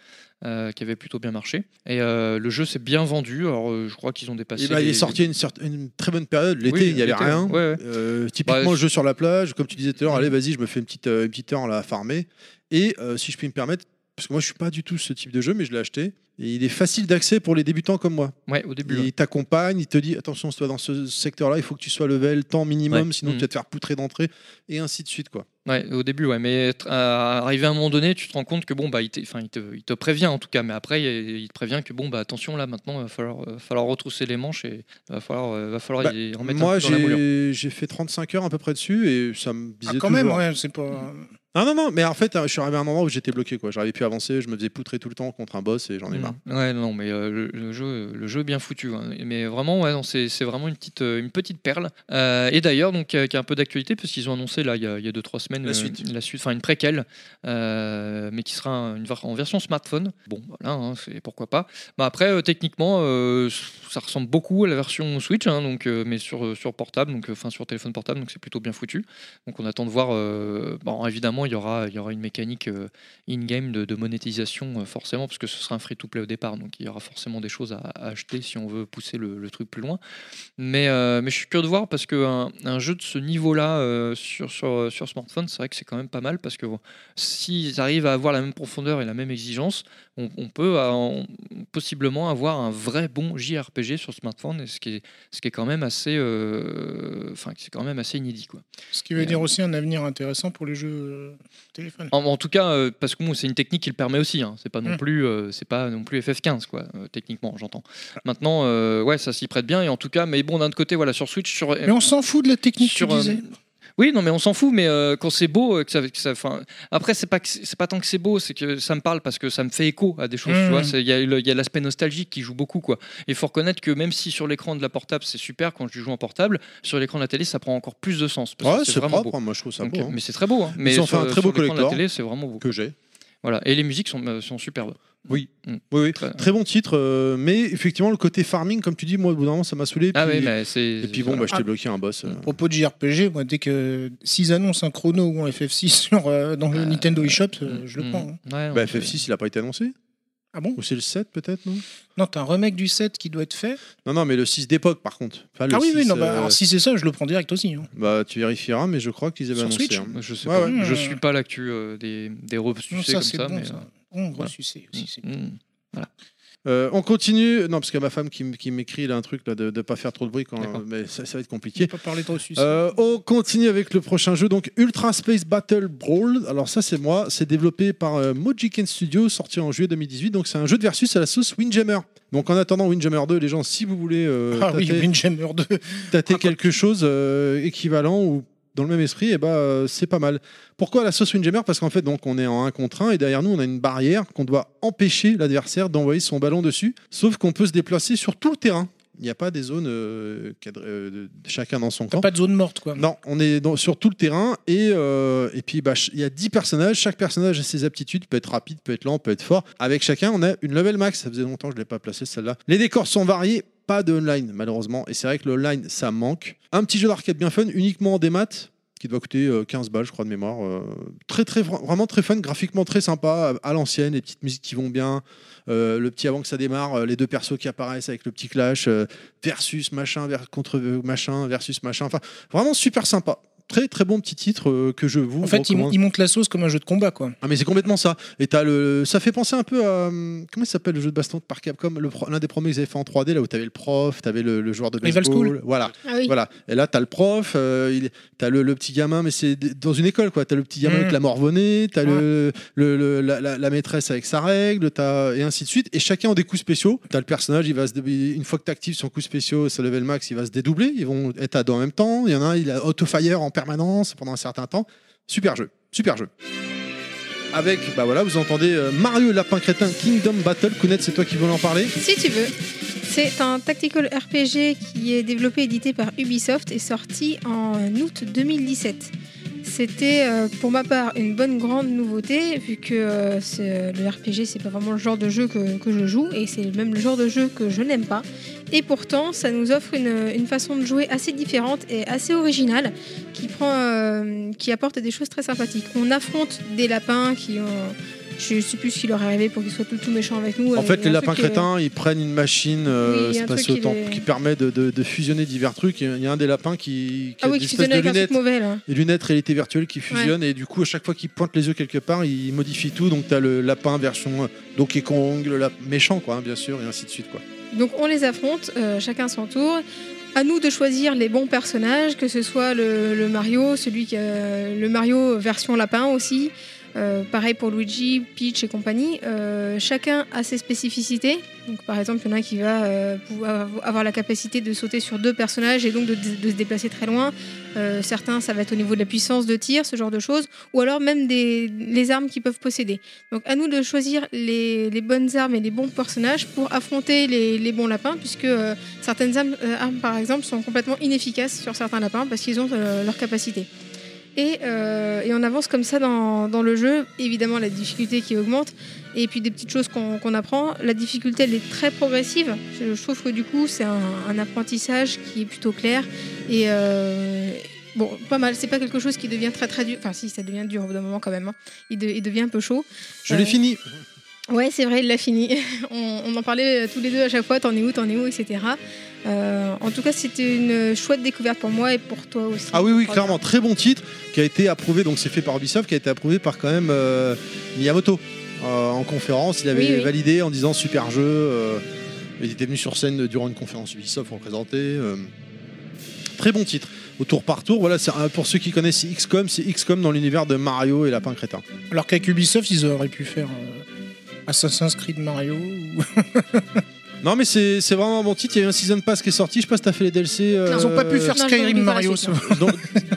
euh, qui avait plutôt bien marché. Et euh, le jeu s'est bien vendu. Alors, euh, je crois qu'ils ont dépassé.
eh ben, il est
les-
sorti une, sorte- une très bonne période. L'été,
Oui,
il n'y avait
l'été,
rien.
ouais, ouais.
Euh, typiquement,
Bah,
jeu sur la plage, comme tu disais tout à l'heure, allez, vas-y, je me fais une petite, euh, une petite heure là, à farmer. Et euh, si je puis me permettre, parce que moi, je suis pas du tout ce type de jeu, mais je l'ai acheté. Et il est facile d'accès pour les débutants comme moi.
Ouais, au début. ouais.
Il t'accompagne, il te dit attention, si tu vas dans ce secteur-là, il faut que tu sois level temps minimum,
Ouais.
sinon
Mhm.
tu vas te faire poutrer d'entrée, et ainsi de suite. quoi.
Ouais, au début, ouais. Mais être- à- arrivé à un moment donné, tu te rends compte que bon, bah, il, t'est- enfin, il, te, il te prévient en tout cas. Mais après, il il te prévient que bon, bah, attention, là, maintenant, il va falloir, euh, falloir retrousser les manches et va falloir, euh, va falloir
Bah,
y remettre un
Moi,
peu dans la moulure.
j'ai j'ai fait 35 heures à peu près dessus, et ça me disait.
Ah, quand même,
toujours-
ouais, c'est pas.
Non, non, non, mais en fait, euh, je suis arrivé à un endroit où j'étais bloqué, quoi. J'arrivais plus à avancer, je me faisais poutrer tout le temps contre un boss, et j'en ai marre.
Mm. Ouais, non, mais euh, le, le jeu, le jeu est bien foutu. hein. Mais vraiment, ouais, non, c'est c'est vraiment une petite, euh, une petite perle. Euh, et d'ailleurs, donc, euh, qui a un peu d'actualité, parce qu'ils ont annoncé là, il y a, il y a deux trois semaines,
La
euh,
suite.
la suite, enfin une préquelle, euh, mais qui sera une ver- en version smartphone. Bon, voilà, hein, c'est pourquoi pas. Bah après, euh, techniquement, euh, ça ressemble beaucoup à la version Switch, hein, donc, euh, mais sur, euh, sur portable, donc, euh, enfin sur téléphone portable, donc c'est plutôt bien foutu. Donc on attend de voir. euh, bon, évidemment, il y aura, il y aura une mécanique euh, in-game de, de monétisation, euh, forcément, parce que ce sera un free-to-play au départ, donc il y aura forcément des choses à, à acheter si on veut pousser le, le truc plus loin. Mais, euh, mais je suis curieux de voir parce qu'un un jeu de ce niveau-là euh, sur, sur, sur smartphone, c'est vrai que c'est quand même pas mal parce que bon, s'ils arrivent à avoir la même profondeur et la même exigence, on, on peut euh, on- possiblement avoir un vrai bon JRPG sur smartphone, et ce qui est, ce qui est quand même assez, euh, enfin, c'est quand même assez inédit quoi.
Ce qui veut
Et, euh,
dire aussi un avenir intéressant pour les jeux euh, téléphone.
En, en tout cas, euh, parce que bon, c'est une technique qui le permet aussi. hein. C'est pas non
Mm.
plus, euh, c'est pas non plus FF15 quoi, euh, techniquement, j'entends.
Ah.
Maintenant, euh, ouais, ça s'y prête bien. Et en tout cas, mais bon, d'un autre côté, voilà, sur Switch, sur
Mais on s'en fout de la technique,
sur,
tu
euh,
disais.
oui, non, mais on s'en fout, mais euh, quand c'est beau, euh, que ça, que ça- 'fin, après, c'est pas, que c'est c'est pas tant que c'est beau, c'est que ça me parle parce que ça me fait écho à des choses, tu
Mmh.
Mm.
vois. c'est- Il y a le- il y a l'aspect nostalgique qui joue beaucoup, quoi. Et faut reconnaître que même si sur l'écran de la portable, c'est super quand je joue en portable, sur l'écran de la télé, ça prend encore plus de sens. Parce
Ouais,
que c'est
c'est
vraiment
propre,
beau.
hein, moi je trouve ça
Donc,
beau.
euh,
hein.
Mais c'est très beau, hein. Mais
ont fait
sur,
un très beau
sur l'écran de la
collector.
télé, c'est vraiment beau.
Que j'ai.
Voilà. Et les musiques sont, euh, sont superbes. Oui. Mm.
Oui, oui.
Très-
Très bon titre, euh, mais effectivement, le côté farming, comme tu dis, moi, au bout d'un moment, ça m'a saoulé.
Ah
puis-
ouais, mais c'est.
Et puis bon, bah, je t'ai
Ah.
bloqué un boss. euh.
À propos de JRPG, moi, dès que s'ils annoncent un chrono ou un FF6 sur, euh, dans le Nintendo eShop, euh, je le
Mm.
prends. hein.
Ouais,
Bah,
on fait-
FF6, il a pas été annoncé
Ah bon
Ou c'est le 7 peut-être, non
Non, t'as un remake du 7 qui doit être fait.
Non, non, mais le 6 d'époque par contre. Enfin, le
ah oui, oui,
6,
non, bah,
euh,
alors si c'est ça, je le prends direct aussi. hein.
bah, tu vérifieras, mais je crois qu'ils avaient
Sur
annoncé.
Switch
hein.
Je sais
Ouais,
pas.
ouais.
Je suis pas l'actu euh, des, des reçus
Non,
comme
ça, c'est
ça.
bon,
mais, euh,
ça. On
voilà.
ressucé aussi, c'est
euh, mm.
Euh, on continue. Non, parce que ma femme qui, m- qui m'écrit là un truc là, de ne pas faire trop de bruit, quand,
D'accord.
mais ça, ça va être
Je vais
compliqué.
pas parler de ressucé.
Euh, on continue avec le prochain jeu, donc Ultra Space Battle Brawl. Alors ça c'est moi, c'est développé par euh, Mojiken Studio, sorti en juillet 2018. Donc c'est un jeu de versus à la sauce Windjammer. Donc en attendant Windjammer 2, les gens, si vous voulez euh,
ah oui,
tâter-
Windjammer 2.
tâter
Ah,
quelque chose euh, équivalent ou dans le même esprit, et bah, euh, c'est pas mal. Pourquoi la sauce Windjammer Parce qu'en fait, donc, on est en 1 contre 1 et derrière nous, on a une barrière qu'on doit empêcher l'adversaire d'envoyer son ballon dessus. Sauf qu'on peut se déplacer sur tout le terrain. Il n'y a pas des zones euh, cadrées, euh, de- de chacun dans son
T'as
camp.
pas de zone morte, quoi.
Non, on est dans- sur tout le terrain et, euh, et puis bah, ch- il y a 10 personnages. Chaque personnage a ses aptitudes, peut être rapide, peut être lent, peut être fort. Avec chacun, on a une level max. Ça faisait longtemps que je ne l'ai pas placé celle-là. Les décors sont variés, pas de online malheureusement. Et c'est vrai que le online ça manque. Un petit jeu d'arcade bien fun, uniquement en démat qui doit coûter euh, 15 balles, je crois, de mémoire. Euh, très, très, vra- vraiment très fun, graphiquement très sympa, à à l'ancienne, les petites musiques qui vont bien, euh, le petit avant que ça démarre, euh, les deux persos qui apparaissent avec le petit clash, euh, versus machin, vers, contre euh, machin, versus machin. Enfin, vraiment super sympa. Très très bon petit titre euh, que je vous
En fait, ils,
recommande.
ils montent la sauce comme un jeu de combat, quoi.
Ah mais c'est complètement ça. Et t'as le, ça fait penser un peu à hum, comment il s'appelle le jeu de baston par Capcom, le pro- l'un des premiers qu'ils avaient fait en 3D là où t'avais le prof, t'avais le, le joueur de
Rival
baseball,
School.
voilà,
Ah oui.
voilà. Et là t'as le prof, euh, il- t'as le, le petit gamin, mais c'est d- dans une école quoi. T'as le petit gamin
Mhm.
avec la morvonnée, t'as le, le- le- la, la- la maîtresse avec sa règle, t'as et ainsi de suite. Et chacun ont des coups spéciaux. T'as le personnage, il va se dé- une fois que t'actives son coup spécial, sa level max, il va se dédoubler. Ils vont être à deux en même temps. Il y en a un, il a auto fire en permanence pendant un certain temps. Super jeu, super jeu. Avec, bah voilà, vous entendez euh, Mario Lapin Crétin Kingdom Battle. Kounet, c'est toi qui veux en parler
Si tu veux. C'est un tactical RPG qui est développé et édité par Ubisoft et sorti en août 2017. C'était euh, pour ma part une bonne grande nouveauté vu que euh, c'est- le RPG c'est pas vraiment le genre de jeu que, que je joue et c'est même le genre de jeu que je n'aime pas. Et pourtant ça nous offre une, une façon de jouer assez différente et assez originale qui, prend, euh, qui apporte des choses très sympathiques. On affronte des lapins qui ont... Je sais plus ce qui leur est arrivé pour qu'ils soient tout, tout méchants avec nous. euh,
En
Il
fait,
y a
les
un
lapins
truc qui est-
crétins, ils prennent une machine euh,
Oui, il y a un truc qui
spatio-temps
les-
qui permet de, de- de fusionner divers trucs. Il y a un des lapins qui, qui
Ah
a
oui,
des
qui
espèces de
fusionne avec un truc
lunettes,
mauvais là.
des lunettes réalité virtuelle qui fusionnent. Et du coup, à chaque fois qu'il pointe les yeux quelque part, il modifie tout. Donc, t'as le lapin version euh, Donkey Kong, le lap- méchant, quoi, hein, bien sûr, et ainsi de suite, quoi.
Donc on les affronte, euh, chacun son tour. À nous de choisir les bons personnages, que ce soit le, le Mario, celui qui, euh, le Mario version lapin aussi. Euh, pareil pour Luigi, Peach et compagnie. Euh, chacun a ses spécificités. Donc, par exemple, il y en a qui va euh, pouvoir avoir la capacité de sauter sur deux personnages et donc de, de se déplacer très loin. Euh, certains, ça va être au niveau de la puissance de tir, ce genre de choses. Ou alors même des, les armes qu'ils peuvent posséder. Donc à nous de choisir les, les bonnes armes et les bons personnages pour affronter les, les bons lapins, puisque euh, certaines armes, euh, armes, par exemple, sont complètement inefficaces sur certains lapins parce qu'ils ont euh, leur capacité. Et, euh, et on avance comme ça dans, dans le jeu, évidemment la difficulté qui augmente, et puis des petites choses qu'on qu'on apprend. La difficulté, elle est très progressive. Je, je trouve que du coup, c'est un, un apprentissage qui est plutôt clair. Et euh, bon, pas mal, c'est pas quelque chose qui devient très très dur. Enfin, si, ça devient dur au bout d'un moment quand même. hein. Il, de- il devient un peu chaud.
Je l'ai
Euh,
fini.
Ouais, c'est vrai, il l'a fini. on, on en parlait euh, tous les deux à chaque fois, t'en es où, t'en es où, etc. Euh, en tout cas, c'était une chouette découverte pour moi et pour toi aussi.
Ah oui, oui,
Voilà.
clairement, très bon titre qui a été approuvé, donc c'est fait par Ubisoft, qui a été approuvé par quand même euh, Miyamoto Euh, en conférence. Il avait
Oui, oui.
validé en disant super jeu. euh, il était venu sur scène durant une conférence Ubisoft pour le présenter. euh. très bon titre. Au tour par tour, voilà, c'est, euh, pour ceux qui connaissent XCOM, c'est XCOM dans l'univers de Mario et Lapin Crétin.
Alors qu'avec Ubisoft, ils auraient pu faire euh, Assassin's Creed Mario. ou-
Non, mais c'est, c'est vraiment un bon titre. Il y a eu un Season Pass qui est sorti. Je sais pas si t'as fait les DLC. euh,
Ils ont pas pu faire
non, je
Skyrim
comprends pas
Mario.
la suite,
ça.
Don-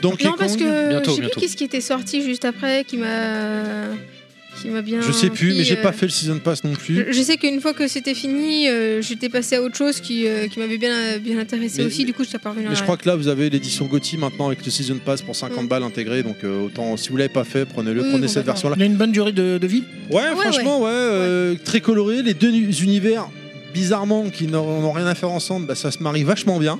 Donkey
Non, parce
Kong.
que
Bientôt,
je sais plus
bientôt.
qu'est-ce qui était sorti juste après qui m'a. qui m'a bien.
Je sais plus,
pris,
mais j'ai
euh,
pas fait le season pass non plus.
Je, je sais qu'une fois que c'était fini, euh, j'étais passé à autre chose qui, euh, qui m'avait bien, bien intéressé
Mais-
aussi. Du coup, je suis parvenue
Mais je crois que là, vous avez l'édition Gotti maintenant avec le season pass pour 50
Mm.
balles intégrée. Donc euh, autant, si vous l'avez pas fait, prenez-le,
Oui,
prenez cette
complètement.
version-là.
Il a une bonne durée de, de vie.
Ouais,
Ouais,
franchement, ouais, euh, très coloré. Les deux nu- univers, bizarrement, qui n'ont n'ont rien à faire ensemble, bah, ça se marie vachement bien.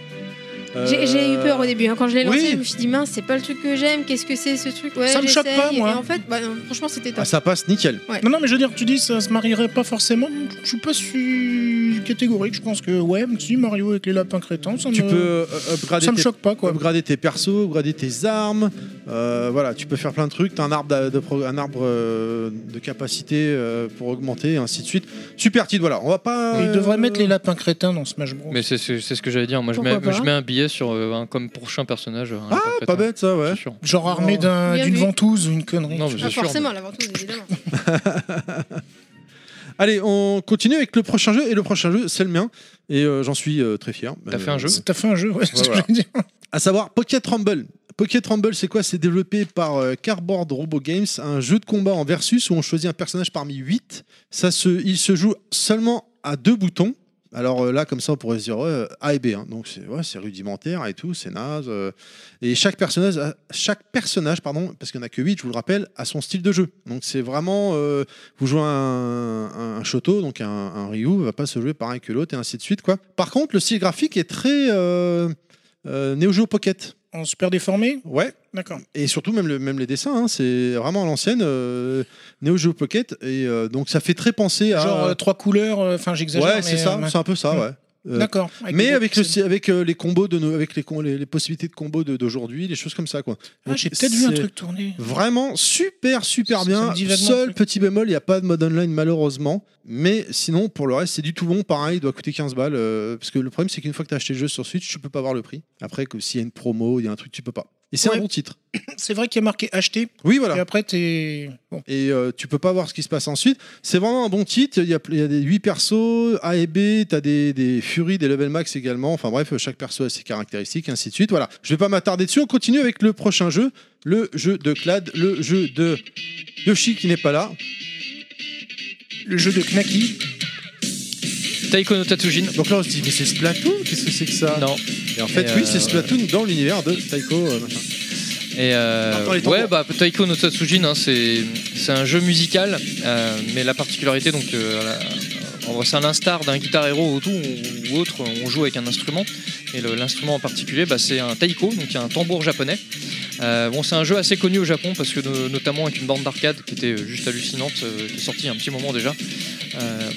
Euh,
J'ai j'ai eu peur au début. hein. Quand je l'ai lancé,
oui.
je me suis dit, mince, c'est pas le truc que j'aime. Qu'est-ce que c'est ce truc ouais,
Ça me choque
j'essaye.
pas, moi.
Et en fait, bah, non, franchement, c'était
ah,
top.
ça passe nickel.
Non, non, mais je veux dire, tu dis ça se marierait pas forcément. Je suis pas si catégorique. Je pense que, ouais, si Mario avec les lapins crétins,
Mm.
ça
Tu
me,
peux euh, upgrader,
ça me
tes,
choque pas, quoi.
upgrader tes persos, upgrader tes armes. Euh, voilà, tu peux faire plein de trucs. T'as un arbre, d'a- de, pro- un arbre euh, de capacité euh, pour augmenter, et ainsi de suite. Super titre, voilà. On va pas.
Il
euh,
devrait mettre les lapins crétins dans Smash Bros.
Mais c'est c'est- c'est ce que j'allais dire. Moi, je mets,
Pourquoi pas
je mets un billet sur euh, un comme prochain personnage. un
Ah,
interprète,
Pas
hein,
bête, ça, ouais.
c'est sûr.
Genre armé
Non.
d'un-
Bien
d'une
vu.
ventouse ou une connerie.
Non, mais
Ah,
c'est sûr.
forcément, l'aventure, évidemment.
Allez, on continue avec le prochain jeu. Et le prochain jeu, c'est le mien. Et euh, j'en suis euh, très fier.
T'as fait un jeu
T'as fait un jeu, ouais, c'est ce que je veux dire.
à savoir Pocket Rumble. Pocket Rumble, c'est quoi C'est développé par euh, Cardboard Robo Games, un jeu de combat en versus où on choisit un personnage parmi 8. Ça se, il se joue seulement à deux boutons. Alors euh, là, comme ça, on pourrait se dire ouais, A et B. hein. Donc c'est ouais, c'est rudimentaire et tout, c'est naze. euh. Et chaque personnage, a- chaque personnage, pardon, parce qu'il n'y en a que 8, je vous le rappelle, a son style de jeu. Donc c'est vraiment, euh, vous jouez un, un, un Shoto, donc un, un Ryu, va pas se jouer pareil que l'autre et ainsi de suite. quoi. Par contre, le style graphique est très euh, euh, Neo Geo Pocket.
En super déformé
Ouais.
D'accord.
Et surtout, même, le, même les dessins, hein, c'est vraiment à l'ancienne, euh, Neo Geo Pocket. Et euh, donc, ça fait très penser à.
Genre euh, trois couleurs, euh, enfin j'exagère.
ouais,
mais,
c'est
euh,
ça,
ouais.
c'est un peu ça,
Mm.
ouais. Euh,
D'accord.
mais
des
avec,
gros
le,
pixels.
avec euh, les combos de nos- avec les, com- les, les possibilités de combos de- d'aujourd'hui, les choses comme ça, quoi.
Ah,
Donc,
j'ai peut-être vu un
c'est
truc tourner.
Vraiment super, super
Ça
bien.
me dit vaguement un
Seul
truc.
petit bémol, il n'y a pas de mode online, malheureusement. Mais sinon, pour le reste, c'est du tout bon. Pareil, il doit coûter 15 balles. euh, parce que le problème, c'est qu'une fois que tu as acheté le jeu sur Switch, tu peux pas voir le prix. Après, que s'il y a une promo, il y a un truc, tu peux pas. Et c'est
Ouais.
un bon titre.
C'est vrai qu'il y a marqué acheter,
Oui, voilà.
et après t'es. Bon.
et euh, tu peux pas voir ce qui se passe ensuite. C'est vraiment un bon titre. Il y a, il y a des 8 persos, A et B, tu as des, des Fury, des level max également. Enfin bref, chaque perso a ses caractéristiques, ainsi de suite. Voilà, je vais pas m'attarder dessus. On continue avec le prochain jeu, le jeu de Clad, le jeu de Yoshi qui n'est pas là.
Le jeu de Knacky.
Taiko no Tatsujin.
Donc là, on se dit, mais c'est Splatoon Qu'est-ce que c'est que ça
Non.
En fait,
Et,
oui,
euh,
c'est Splatoon dans l'univers de Taiko. euh, machin.
Et euh,
Attends, les tambours.
ouais, bah, Taiko no Tatsujin, hein, c'est c'est un jeu musical, euh, mais la particularité, donc, euh, la- en vrai, c'est à l'instar d'un guitar héros ou, tout, ou autre, on joue avec un instrument. Et le- l'instrument en particulier, bah, c'est un taiko, donc un tambour japonais. Euh, bon, c'est un jeu assez connu au Japon parce que no- notamment avec une bande d'arcade qui était euh, juste hallucinante, euh, qui est sortie il y a un petit moment déjà, euh,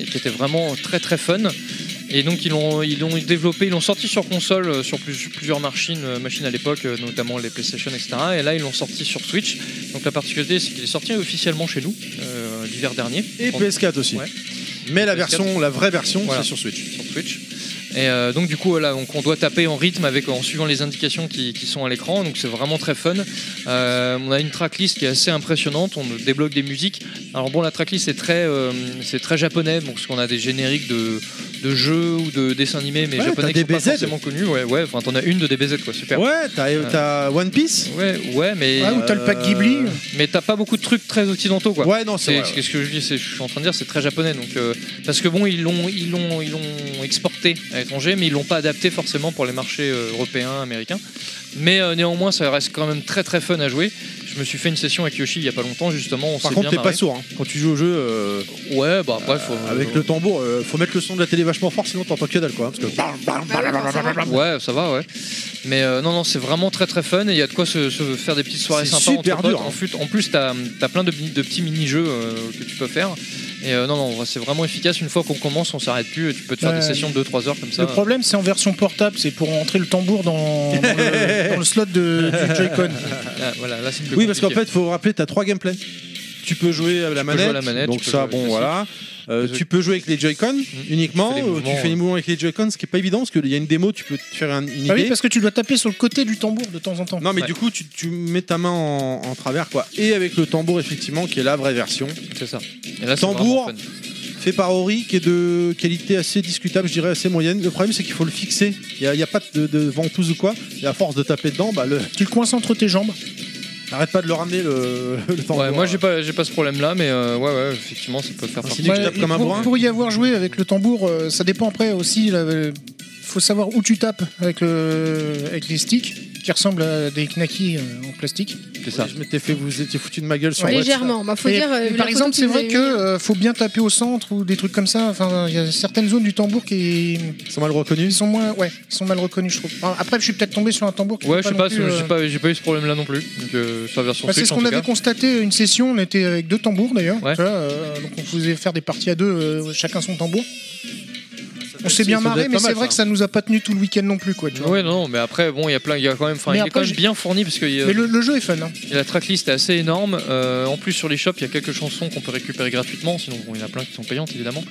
et qui était vraiment très très fun. Et donc ils l'ont ils l'ont développé, ils l'ont sorti sur console, euh, sur plus- plusieurs machines, euh, machines à l'époque, euh, notamment les PlayStation, etc. Et là ils l'ont sorti sur Switch. Donc la particularité c'est qu'il est sorti officiellement chez nous euh, l'hiver dernier.
Et
En-
PS4 aussi.
Ouais.
Mais la
PS4.
version, la vraie version,
Voilà.
c'est sur Switch.
sur Twitch. Et euh, donc du coup voilà, donc on doit taper en rythme avec en suivant les indications qui, qui sont à l'écran, donc c'est vraiment très fun. Euh, on a une tracklist qui est assez impressionnante, on débloque des musiques. Alors bon la tracklist est très euh, c'est très japonais, bon, parce qu'on a des génériques de, de jeux ou de dessins animés mais
Ouais,
japonais
t'as
qui sont pas
DBZ.
forcément connus. Ouais ouais, enfin t'en as une de DBZ quoi, super.
Ouais, t'as t'as One Piece
Ouais ouais, mais
Ah, ou t'as le pack Ghibli.
Euh,
mais t'as pas beaucoup de trucs très occidentaux quoi.
Ouais, non, c'est
C'est
vrai.
c'est ce que je dis, c'est- je suis en train de dire, c'est très japonais. Donc, euh, parce que bon, ils l'ont, ils l'ont, ils l'ont exporté à l'étranger, mais ils l'ont pas adapté forcément pour les marchés euh, européens, américains. Mais euh, néanmoins, ça reste quand même très très fun à jouer. Je me suis fait une session avec Yoshi il y a pas longtemps, justement. On
Par
s'est
contre,
bien
t'es pas
marré.
sourd. hein. Quand tu joues au jeu, euh,
Ouais, bah bref. euh,
avec le tambour, euh, faut mettre le son de la télé vachement fort, sinon t'entends que dalle, quoi. hein, Parce que
Bah,
Ouais, ça va, ouais. Mais euh, non, non, c'est vraiment très très fun et il y a de quoi se, se faire des petites soirées
C'est
sympas entre
super
potes.
dur, hein.
En, fut- en plus, t'as as plein de, mini- de petits mini-jeux euh, que tu peux faire. Et euh, non, non, c'est vraiment efficace. Une fois qu'on commence, on s'arrête plus. et Tu peux te faire
Ouais.
des sessions de 2-3 heures comme ça.
Le problème, c'est en version portable, c'est pour rentrer le tambour dans, dans le, dans le slot de, du Joy-Con.
Là, voilà, là, c'est plus
oui, parce qu'en
compliqué.
fait, faut rappeler, t'as trois gameplays. Tu peux jouer à la,
jouer
manette,
à la manette,
donc
tu peux
ça,
jouer
bon,
avec le
voilà. Euh,
Tu
tu peux jouer avec les Joy-Con uniquement.
Tu fais les
euh, Tu fais,
mouvements,
les
euh.
mouvements avec les Joy-Con, ce qui est pas évident, parce qu'il y a une démo, tu peux te faire un- une idée.
Ah oui, parce que tu dois taper sur le côté du tambour de temps en temps.
Non, mais
Ouais.
du coup, tu, tu mets ta main en, en travers, quoi. Et avec le tambour, effectivement, qui est la vraie version,
c'est ça. Et là, c'est
Tambour.
vraiment fun.
fait par Ori, qui est de qualité assez discutable, je dirais assez moyenne. Le problème, c'est qu'il faut le fixer. Il n'y a, il y a pas de, de ventouse ou quoi. Et à force de taper dedans, bah, le,
Tu le coinces entre tes jambes.
Arrête pas de le ramener le, le temps.
Ouais, moi j'ai pas, j'ai pas ce problème là, mais euh, ouais, ouais, effectivement, ça peut faire
Ainsi
partie.
dit, je tape comme un
pour,
bourrin.
pour y avoir joué avec le tambour, euh, ça dépend après aussi. Il faut savoir où tu tapes avec, le, avec les sticks qui ressemblent à des knackis euh, en plastique.
C'est ça.
Je m'étais fait, vous étiez foutu de ma gueule sur
Ouais.
WhatsApp.
Légèrement. Bah, faut
Et-
dire, euh,
et
vu la
par
photo
exemple,
qu'ils
c'est
nous
vrai
avaient
que
mis,
euh, faut bien taper au centre ou des trucs comme ça. Enfin, il y a certaines zones du tambour qui
Ils sont mal
ils
reconnus.
sont moins, ouais, ils sont mal reconnus, je trouve. Alors, Après, je suis peut-être tombé sur un tambour qui
Ouais, je
était
sais pas,
non plus,
j'ai
euh,
pas, j'ai pas eu ce problème là non plus. Donc, euh, sur la version
Bah, c'est
Switch,
ce
en
qu'on
tout
avait
cas.
constaté une session, on était avec deux tambours d'ailleurs.
Ouais.
tu vois, euh, donc on faisait faire des parties à deux, euh, chacun son tambour. On s'est bien
Ça doit
marré,
être
mais
pas mal,
c'est vrai
ça.
que ça nous a pas tenu tout le week-end non plus. Quoi, tu vois.
Ouais, non, mais après, bon, il y a plein, il y a quand même, enfin,
Mais
il est
après,
quand même
j'ai-
bien fourni parce que euh, il y
euh,
a-
Mais le, le jeu est fun. hein.
la tracklist est assez énorme. Euh, en plus, sur l'eShop, il y a quelques chansons qu'on peut récupérer gratuitement, sinon bon, il y en a plein qui sont payantes évidemment.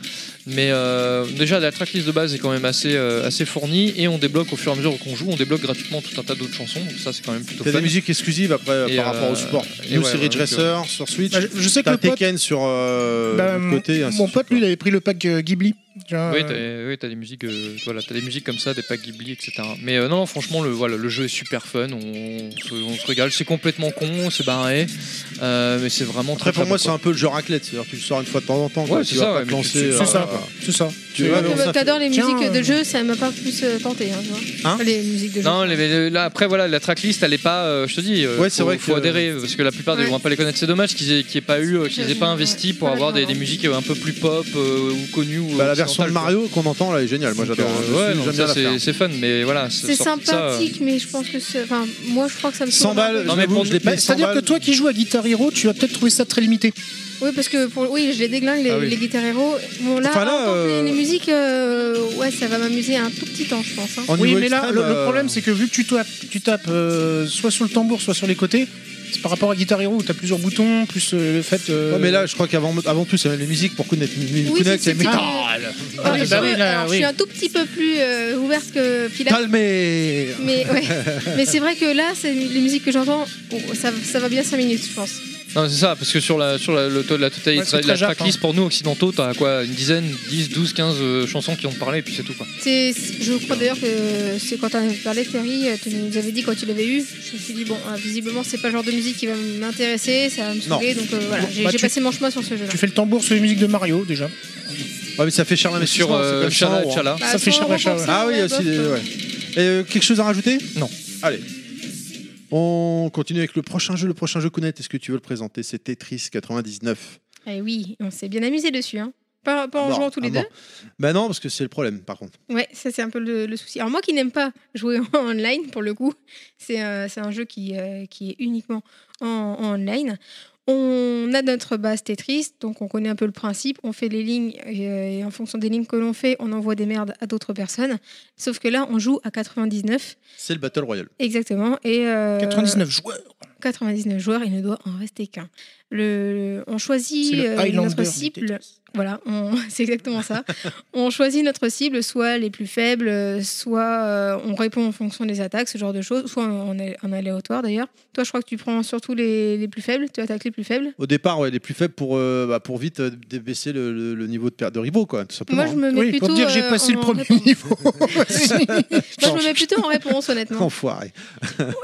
Mais euh, déjà, la tracklist de base est quand même assez, euh, assez fournie et on débloque au fur et à mesure qu'on joue, on débloque gratuitement tout un tas d'autres chansons. Donc, ça, c'est quand même plutôt
T'as
fun.
des musiques exclusives après
Et,
par
euh,
rapport au support.
et
Nous,
ouais,
c'est
ouais,
Ridge
donc,
Racer sur Switch.
Bah, je, je sais que
T'as
le pote,
Tekken sur euh,
bah,
l'autre côté. et ainsi
mon
de
pote,
suite,
lui, il avait pris le pack euh, Ghibli. tu vois,
Oui,
euh,
t'as oui, t'as des musiques, euh, voilà, t'as des musiques comme ça, des packs Ghibli, etc. Mais euh, non, non, franchement, le voilà, le jeu est super fun. On, se, on se régale. C'est complètement con, on s'est barré, euh, mais c'est vraiment
Après,
très.
pour
très
moi,
bon,
c'est un peu le jeu raclette. C'est-à-dire, tu le sors une fois de temps en temps. quoi.
Ouais,
tu
c'est
vas
ça,
pas
ouais,
te
mais
lancer.
tu-
euh,
C'est ça, quoi. C'est ça.
Tu vois,
euh,
non, ça
T'adores les
Tiens,
musiques
euh,
de jeu, ça m'a pas plus euh, tenté. hein, tu vois.
Hein
les musiques de jeu.
Non, les- les- là, après, voilà, la tracklist, elle est pas. euh, je te dis, euh,
Ouais, c'est
faut,
vrai
faut
que-
adhérer parce que la plupart des
Ouais.
gens vont pas les connaître. C'est dommage qu'ils aient, qu'ils aient pas eu, euh, qu'ils aient pas investi pour avoir des, des musiques un peu plus pop euh, ou connues. Ou
Bah, la version de
occidentales,
Mario qu'on entend là est géniale. Moi,
quoi.
j'adore.
Donc,
Je suis-
euh, ouais,
J'aime
non,
bien
ça,
la faire.
c'est c'est fun, mais voilà.
C'est
sorti de ça, euh,
sympathique, mais je pense que c'est- enfin, moi, je crois que ça me.
100
saoulera un
balles.
peu.
Non, mais
j'avoue,
pour-
je l'ai payé
Bah,
100
C'est-à-dire que
balles.
toi qui joues à Guitar Hero, tu vas peut-être trouver ça très limité.
Oui, parce que pour oui, je les déglingue les,
Ah oui.
les Guitar Hero. Bon là,
Enfin, là,
en tant que
euh,
les musiques, euh, ouais, ça va m'amuser un tout petit temps, je pense. hein.
En
Oui,
niveau
mais là,
extrême,
le, le
euh,
problème, c'est que vu que tu tapes, tu tapes euh, soit sur le tambour, soit sur les côtés, c'est par rapport à Guitar Hero où t'as plusieurs boutons, plus euh, le fait. euh,
Ouais, mais là, je crois qu'avant avant tout, c'est même les musiques pour connaître
Oui,
Kunek, c'est
c'est- c'est-
Metal.
Ah oui,
Alors,
bah
je-
oui, là,
alors,
oui.
Je suis un tout petit peu plus euh, ouverte que Pilate.
Calmez
Mais, ouais. mais c'est vrai que là, c'est les musiques que j'entends, oh, ça, ça va bien 5 minutes, je pense.
Non, c'est ça, parce que sur la, sur la, le, la totalité,
Ouais, c'est
la
très jap,
hein.
tracklist pour nous occidentaux, t'as quoi Une dizaine, 10, 12, 15 euh, chansons qui ont parlé, et puis c'est tout quoi.
C'est- Je crois d'ailleurs que c'est quand on avait parlé, Terry, euh, tu nous avais dit quand tu l'avais eu. Je me suis dit, bon, euh, visiblement, c'est pas le genre de musique qui va m'intéresser, ça va me saouler. Donc euh, voilà,
Bon,
j'ai
bah,
j'ai
tu-
passé mon chemin sur ce jeu-là.
Tu fais le tambour sur les musiques de Mario déjà.
Euh,
Ouais, mais ça fait cher
Sur
l'investissement, c'est
euh,
comme
Chala,
100 euros, hein.
Chala.
ça fait
100
cher
euros
d'achat,
pour
ouais.
ça,
Ah oui, aussi,
bof,
des-
euh,
ouais. Et euh, quelque chose à rajouter
Non.
Allez. On continue avec le prochain jeu. Le prochain jeu, Kounet, est-ce que tu veux le présenter C'est Tetris 99.
Eh oui, on s'est bien amusé dessus. Hein. Pas, pas en
Ah,
jouant tous les
ah,
deux.
bon. Bah non, parce que c'est le problème, par contre.
Ouais, ça c'est un peu le, le souci. Alors moi qui n'aime pas jouer en online pour le coup, c'est euh, c'est un jeu qui, euh, qui est uniquement en, en online. On a notre base Tetris, donc on connaît un peu le principe, on fait les lignes et, euh, et en fonction des lignes que l'on fait, on envoie des merdes à d'autres personnes. Sauf que là, on joue à 99,
C'est le Battle Royale.
exactement. Et, euh,
99 joueurs.
99 joueurs, il ne doit en rester qu'un. Le, on choisit
C'est le
euh,
Highlander
notre
du
cible.
Tetris.
Voilà, on- c'est exactement ça. on choisit notre cible, soit les plus faibles, euh, soit euh, on répond en fonction des attaques, ce genre de choses, soit on est en aléatoire d'ailleurs. Toi, je crois que tu prends surtout les, les plus faibles, tu attaques les plus faibles.
Au départ, ouais, les plus faibles pour, euh, bah, pour vite euh, dé- baisser le, le- le niveau de perte de rivaux, quoi, tout simplement.
Moi, je me mets
Oui,
plutôt.
pour dire j'ai
euh,
passé le
en
premier
réponse.
niveau.
Moi, je me mets plutôt en réponse, honnêtement.
Enfoiré.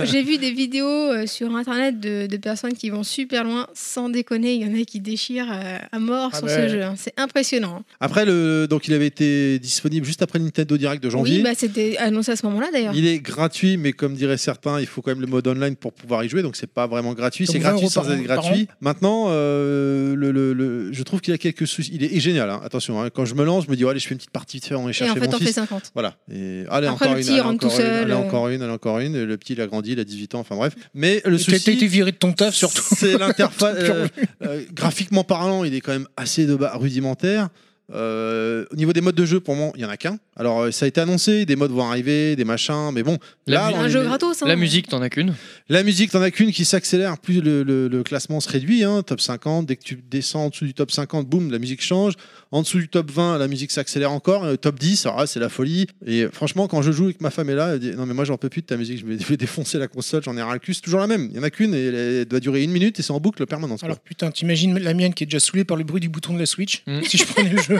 J'ai vu des vidéos euh, sur internet de, de personnes qui vont super loin, sans déconner. Il y en a qui déchirent euh, à mort
Ah
sur
ben.
ce jeu. hein. C'est impressionnant.
Après, le, donc, il avait été disponible juste après le Nintendo Direct de janvier.
Oui, bah, c'était annoncé à ce moment-là d'ailleurs.
Il est gratuit, mais comme diraient certains, il faut quand même le mode online pour pouvoir y jouer, donc c'est pas vraiment gratuit.
Donc
C'est
20
gratuit
euros
sans
par
être
an- par
gratuit. Maintenant, euh, le, le- le- je trouve qu'il a quelques soucis. Il est, est génial, hein. attention. hein. Quand je me lance, je me dis, oh, allez, je fais une petite partie, tiens, on est
Et
chercher
en fait,
mon
on fait
fils.
50.
Voilà. Et, allez,
Après,
encore
le
une,
petit, il
allez,
rentre
encore
tout
une,
seul,
allez,
euh.
encore une, allez, encore une. Et Le petit, il a grandi, il a 18 ans, enfin bref. Mais le
T'as t'as été
souci,
viré de ton taf surtout.
c'est l'interface.
Pur
euh, euh, graphiquement parlant, il est quand même assez de bas- rudimentaire. Euh, au niveau des modes de jeu, pour moi, il y en a qu'un. Alors, euh, ça a été annoncé, des modes vont arriver, des machins, mais bon,
La
là,
mu-
on
un
est-
jeu gratos. Hein.
La musique, t'en as qu'une.
la musique, t'en as qu'une qui s'accélère, plus le, le- le classement se réduit. hein. top 50, dès que tu descends en dessous du top 50, boum, la musique change. En dessous du top 20, la musique s'accélère encore. Euh, top 10, alors là, c'est la folie. Et franchement, quand je joue et que ma femme est là, elle dit Non, mais moi, j'en peux plus de ta musique, je vais, je vais défoncer la console, j'en ai ras le cul. C'est toujours la même. Il y en a qu'une et elle, elle doit durer une minute et c'est en boucle permanente. quoi.
Alors putain, t'imagines la mienne qui est déjà saoulée par le bruit du bouton de la Switch
Mm.
si je prenais le jeu.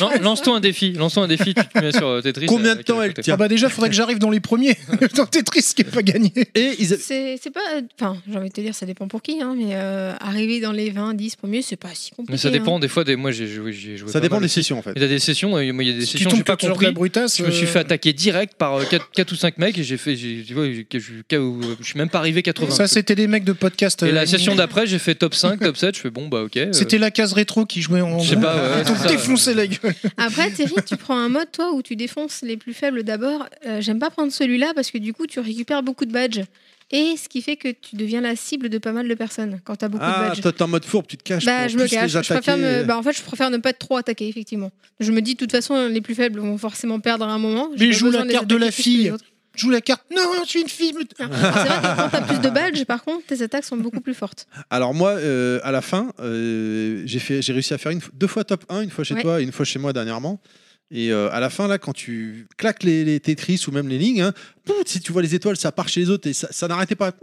Lan- Lance-toi un défi. Lance-toi un défi. Tu te mets sur euh, Tetris.
Combien
euh,
de
quel
temps elle
côté.
tient
Ah bah déjà, faudrait que j'arrive dans les premiers. dans Tetris qui n'est pas gagné.
Et ils a-
C'est c'est pas. Enfin, j'ai envie de te dire, ça dépend pour qui, hein, mais euh, arriver dans les 20, 10 premiers, c'est pas si compliqué.
Mais ça
hein.
dépend des fois. Des... Moi, j'ai joué. j'ai joué
ça
pas
dépend
mal.
des sessions en fait.
Il y a des sessions. euh, moi, Il y a des
Si
sessions. J'ai pas
que sur
compris.
la brutasse,
Je me suis
euh,
fait attaquer direct par 4, ou 5 mecs et j'ai fait. j'ai- tu vois, j'ai- j'ai- j'ai- Je suis même pas arrivé 80.
Ça, c'était des mecs de podcast.
et
euh,
la session d'après, j'ai fait top 5, top 7. Je fais bon, bah ok. euh,
C'était la case rétro qui jouait en.
Je sais pas, ouais,
Ils t'ont
c'est ça.
défoncé la gueule.
hein. Après, Terry, tu prends un mode, toi, où tu défonces les plus faibles d'abord. Euh, J'aime pas prendre celui-là parce que du coup, tu récupères beaucoup de badges. Et ce qui fait que tu deviens la cible de pas mal de personnes quand t'as beaucoup de
Ah,
badges.
toi t'es en mode fourbe, tu te caches.
Bah,
pour
je me
plus les
cache. Je
attaquer.
préfère me- bah, en fait, je préfère ne pas être trop attaqué, effectivement. Je me dis, de toute façon, les plus faibles vont forcément perdre à un moment. J'ai
Mais
pas
joue
besoin
la
les
carte de la
attaquer plus que les
fille.
autres.
Je Joue la carte. Non, je suis une fille. putain.
C'est vrai que quand t'as plus de badges, par contre, tes attaques sont beaucoup plus fortes.
Alors moi, euh, à la fin, euh, j'ai fait, j'ai réussi à faire une, f- deux fois top 1, une fois chez
Ouais.
toi et une fois chez moi dernièrement. Et euh, à la fin, là, quand tu claques les, les Tetris ou même les lignes, hein, pouf, si tu vois les étoiles, ça part chez les autres et ça, ça n'arrêtait pas.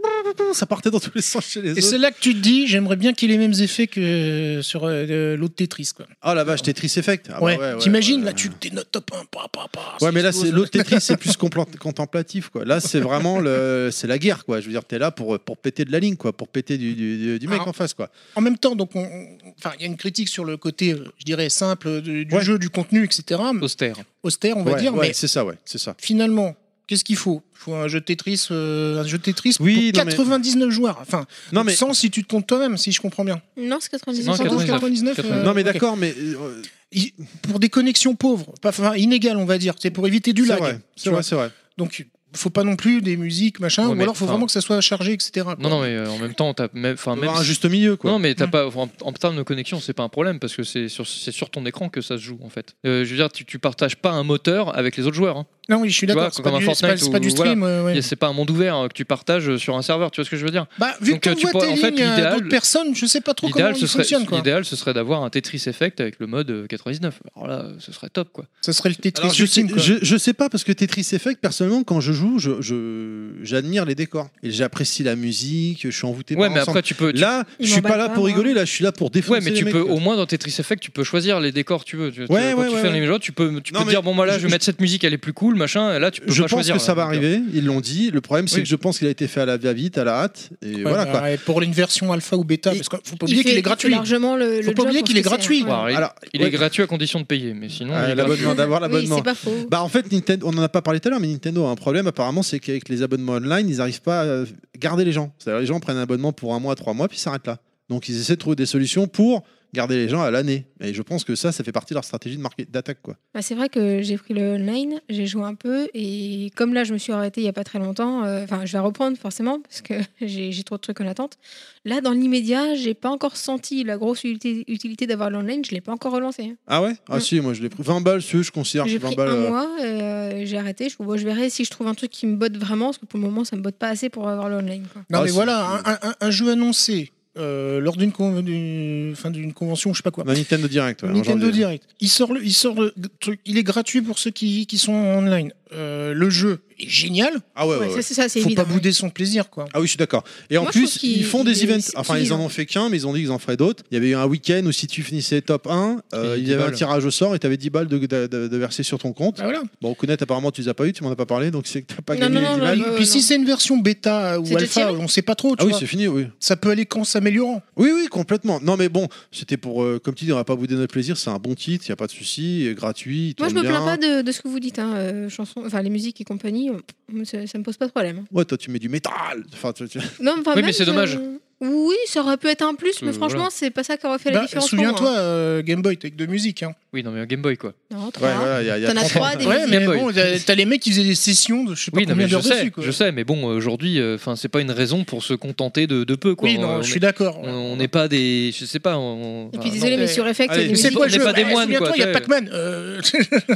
Ça partait dans tous les sens chez les
Et c'est
autres.
là que tu te dis, j'aimerais bien qu'il ait les mêmes effets que sur euh, l'autre Tetris. Quoi.
Oh la vache, Tetris Effect. Ah bah
ouais.
ouais, ouais,
T'imagines,
ouais,
là,
ouais.
tu t'es notre top 1. Pa, pa, pa,
Ouais,
ça
mais là,
explose.
c'est l'autre Tetris, c'est plus complan- contemplatif, quoi. Là, c'est vraiment le, c'est la guerre, quoi. Je veux dire, t'es là pour pour péter de la ligne, quoi, pour péter du, du, du mec
Alors-
en face, quoi.
En même temps, donc, on- on- enfin, il y a une critique sur le côté, euh, je dirais, simple de- du
Ouais.
jeu, du contenu, etc.
austère.
Austère, on va
Ouais,
dire.
ouais,
mais
c'est ça, ouais, c'est ça.
finalement, qu'est-ce qu'il faut Il faut un jeu de Tetris, euh, un jeu de Tetris
Oui,
pour
non, mais-
99 joueurs. Enfin,
Non mais
100 si tu te comptes toi-même, si je comprends bien.
Non, c'est 99.
Non,
112,
99,
99. euh,
non mais
ok.
d'accord, mais euh,
I- Pour des connexions pauvres, pas, enfin, inégales, on va dire. C'est pour éviter du
c'est
lag.
vrai,
tu
c'est
vois.
vrai, c'est vrai.
Donc, faut pas non plus des musiques, machin.
Ouais,
ou
mais,
alors, faut
enfin,
vraiment que ça soit chargé, etc. quoi.
Non, non, mais euh, en même temps, t'as même. Enfin,
Faut
même
avoir un Ah,
si-
juste milieu, quoi.
Non, mais t'as
Mm.
pas, en, en termes de connexion, c'est pas un problème parce que c'est sur, c'est sur ton écran que ça se joue en fait. Euh, je veux dire, tu, tu partages pas un moteur avec les autres joueurs. hein.
Non, oui, je suis
Tu vois,
d'accord. C'est
comme
pas,
un
du- c'est pas-
Fortnite
c'est pas du
où, voilà,
stream. euh, ouais.
Et C'est pas un monde ouvert euh, que tu partages sur un serveur, tu vois ce que je veux dire
Bah, vu
Donc,
que
euh, tu
tu vois
pourrais-
tes
en fait,
lignes euh,
l'idéal-
d'autres personnes, je sais pas trop comment
L'idéal,
ils
ce, serait-
fonctionnent. Quoi.
l'idéal, ce serait d'avoir un Tetris Effect avec le mode euh, 99. Alors là, euh, ce serait top quoi.
Ça serait le Tetris
Alors, je, sais,
ultime. quoi.
je- je sais pas parce que Tetris Effect, personnellement, quand je joue, je- je j'admire les décors et j'apprécie la musique. Je suis envoûté
Ouais,
par
mais
l'ensemble.
après, tu peux. tu-
Là,
Il
je suis pas
m'emballe
là
pas,
pour
moi.
rigoler. Là, je suis là pour défoncer
Ouais, mais
les
tu
mecs,
peux,
quoi.
au moins dans Tetris Effect, tu peux choisir les décors que tu veux. Tu- tu-
Ouais,
quand
ouais,
tu
ouais,
fais
ouais.
les jeux, tu peux, tu
Non,
peux
mais
dire, bon, moi là,
je-
je vais mettre cette musique, elle est plus cool, machin. et Là, tu peux
Je
pas
pense
choisir.
que ça
là,
va
donc, euh,
arriver. Ils l'ont dit. Le problème, c'est
Oui.
que je pense qu'il a été fait à la va-vite, à la hâte. Et
Ouais,
voilà
bah,
quoi.
ouais, Pour une version alpha ou bêta,
Il-
parce qu'il faut pas oublier qu'il est
Il fait
gratuit.
largement le, le
Faut pas
job
oublier
pour
qu'il
ce
est
que c'est,
gratuit.
ouais.
Bon, alors, Bah, il,
Alors,
il est
ouais.
gratuit à condition de payer, mais sinon.
Ah,
il est gratuit.
l'abonnement, d'avoir
Oui,
l'abonnement.
c'est pas faux.
Bah en fait Nintendo, on en a pas parlé tout à l'heure, mais Nintendo a un problème apparemment, c'est qu'avec les abonnements online, ils n'arrivent pas à garder les gens. C'est-à-dire les gens prennent un abonnement pour un mois, trois mois, puis s'arrêtent là. Donc ils essaient de trouver des solutions pour garder les gens à l'année. Et je pense que ça, ça fait partie de leur stratégie de market- d'attaque quoi.
Bah, c'est vrai que j'ai pris le online, j'ai joué un peu et comme là je me suis arrêtée il y a pas très longtemps, euh, enfin je vais reprendre forcément parce que j'ai j'ai trop de trucs en attente. Là dans l'immédiat, j'ai pas encore senti la grosse utilité, utilité d'avoir l'online, je l'ai pas encore relancé.
Ah ouais Ah
Mm.
si, moi je l'ai pris 20 balles, si je considère que
J'ai
20
pris
balles.
un
euh,
mois, et, euh, j'ai arrêté. Je, bon, je verrai si je trouve un truc qui me botte vraiment parce que pour le moment ça me botte pas assez pour avoir l'online. quoi.
Non,
Ah,
mais
c'est-
voilà, un, un- un- un jeu annoncé euh, lors d'une con- d'une- enfin, d'une convention, je sais pas quoi.
un Nintendo Direct. ouais, en
Nintendo
janvier.
Direct. Il sort, le, il sort le truc. Il est gratuit pour ceux qui, qui sont online. Euh, le jeu est génial.
Ah ouais, ouais,
Ouais,
ouais.
ça, c'est- ça, c'est
Faut
évident.
pas bouder son plaisir, quoi.
Ah oui, je suis d'accord. Et en
Moi, je
plus,
trouve qu'il-
ils font des
il est
events. Enfin, ils en ont fait qu'un, mais ils ont dit qu'ils en feraient d'autres. Il y avait eu un week-end où si tu finissais top 1, euh,
Et
il y
10
avait un
balles.
tirage au sort et tu avais 10 balles de, de- de- de verser sur ton compte.
Bah voilà.
Bon, Kounet, apparemment, tu les as pas eu, tu m'en as pas parlé, donc c'est que t'as pas
Non,
gagné
non,
les
non,
10
non,
balles.
non.
Puis si c'est une version bêta
C'est
ou
déjà
alpha,
tiré
on sait pas trop. Tu
Ah oui,
vois.
c'est fini, oui.
Ça peut aller qu'en s'améliorant.
Oui, oui, complètement. Non, mais bon, c'était pour, euh, comme tu dis, on va pas bouder notre plaisir, c'est un bon titre, il y a pas de souci, il est gratuit, il
Moi, je me
tourne bien.
plains pas de, de ce que vous dites, hein, euh, chansons, enfin les musiques et compagnie, euh, ça, ça me pose pas de problème. hein.
Ouais, toi, tu mets du métal. Enfin, tu- tu-
Non, enfin,
Oui, mais
même,
c'est
ça-
dommage.
Oui, ça aurait pu être un plus, mais
Euh,
franchement,
voilà.
c'est pas ça qui aurait fait la
Bah,
différence. pour moi,
Souviens-toi, euh, Game Boy, t'as que deux musiques. Hein.
Oui, non, mais un Game Boy quoi.
hein. Non, trois.
Ouais, voilà, il y a, il y a
T'en as
30
trois des
Ouais,
musiques.
mais
Game Boy.
bon, t'as t'as les mecs qui faisaient des sessions de je sais pas
Oui, non,
combien
mais je
d'heures
sais,
dessus. quoi.
je sais, mais bon, euh, aujourd'hui, enfin, c'est pas une raison pour se contenter de, de peu quoi.
Oui,
On-
non,
on
je
est-
suis d'accord. hein.
on- On n'est pas des. Je sais pas. On...
Et
enfin,
puis désolé,
non,
mais
mais-
sur Effect, il y a
Allez,
des
Mais c'est
musiques.
on
quoi le jeu
n'est pas des
Eh,
moines,
Souviens-toi,
quoi,
il y a
t'sais.
Pac-Man. Euh,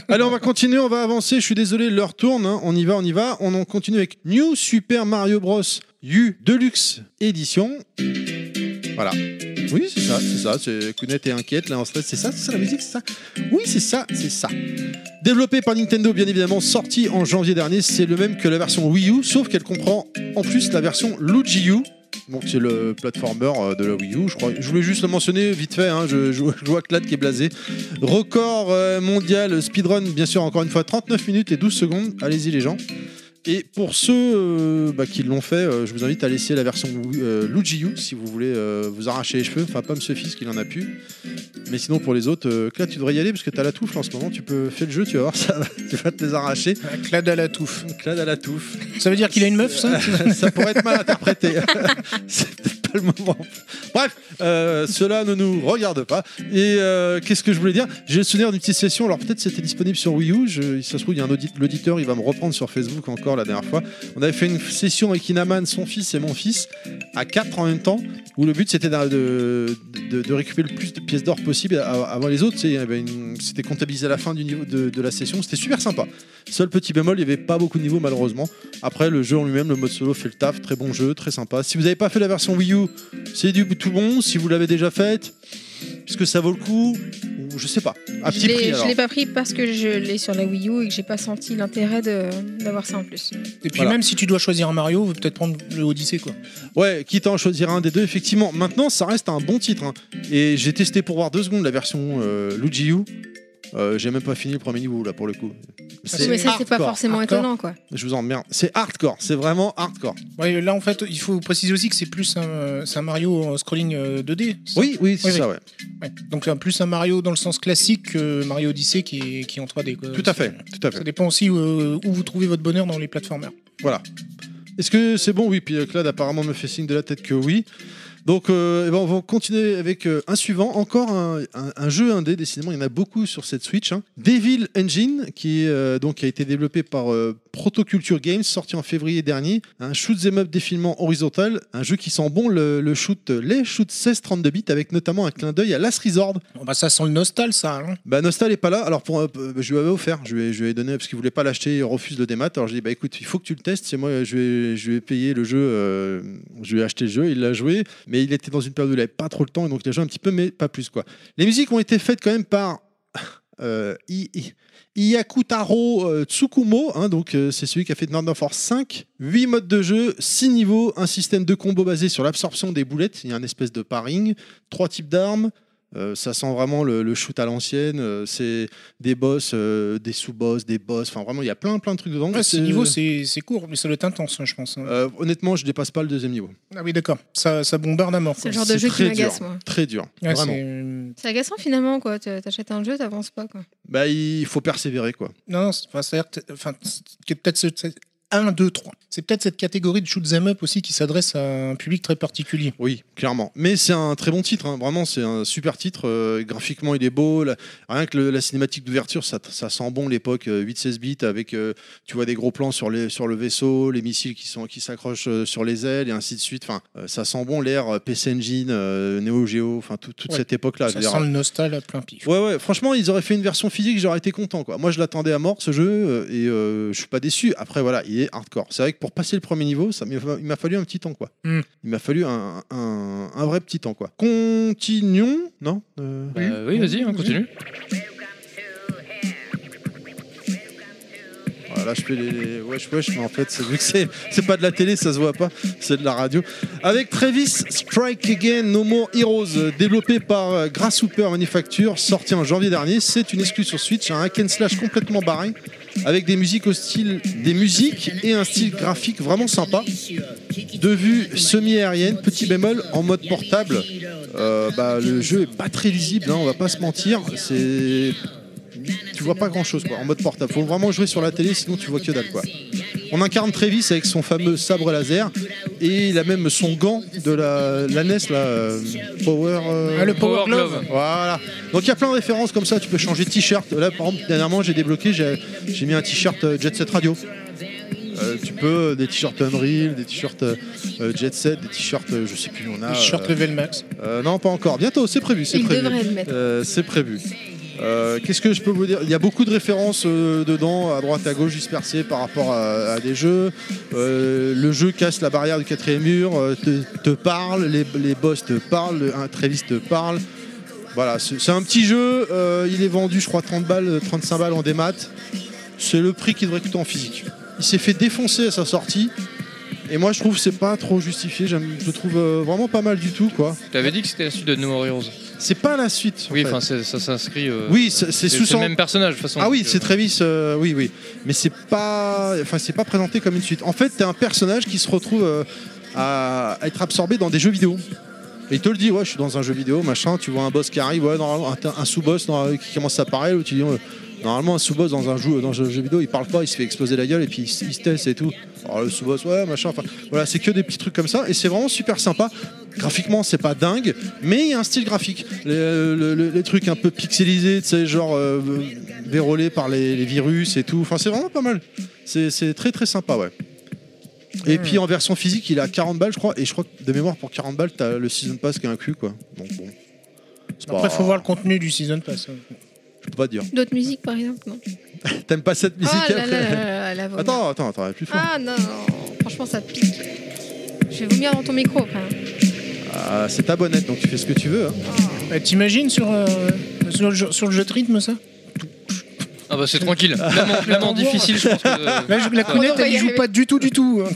Alors on va continuer, on va avancer. Je suis désolé, l'heure tourne. hein. On y va, on y va. On en continue avec New Super Mario Bros. U Deluxe Edition. Voilà. Oui, c'est ça, c'est ça. C'est- Kounet est inquiète, là en stress. C'est ça, c'est ça la musique, c'est ça. Oui, c'est ça, c'est ça. Développé par Nintendo, bien évidemment, sorti en janvier dernier, c'est le même que la version Wii U, sauf qu'elle comprend en plus la version Luigi U, Donc c'est le platformer euh, de la Wii U, je crois. Je voulais juste le mentionner vite fait, hein, je, je- je vois Clad qui est blasé. Record euh, mondial speedrun, bien sûr, encore une fois, 39 minutes et 12 secondes. Allez-y les gens. Et pour ceux euh, bah, qui l'ont fait, euh, je vous invite à laisser la version Wii- euh, Luigi U si vous voulez euh, vous arracher les cheveux. Enfin, pas Monsieur Fils qu'il en a pu. Mais sinon, pour les autres, euh, Clad, tu devrais y aller parce que t'as la touffe là, en ce moment. Tu peux faire le jeu, tu vas voir, ça, va- tu vas te les arracher.
Ah, Clad à la touffe.
Clad à la touffe.
Ça veut dire qu'il a une meuf, ça
ça pourrait être mal interprété. C'est peut-être pas le moment. Bref, euh, cela ne nous regarde pas. Et euh, qu'est-ce que je voulais dire J'ai le souvenir d'une petite session. Alors peut-être c'était disponible sur Wii U. Je, si ça se trouve, il y a un audit, l'auditeur, il va me reprendre sur Facebook encore la dernière fois. On avait fait une session avec Inaman, son fils et mon fils, à quatre en même temps, où le but c'était d'a- de, de- de récupérer le plus de pièces d'or possible a- avant les autres. Tu sais, il y avait une- C'était comptabilisé à la fin du niveau de, de la session. C'était super sympa. Seul petit bémol, il n'y avait pas beaucoup de niveaux malheureusement. Après, le jeu en lui-même, le mode solo fait le taf, très bon jeu, très sympa. Si vous n'avez pas fait la version Wii U, c'est du tout bon. Si vous l'avez déjà faite, est-ce que ça vaut le coup Ou Je sais pas. À
Je
petit prix
l'ai- je
alors.
l'ai pas pris parce que je l'ai sur la Wii U et que j'ai pas senti l'intérêt de- d'avoir ça en plus.
Et puis
Voilà.
même si tu dois choisir un Mario, vaut peut-être prendre le Odyssey, quoi.
Ouais, quitte à en choisir un des deux, effectivement. Maintenant, ça reste un bon titre. hein. Et j'ai testé pour voir deux secondes la version euh, Luigi U. Euh, j'ai même pas fini le premier niveau là pour le coup.
Oui, mais ça, c'est pas
hardcore.
forcément
hardcore.
étonnant, quoi.
Je vous emmerde. C'est hardcore, c'est vraiment hardcore.
Ouais, là, en fait, il faut préciser aussi que c'est plus un, euh, c'est un Mario en scrolling euh, 2D. c'est ça
Oui, oui, c'est
Oui, oui.
ça, ouais.
Ouais. Donc, un- plus un Mario dans le sens classique que Mario Odyssey qui est, qui est en 3D. quoi.
Tout à fait, tout à fait.
Ça dépend aussi euh, où vous trouvez votre bonheur dans les plateformers.
Voilà. Est-ce que c'est bon Oui, puis euh, Claude apparemment me fait signe de la tête que oui. Donc, euh, eh ben, on va continuer avec euh, un suivant, encore un, un- un jeu indé. Décidément, il y en a beaucoup sur cette Switch. hein. Devil Engine, qui, est, euh, donc, a été développé par euh, Protoculture Games, sorti en février dernier. Un shoot 'em up défilement horizontal, un jeu qui sent bon le, le shoot, les shoots 16 32 bits, avec notamment un clin d'œil à Last Resort.
Bon, bah, ça sent le nostal, ça. hein.
Bah Nostal est pas là, alors pour, euh, je lui avais offert, je lui ai, je lui ai donné parce qu'il voulait pas l'acheter, il refuse le démat. Alors j'ai dit bah écoute, il faut que tu le testes, c'est moi je lui ai, je lui ai payé le jeu, euh, je lui ai acheté le jeu, il l'a joué, mais il était dans une période où il avait pas trop le temps et donc il a joué un petit peu mais pas plus quoi. Les musiques ont été faites quand même par euh, I- I- Iyakutaro euh, Tsukumo, hein, donc euh, c'est celui qui a fait Nord of Force 5, 8 modes de jeu, 6 niveaux, un système de combo basé sur l'absorption des boulettes, il y a un espèce de paring, trois types d'armes. Euh, ça sent vraiment le, le shoot à l'ancienne. euh, c'est des boss, euh, des sous-boss, des boss. Enfin, vraiment, il y a plein, plein de trucs dedans.
Ouais, ce
C'est-
niveau, c'est c'est court, mais ça doit être intense, hein, je pense. hein.
Euh, honnêtement, je dépasse pas le deuxième niveau.
Ah oui, d'accord. Ça, ça bombarde à mort.
C'est
quoi.
le genre de
C'est
jeu qui
très
m'agace,
dur.
moi.
Très dur.
Ouais,
vraiment.
c'est- euh, Non,
C'est agaçant, finalement, quoi. T- T'achètes un jeu, t'avances pas, quoi.
Bah, il faut persévérer, quoi.
non, c'est- enfin, c'est-à-dire que t'es- enfin, c'est peut-être ce- c'est- 1, 2, 3. C'est peut-être cette catégorie de shoot 'em up aussi qui s'adresse à un public très particulier.
Oui, clairement. Mais c'est un très bon titre, hein. vraiment, c'est un super titre. Euh, graphiquement, il est beau. La- rien que le- la cinématique d'ouverture, ça, ça sent bon l'époque euh, 8-16 bits avec, euh, tu vois, des gros plans sur, les, sur le vaisseau, les missiles qui sont qui s'accrochent euh, sur les ailes et ainsi de suite. Enfin, euh, ça sent bon l'ère euh, PC Engine, euh, Neo Geo, enfin, tout- toute
Ouais.
cette époque-là. Je
ça
veux dire,
sent le nostal à plein pif.
Ouais, ouais, franchement, ils auraient fait une version physique, j'aurais été content. Quoi. Moi, je l'attendais à mort, ce jeu, euh, et euh, je suis pas déçu. Après, voilà, il est hardcore. C'est vrai que pour passer le premier niveau, ça, m'a- il m'a fallu un petit temps. quoi.
Hmm.
Il m'a fallu un, un- un vrai petit temps. quoi. Continuons, non Euh,
Bah, oui, vas-y,
Mmh.
hein, continue.
voilà, je fais les, les wesh wesh, mais en fait, c'est- vu que c'est c'est pas de la télé, ça se voit pas, c'est de la radio. Avec Travis Strike Again No More Heroes, euh, développé par euh, Grasshopper Manufacture, sorti en janvier dernier, c'est une excuse sur Switch, un hack and slash complètement barré, avec des musiques au style des musiques et un style graphique vraiment sympa. De vue semi-aérienne, petit bémol, en mode portable, euh, bah, le jeu est pas très lisible, hein, on va pas se mentir, c'est tu vois pas grand chose quoi en mode portable. Faut vraiment jouer sur la télé sinon tu vois que dalle quoi. On incarne Travis avec son fameux sabre laser et il a même son gant de la, la NES là euh, Power euh,
Ah, le Power
Power
Glove.
Glove.
voilà. Donc il y a plein de références comme ça, tu peux changer de t-shirt. Là par exemple dernièrement j'ai débloqué, j'ai j'ai mis un t-shirt euh, Jet Set Radio. Euh, tu peux euh, des t-shirts Unreal, des t-shirts euh, euh, Jet Set, des t-shirts euh, je sais plus on a.
T-shirt
euh,
level max.
euh, non pas encore, bientôt c'est prévu, c'est
Il
prévu.
devrait le mettre.
Euh, c'est prévu. Euh, Qu'est-ce que je peux vous dire Il y a beaucoup de références euh, dedans, à droite, à gauche, dispersées par rapport à, à des jeux. Euh, le jeu casse la barrière du quatrième mur, euh, te, te parle, les, les boss te parlent, le- un Travis te parle. Voilà, c'est c'est un petit jeu, euh, il est vendu je crois 30 balles, euh, 35 balles en démat. C'est le prix qu'il devrait coûter en physique. Il s'est fait défoncer à sa sortie. Et moi, je trouve que c'est pas trop justifié. J'aime- Je trouve euh, vraiment pas mal du tout, quoi.
T'avais dit que c'était la suite de No More Heroes.
C'est pas la suite. en
Oui,
fait.
enfin, c'est- ça s'inscrit. euh,
oui, c'est
c'est
c'est
c'est
sous
le même personnage de toute façon.
Ah oui,
donc,
c'est
euh,
Travis, euh, oui, oui. Mais c'est pas, enfin, c'est pas présenté comme une suite. En fait, t'es un personnage qui se retrouve euh, à être absorbé dans des jeux vidéo. Et il te le dit, ouais, je suis dans un jeu vidéo, machin. Tu vois un boss qui arrive, ouais, normalement, un, un sous-boss dans- euh, qui commence à parler, ou tu dis, euh, normalement, un sous-boss dans un jeu, dans un jeu vidéo, il parle pas, il se fait exploser la gueule et puis il, se- il se teste et tout. Alors, le sous-boss, ouais, machin. Enfin, voilà, c'est que des petits trucs comme ça, et c'est vraiment super sympa. Graphiquement, c'est pas dingue, mais il y a un style graphique. Le- le- le- Les, trucs un peu pixelisés, tu sais, genre euh, vérolés par les, les virus et tout. Enfin, c'est vraiment pas mal. C'est c'est très très sympa, ouais. Et puis en version physique, il a 40 balles, je crois. Et je crois que de mémoire, pour 40 balles, t'as le season pass qui est inclus, quoi. Donc bon. C'est
Après,
pas-
faut voir le contenu du Season Pass. hein.
Je peux pas dire.
D'autres musiques, par exemple Non.
T'aimes pas cette musique
Ah là
après
là là là, la voix.
Attends, attends, attends, plus fort.
Ah non, non, franchement, ça pique. Je vais vomir dans ton micro après. hein.
Ah, c'est ta bonnette, donc tu fais ce que tu veux. hein.
Euh, T'imagines sur, euh, sur, le jeu- sur le jeu de rythme, ça
Ah bah c'est tranquille. Vraiment, vraiment difficile, je pense que.
Là, je- la
Ah,
ça-
counette,
on va
elle
y
y joue
arriver.
pas du tout, du tout. hein.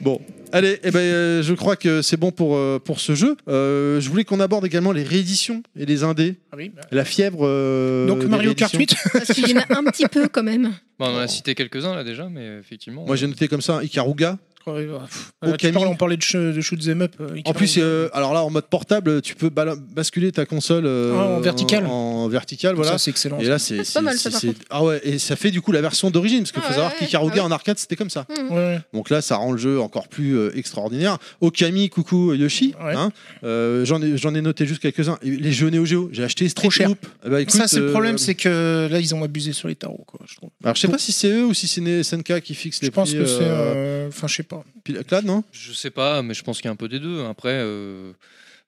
Bon. Allez, eh ben, euh, je crois que c'est bon pour, euh, pour ce jeu. Euh, je voulais qu'on aborde également les rééditions et les indés.
Ah oui, bah.
La fièvre. euh,
Donc
des
Mario Kart
rééditions.
8
Parce qu'il y en a un petit peu quand même.
Bon, on en a cité quelques-uns là déjà, mais euh, effectivement.
Moi j'ai noté comme ça Ikaruga.
Oh, Ouais, ouais, pff, voilà, tu
Okami.
parles- on parlait de, che- de shoot them up. euh,
En
Ikaruga.
plus, euh, alors là en mode portable, tu peux bala- basculer ta console euh,
Ah, en vertical.
En, en vertical,
Ça,
voilà.
c'est excellent.
Et là c'est
Ah, c'est pas mal, ça, par
c'est- ah ouais et ça fait du coup la version d'origine parce qu'il
Ah,
faut
ouais,
savoir
ouais,
qu'Ikaruga
ah oui.
en arcade c'était comme ça.
Ouais, ouais.
Donc là, ça rend le jeu encore plus euh, extraordinaire. Okami, coucou euh, Yoshi.
Ouais.
hein. Euh, J'en ai, j'en ai noté juste quelques-uns. Et Les jeux Neo Geo, j'ai acheté Street
Trop cher.
Loop. Eh ben, écoute,
ça, c'est le
euh,
problème, c'est que là, ils ont abusé sur les tarots, quoi, je trouve.
Alors, je sais pas si c'est eux ou si c'est Né- SNK qui fixe les
Je pense
prix.
que c'est.
euh,
euh, Enfin, je sais pas.
Pil- Clad, non
Je sais pas, mais je pense qu'il y a un peu des deux. Après, euh,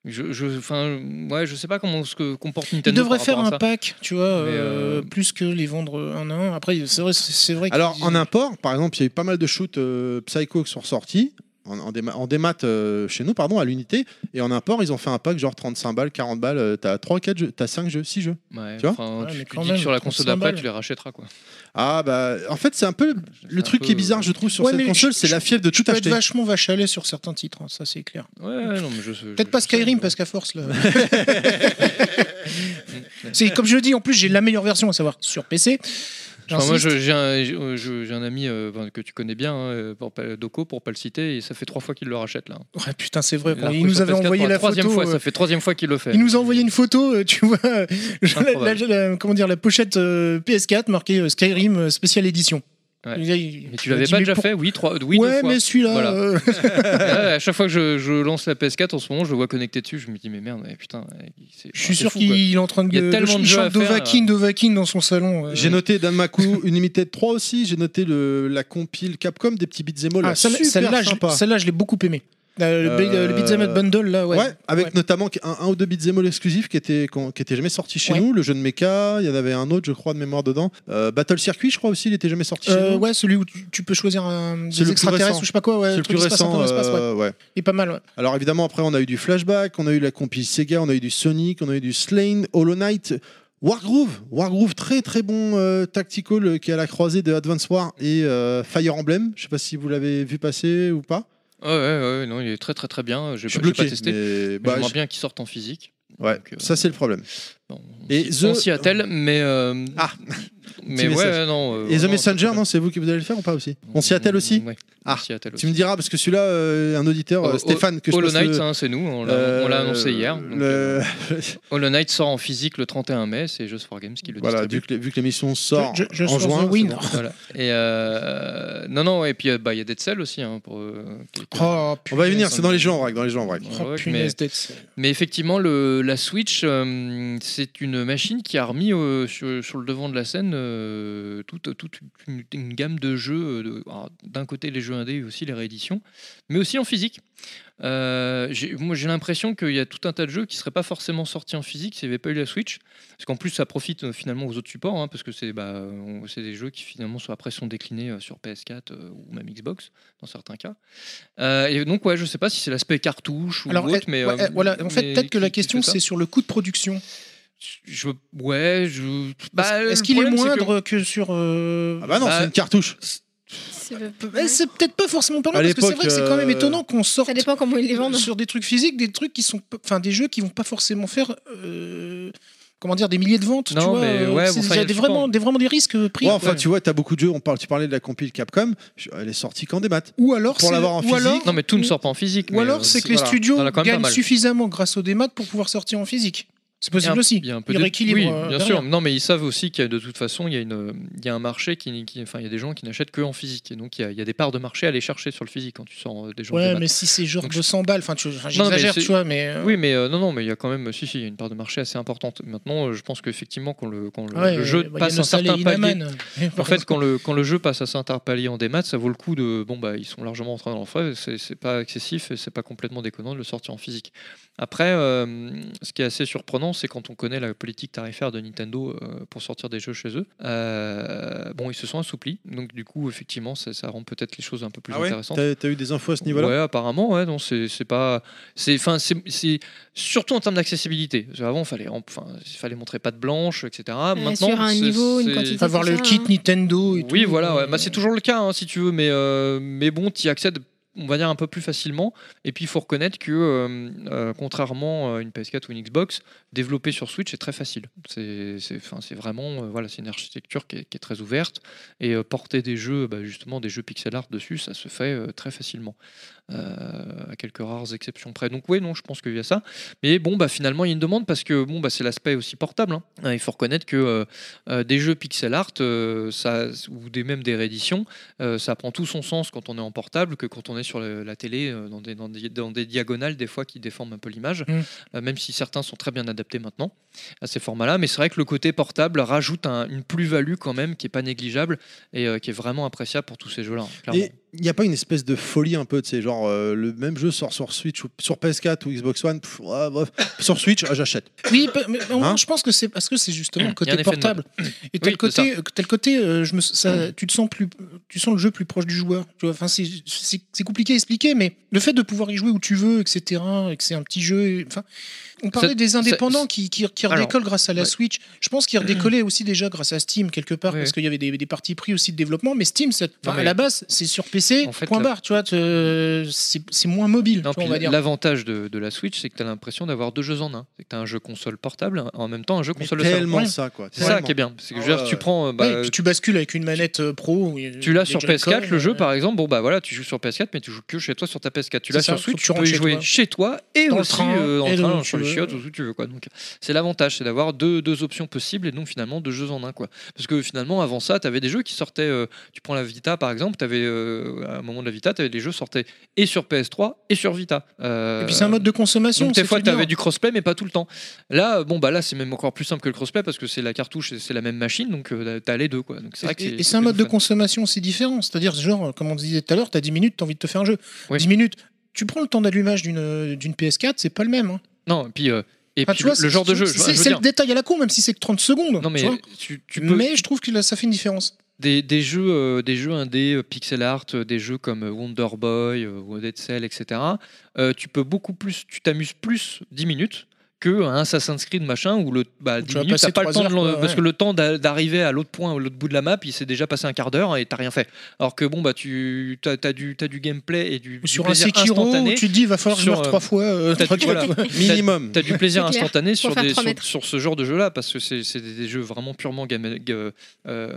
je, je, enfin, ouais, je sais pas comment se que- comporte
Ils
Nintendo.
devraient
par
faire
rapport à ça.
un pack, tu vois,
Mais,
euh,
euh,
plus que les vendre un à un. Après, c'est vrai, c'est c'est vrai. qu'ils-
Alors, en import, par exemple, il y a eu pas mal de shoots euh, Psycho qui sont ressortis. En, en déma- en démat euh, chez nous, pardon, à l'unité. Et en import, ils ont fait un pack genre 35 balles, 40 balles. euh, T'as 3, 4 jeux, t'as 5 jeux, 6 jeux.
Ouais,
tu vois
enfin,
Ouais, mais
tu, tu
quand
dis
même,
que sur la console
35
d'après,
balles.
tu les rachèteras quoi.
Ah, bah, en fait, c'est un peu le, le
un
truc
peu-
qui est bizarre, je trouve, sur
Ouais,
cette
mais
console,
je-
c'est la fièvre de tout
Tu peux être
acheter.
vachement vachaler sur certains titres, hein, ça c'est clair.
Ouais, ouais, non, mais je je-
Peut-être pas
je sais,
Skyrim
mais-
parce qu'à force là. c'est comme je dis, en plus j'ai la meilleure version à savoir sur PC.
Enfin, moi,
J'insiste.
je- j'ai un, j'ai- euh, je- j'ai un ami euh, ben, que tu connais bien, hein, euh, pour pas- Doco, pour pas le citer, et ça fait trois fois qu'il le rachète là. hein.
Ouais, putain, c'est vrai.
Il
quoi.
l'a
Il,
repris
nous
sur
avait
PS4 pour
envoyé la
troisième
photo.
fois,
euh,
ça fait troisième fois qu'il le fait.
Il nous a envoyé une photo, euh, tu vois, euh, genre la,
Improbable.
la- la- comment dire, la pochette euh, PS4 marquée euh, Skyrim euh, spéciale édition.
Ouais.
Le gars, il-
Mais tu
il a
l'avais
dit,
pas
mais
déjà
pour-
fait Oui, trois, oui deux
ouais,
fois.
mais celui-là.
Voilà.
euh,
Ouais, à chaque fois que je, je lance la PS4 en ce moment, je le vois connecté dessus, je me dis mais merde, mais putain, c'est-
je suis
c'est
sûr
fou,
qu'il
quoi.
il est en train de.
Il y a
de-
tellement de
il
jeux à
chante
faire, euh,
Dovahkiin, Dovahkiin dans son salon. euh.
J'ai noté Danmaku Unlimited 3 aussi, j'ai noté le, la compile Capcom des petits beats all
Ah, celle-
super
Celle-là, je-
sympa.
celle-là, je l'ai beaucoup aimé. Euh, le,
Euh,
le Beat'em Up Bundle, là, ouais.
Ouais, avec
Ouais.
notamment un, un ou deux beats all exclusifs qui étaient qu'on- qui étaient jamais sortis chez
Ouais.
nous, le jeu de mecha, il y en avait un autre je crois de mémoire dedans. Euh, Battle Circuit je crois aussi, il était jamais sorti chez
Euh,
nous.
ouais, celui où tu, tu peux choisir un
C'est le
des
plus
extraterrestres
récent.
ou je sais pas quoi. Ouais,
C'est le
truc
plus
qui se passe dans
récent.
l'espace, ouais.
euh, ouais.
Il est pas mal, ouais.
Alors évidemment après on a eu du Flashback, on a eu la compile Sega, on a eu du Sonic, on a eu du Slain, Hollow Knight, Wargroove, Wargroove très très bon euh, tactical euh, qui est à la croisée de Advance War et euh, Fire Emblem. Je sais pas si vous l'avez vu passer ou pas.
Ouais, ouais, ouais, non, il est très très très bien.
Je
Je
suis
pas, j'ai
bloqué.
pas testé. Mais
mais, bah,
J'aimerais
je-
bien qu'il sorte en physique.
ouais,
Donc, euh,
ça c'est le problème.
Bon, on
Et The-
s'y- on s'y attelle, mais euh,
Ah.
mais
Petit
ouais,
message.
non. euh,
Et The
non,
Messenger,
c'est- Mm,
non, c'est vous qui vous allez le faire ou pas aussi On s'y attelle aussi
Ouais,
Ah.
On s'y attelle
Tu
aussi.
me diras parce que celui-là, euh, un auditeur, euh,
Oh,
Stéphane, que je
Hollow
passe
Knight,
le-
hein, c'est nous, on l'a
euh,
on l'a annoncé hier. donc,
le-
euh, Hollow Knight sort en physique le 31 mai, c'est Just for Games qui le
Voilà, vu
distribue.
que, vu que l'émission sort
Je- je
en
suis
juin.
un win.
c'est bon.
Voilà. Et euh, non, non, et puis euh, bah, il y a Dead Cell aussi. hein, pour, euh, qui- qui-
Oh,
On va y
punaise.
venir, c'est dans les jeux en vrac, dans les jeux en vrac.
Oh,
Ouais, mais-
punaise d'être-
Mais effectivement, le, la Switch, euh, c'est une machine qui a remis euh, sur, sur le devant de la scène euh, toute, toute une, une gamme de jeux. euh, de- alors, D'un côté, les jeux indés et aussi les rééditions, mais aussi en physique. Euh, j'ai- moi, j'ai l'impression qu'il y a tout un tas de jeux qui ne seraient pas forcément sortis en physique s'il n'y avait pas eu la Switch. Parce qu'en plus, ça profite euh, finalement aux autres supports, hein, parce que c'est bah, on- c'est des jeux qui finalement sont, après sont déclinés euh, sur PS4 euh, ou même Xbox, dans certains cas. Euh, et donc, ouais, je sais pas si c'est l'aspect cartouche ou
Alors,
autre,
eh,
mais.
ouais,
euh,
eh, voilà. En fait,
mais
peut-être que
qui-
la
qui
question,
fait ça.
c'est sur le coût de production.
Je... Ouais, je. Bah,
Est-ce
le
qu'il est
problème, c'est que-
moindre que sur. euh,
Ah bah non,
Bah,
c'est une cartouche.
C'est le-
Eh, C'est peut-être pas forcément parlant
À
parce que c'est
l'époque,
vrai que c'est quand même
euh,
étonnant qu'on sorte
Ça dépend comment ils les vendent.
sur des trucs physiques, des trucs qui sont, p- enfin des jeux qui vont pas forcément faire, euh, comment dire, des milliers de ventes.
Non,
tu vois,
mais
euh,
ouais,
c'est-
bon, ça, y
il y a
a
des
le
vraiment,
support.
des vraiment des risques euh, pris.
Ouais, enfin,
quoi.
tu vois, t'as beaucoup de jeux. On parle, tu parlais de la compil Capcom. je- Elle est sortie qu'en démat.
ou alors
pour
c'est-
l'avoir en
ou
physique.
alors-
Non, mais euh, tout ne sort pas en physique.
Ou alors c'est que les studios gagnent
suffisamment
suffisamment grâce aux démat pour pouvoir sortir en physique. C'est possible aussi.
Il y a un peu
Ils
de-
rééquilibrent,
Oui,
euh,
bien
derrière.
sûr. Non, mais ils savent aussi qu'il y a de toute façon, il y a, une, il y a un marché qui, qui- Enfin, il y a des gens qui n'achètent que en physique. Et donc, il y, a, il y a des parts de marché à aller chercher sur le physique quand tu sors euh, des gens. de
Ouais,
maths.
mais si c'est genre
Donc,
200 balles, enfin, tu-
Non,
enfin,
mais
j'exagère,
c'est-
tu vois, mais. euh,
Oui, mais euh, non, non, mais il y a quand même. Si, si, il y a une part de marché assez importante. Maintenant, euh, je pense qu'effectivement, quand le, quand le,
ouais,
le jeu
euh, bah,
passe un
Yannosal et
certain palier.
Inaman.
En fait, quand le, quand le jeu passe à Saint-Arpalier en démat, ça vaut le coup de. Bon, bah, ils sont largement en train d'en faire, c'est c'est pas excessif et c'est pas complètement déconnant de le sortir en physique. Après, euh, ce qui est assez surprenant, c'est quand on connaît la politique tarifaire de Nintendo euh, pour sortir des jeux chez eux, euh, bon, ils se sont assouplis, donc du coup, effectivement, ça, ça rend peut-être les choses un peu plus intéressantes.
Ah T'as t'as eu des infos à ce niveau-là
Ouais, apparemment, ouais, non, c'est c'est pas. C'est enfin, c'est- c'est surtout en termes d'accessibilité. Parce que Avant, fallait, enfin, il fallait montrer pas de blanche, etc. Maintenant,
sur un
c'est-
niveau, une
c'est-
quantité.
Faut avoir
C'est
le
ça,
kit
hein.
Nintendo et tout.
oui, voilà, ouais. Bah, c'est toujours le cas hein, si tu veux, mais, euh, mais bon, tu y accèdes, on va dire, un peu plus facilement. Et puis, il faut reconnaître que, euh, euh, contrairement à une PS4 ou une Xbox, développer sur Switch est très facile. C'est c'est- 'fin, c'est vraiment, euh, voilà, c'est une architecture qui est, qui est très ouverte. Et euh, porter des jeux, bah, justement, des jeux pixel art dessus, ça se fait euh, très facilement. Euh, à quelques rares exceptions près. Donc, oui, non, je pense qu'il y a ça. Mais bon, bah, finalement, il y a une demande parce que bon, bah, c'est l'aspect aussi portable. hein. Euh, Il faut reconnaître que. euh, euh, des jeux pixel art euh, ça, ou des, même des rééditions, euh, ça prend tout son sens quand on est en portable que quand on est sur le- la télé euh, dans, des, dans, des, dans des diagonales des fois qui déforment un peu l'image,
Mm.
euh, même si certains sont très bien adaptés maintenant à ces formats-là. Mais c'est vrai que le côté portable rajoute un- une plus-value quand même qui est pas négligeable et euh, qui est vraiment appréciable pour tous ces jeux-là. hein, clairement.
Et il n'y a pas une espèce de folie un peu, tu sais, genre euh, le même jeu sort sur Switch ou sur PS4 ou Xbox One, pff, ah, bref, sur Switch, ah, j'achète.
Oui, pe- mais au moins,
Hein
je pense que c'est parce que c'est justement
Il
le
y a
côté
un effet de
portable. Et tel
c'est
côté, euh, tel côté, euh, je me, ça, tu te sens plus, tu sens le jeu plus proche du joueur. Tu vois, enfin, c'est- c'est c'est compliqué à expliquer, mais le fait de pouvoir y jouer où tu veux, etc., et que c'est un petit jeu, et- enfin, on parlait
Ça-
des
ça-
indépendants qui, qui, qui
Alors,
redécollent grâce à la
ouais.
Switch. Je pense qu'ils redécollaient aussi déjà grâce à Steam quelque part
Ouais.
parce qu'il y avait des, des parties pris aussi de développement, mais Steam, ça- enfin,
mais-
à la base, c'est sur PC.
En fait,
point
la-
barre. Tu vois, te- c'est c'est moins mobile.
Non,
tu vois, on
puis
va dire.
L'avantage de, de la Switch, c'est que tu as l'impression d'avoir deux jeux en un. C'est que tu as un jeu console portable en même temps un jeu
Mais
console de salon.
tellement
Ouais.
ça, quoi.
C'est ça
Tellement.
qui est bien. C'est que je
Ah
veux dire,
ouais.
tu prends. euh, bah,
Ouais, et puis tu bascules avec une manette euh, pro. ou, euh,
Tu l'as
des
sur
Joy-Con,
PS4, le jeu
euh,
par exemple, bon bah voilà, tu joues sur PS4, mais tu joues que chez toi sur ta PS4. Tu
C'est
l'as
ça,
sur Switch,
faut que tu
tu peux
rentres
y
chez
jouer
toi.
chez toi et
Dans le
aussi
train,
euh, dans
et
le train,
où tu
sur les
veux.
chiottes, où tu veux quoi. Donc c'est l'avantage, c'est d'avoir deux, deux options possibles et donc finalement deux jeux en un quoi. Parce que finalement avant ça, t'avais des jeux qui sortaient. euh, tu prends la Vita par exemple, t'avais euh, à un moment de la Vita, t'avais des jeux sortaient et sur PS3 et sur Vita. Euh,
Et puis c'est un mode de consommation.
donc des
c'est
fois,
tout
tu avais
bien.
du crossplay, mais pas tout le temps. Là, bon, bah là, c'est même encore plus simple que le crossplay parce que c'est la cartouche, et c'est la même machine, donc euh, t'as les deux, quoi. Donc c'est vrai que
Et- Et c'est un mode de
plutôt fun.
consommation aussi différent. C'est-à-dire, genre, comme on disait tout à l'heure, t'as 10 minutes, t'as envie de te faire un jeu.
Oui.
10 minutes, tu prends le temps d'allumage d'une euh, d'une PS4, c'est pas le même. hein.
Non, et puis, euh, et
Enfin,
puis
tu vois,
le, le genre de
c'est-
jeu. je-
C'est
je veux
c'est
dire.
le détail à la con, même si c'est que 30 secondes.
Non, mais
tu vois.
tu, tu peux.
Mais je trouve que là, ça fait une différence.
Des, des jeux, euh, des jeux indés, euh, pixel art, euh, des jeux comme euh, Wonder Boy euh, ou Dead Cell, etc. euh, tu peux beaucoup plus, tu t'amuses plus 10 minutes que un Assassin's Creed machin où le bah,
Où
10
tu vas
minutes
passer
t'as pas le
trois
temps de
heures,
l'en-
quoi,
parce
ouais.
que le temps d'a- d'arriver à l'autre point à l'autre bout de la map il s'est déjà passé un quart d'heure et t'as rien fait alors que bon bah tu t'as as du t'as du gameplay et du,
Ou
du
sur un
plaisir
Sekiro, où
instantané
tu te dis, il va falloir que je
Sur,
meure
euh,
trois fois. euh,
t'as-
tranquille.
voilà.
Minimum.
T'as du plaisir
C'est clair.
instantané sur,
faire
des,
trois
sur,
mètres.
sur ce genre de jeu-là, parce que c'est c'est des, des jeux vraiment purement game- euh, euh,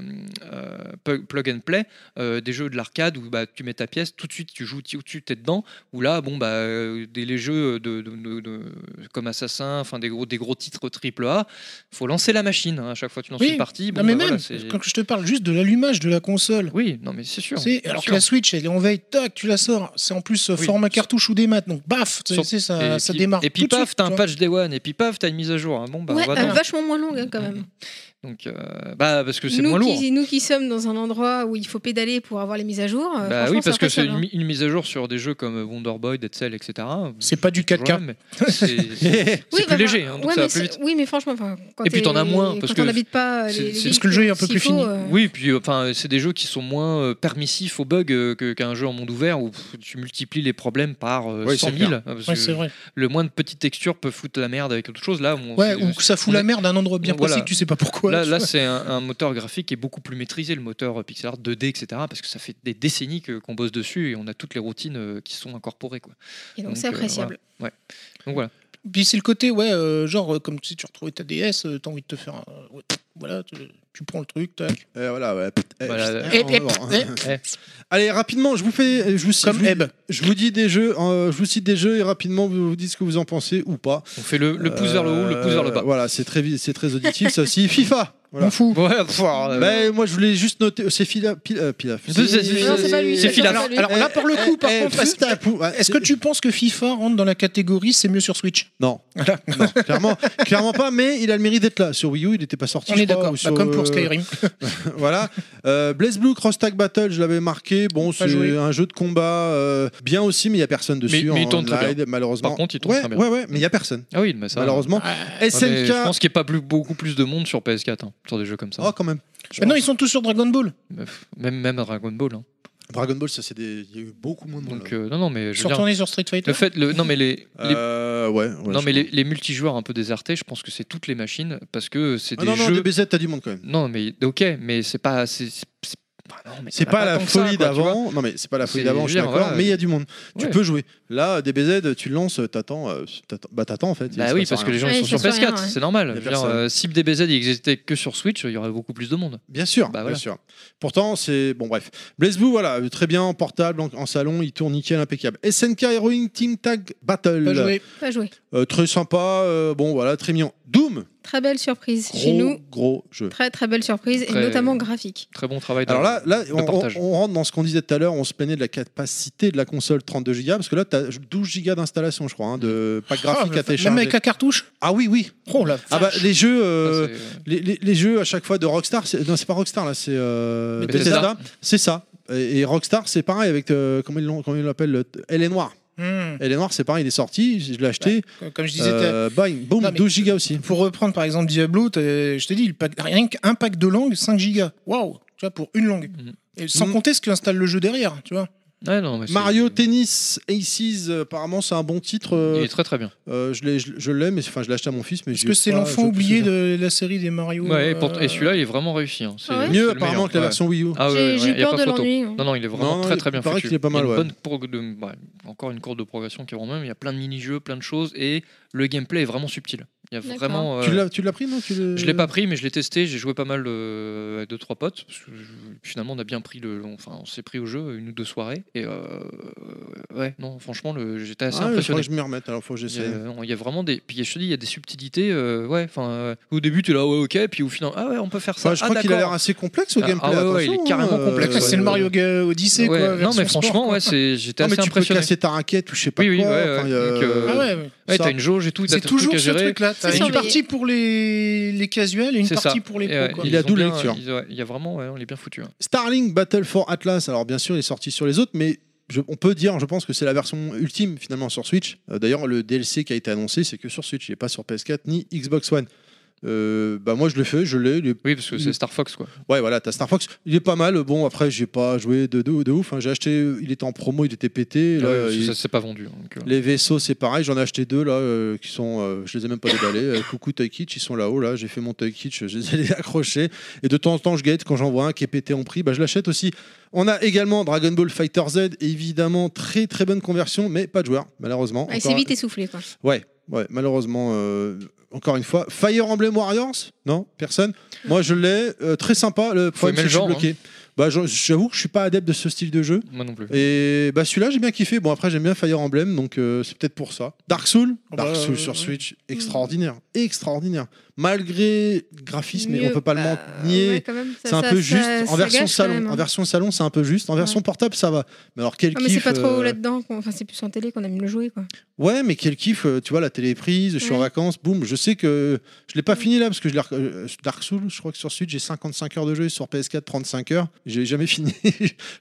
plug plug and play, euh, des jeux de l'arcade où bah, tu mets ta pièce, tout de suite tu joues, tu tu- t'es dedans, où là, bon, bah, euh, des, les jeux de, de- de- de- comme Assassin, enfin des gros, des gros titres triple A, faut lancer la machine, hein, à chaque fois tu lances
Oui.
une partie. Bon,
Non, mais
bah, voilà,
même,
c'est-
quand je te parle juste de l'allumage de la console.
oui, non mais c'est sûr.
tu sais,
bien
alors que
sûr.
la Switch, elle est en veille, tac, tu la sors. C'est en plus euh,
Oui.
format cartouche ou des maths, donc baf, tu
Sur-
sais, ça,
et
ça
puis,
démarre.
Et puis
tout de
paf,
suite,
t'as
tu
un
vois.
patch day one, et puis paf, t'as une mise à jour. hein. Bon, bah,
ouais,
va-t'en.
euh, vachement moins longue hein, quand même.
Donc, euh, bah, parce que c'est
nous,
moins lourd.
qui, nous qui sommes dans un endroit où il faut pédaler pour avoir les mises à jour. euh,
Bah
franchement,
oui, parce que c'est
impressionnant.
une, mi- une mise à jour sur des jeux comme Wonder Boy, Dead Cell, etc.
C'est pas du 4K.
Toujours là, mais C'est c'est-
Oui,
c'est
bah,
plus léger, hein, donc
ouais,
ça va
mais
plus
c'est-
vite.
Oui, mais franchement, enfin, quand
Et puis
t'es-
t'en as moins, parce
quand
que
on n'habite pas
c'est-
les,
c'est-
Parce que le jeu est un peu plus fini.
Oui, puis euh, enfin, c'est des jeux qui sont moins euh, permissifs aux bugs euh, que- qu'un jeu en monde ouvert où pff, tu multiplies les problèmes par euh,
Oui,
100
c'est
000.
clair.
hein, parce
Ouais,
que
c'est vrai.
le moins de petites textures peut foutre la merde avec autre chose. Là, on-
Ouais,
c'est-
ou que ça fout
on
la
est-
merde à un endroit bien
Voilà.
précis, que tu sais pas pourquoi. ouais,
là,
tu
là,
vois.
c'est un, un moteur graphique qui est beaucoup plus maîtrisé, le moteur euh, pixel art 2D, etc. Parce que ça fait des décennies que- qu'on bosse dessus et on a toutes les routines euh, qui sont incorporées. Quoi.
Et donc
Donc,
c'est
euh,
appréciable.
Donc voilà.
Puis c'est le côté, ouais, euh, genre, euh, comme si tu retrouvais ta DS, euh, t'as envie de te faire. un- ouais, voilà, tu, tu prends le truc, tac.
Euh, voilà, ouais. Eh,
Voilà.
putain, on va voir.
eh,
Allez, rapidement, je vous fais, je vous, je
Comme
vous-
Eb.
je vous dis des jeux, euh, je vous cite des jeux et rapidement vous vous dites ce que vous en pensez ou pas.
On fait le, le pouce vers le haut, le
Euh,
pouce vers le bas.
Voilà, c'est très, vi- c'est très auditif. ça aussi, FIFA. Voilà.
Ouais, pff, alors, euh,
Bah, moi, je voulais juste noter. C'est Pilaf. Pilaf. Pilaf.
C'est- c'est- c'est-
Non, c'est pas lui.
C'est
d'accord,
Philaf.
pas lui.
Alors là, pour le coup, par
Eh,
contre,
eh,
est-ce-
putain, pou- ouais,
est-ce que tu penses que FIFA rentre dans la catégorie c'est mieux sur Switch
Non. Non, clairement, clairement pas, mais il a le mérite d'être là. Sur Wii U, il n'était pas sorti.
On
je
est
crois,
d'accord,
ou
bah,
sur,
comme pour
euh,
Skyrim.
voilà. Euh, Blaze Blue Cross Tag Battle, je l'avais marqué. Bon, c'est
joué.
un jeu de combat euh, bien aussi, mais il n'y a personne dessus.
Mais- mais il
en
tourne très
live, malheureusement.
Par contre, il tourne
ouais,
très bien.
ouais, ouais, mais il n'y a personne,
Ah oui, mais ça.
malheureusement.
ouais, mais
SNK.
je pense qu'il n'y a pas plus, beaucoup plus de monde sur PS4 hein, sur des jeux comme ça.
Oh, quand même.
Bah non, ils sont tous sur Dragon Ball.
Mais pff, Même, même Dragon Ball. hein.
Dragon Ball, ça, c'est des. Il y a eu beaucoup moins de monde.
Donc,
là.
euh, non, non, mais je veux
Sur
dire,
tourné sur Street Fighter. Ah,
le fait. Le, non, mais les. les-
Euh, ouais, ouais,
non
je
mais les,
crois.
les multijoueurs un peu désartés, je pense que c'est toutes les machines parce que c'est
Ah
des
non, non,
jeux.
DBZ, t'as du monde quand même.
Non, mais ok, mais c'est pas. c'est- c'est- c'est- bah non, mais
C'est
t'en as
pas, la
tant que ça,
folie
quoi, tu vois.
d'avant. Non, mais c'est pas la folie
C'est-
d'avant, je suis
je veux dire,
d'accord,
voilà.
mais il y a du monde. Tu
Ouais.
peux jouer. Là, DBZ, tu le lances, t'attends. euh, t'attends- Bah, t'attends en fait. il
Bah
se
oui,
passe
parce
rien.
que les gens
Ouais,
ils
il
sont
se
sur
passe
PS4,
rien, ouais.
c'est
Y a
normal. Je veux dire,
personne.
euh, si DBZ il existait que sur Switch, il y aurait beaucoup plus de monde.
Bien sûr,
Bah,
bien
voilà.
sûr. Pourtant, c'est. Bon, bref. Blaze Blue, voilà, euh, très bien en portable, en, en salon, il tourne nickel, impeccable. SNK Heroine Team Tag
Pas
Battle.
joué.
Pas joué.
Euh, très sympa, euh, bon, voilà, très mignon. Doom,
Très belle surprise
gros,
chez nous.
gros jeu.
Très très belle surprise
Très-
et notamment graphique.
Très bon travail. de-
Alors là, là
de
on, on-
portage.
on rentre dans ce qu'on disait tout à l'heure, on se plaignait de la capacité de la console 32 Go, parce que là, tu as 12 Go d'installation, je crois, hein, de pack graphique
Ah,
à
Même
télécharger.
avec la cartouche
Ah oui, oui.
Oh la
Ah bah,
vache.
les jeux. euh,
Ça, c'est-
les, les- les jeux à chaque fois de Rockstar, c'est- non c'est pas Rockstar là, c'est euh,
Bethesda.
Bethesda, c'est ça. Et, et Rockstar c'est pareil avec euh, comment ils l'ont- comment ils l'appellent, le- Elle est noire.
Hmm.
Elle est noire c'est pareil, il est sorti, je l'ai acheté.
Comme je disais, t'as-
euh, bang, boum,
Non, mais-
12 gigas aussi.
pour reprendre par exemple Diablo, t'as- je te dis, le pack- rien qu'un pack de langues, 5 gigas. Waouh Tu vois, pour une langue.
Mhm.
Et sans
Mhm.
compter ce qu'installe le jeu derrière, tu vois.
euh, Ouais, non, mais c'est-
Mario Tennis Aces, euh, apparemment c'est un bon titre. euh,
Il est très très bien.
euh, je l'ai, je, je l'ai, mais enfin je l'ai acheté à mon fils. Mais
Parce
j'y
que
ai
c'est
pas-
l'enfant
je-
oublié de la série des Mario.
Ouais, et, pour-
euh,
et celui-là, il est vraiment réussi. hein. C'est-
Ah ouais
c'est
Mieux
le
apparemment
meilleur,
que la
ouais.
version Wii U.
Ah ouais,
J'ai
ouais,
j'ai eu
il y a
peur
pas
de
photo.
l'ennui.
Non, non, il est
Non,
vraiment
non,
très
il-
très
il
bien
paraît
foutu.
qu'il est pas mal,
il y a
ouais.
une bonne progr- de- bah, encore une courbe de progression qui est vraiment même. Il y a plein de mini-jeux, plein de choses, et le gameplay est vraiment subtil. Il y a
D'accord.
vraiment. euh,
Tu l'as, tu l'as Ah pris non tu le-
Je l'ai pas pris, mais je l'ai testé. J'ai joué pas mal euh, avec deux trois potes. Parce que je- finalement, on a bien pris le, on- enfin, on s'est pris au jeu une ou deux soirées. Et euh, ouais, non, franchement, le- j'étais
Ah,
assez
ouais, faudrait
impressionné.
que je m'y remette. Alors faut que
Il y, a,
j'essaie.
non, il y a vraiment des. Puis je te dis, il y a des subtilités. euh, ouais, enfin, euh, au début, tu es là, ouais, ok. Puis au final, ah ouais, on peut faire ça.
Enfin, je
ah,
crois qu'il a l'air
d'accord.
assez complexe au
Ah,
gameplay.
ouais, ouais, il est
attention,
carrément
hein,
complexe,
Là,
ouais.
c'est le Mario Ga- Odyssey,
Ouais,
quoi.
non,
version
mais franchement,
sport, quoi.
ouais, c'est- j'étais
Non, mais
assez
tu peux
impressionné.
casser ta raquette ou je sais pas
Oui, oui,
quoi.
ouais,
enfin,
ouais.
il y a-
Donc, euh,
Ah ouais, ouais.
Ouais,
ça-
t'as une jauge et tout. t'as
C'est
tes trucs
toujours
à
ce
gérer.
truc-là. T'as
C'est
une
surveillé.
partie pour les, les casuels et une
C'est
partie
ça.
pour les
Et,
pros.
euh,
quoi.
Il a
ils ont
double
bien-
lecture.
ils- ouais, Il y a vraiment, ouais, on est bien foutu. hein.
Starlink Battle for Atlas. Alors bien sûr, il est sorti sur les autres, mais je- on peut dire, je pense que c'est la version ultime finalement sur Switch. Euh, D'ailleurs, le DLC qui a été annoncé, c'est que sur Switch, il n'est pas sur PS4 ni Xbox One. Euh, bah moi je l'ai fait, je l'ai. il est-
Oui, parce que c'est Star Fox, quoi.
Ouais voilà, t'as Star Fox, il est pas mal. Bon après j'ai pas joué de, de, de ouf. hein. J'ai acheté, il était en promo, il était pété. Là,
Ah Ouais, parce que
il-
ça s'est pas vendu. donc, euh.
Les vaisseaux c'est pareil, j'en ai acheté deux là euh, qui sont, euh, je les ai même pas déballés. Euh, coucou Toy Kitsch, ils sont là-haut là. J'ai fait mon Toy Kitsch, je les ai accrochés. Et de temps en temps je guette quand j'en vois un qui est pété en prix, bah, je l'achète aussi. On a également Dragon Ball Fighter Z, évidemment très très bonne conversion, mais pas de joueur malheureusement.
Ouais,
Encore-
c'est vite essoufflé. Quoi.
Ouais, ouais, malheureusement. euh, Encore une fois, Fire Emblem Warriors Non, personne. Moi, je l'ai. euh, très sympa. Le problème, c'est
aimer le
que je suis
genre, hein.
bloqué. Bah, je- j'avoue que je suis pas adepte de ce style de jeu.
Moi non plus.
Et bah celui-là j'ai bien kiffé. Bon après j'aime bien Fire Emblem donc euh, c'est peut-être pour ça. Dark Soul,
Ah
Dark
bah,
Soul
euh,
sur
ouais.
Switch, extraordinaire, extraordinaire. Malgré le graphisme, et on
Mieux,
peut pas le
bah,
ment- nier.
ouais, quand même, ça-
c'est un
ça-
peu
ça-
juste en
ça
version
gâche quand
salon.
même, hein.
En version salon, c'est un peu juste. En version portable, ça va. Mais alors quel
Ah,
kiff
mais c'est pas trop
euh,
là-dedans. qu'on- Enfin, c'est plus en télé qu'on aime le jouer. Quoi.
Ouais, mais quel kiff, euh, tu vois, la télé est prise, je suis en
Ouais.
vacances, boum, je sais que je l'ai pas fini là parce que je l'ai rec- euh, Dark Souls, je crois que sur Switch j'ai 55 heures de jeu et sur PS4 35 heures, j'ai jamais fini.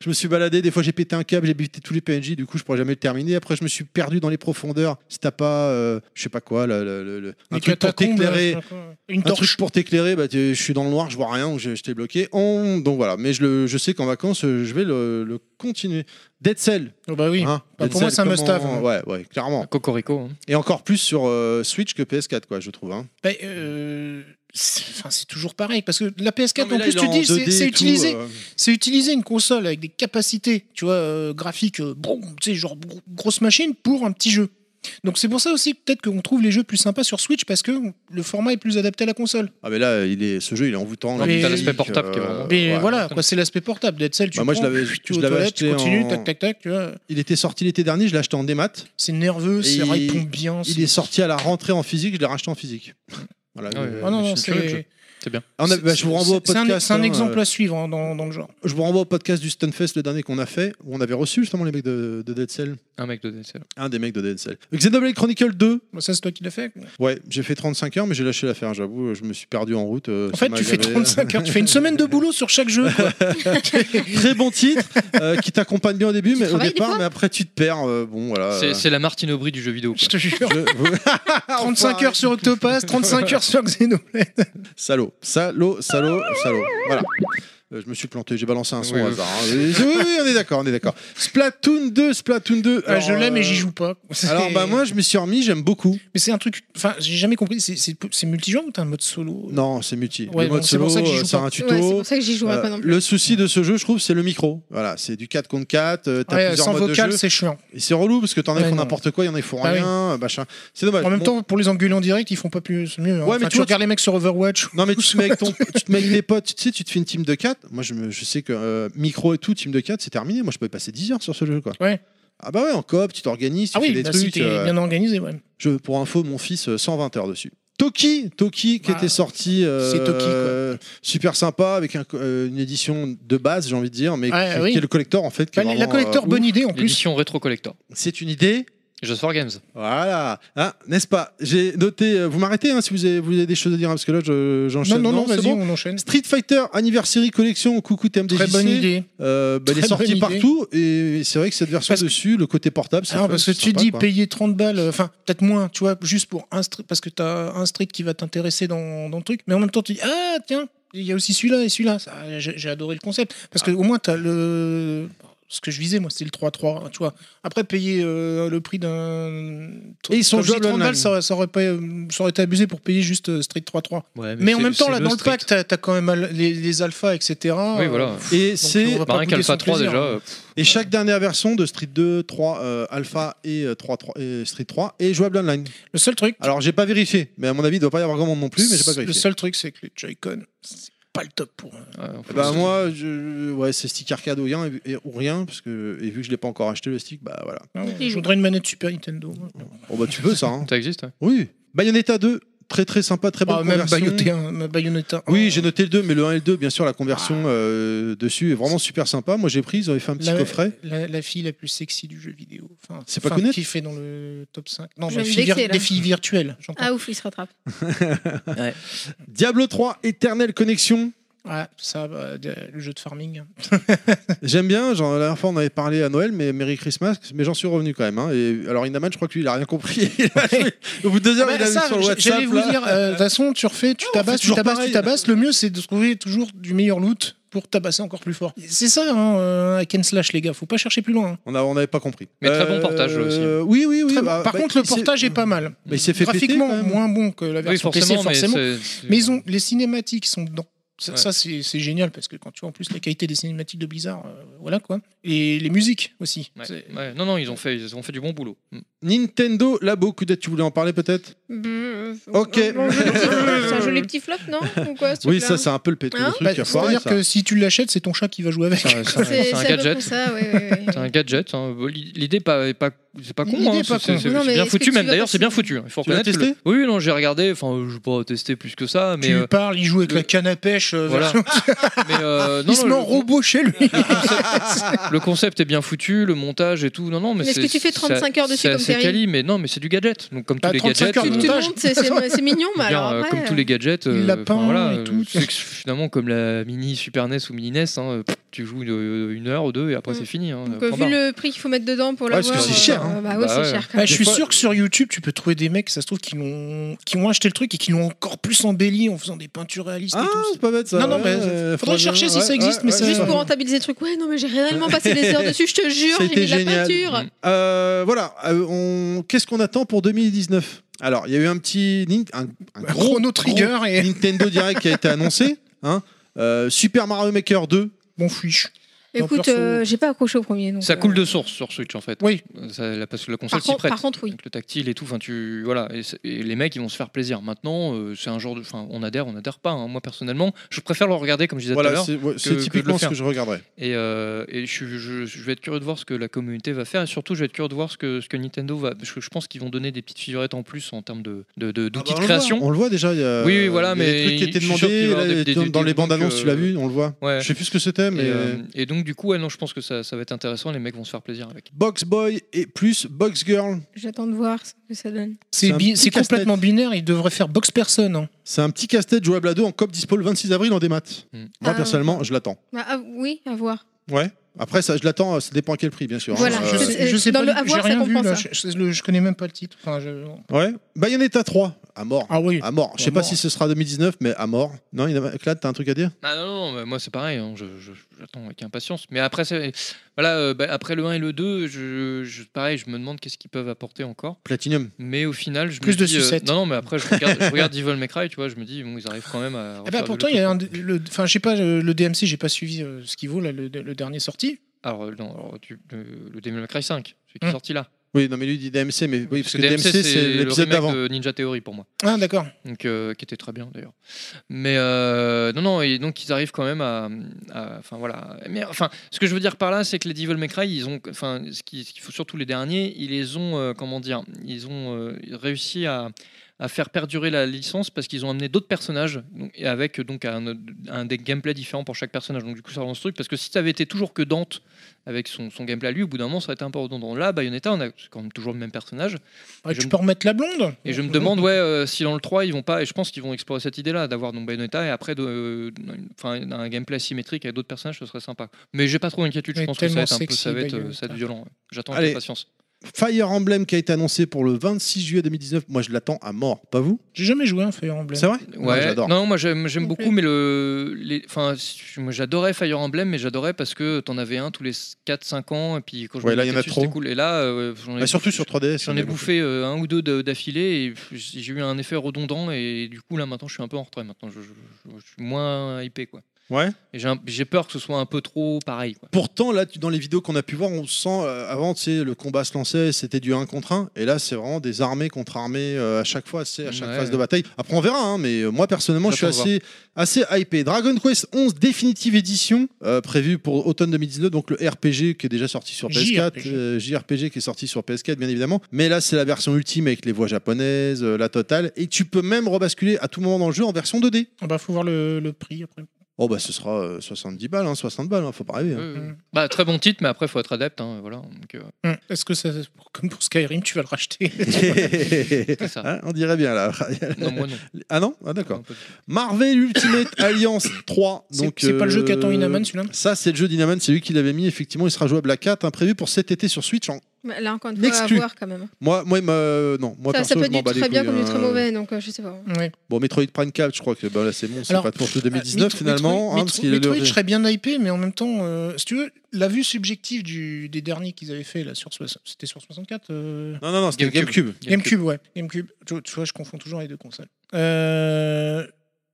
je me suis baladé, des fois j'ai pété un câble, j'ai buté tous les PNJ, du coup je pourrais jamais le terminer. Après je me suis perdu dans les profondeurs. Si t'as pas, euh, je sais pas quoi, le, le- le- le- un
Les
truc pour
catacombes,
t'éclairer,
là, je sais pas quoi. Une
un truc
torche.
pour t'éclairer, bah, t'es- je suis dans le noir, je vois rien, donc j'ai- j'étais bloqué. On- donc voilà, mais je, le- je sais qu'en vacances euh, je vais le, le continuer. Dead Cell.
Oh bah oui.
hein,
Bah,
Dead
pour moi,
Cell,
c'est un
comment-
must-have, hein.
Ouais, ouais, clairement.
Cocorico. hein.
Et encore plus sur euh, Switch que PS4, quoi, je trouve. hein.
Bah, euh, c'est enfin, c'est toujours pareil. Parce que la PS4,
Non, mais
en
là,
plus,
il est
tu
en
dis, c'est-
2D et
c'est
tout,
utilisé.
euh,
C'est utiliser une console avec des capacités, tu vois, euh, graphiques, euh, bon, tu sais, genre gro- grosse machine pour un petit jeu. Donc c'est pour ça aussi peut-être qu'on trouve les jeux plus sympas sur Switch parce que le format est plus adapté à la console.
Ah mais là, il est, ce jeu, il est envoûtant.
Non,
la
mais t'as
musique,
l'aspect portable qui est vraiment-
Mais
Euh, ouais.
voilà, quoi, c'est l'aspect portable. Dead Cell, tu
Bah, moi, je
prends,
l'avais-
tu
je
vas aux
l'avais
toilettes, tu
acheté
continues,
en-
tac tac tac, tu vois.
Il était sorti l'été dernier, je l'ai acheté en démat.
C'est nerveux,
Et
c'est
il-
répond bien.
Il
c'est-
est sorti à la rentrée en physique, je l'ai racheté en physique. Voilà.
Ah ouais.
Euh,
Ah non, non,
c'est une tuerie, le jeu.
c'est.
on a- bah, je vous renvoie au
c'est un-
podcast.
C'est un,
hein,
exemple
euh,
à suivre hein, dans, dans le genre.
je vous renvoie au podcast du Stunfest, le dernier qu'on a fait, où on avait reçu justement les mecs de, de Dead Cell.
Un mec de DSL.
Un des mecs de Dead Cell. Xenoblade Chronicle 2.
Bah, ça, c'est toi qui l'as fait. quoi.
Ouais, j'ai fait 35 heures, mais j'ai lâché l'affaire, j'avoue, je me suis perdu en route. euh,
En
ça
fait,
m'a
tu fais
gavé.
35 heures, tu fais une semaine de boulot sur chaque jeu. quoi.
Très bon titre, euh, qui t'accompagne bien au début, mais au
travailles des
départ,
fois
mais après tu te perds. euh, bon, voilà.
C'est
euh,
c'est la Martine Aubry du jeu vidéo. quoi.
Je te jure.
je-
35 heures sur Octopass, 35 heures sur Xenoblade.
Salaud, salaud, salaud, salaud. Voilà. Euh, je me suis planté, j'ai balancé un son
Oui,
au
oui.
hasard. hein. Oui, oui, oui, on est d'accord, on est d'accord. Splatoon 2, Splatoon 2.
Ah, je l'aime
euh,
mais j'y joue pas.
Alors, bah, moi, je m'y suis remis, j'aime beaucoup.
Mais c'est un truc. Enfin, j'ai jamais compris. C'est- C'est c'est multijoueur ou t'as un mode solo
Non, c'est multi.
Ouais,
le mode
donc c'est pour
solo,
ça que j'y
euh,
joue
c'est
pas.
un tuto.
Ouais, c'est pour ça que j'y jouerai
Euh,
pas non plus.
le souci de ce jeu, je trouve, c'est le micro. Voilà, c'est du 4 contre 4, euh, t'as
Ouais,
plusieurs
sans
modes
vocal,
de jeu.
c'est chiant.
Et c'est relou parce que t'en as
Ouais,
qui font
non.
n'importe quoi, il y en a qui font
Bah oui.
rien, euh, machin. C'est dommage.
En même
Bon,
temps, pour les engueuler en direct, ils font pas plus mieux. hein.
Ouais, mais
Enfin,
tu
tu,
vois,
regardes les mecs sur Overwatch.
Non mais tu te mets avec ton, tu te mets avec tes potes, tu sais, tu te fais une team de 4. Moi je, me- je sais que euh, micro et tout, team de 4, c'est terminé. Moi je peux passer 10 heures sur ce jeu quoi.
Ouais.
Ah bah ouais, en coop, tu t'organises, tu
Ah
fais
oui,
des
bah, si
trucs.
t'es
euh,
bien organisé, ouais.
je, pour info, mon fils euh, 120 heures dessus. Toki, Toki qui
Ah,
était sorti, euh,
c'est Toki, quoi.
euh, super sympa avec un co- euh, une édition de base, j'ai envie de dire, mais
Ouais,
qui,
oui.
qui est le collector en fait. qui est
Bah, la
vraiment,
collector,
euh,
bonne idée en plus.
L'édition rétro collector.
C'est une idée,
Just for Games.
voilà, Hein, n'est-ce pas J'ai noté. euh, vous m'arrêtez hein, si vous avez, vous avez des choses à dire hein, parce que là je- j'enchaîne.
Non, non, non,
c'est
vas-y,
bon
on enchaîne.
Street Fighter Anniversary Collection, coucou TMDJC.
Très bonne idée.
Euh, bah, elle est
Très
sortie
bonne idée.
partout et c'est vrai que cette version
Parce que-
dessus, le côté portable, c'est
Ah,
fun,
parce que
c'est
tu
sympa,
dis
quoi.
payer 30 balles, euh, enfin peut-être moins, tu vois, juste pour un street, parce que t'as un street qui va t'intéresser dans, dans le truc, mais en même temps tu dis, ah tiens, il y a aussi celui-là et celui-là, Ça, j'ai j'ai adoré le concept, parce que au moins t'as le... Ce que je visais, moi, c'est le 3-3, tu vois. Après, payer euh, le prix d'un...
Et ils sont
Comme je dis,
jouables
30
online.
balles, ça, aurait- ça aurait pas, euh, ça aurait été abusé pour payer juste euh, Street 3-3.
Ouais,
Mais, en
c'est-
même temps,
c'est
là, dans le
street.
pack, t'as as quand même al- les, les alphas, etc.
Oui,
Euh,
voilà.
Et
donc,
c'est
on va pas
Bah, rien
bouder
qu'Alpha
son
3
plaisir.
déjà. euh, pff,
et chaque dernière version de Street 2, 3 euh, Alpha et euh, 3, 3, et Street 3 est jouable online.
Le seul truc,
Alors j'ai pas vérifié, mais à mon avis, il doit pas y avoir grand monde non plus, mais j'ai pas
le
vérifié.
seul truc, c'est que les Joy-Con, c'est pas le top pour eux.
ouais, en
Eh
fait,
ben,
c'est-
moi, je- ouais, c'est stick arcade ou rien, et- ou rien, parce que et vu que je l'ai pas encore acheté le stick, bah voilà.
Ah ouais, je voudrais une manette Super Nintendo. Ah,
Bon bah tu peux ça. hein.
Ça existe. ouais.
Oui. Bayonetta 2, très très sympa, très bonne
Ah, même
conversion.
Bayonetta, hein, Bayonetta.
Oui,
Oh.
j'ai noté le 2, mais le 1 et le 2, bien sûr, la conversion euh, dessus est vraiment super sympa. Moi, j'ai pris, ils avaient fait un petit
La-
coffret.
La, la fille la plus sexy du jeu vidéo. Enfin,
C'est pas
enfin,
Kounet
Qui fait dans le top 5. Non,
Je
la
vais me
fille vir-
vexer, là.
des filles virtuelles, j'entends.
Ah ouf, il se rattrape.
Diablo 3, éternelle connexion.
Ah, ça, bah, de- le jeu de farming.
J'aime bien, genre, la dernière fois, on avait parlé à Noël, mais Merry Christmas, mais j'en suis revenu quand même. hein. Et, alors, Inaman, je crois que lui, il a rien compris. Il a joué- Au bout de deux heures,
Ah bah,
il a
ça,
vu sur le
j-
WhatsApp.
J'allais vous
là.
dire, euh, de toute façon, tu refais, tu
Ah, on fait
tabasses, tu
toujours
tabasses,
pareil.
tu tabasses. Le mieux, c'est de trouver toujours du meilleur loot pour tabasser encore plus fort. C'est ça, hein, euh, hack and slash, les gars. Faut pas chercher plus loin. hein.
On a- on n'avait pas compris. Euh,
Mais très bon portage, aussi.
Oui, oui, oui.
Très bon.
bah,
Par
bah,
contre, le
il s'est-
portage est pas mal.
Mais il s'est fait péter,
Graphiquement,
quand même.
moins bon que la
Oui,
version
forcément,
PC,
mais
forcément.
c'est- c'est-
Mais ils ont les cinématiques sont dedans. Ça,
Mm. Ouais.
ça, c'est c'est génial parce que quand tu vois en plus la qualité des cinématiques de Blizzard, euh, voilà quoi. Et les musiques aussi.
Ouais,
C'est-
ouais. Non, non, ils ont fait, ils ont fait du bon boulot. Mm.
Nintendo Labo, Koudet, tu voulais en parler peut-être
Mm, euh,
Ok.
C'est un joli petit flop, non Ou quoi, ce
Oui,
truc-là
ça, c'est un peu le pétro
Hein
le truc
Bah,
qui a foiré,
C'est-à-dire
ça.
que si tu l'achètes, c'est ton chat qui va jouer avec.
C'est un- c'est un
à peu près
gadget.
ça, oui, oui, oui.
C'est un gadget. hein. Bon, l'i- L'idée est pas, est pas, c'est pas con.
L'idée
hein.
est
C'est
pas
c'est-
con.
c'est-
Non,
c'est
mais
bien
est-ce que
foutu,
tu
même
vas
d'ailleurs,
passer-
c'est bien foutu. hein. Il faut
Tu l'as
reconnaître.
testé
le- Oui, oui, non, j'ai regardé. Enfin, je vais pas tester plus que ça, mais
tu
euh,
parles, il joue avec
le-
la canne à pêche. euh,
voilà.
version-
mais, euh,
il
non,
se
non,
met en
le- Ah,
robot chez lui.
Le concept est bien foutu, le montage et tout. Non, non, mais,
Mais est-ce
c'est-
que tu fais 35
c'est-
heures dessus
c'est
comme
assez
Terry
quali, mais non, mais c'est du gadget. Donc comme
Bah,
tous les
35
gadgets,
heures
Tu-
de
euh,
tu le
montage.
montes, c'est- c'est c'est mignon, mais
je veux dire,
alors
euh,
après,
comme tous les gadgets,
Les
euh,
lapins
enfin, voilà,
et
euh,
tout.
c'est que finalement comme la mini Super NES ou mini NES, hein, pff, tu joues une, une heure ou deux et après
Mm.
c'est fini. hein,
Donc,
point
euh, vu
barre.
le prix qu'il faut mettre dedans pour
Ouais, parce
l'avoir,
que c'est cher,
euh,
hein.
bah oui,
Bah
c'est
ouais.
cher quand
Ah,
même.
je suis
fois-
sûr que sur YouTube, tu peux trouver des mecs, ça se trouve, qui l'ont qui ont acheté le truc et qui l'ont encore plus embelli en faisant des peintures réalistes
Ah,
et tout.
c'est pas bête ça.
Non, non, mais
euh,
faudrait chercher si ça existe, mais c'est-
Juste
ouais.
pour rentabiliser le truc. Ouais, non, mais j'ai réellement passé des heures dessus, je te jure, j'ai
C'était
mis de la
Mm.
génial.
peinture.
Euh, voilà, euh, on... qu'est-ce qu'on attend pour 2019 Alors, il y a eu un petit nin- un, un
Un
Bah, Ah, gros
Chrono Trigger
gros
et
Nintendo Direct qui a été annoncé. hein. Euh, Super Mario Maker 2.
bon fiche. Non,
Écoute,
perso-
euh, j'ai pas accroché au premier. Donc,
Ça
euh,
coule de source sur Switch en fait.
Oui.
Ça, la, parce que la console
Par,
s'y
contre-
prête.
par contre, oui.
Avec le tactile et tout, enfin tu voilà, et, c'est- et les mecs ils vont se faire plaisir. Maintenant, euh, c'est un genre de, enfin on adhère, on adhère pas. hein. Moi personnellement, je préfère le regarder comme je disais tout à
Voilà,
l'heure.
c'est ouais, c'est
que de le
typiquement ce
faire.
que je regarderais.
Et, euh, et je, suis- je- je vais être curieux de voir ce que la communauté va faire et surtout je vais être curieux de voir ce que, ce que Nintendo va. Parce que je pense qu'ils vont donner des petites figurettes en plus en termes d'outils de, de, d'outils de création.
Ah, bah, On le voit déjà. il y a-
Oui, oui, voilà,
il y a des
mais
trucs qui
je
étaient
suis sûr qu'il va y
demandés
avoir
là,
des- des-
dans,
des-
dans les
des
bandes annonces,
trucs,
tu l'as
euh,
vu, on le voit.
Ouais.
Je sais plus ce que c'était, mais.
Et, euh, et donc du coup, ouais, non, je pense que ça, ça va être intéressant. Les mecs vont se faire plaisir avec.
Box Boy et plus Box Girl.
J'attends de voir ce que ça donne.
C'est
C'est
un
bi-
petit
c'est
casse-tête.
complètement binaire, il devrait faire box personne. hein.
C'est un petit casse-tête jouable à deux en COP dispo le 26 avril en démat.
Hmm.
Moi,
Ah.
personnellement, je l'attends.
Bah, ah, oui, à voir.
Ouais. Après, ça, je l'attends, euh, ça dépend à quel prix, bien sûr.
Voilà.
hein,
Je
euh,
sais, je sais
Dans
pas,
le à
j'ai
voir, ça
rien vu,
comprend
là,
ça.
Je, je le- je connais même pas le titre. Enfin, je-
Ouais. Bah, Bayonetta 3, à mort.
Ah oui.
À mort. Je sais
À
pas
mort.
si ce sera 2019, mais à mort. Non, il y en a... Clad, t'as un truc à dire
Ah non, non, mais moi c'est pareil, hein, je- je- j'attends avec impatience. Mais après, c'est- voilà, euh, bah, après le 1 et le 2, je, je- pareil, je me demande qu'est-ce qu'ils peuvent apporter encore.
Platinum.
Mais au final, je
Plus
me
de
dis, euh,
sucettes.
non, non, mais après, je regarde, je regarde Devil May Cry, tu vois, je me dis, bon, ils arrivent quand même à.
Eh ben,
refaire du
pourtant,
loto,
il y a
quoi.
un d- le, enfin, je sais pas, euh, le DMC, j'ai pas suivi euh, ce qu'il vaut là, le, le dernier sorti.
Alors, euh, non, alors, tu- le, le Devil May Cry 5, celui qui est
Hmm.
sorti là.
Oui, non, mais lui il dit DMC, mais oui, parce, que, DMC, c'est
le
l'épisode
remake
d'avant.
de Ninja Theory pour moi.
Ah d'accord.
donc euh, qui était très bien d'ailleurs. Mais euh, non, non, et donc ils arrivent quand même à, à- enfin voilà. Mais enfin, ce que je veux dire par là, c'est que les Devil May Cry, ils ont, enfin, ce qui- ce qu'il faut surtout les derniers, ils les ont, euh, comment dire, ils ont euh, réussi à à faire perdurer la licence parce qu'ils ont amené d'autres personnages donc, et avec euh, donc un, un des gameplays différents pour chaque personnage donc du coup ça rend ce truc parce que si ça avait été toujours que Dante avec son, son gameplay à lui au bout d'un moment ça aurait été un peu redondant là Bayonetta on a c'est quand même toujours le même personnage
Ouais,
Je
tu
me-
peux remettre la blonde
et je me demande, ouais, euh, si dans le 3, ils vont pas, et je pense qu'ils vont explorer cette idée-là, d'avoir donc Bayonetta et après de, euh, une- enfin, un gameplay symétrique avec d'autres personnages, ce serait sympa. Mais j'ai pas trop d'inquiétude, je
Mais
pense que ça va être un
tellement
peu, ça va
sexy,
être, euh, ça va être
Bayonetta.
violent. ouais. J'attends
Allez.
avec patience.
Fire Emblem qui a été annoncé pour le 26 juillet 2019. Moi, je l'attends à mort. Pas vous
J'ai jamais joué à un Fire Emblem.
C'est vrai Non,
Ouais.
J'adore.
Non, moi j'aime j'aime
Non
beaucoup,
plus.
mais le, les- enfin, moi, j'adorais Fire Emblem, mais j'adorais parce que t'en avais un tous les 4-5 ans, et puis quand je
Ouais,
me
là,
mettais
y en a
dessus, c'était
trop.
cool. Et là, euh, j'en ai
Bah, surtout sur 3DS.
J'en
on
ai
a beaucoup.
bouffé euh, un ou deux de- d'affilée et pff, j'ai eu un effet redondant et du coup là maintenant je suis un peu en retrait maintenant je, je- je- je suis moins hypé quoi.
Ouais.
Et j'ai un- j'ai peur que ce soit un peu trop pareil quoi.
Pourtant, là, tu- dans les vidéos qu'on a pu voir, on sent euh, avant, tu sais, le combat se lançait, c'était du 1 contre 1. Et là, c'est vraiment des armées contre armées euh, à chaque fois, c'est à chaque
Ouais.
phase de bataille. Après, on verra, hein, mais euh, moi, personnellement, je suis
J'attends de
assez, assez hypé. Dragon Quest 11 Définitive Edition, euh, prévue pour automne 2019, donc le RPG qui est déjà sorti sur PS4,
JRPG.
euh, JRPG qui est sorti sur PS4, bien évidemment. Mais là, c'est la version ultime avec les voix japonaises, euh, la totale. Et tu peux même rebasculer à tout moment dans le jeu en version 2D.
Ah bah faut voir le, le prix après.
Oh, bah, ce sera euh, 70 balles, hein, 60 balles, hein, faut pas
Mm,
rêver. hein.
Euh, Bah très bon titre mais après faut être adepte hein, voilà donc euh,
Hum. Est-ce que ça, comme pour Skyrim, tu vas le racheter
c'est ça.
Ah.
Hein, on dirait bien là.
non moi non.
Ah non Ah d'accord.
Un peu de-
Marvel Ultimate Alliance 3.
C'est-
donc,
C'est pas le jeu
euh,
qu'attend Inaman celui-là
Ça, c'est le jeu d'Inaman, c'est lui qui l'avait mis. Effectivement, il sera jouable à 4, hein, prévu pour cet été sur Switch. en-
Bah, Là, encore une fois,
Exclu.
à voir quand même.
Moi, moi, il m'a- euh, non, moi
ça,
perso,
ça peut
je
être
m'en
du
bats les
très bien
couilles,
comme du
hein.
très mauvais, donc euh, je sais pas.
Ouais.
Bon, Metroid Prime 4, je crois que bah, là, c'est bon, c'est
Alors,
pas pour tout
Ah,
2019
Metroid-
finalement. hein,
Metroid-
parce qu'il est
Metroid,
le-
je serais bien hypé, mais en même temps, euh, si tu veux, la vue subjective du, des derniers qu'ils avaient fait là sur soix- c'était sur 64. euh,
Non, non, non, c'était
GameCube.
GameCube.
GameCube, ouais. GameCube. Tu, tu vois, je confonds toujours les deux consoles. Euh,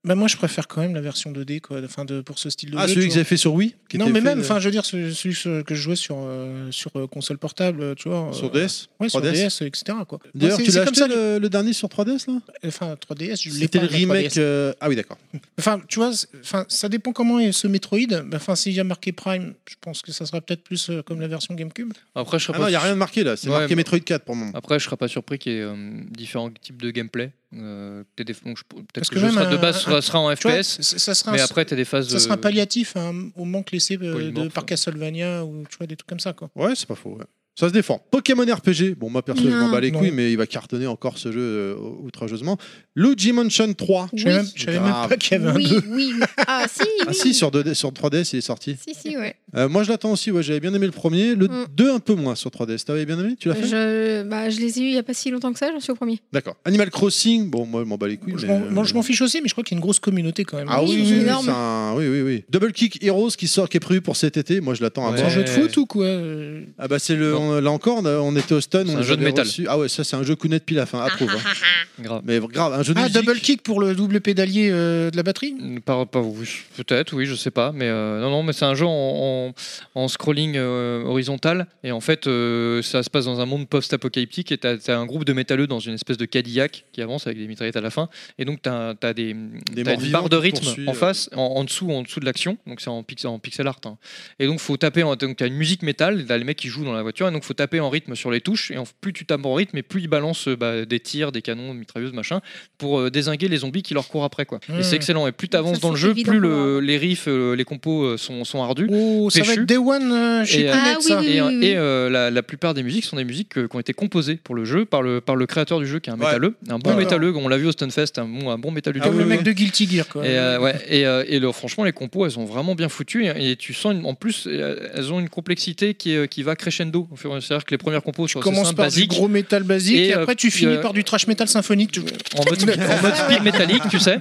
Bah moi, je préfère quand même la version 2D, quoi. Enfin, de, pour ce style de
Ah,
jeu.
celui
tu
que
vois.
j'avais fait sur Wii qui
non,
était
mais
fait,
même,
euh,
enfin, je veux dire, ce- celui ce- que je jouais sur, euh, sur euh, console portable, euh, tu vois.
Sur
euh,
DS
Ouais, sur
3DS.
DS, etc. quoi.
D'ailleurs,
Ouais,
tu
c'est-
l'as
c'est comme
acheté
ça que-
le, le dernier sur 3DS là
Enfin, 3DS, je l'ai
C'était
pas,
le
la 3DS.
remake. euh, Ah oui, d'accord.
Enfin, tu vois, c'est- enfin, ça dépend comment est ce Metroid. Ben, Enfin, s'il y a marqué Prime, je pense que ça sera peut-être plus euh, comme la version GameCube.
Après je serais
Ah
pas
non, il n'y a rien de marqué là, c'est
Ouais,
marqué
mais-
Metroid 4 pour moi.
après je serais pas surpris qu'il y ait euh, différents types de gameplay. Euh, t'as des- donc, je- Peut-être
Parce
que, le
que
jeu
même
sera de
un-
base
un-
sera- sera en
Tu vois,
FPS
c- ça sera
mais
un,
après t'as des phases
ça sera un
euh,
palliatif hein, au manque laissé euh, de,
Polymorphe,
par
ouais.
Castlevania ou tu vois des trucs comme ça quoi.
Ouais, c'est pas faux. ouais. Ça se défend. Pokémon RPG, bon, moi perso, je m'en
Non.
bats les
Non.
couilles, mais il va cartonner encore ce jeu euh, outrageusement. Luigi Mansion 3.
Je
Oui,
savais même, je savais même
Grave.
pas qu'il y avait un
oui,
2.
oui, oui. Ah si, oui.
Ah si, sur, 2D sur 3DS, il est sorti.
Si, si, ouais.
Euh, moi, je l'attends aussi. Ouais, j'avais bien aimé le premier. Le
Mm.
2, un peu moins sur 3DS. T'avais bien aimé Tu l'as fait
Je, bah, je les ai eus il n'y a pas si longtemps que ça, j'en suis au premier.
D'accord. Animal Crossing, bon, moi, je m'en bats les couilles.
Je
mais,
m'en-
euh,
moi, je m'en fiche aussi, mais je crois qu'il y a une grosse communauté quand même.
Ah oui,
Oui,
oui,
c'est
oui,
énorme.
c'est un- oui, oui, oui. Double Kick Heroes qui sort, qui est prévu pour cet été. Moi, je l'attends à
Ouais.
C'est un
mort.
jeu de foot ou quoi euh
Ah bah c'est le,
Non.
on- là encore, on, a- on était au stun.
C'est
on
un jeu de
avait
métal.
reçu- Ah ouais, ça c'est un jeu Kounet pile à fin, approuve. hein.
Grave.
Mais grave, un jeu de
Ah,
musique.
double kick pour le double pédalier euh, de la batterie
Pas, pas, oui, peut-être, oui, je sais pas. Mais euh, non, non, mais c'est un jeu en, en- en scrolling euh, horizontal. Et en fait, euh, ça se passe dans un monde post-apocalyptique. Et t'as, t'as un groupe de métalleux dans une espèce de Cadillac qui avance avec des mitraillettes à la fin. Et donc, t'as, t'as des, t'as
morts
une
vivants
barre de
qui
rythme
poursuivent,
en
euh.
face, en, en dessous, en dessous de l'action. Donc, c'est en, pix- en pixel art. hein. Et donc, faut taper. En, donc, t'as une musique métal. T'as les mecs qui jouent dans la voiture. Et donc, faut taper en rythme sur les touches. Et en- plus tu tapes en rythme, et plus ils balancent euh, bah, des tirs, des canons, des mitrailleuses, machin, pour euh, désinguer les zombies qui leur courent après. Quoi.
Mmh.
Et c'est excellent. Et plus tu avances
Ça,
dans le
c'est
jeu,
évident
plus
pour
le-
moi.
les riffs, euh, les compos euh, sont, sont ardus.
Oh, ça va
Péchu.
être Day One euh, chez
Et, euh,
Kounet,
Ah oui,
ça.
oui.
Et, euh, et, euh, la, la plupart des musiques sont des musiques euh, qui ont été composées pour le jeu par le, par le créateur du jeu qui est un
Ouais.
métalleux, un bon
D'accord.
métalleux, on l'a vu au Stunfest, un bon, un bon métalleux.
Comme
Ah
le
oui,
mec
oui.
de Guilty Gear, quoi.
Et, euh, ouais, et, euh, et le- franchement, les compos, elles sont vraiment bien foutues. Et, et tu sens, une- en plus, euh, elles ont une complexité qui, est- qui va crescendo. au fur et à mesure. C'est-à-dire que les premières compos
tu
sont assez
commences
simples,
par
basiques.
du gros métal basique
Et,
et,
euh,
après tu
puis,
finis
euh,
par du trash metal symphonique. Tu-
en mode, en mode speed métallique, tu sais.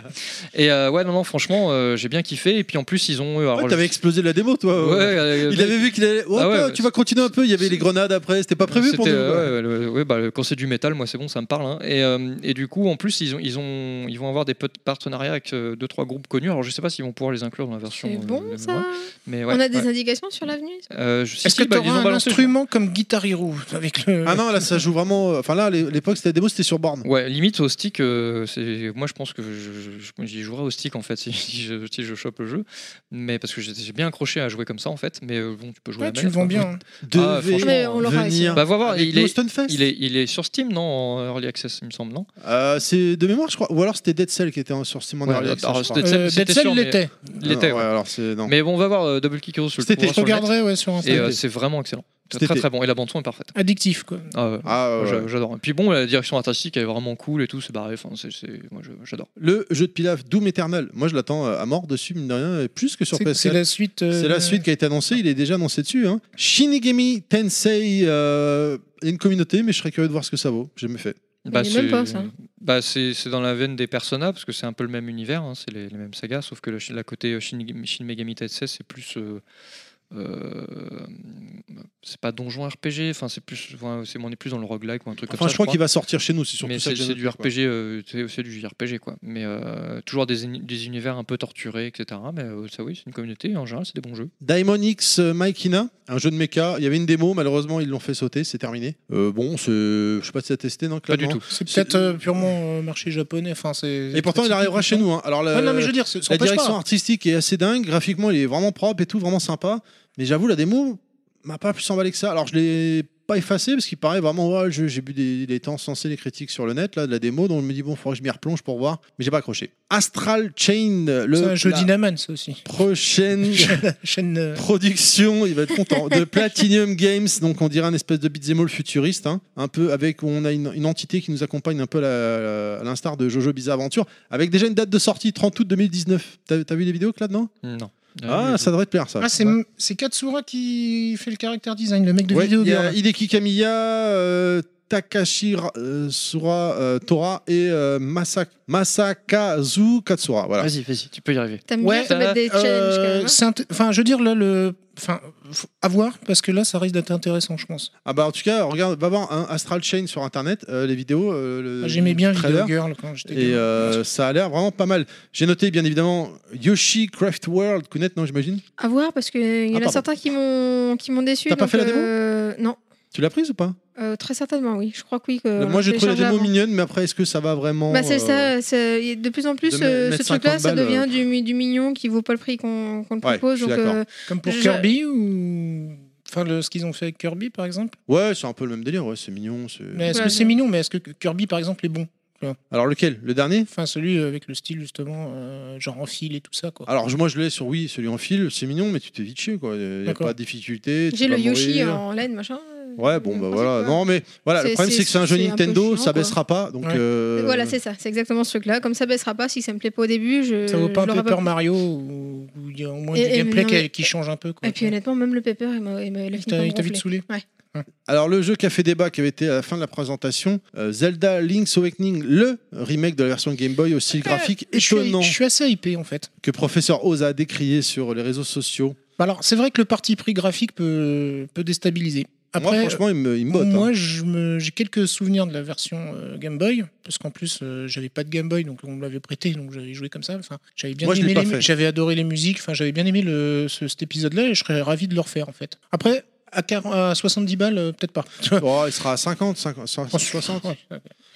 Et euh, ouais, non, non, franchement, euh, j'ai bien kiffé. Et puis en plus, ils ont. alors,
Ouais, T'avais explosé la démo, toi.
ouais, euh,
Il avait vu qu'il allait. Oh,
Ah ouais,
toi, tu vas continuer un peu. Il y avait les grenades après. C'était pas prévu pour nous.
C'était,
quoi.
euh, ouais, ouais, le- ouais, bah, le- quand c'est du métal, moi c'est bon, ça me parle. hein. Et, euh, et du coup, en plus, ils, ont, ils, ont, ils vont avoir des pot- partenariats avec 2 deux trois groupes connus. Alors je sais pas s'ils vont pouvoir les inclure dans la version.
C'est
euh,
bon,
de-
ça
ouais. Mais ouais,
On a des
ouais.
indications sur l'avenue
Euh, je- si,
Est-ce
si,
que
bah,
t'auras
ils ont
un
balancé, je crois.
instrument comme Guitar Hero avec le...
Ah non, là ça joue vraiment. euh, Enfin là, à l'époque, c'était la démo, c'était sur borne.
Ouais, limite au stick, euh, c'est- moi je pense que je- je- j'y jouerai au stick en fait si, si je, si je chope le jeu. Mais parce que j'ai- j'ai bien accroché à jouer comme ça en fait. Mais euh, bon, tu peux jouer
Ouais,
à la
tu le
manette,
vends
quoi.
bien. hein.
Devait
Ah, franchement, Mais
Ah, on l'aura essayé.
venir.
Bah, va voir,
avec
il
nous au
est,
Stunfest.
il, est, il est sur Steam, non En Early Access, il me semble, non
Euh, c'est de mémoire, je crois. Ou alors c'était Dead Cell qui était en- sur Simon
Ouais,
Early Access, je
alors,
crois.
Dead Cell,
Euh,
c'était
Dead Cell
sûr, mais-
l'était.
Il était,
Ah,
ouais.
ouais, alors c'est. Non.
Mais bon, on va voir euh, Double Kick Hero sur le
Cet été,
pouvoir
Je
sur le net.
regarderai ouais, sur Insta.
Et euh,
été.
c'est vraiment excellent.
Cet
Très
été.
très bon. Et la bande son est parfaite.
Addictif quoi.
Ah ouais.
Ah, ouais,
Moi, j'a-
ouais.
J'adore. Et Puis bon, la direction artistique elle est vraiment cool et tout. C'est barré. Enfin, c'est, c'est- moi, je- j'adore.
Le jeu de Pilaf, Doom Eternal. Moi, je l'attends euh, à mort dessus, mine de rien, et plus que sur
C'est
PS4.
c'est la suite. euh,
C'est la suite qui a été annoncée, il est déjà annoncé dessus. Hein. Shinigami Tensei, euh, il y a une communauté, mais je serais curieux de voir ce que ça vaut. J'ai jamais fait.
Mais même pas, ça.
bah, c'est, c'est dans la veine des Persona parce que c'est un peu le même univers. hein, c'est les, les mêmes sagas, sauf que le, la côté euh, Shin, Shin Megami Tensei, c'est plus. euh, euh, c'est pas donjon RPG. Enfin, c'est plus. ouais, c'est, on est plus dans le roguelike ou un truc
Enfin,
comme ça.
je crois qu'il va sortir chez nous, c'est surtout
mais
ça.
c'est
que j'ai
c'est du
noté, quoi.
RPG, euh, c'est c'est du JRPG quoi. Mais euh, toujours des, uni- des univers un peu torturés, etc. Mais euh, ça oui, c'est une communauté. En général, c'est des bons jeux.
Daimon X euh, Maikina, un jeu de mecha. Il y avait une démo, malheureusement, ils l'ont fait sauter, c'est terminé. Euh, bon, c'est- je sais pas si ça a testé, non
Pas du
clairement.
tout.
C'est peut-être euh, purement euh, marché japonais. Enfin, c'est.
Et pourtant, il arrivera chez nous. hein. Alors, la,
Ouais, non mais je veux dire, c'est- ça
la
empêche
direction hein.
pas.
artistique est assez dingue. Graphiquement, il est vraiment propre et tout, vraiment sympa. Mais j'avoue, la démo m'a pas plus emballé que ça. Alors, je l'ai pas effacé parce qu'il paraît vraiment. ouais, je- j'ai bu des, des temps sensés les critiques sur le net là, de la démo. Donc, je me dis, bon, il faudra que je m'y replonge pour voir. Mais j'ai pas accroché. Astral Chain, le,
C'est un jeu
la
Dynaman ça aussi.
prochaine
Chaîne. euh,
production, il va être content, de Platinum Games, donc on dirait un espèce de beat'em all futuriste, hein, un peu avec, on a une, une entité qui nous accompagne un peu à la- à l'instar de Jojo Bizarre Aventure, avec déjà une date de sortie 30 août 2019. T'as t'as vu des vidéos, Claude, non
Non. Euh,
Ah, ça devrait te plaire, ça.
Ah, c'est c'est Katsura qui fait le caractère design, le mec de
Ouais,
vidéo.
il y a Hideki Kamiya, euh, Takashi euh, Sura euh, Tora et euh, Masa- Masakazu Katsura. Voilà.
Vas-y, vas-y, tu peux y arriver.
T'aimes
Ouais,
bien te mettre des challenges quand
Euh,
même. hein
c'est int- Enfin, je veux dire, là, le. Enfin, faut- à voir, parce que là, ça risque d'être intéressant, je pense.
Ah bah en tout cas, regarde, va voir un Astral Chain sur internet, euh, les vidéos. euh, le-
Ah, J'aimais bien
le trailer.
Video Girl quand j'étais
Et
gamin.
euh, ça a l'air vraiment pas mal. J'ai noté bien évidemment Yoshi Craft World, Kounet, non j'imagine
À voir, parce qu'il y en
Ah, pardon.
a certains qui m'ont qui m'ont déçu.
T'as pas
donc,
fait la démo
euh, Non.
Tu l'as prise ou pas
Euh, très certainement, oui. Je crois que oui. que on
Moi j'ai trouvé la
télécharge
démo
Euh, avant.
mignonne, mais après est-ce que ça va vraiment
Bah, c'est
euh,
ça. c'est- il y a De plus en plus,
de me-
euh, ce
mettre 50
truc-là, ça
balles, euh,
devient du, mi- du mignon qui vaut pas le prix qu'on qu'on le
Ouais,
propose.
je suis
donc,
d'accord.
euh,
Comme pour
je-
Kirby ou. Enfin, le- ce qu'ils ont fait avec Kirby, par exemple.
Ouais, c'est un peu le même délire, ouais, c'est mignon. c'est-
Mais est-ce
Ouais,
que c'est
ouais.
mignon, mais est-ce que Kirby, par exemple, est bon
Alors lequel Le dernier
Enfin, celui euh, avec le style, justement, euh, genre en fil et tout ça, quoi.
alors je- moi je l'ai sur oui, celui en fil, c'est mignon mais tu t'es vite chier quoi, y a
D'accord.
pas de difficulté. tu
j'ai
vas
le Yoshi hein.
mourir.
en laine, machin.
Ouais bon bah
Euh,
voilà,
quoi.
non mais voilà le
C'est-
problème c'est
c'est-
que c'est un jeu
c'est un peu
Nintendo,
chiant,
ça
quoi.
baissera pas donc.
Ouais.
euh,
Voilà, c'est ça. C'est exactement ce truc-là. Comme ça baissera pas, si ça me plaît pas au début, je.
Ça vaut pas
je
un
l'aurai
Paper
pris.
Mario ou ou il y a au moins
Et-
du
et-
gameplay
non,
qui-
mais-
qui, change un peu. Quoi.
Et puis honnêtement, même le paper, il m'a il m'a- il a
il
fini par
t'a
me
il t'a vite
ronfler.
saoulé.
Alors le jeu qui a fait débat, qui avait été à la fin de la présentation, euh, Zelda Link's Awakening, le remake de la version Game Boy, aussi graphique
Je suis-
étonnant
Je suis assez hypé en fait.
que Professeur Oz a décrié sur les réseaux sociaux.
Alors, c'est vrai que le parti pris graphique peut, peut déstabiliser.
moi
Après,
franchement, il me, il me botte.
Moi,
hein.
je me- j'ai quelques souvenirs de la version euh, Game Boy, parce qu'en plus, euh, j'avais pas de Game Boy, donc on me l'avait prêté, donc j'avais joué comme ça. Enfin, j'avais bien
Moi, je l'ai
aimé,
pas
les mu-
fait.
j'avais adoré les musiques. Enfin, j'avais bien aimé le, ce- cet épisode-là, et je serais ravi de le refaire en fait. Après, à, 40 à 70 balles, euh, peut-être pas.
Oh, il sera à 50, 50, 60.
Ouais.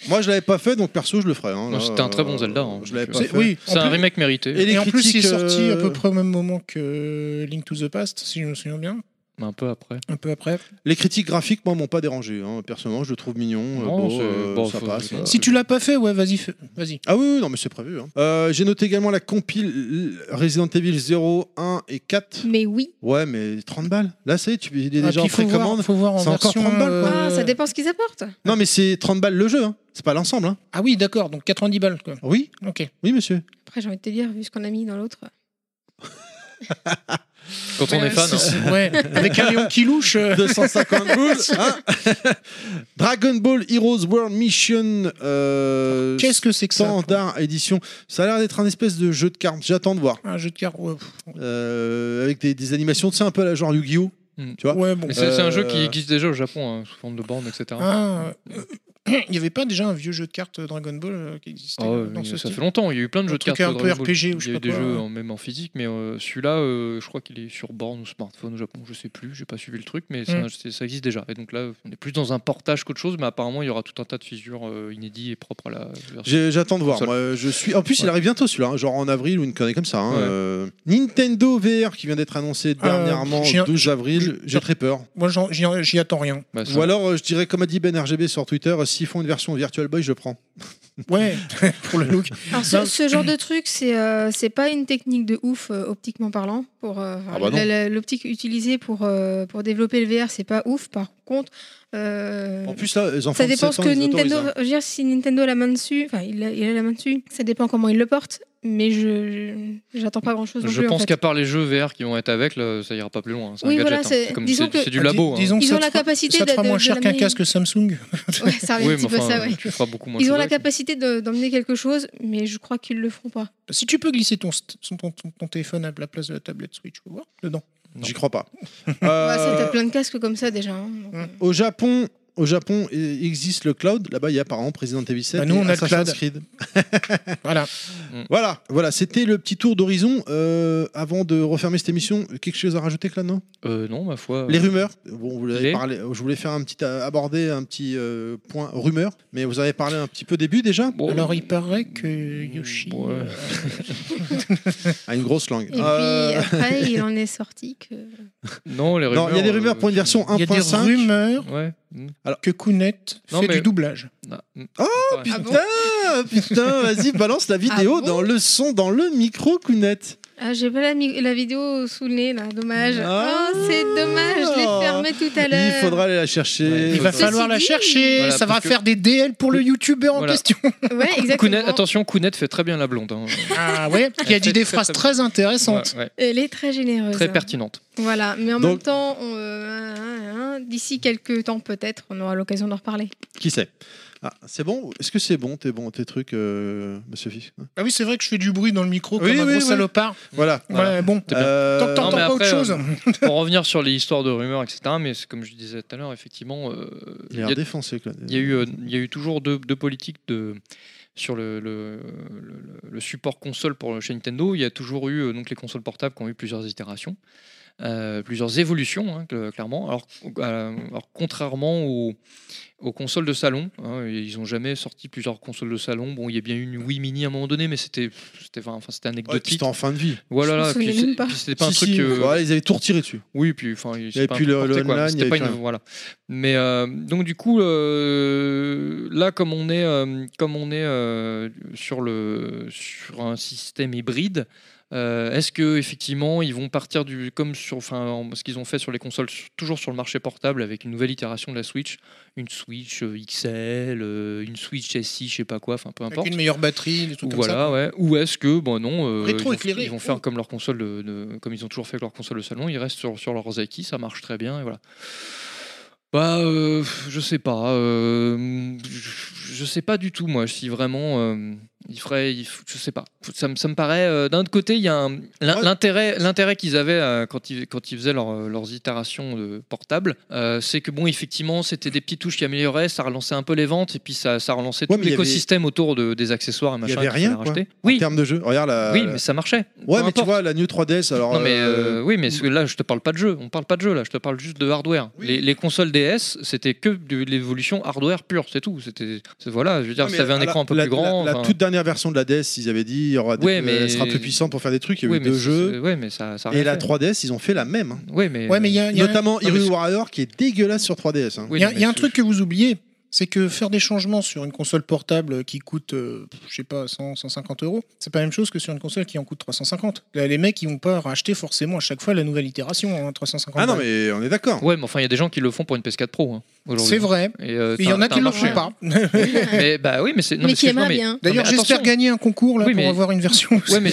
Moi, je l'avais pas fait, donc perso, je le ferai. hein,
Non,
là,
c'était un très bon
euh,
Zelda, hein,
je l'avais
donc,
pas
euh,
fait.
C'est- oui,
C'est
en
un
plus-
remake mérité.
Et les
Et en plus,
critiques,
c'est sorti
euh,
à peu près au même moment que euh, Link to the Past, si je me souviens bien,
Un peu après.
un peu après.
Les critiques graphiques, moi, m'ont pas dérangé. Hein. Personnellement, je le trouve mignon, euh,
Non,
beau,
c'est-
euh,
bon,
ça
faut-
passe.
faut-
euh.
Si tu l'as pas fait, ouais, vas-y, fais- vas-y.
Ah oui, oui, non, mais c'est prévu. hein. Euh, J'ai noté également la compile Resident Evil 0, 1 et 4.
Mais oui.
Ouais, mais 30 balles. Là, ça y est, tu, il est
Ah,
déjà en
puis faut voir-
précommande.
faut voir en
C'est encore
version,
30 balles, quoi.
euh,
Ah, ça dépend ce qu'ils apportent.
Non, mais c'est 30 balles le jeu. Hein. C'est pas l'ensemble. Hein.
Ah oui, d'accord, donc 90 balles. Quoi.
Oui,
Ok.
oui, monsieur.
Après, j'ai envie de te dire, vu ce qu'on a mis dans l'autre.
Quand on
Ouais,
est fan,
c'est-
hein.
c'est- ouais, avec un lion qui louche. euh,
250 boules. hein. Dragon Ball Heroes World Mission euh,
Qu'est-ce que c'est que ça
Standard Edition. Ça a l'air d'être un espèce de jeu de cartes. J'attends de voir.
Un jeu de cartes. Ouais, pff,
Euh, avec des, des animations, tu sais, un peu à la genre Yu-Gi-Oh!
Mm.
Tu vois?
ouais, bon.
Mais c'est c'est un jeu
Euh,
qui existe déjà au Japon, hein, sous forme de borne, etc.
Ah, euh, Il n'y avait pas déjà un vieux jeu de cartes euh, Dragon Ball euh, qui existait
Ah ouais,
euh, dans
mais
ce
ça
style
fait longtemps, il y a eu plein de
Un
jeux de
truc
cartes.
un
de
peu
Dragon Ball.
RPG ou je
Il y a
sais
eu
pas
des
quoi,
jeux
ouais.
en- même en physique, mais euh, celui-là, euh, je crois qu'il est sur borne ou smartphone au Japon, je sais plus, j'ai pas suivi le truc, mais c'est
Mm.
un- c'est- ça existe déjà. Et donc là, on est plus dans un portage qu'autre chose, mais apparemment, il y aura tout un tas de figures euh, inédites et propres à la version.
J'ai- J'attends de voir.
Console.
Moi, je suis... En plus, il
Ouais.
arrive bientôt celui-là, hein, genre en avril ou une connerie comme ça. hein.
Ouais.
Euh, Nintendo VR qui vient d'être annoncé dernièrement,
Euh, j'ai un-
12 avril.
je-
J'ai très peur.
Moi, j'en- j'y j'y attends rien.
Bah, ça-
Ou alors, euh, je dirais, comme a dit Ben RGB sur Twitter, euh, s'ils font une version Virtual Boy, je le prends.
Ouais, pour le look.
Alors, ce,
Non.
ce genre de truc, c'est euh, c'est pas une technique de ouf euh, optiquement parlant. Pour euh, enfin,
Ah bah non.
la- la- l'optique utilisée pour euh, pour développer le VR, c'est pas ouf. Par contre, euh,
En plus, là, les enfants
ça
de
dépend
7
ce
ans,
que
ils autorisent,
Nintendo.
hein.
je veux dire, si Nintendo a la main dessus, enfin, il a, il a la main dessus. Ça dépend comment il le porte. Mais je je- j'attends pas grand chose.
je pense qu'à part les jeux VR qui vont être avec, là, ça ira pas plus loin. C'est un
Oui,
gadget,
voilà,
hein.
c'est-
C'est comme-
disons
c'est-
que-
c'est du labo. hein.
Disons que
Ils
ça
ont
te
la
fera-
capacité
Ça te fera
de-
moins
de
cher qu'un
l'amener.
casque Samsung.
Ouais, ça revient
Oui,
un petit
mais
peu
enfin,
ça, ouais.
tu feras beaucoup moins
Ils
de
ont
choses
la
avec.
capacité de- d'emmener quelque chose, mais je crois qu'ils le feront pas.
Si tu peux glisser ton, st- son- ton, ton- ton téléphone à la place de la tablette Switch, tu peux voir dedans.
Non.
hein. J'y crois pas.
Ouais, Bah, ça,
Euh,
T'as plein de casques comme ça déjà. hein, donc, euh.
au Japon. Au Japon il existe le cloud. Là-bas, il y a apparemment Resident Evil 7
Bah, nous,
et
on a le
Assassin's
cloud.
Creed.
Voilà.
Voilà, voilà, c'était le petit tour d'horizon. Euh, avant de refermer cette émission, quelque chose à rajouter, Claude, non
Euh, non, ma foi.
Les
euh,
rumeurs, bon, vous l'avez
Les-
parlé, je voulais faire un petit euh, aborder un petit euh, point rumeur, mais vous avez parlé un petit peu début déjà
bon,
Alors, il paraît que Yoshi.
Oh. Ouais.
euh,
à Ah, une grosse langue.
Et puis
Euh,
après, il en est sorti que.
Non, les rumeurs.
non, il y a des rumeurs
euh,
pour une version
Il y a des
1.5.
rumeurs
Ouais. mm.
que Kounet
Non,
fait
mais-
du doublage.
Non, mm.
Oh,
Ouais.
Ah bon
Putain, putain, vas-y, balance la vidéo
Ah bon
dans le son, dans le micro, Kounet.
Ah, j'ai pas la, mi- la vidéo sous le nez là, dommage.
Ah.
oh, c'est dommage, je l'ai fermée tout à
Il
l'heure.
faudra aller la
Ouais,
chercher.
Il va
Ceci
falloir la
dit-
chercher,
Voilà,
ça va
parce que-
faire des DL pour le youtubeur en
Voilà.
question.
Ouais, exactement.
Kounet- attention, Kounet fait très bien la blonde. hein.
Ah ouais, qui a dit
Très,
des
très,
phrases
très-
très intéressantes.
Ouais, ouais.
Elle est très généreuse.
Très
hein.
pertinente.
Voilà, mais en
Donc-
même temps, on, euh, hein, hein, d'ici quelques temps peut-être, on aura l'occasion d'en reparler.
Qui sait ah, C'est bon Est-ce que c'est bon tes, bon, tes trucs, euh, monsieur Fils
Ah oui, c'est vrai que je fais du bruit dans le micro
Oui,
comme un
oui, oui.
gros salopard.
Voilà.
Voilà.
Ouais, bon.
C'est bien.
Euh,
T'entends
non,
t'entends
mais
pas autre
après,
chose
Pour revenir sur les histoires de rumeurs, etc., mais c'est comme je disais tout à l'heure, effectivement, euh,
il a
il y,
l'air
a-
défoncé, Claude.
il y a eu, euh, il y a eu toujours deux, deux politiques de, sur le, le, le- le support console pour, chez Nintendo. Il y a toujours eu euh, donc, les consoles portables qui ont eu plusieurs itérations, euh, plusieurs évolutions, hein, cl- clairement. Alors, euh, alors, contrairement aux, aux consoles de salon, hein, ils n'ont jamais sorti plusieurs consoles de salon. Bon, il y a bien eu une Wii Mini à un moment donné, mais c'était c'était- enfin, c'était
Ouais,
anecdotique.
C'était en fin de vie.
Voilà,
Je m'en
là, puis
souvenais
c'est-
même pas.
puis c'était pas un
Si,
truc.
si,
euh,
voilà, ils avaient tout retiré dessus.
oui, puis enfin, il
avait
pas
plus le-
importé,
le
quoi, mais
online,
c'était
il y
pas
avait
une-
plus rien.
voilà. Mais euh, donc du coup, euh, là, comme on est, euh, comme on est euh, sur le sur un système hybride, Euh, Est-ce que effectivement ils vont partir du comme sur enfin en- ce qu'ils ont fait sur les consoles sur- toujours sur le marché portable avec une nouvelle itération de la Switch, une Switch euh, XL, euh, une Switch SI, je sais pas quoi, enfin peu
Avec
importe.
une meilleure batterie, des
Ou
trucs comme ça.
voilà, ouais. Ou est-ce que, bon non, euh, ils, vont,
Rétro-éclairé.
ils vont faire comme leur console, de, de- comme ils ont toujours fait avec leur console de salon, ils restent sur, sur leurs acquis, ça marche très bien, et voilà. Bah, euh, je sais pas, euh, je je sais pas du tout moi, si vraiment euh, ils feraient, ils f- je sais pas, ça, me- ça me paraît. euh, D'un autre côté, il y a un- l'in-
Ouais.
l'intérêt, l'intérêt qu'ils avaient euh, quand ils quand ils faisaient leur- leurs itérations de portables, euh, c'est que bon, effectivement, c'était des petites touches qui amélioraient, ça relançait un peu les ventes et puis ça, ça relançait
Ouais, mais
tout
il y avait-
l'écosystème autour de, des accessoires et
Il y
machin.
avait
qu'il fallait
rien, quoi.
racheter.
en
Oui,
termes de jeu. Regarde la.
oui,
la-
mais ça marchait.
Ouais,
Peu
mais tu
importe.
vois, la New 3DS, alors.
Non mais
euh,
euh, oui mais ce- là je te parle pas de jeu, on parle pas de jeu là, je te parle juste de hardware. Les, les consoles DS c'était que de l'évolution hardware pure, c'est tout. C'était c'est- voilà, je veux dire,
ouais,
ça avait
mais
un
la-
écran un peu
la-
plus grand.
La, la
enfin,
toute dernière version de la DS, ils avaient dit, il y aura des-
Ouais,
euh,
mais-
elle sera plus puissante pour faire des trucs. Il y a
oui,
eu
mais
deux
c'est-
jeux.
Ouais mais ça, ça a
Et
rien
la
fait.
3DS, ils ont fait la même. hein.
Ouais mais.
Ouais, mais il y a, il y a-
Notamment
non, mais
Hyrule
c'est-
Warrior qui est dégueulasse sur 3DS. hein.
Oui,
il y a,
non,
il y a
mais
un
c'est-
truc que vous oubliez, c'est que faire des changements sur une console portable qui coûte, euh, je sais pas, 100, 150 euros, c'est pas la même chose que sur une console qui en coûte 350. Là, les mecs, ils vont pas racheter forcément à chaque fois la nouvelle itération, hein, 350.
Ah non, mais on est d'accord.
Ouais mais enfin il y a des gens qui le font pour une PS4 Pro hein, aujourd'hui.
C'est vrai.
Et, euh,
Mais Il y
t'as-
en a
t'as
qui
un
ne le
marché.
font pas.
Mais bah oui mais c'est. non,
mais qui hein.
excuse-moi,
aimerait
mais-
bien.
D'ailleurs,
mais
j'espère
attention.
gagner un concours là,
Oui,
pour
mais-
avoir une version.
Ouais mais,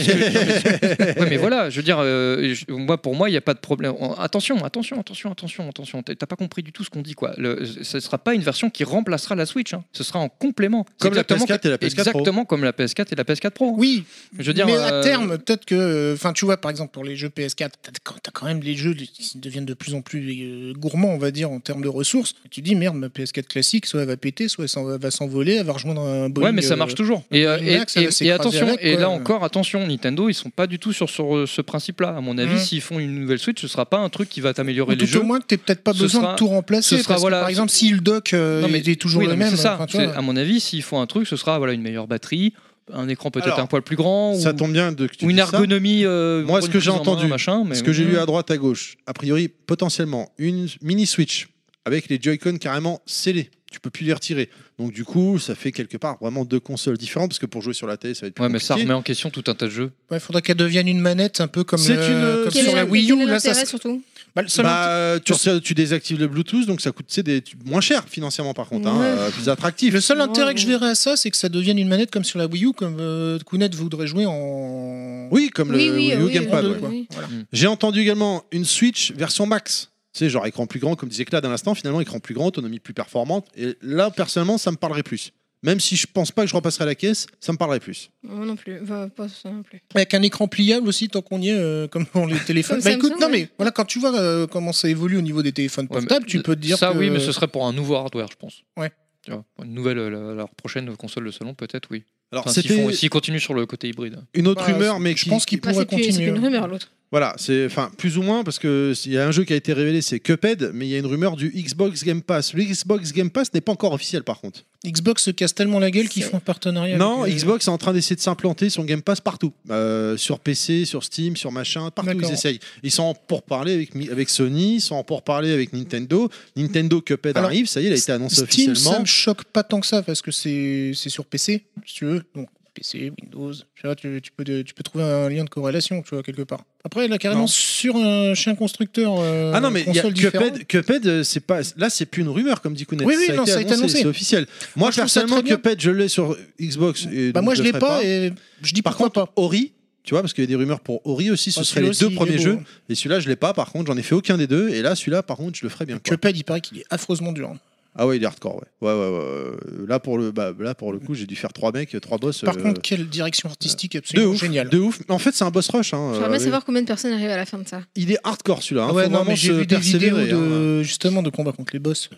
ouais, mais voilà, je veux dire, euh, je- moi pour moi il n'y a pas de problème. En- Attention, attention, attention, attention, attention. T'as t'as pas compris du tout ce qu'on dit quoi. Le, ce sera pas une version qui remplacera la Switch. hein. Ce sera en complément.
Comme la
Exactement
PS4 et la PS4 Pro.
Exactement comme la PS4 et la PS4 Pro. hein.
Oui,
Je veux dire,
mais
euh,
à terme, peut-être que. euh, Enfin, tu vois, par exemple, pour les jeux PS4, t'as t'as quand même les jeux qui deviennent de plus en plus euh, gourmands, on va dire, en termes de ressources. Tu dis, merde, ma PS4 classique, soit elle va péter, soit elle s'en- elle va s'envoler, elle va rejoindre un Boeing.
Ouais, mais ça marche
euh,
toujours. Et, euh,
Golden
et,
Axe, elle
et-
va
et
s'écraser
attention,
avec,
et
quoi.
là encore, attention, Nintendo, ils sont pas du tout sur, sur, euh, ce principe-là. À mon avis,
Mhm.
s'ils font une nouvelle Switch, ce sera pas un truc qui va
Ou
t'améliorer les
tout
jeux.
au moins, t'es peut-être pas
ce
besoin
sera-
de tout remplacer.
ce sera,
parce que,
voilà,
par exemple, si le dock euh,
Non, mais-
il est toujours
Oui,
le
non, mais
même,
c'est ça.
enfin, tu vois,
C'est- à mon avis, s'ils font un truc, ce sera voilà une meilleure batterie, un écran peut-être
Alors,
un poil plus grand, ou,
Ça tombe bien de que tu
ou une
dises ça.
ergonomie. euh,
Moi,
pour
ce
une
que j'ai
prise en main,
entendu,
machin, mais
Ce que j'ai
ouais.
lu à droite, à gauche, a priori, potentiellement, une mini Switch avec les Joy-Con carrément scellés. Tu peux plus les retirer. Donc, du coup, ça fait quelque part vraiment deux consoles différentes parce que pour jouer sur la télé, ça va être plus
Ouais, mais ça
compliqué.
remet en question tout un tas de jeux.
ouais, faudrait qu'elle devienne une manette, un peu comme,
C'est
le-
une-
comme
Quel
sur
est
la
le-
Wii
quel est
U. Là, ça,
l'intérêt, surtout.
bah, le seul
Bah, tu, retiens- tu désactives le Bluetooth, donc ça coûte c'est des, tu- moins cher financièrement, par contre, hein,
Ouais.
euh, plus attractif.
Le seul
Ouais,
intérêt que je
ouais.
verrais à ça, c'est que ça devienne une manette comme sur la Wii U, comme euh, Kounet voudrait jouer en.
Oui, comme
Oui,
le
oui,
Wii U
oui,
Gamepad.
oui,
ouais.
oui.
J'ai entendu également une Switch version max. Tu sais, genre écran plus grand, comme disait Clad à l'instant, finalement, écran plus grand, autonomie plus performante. Et là, personnellement, ça me parlerait plus. Même si je pense pas que je repasserai à la caisse, ça me parlerait plus.
Moi non plus. Bah, pas ça non plus.
Avec un écran pliable aussi, tant qu'on y est, euh, comme dans les téléphones.
Comme
bah
Samsung,
écoute, non
ouais.
mais voilà, quand tu vois euh, comment ça évolue au niveau des téléphones
Ouais, mais
portables, tu peux te dire
ça,
que-
oui, mais ce serait pour un nouveau hardware, je pense.
Ouais.
Tu vois, Une nouvelle, euh, la- leur prochaine console de salon, peut-être, oui.
Alors,
Enfin, S'ils
c'était
font- s'ils continuent sur le côté hybride.
une autre
Bah,
rumeur,
c'est-
mais
je
qui-
pense qu'il
Bah,
pourrait
c'est plus- c'est plus
continuer. hein.
une rumeur l'autre.
Voilà, c'est enfin plus ou moins parce que il y a un jeu qui a été révélé, c'est Cuphead, mais il y a une rumeur du Xbox Game Pass. Le Xbox Game Pass n'est pas encore officiel par contre.
Xbox se casse tellement la gueule qu'ils font un partenariat.
Non,
avec, euh,
Xbox est en train d'essayer de s'implanter son Game Pass partout, Euh, sur PC, sur Steam, sur machin, partout ils
D'accord.
essayent. Ils sont pour parler avec Mi- avec Sony, ils sont pour parler avec Nintendo. Nintendo Cuphead
Alors,
arrive, ça y est, il a été annoncé
Steam, ça
officiellement.
me choque pas tant que ça parce que c'est c'est sur PC, si tu veux. Donc PC, Windows, tu, vois, tu, tu peux, de- tu peux trouver un lien de corrélation, tu vois, quelque part. Après, là, carrément,
Non.
sur un, chez un constructeur. euh,
Ah non mais il y a
console différent.
Cuphead, Cuphead, euh, c'est pas là c'est plus une rumeur comme dit Kounet.
Oui, oui, non, ça a été annoncé.
c'est officiel. Moi,
Moi, je trouve ça
personnellement
très bien.
Cuphead je l'ai sur Xbox. et
Bah
donc
moi je
le
l'ai
ferai
pas, et je dis
Par
pourquoi
contre,
pas.
Ori, tu vois, parce qu'il y a des rumeurs pour Ori aussi, ce
Ah,
serait les
celui-là
deux
aussi, il
premiers
est beau,
jeux.
hein.
Et celui-là, je l'ai pas, par contre, j'en ai fait aucun des deux. Et là, celui-là, par contre, je le ferais bien. quoi.
Cuphead, il paraît qu'il est affreusement dur. hein.
Ah ouais, il est hardcore, ouais. Ouais, ouais, ouais, ouais. Là, pour le, bah, là, pour le coup, j'ai dû faire trois mecs, trois boss.
Par
euh,
contre, quelle direction artistique
de
absolument
ouf,
géniale.
de ouf. En fait, c'est un boss rush. hein,
J'aimerais
euh,
bien savoir combien de personnes arrivent à la fin de ça.
Il est hardcore celui-là. hein.
Ah ouais,
Faut
non,
vraiment
mais j'ai
se
vu des vidéos
persévérer, hein.
de, justement de combats contre les boss.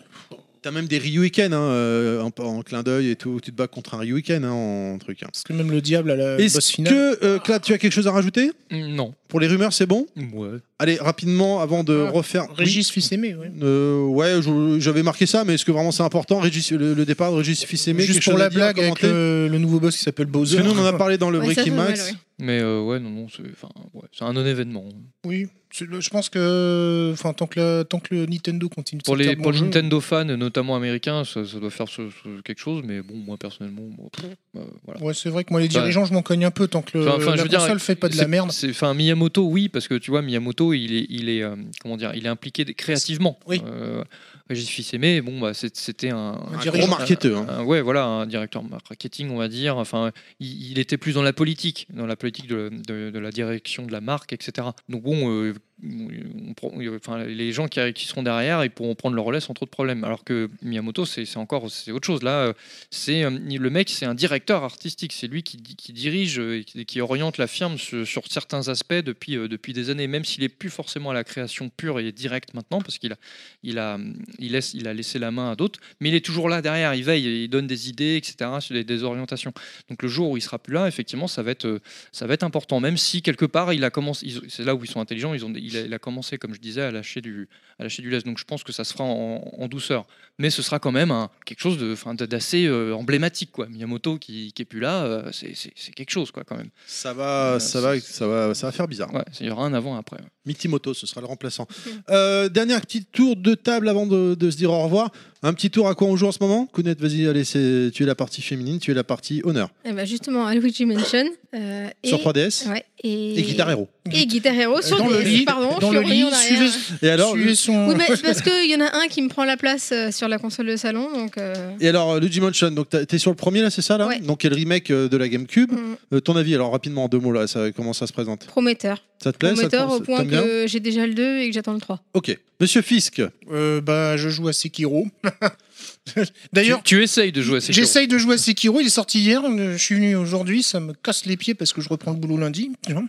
T'as même des Ryuken hein, euh, en, en clin d'œil et tout. Tu te bats contre un Ryuken hein, en truc. hein.
Parce que même le diable à la boss
Est-ce
finale.
que, euh, Clad, tu as quelque chose à rajouter
Mm, Non.
Pour les rumeurs, c'est bon
Ouais.
Allez, rapidement, avant de
Ah,
refaire. Oui.
Régis fils aimé, ouais.
Euh, ouais, je- j'avais marqué ça, mais est-ce que vraiment c'est important Régis- le, le départ de Régis fils
Juste pour la blague avec euh, le nouveau boss qui s'appelle
Parce
Bowser.
que nous, on en a parlé dans le
Ouais, ça,
Breaking
ça me
Max.
mêle, ouais.
Mais euh, ouais, non, non, c'est enfin, ouais, c'est un non-événement.
Oui, c'est le- je pense que enfin tant que le, tant que le Nintendo continue de
Pour
sortir
les,
bon
pour les
jeu,
Nintendo fans, notamment américains, ça, ça doit faire ce- ce- quelque chose, mais bon, moi personnellement, bon, pff, euh, voilà.
Ouais, c'est vrai que moi les
Enfin,
dirigeants, je m'en cogne un peu tant que le,
enfin, enfin, je
la
veux dire,
console fait pas de
C'est-
la merde.
c'est- Enfin, Miyamoto, oui, parce que tu vois, Miyamoto, il est, il est, euh, comment dire, il est impliqué d- créativement.
Oui.
Euh, Régis Fils-Aimé, bon, bah, c'est- c'était un,
Un
Gros
dirigeant.
marketeur. hein.
un- Euh, ouais, voilà, un directeur marketing, on va dire. Enfin, il, il était plus dans la politique, dans la politique de, de- de la direction de la marque, etc. Donc bon, euh, on prend- euh, enfin, les gens qui, qui seront derrière, ils pourront prendre le relais sans trop de problèmes. Alors que Miyamoto, c'est c'est encore c'est autre chose. Là, euh, c'est euh, le mec, c'est un directeur artistique. C'est lui qui, di- qui dirige euh, et qui, qui oriente la firme sur, sur certains aspects depuis, euh, depuis des années, même s'il est plus forcément à la création pure et directe maintenant, parce qu'il a, il a, il laisse, il a laissé la main à d'autres mais il est toujours là derrière, il veille, il donne des idées, etc., sur des, des orientations. Donc le jour où il sera plus là, effectivement, ça va être, euh, ça va être important, même si quelque part, il a commencé, ils ont- c'est là où ils sont intelligents, ils ont, il, a, il a commencé, comme je disais, à lâcher du, à lâcher du lest. Donc je pense que ça se fera en, en douceur, mais ce sera quand même un- quelque chose de, enfin, d'assez euh, emblématique, quoi. Miyamoto qui, qui est plus là, euh, c'est, c'est- c'est quelque chose, quoi, quand même.
Ça va, ça va, ça va, ça va faire bizarre.
Ouais, il y aura un avant et un après. ouais.
Mitimoto, ce sera le remplaçant. Euh, dernier petit tour de table avant de, de se dire au revoir. Un petit tour à quoi on joue en ce moment Kounet, vas-y, allez, c'est- tu es la partie féminine, tu es la partie honneur.
Eh ben, justement, à Luigi Mansion. euh, et,
Sur 3DS
ouais, et,
et Guitar Hero.
Et Guitar Hero sur
euh, dans le
DS,
lit,
pardon.
dans le
Florian
lit,
derrière.
suivez,
Et alors,
suivez son.
Oui, mais c'est parce qu'il y en a un qui me prend la place euh, sur la console de salon, donc. euh,
et alors euh, Luigi Mansion, donc t'as- t'es sur le premier là, c'est ça là
Ouais.
Donc, qui est le remake euh, de la GameCube.
mm,
Euh, ton avis, alors rapidement en deux mots là, ça- comment ça se présente
Prometteur.
Ça te plaît ça te-
Prometteur au
ça-
point
t'aimes bien
que j'ai déjà le 2 et que j'attends le 3.
Ok. Monsieur Fisk,
Euh, bah, je joue à Sekiro. D'ailleurs,
tu, tu essayes de jouer à ces jeux.
j'essaye de jouer à Sekiro. Il est sorti hier. euh, Je suis venu aujourd'hui. Ça me casse les pieds parce que je reprends le boulot lundi. tu vois.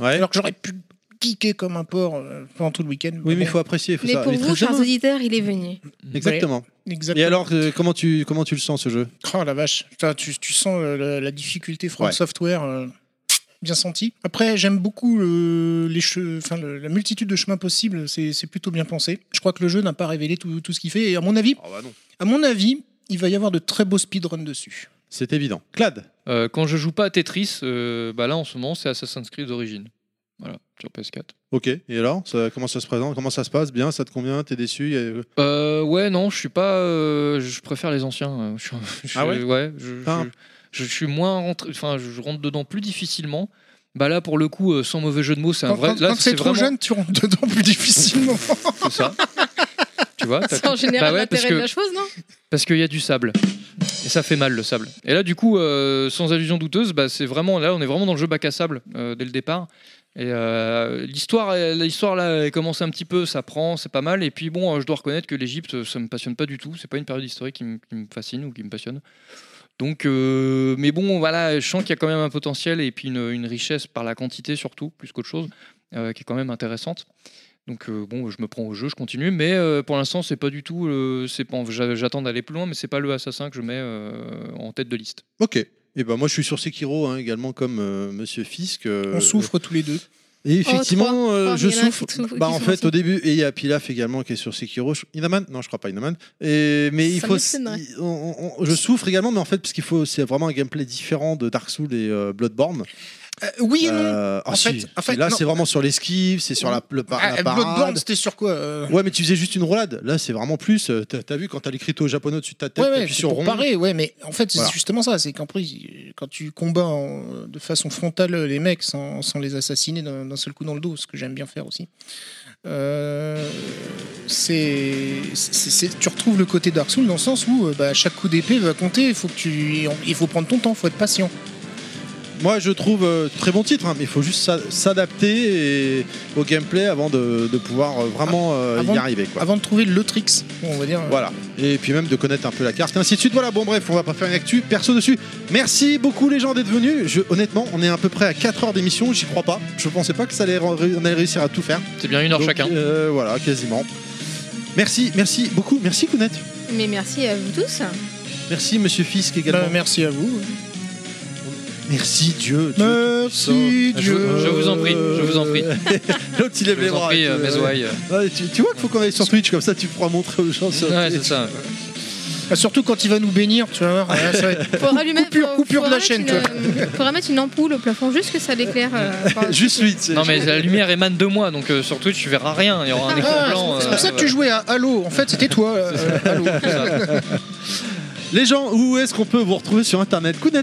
ouais.
Alors que j'aurais pu geeker comme un porc euh, pendant tout le week-end.
Oui, mais
Bon,
il faut apprécier. Faut
Mais
ça-
pour
il est très hein.
vous, chers
bien.
auditeurs, il est venu.
Exactement. Et
Exactement.
alors, euh, comment tu comment tu le sens ce jeu
Oh la vache, Putain, tu, tu sens euh, la, la difficulté From
Ouais.
Software euh, bien sentie. Après, j'aime beaucoup le- les che- enfin, le- la multitude de chemins possibles, c'est c'est plutôt bien pensé. Je crois que le jeu n'a pas révélé tout, tout ce qu'il fait, et à mon avis, à mon avis, il va y avoir de très beaux speedruns dessus.
C'est évident. Clad.
Euh, quand je joue pas à Tetris, euh, bah là en ce moment, c'est Assassin's Creed d'origine. Voilà, sur PS4.
Ok. Et alors, ça- comment ça se présente Comment ça se passe Bien Ça te convient T'es déçu Y a-
Euh, ouais, non, je suis pas. euh, je préfère les anciens. euh, Je, je-
Ah ouais
je,
Ah.
je- je suis moins rentré. Enfin, je rentre dedans plus difficilement. Bah là, pour le coup, euh, sans mauvais jeu de mots, c'est un
Quand,
vrai.
quand-
Là,
quand c'est trop
vraiment-
jeune, tu rentres dedans plus difficilement.
C'est ça. tu vois t'as-
C'est en général
Bah ouais, parce
l'intérêt de
que-
la chose, non
parce qu'il y a du sable. Et ça fait mal le sable. Et là, du coup, euh, sans allusion douteuse, bah, c'est vraiment là, on est vraiment dans le jeu bac à sable euh, dès le départ. Et euh, l'histoire, elle- l'histoire là, elle commence un petit peu, ça prend, c'est pas mal. Et puis bon, euh, je dois reconnaître que l'Égypte, ça me passionne pas du tout. C'est pas une période historique qui me qui me fascine ou qui me passionne. Donc, euh, mais bon, voilà, je sens qu'il y a quand même un potentiel et puis une, une richesse par la quantité surtout, plus qu'autre chose, euh, qui est quand même intéressante. Donc euh, bon, je me prends au jeu, je continue, mais euh, pour l'instant c'est pas du tout, euh, c'est pas, j'a- j'attends d'aller plus loin, mais c'est pas le Assassin que je mets euh, en tête de liste.
Ok. Et ben moi je suis sur Sekiro hein, également comme euh, Monsieur Fisk. euh,
On souffre tous les deux.
Et effectivement,
trois.
euh,
Trois,
je
il y en a un
souffre.
qui souffre- qui
Bah, en
souffre
fait,
aussi.
au début, et il y a Pilaf également qui est sur Sekiro. Je- Inaman Non, je crois pas Inaman. Et, mais il
Ça
faut.
m'étonnerait.
il- on- on- je souffre également, mais en fait, parce qu'il faut. C'est vraiment un gameplay différent de Dark Souls et euh, Bloodborne.
Euh, oui et non.
Euh, ah,
En
si.
fait- en fait,
Et là,
non.
c'est vraiment sur l'esquive, c'est sur la, le par-
Ah,
la parade.
Bloodborne, c'était sur quoi euh
Ouais, mais tu faisais juste une roulade. Là, c'est vraiment plus. euh, T'as as vu quand t'as les au japonais au-dessus de ta tête,
Ouais, ouais,
t'appuies
c'est
sur
pour
rond.
parer, ouais, mais en fait, c'est
Voilà.
justement ça. C'est qu'en plus, quand tu combats en- de façon frontale euh, les mecs sans, sans les assassiner d'un d'un seul coup dans le dos, ce que j'aime bien faire aussi, euh, c'est c'est- c'est- tu retrouves le côté Dark Souls dans le sens où euh, bah, chaque coup d'épée va compter. Il faut, que tu, il faut prendre ton temps, il faut être patient.
Moi, je trouve euh, très bon titre, hein, mais il faut juste s'a- s'adapter et- au gameplay avant de, de pouvoir euh, vraiment euh,
Avant-
y arriver. Quoi.
Avant de trouver le tricks, on va dire.
Voilà. Et puis même de connaître un peu la carte, et ainsi de suite. Voilà, bon bref, on va pas faire une actu perso dessus. Merci beaucoup les gens d'être venus. Je, honnêtement, on est à peu près à 4 heures d'émission, j'y crois pas. Je pensais pas que ça allait, re- on allait réussir à tout faire.
C'est bien une heure
Donc,
chacun.
euh, voilà, quasiment. Merci, merci beaucoup. Merci Kounet.
Mais merci à vous tous.
Merci Monsieur Fisk
Bah,
également.
merci à vous.
merci Dieu. Dieu
Merci
tout puissant.
Je,
Dieu.
je vous en prie, je vous en prie.
L'autre il
Je
lève les
vous en
bras.
prie,
et
euh,
tout.
mes oreilles.
Ouais, tu, tu vois qu'il faut qu'on aille sur Twitch comme ça, tu pourras montrer aux gens sur
Ouais,
Twitch.
c'est ça.
Bah, surtout quand il va nous bénir, tu vas voir. voilà, ça va être-
Faudra lui mettre,
Coupure-
euh,
coupure de la
faudra
chaîne,
mettre une, euh, faudra mettre une ampoule au plafond, juste que ça l'éclaire. euh, par-
Juste lui, tu sais.
Non, mais la lumière émane de moi, donc euh, sur Twitch, tu verras rien. Il y aura un écran
Ah,
blanc.
c'est
euh,
pour ça que tu
voilà.
jouais à Halo. En fait, c'était toi. euh, Halo.
Les gens, où est-ce qu'on peut vous retrouver sur internet Kounet,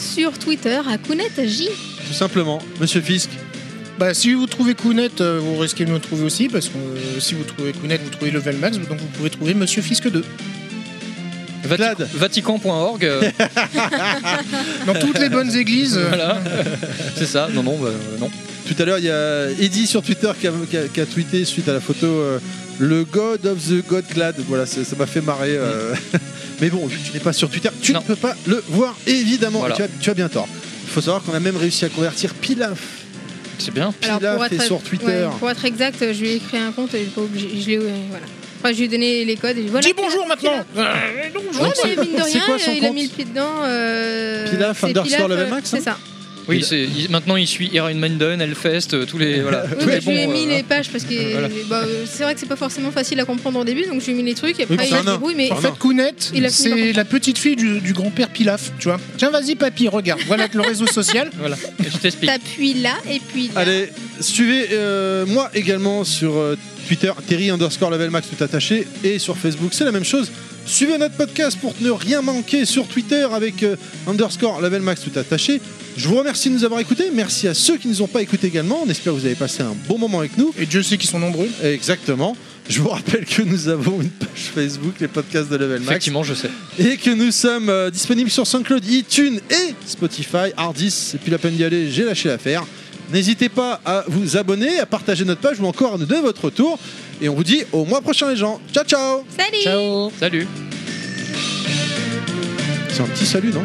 Sur Twitter, à Kounet J.
tout simplement. Monsieur Fisk,
Bah, si vous trouvez Kounet, euh, vous risquez de me trouver aussi, parce que euh, si vous trouvez Kounet, vous trouvez Level Max, donc vous pouvez trouver Monsieur Fisk 2.
Vati-
Vlad.
Vatican.org, euh,
Dans toutes les bonnes églises. euh,
voilà. C'est ça. Non, non, bah, euh, non.
tout à l'heure, il y a Eddie sur Twitter qui a, qui a- qui a tweeté suite à la photo euh, le God of the God Glad. Voilà, ça ça m'a fait marrer. euh. Mais bon, vu que tu n'es pas sur Twitter, tu
Mm. Non.
ne peux pas le voir, évidemment.
Voilà.
Tu, as, tu as bien tort. Il faut savoir qu'on a même réussi à convertir Pilaf.
C'est bien.
Pilaf est sur Twitter.
ouais, pour être exact, je lui ai créé un compte et j'ai pas obligé- je l'ai. euh, voilà. Enfin, je lui ai donné les codes. Et voilà.
Dis bonjour maintenant
Ouais, mais mine de
C'est
rien,
quoi son
euh, il a
compte
mis le pied dedans. euh,
Pilaf
c'est
underscore
Pilaf,
level
euh,
max, hein
C'est ça.
Oui, c'est- il- maintenant il suit Iron Maiden, Hellfest, euh, tous les. Voilà.
Oui,
tous
bah,
les
je lui ai
bons,
mis
euh,
les pages parce que
Voilà.
bah, euh, c'est vrai que c'est pas forcément facile à comprendre au début, donc je lui ai mis les trucs et
Oui,
après
c'est
il
un
se débrouille. Mais
En
Oh
fait, Kounet,
Il a fini par
c'est la petite fille du, du grand-père Pilaf, tu vois. Tiens, vas-y, papy, regarde. Voilà le réseau social.
Voilà, je t'explique.
t'appuies là et puis là.
Allez, suivez euh, moi également sur euh, Twitter, Terry underscore level max tout attaché, et sur Facebook, c'est la même chose. Suivez notre podcast pour ne rien manquer sur Twitter avec euh, underscore level max tout attaché. Je vous remercie de nous avoir écoutés, merci à ceux qui ne nous ont pas écoutés également, on espère que vous avez passé un bon moment avec nous.
Et Dieu sait qu'ils sont nombreux.
Exactement. Je vous rappelle que nous avons une page Facebook, les podcasts de Level Max,
Effectivement, je sais.
et que nous sommes euh, disponibles sur SoundCloud, iTunes et Spotify, Hardis. Et puis la peine d'y aller, j'ai lâché l'affaire. N'hésitez pas à vous abonner, à partager notre page ou encore à nous donner votre retour. Et on vous dit au mois prochain, les gens. Ciao, ciao
Salut
Ciao
Salut.
C'est un petit salut, non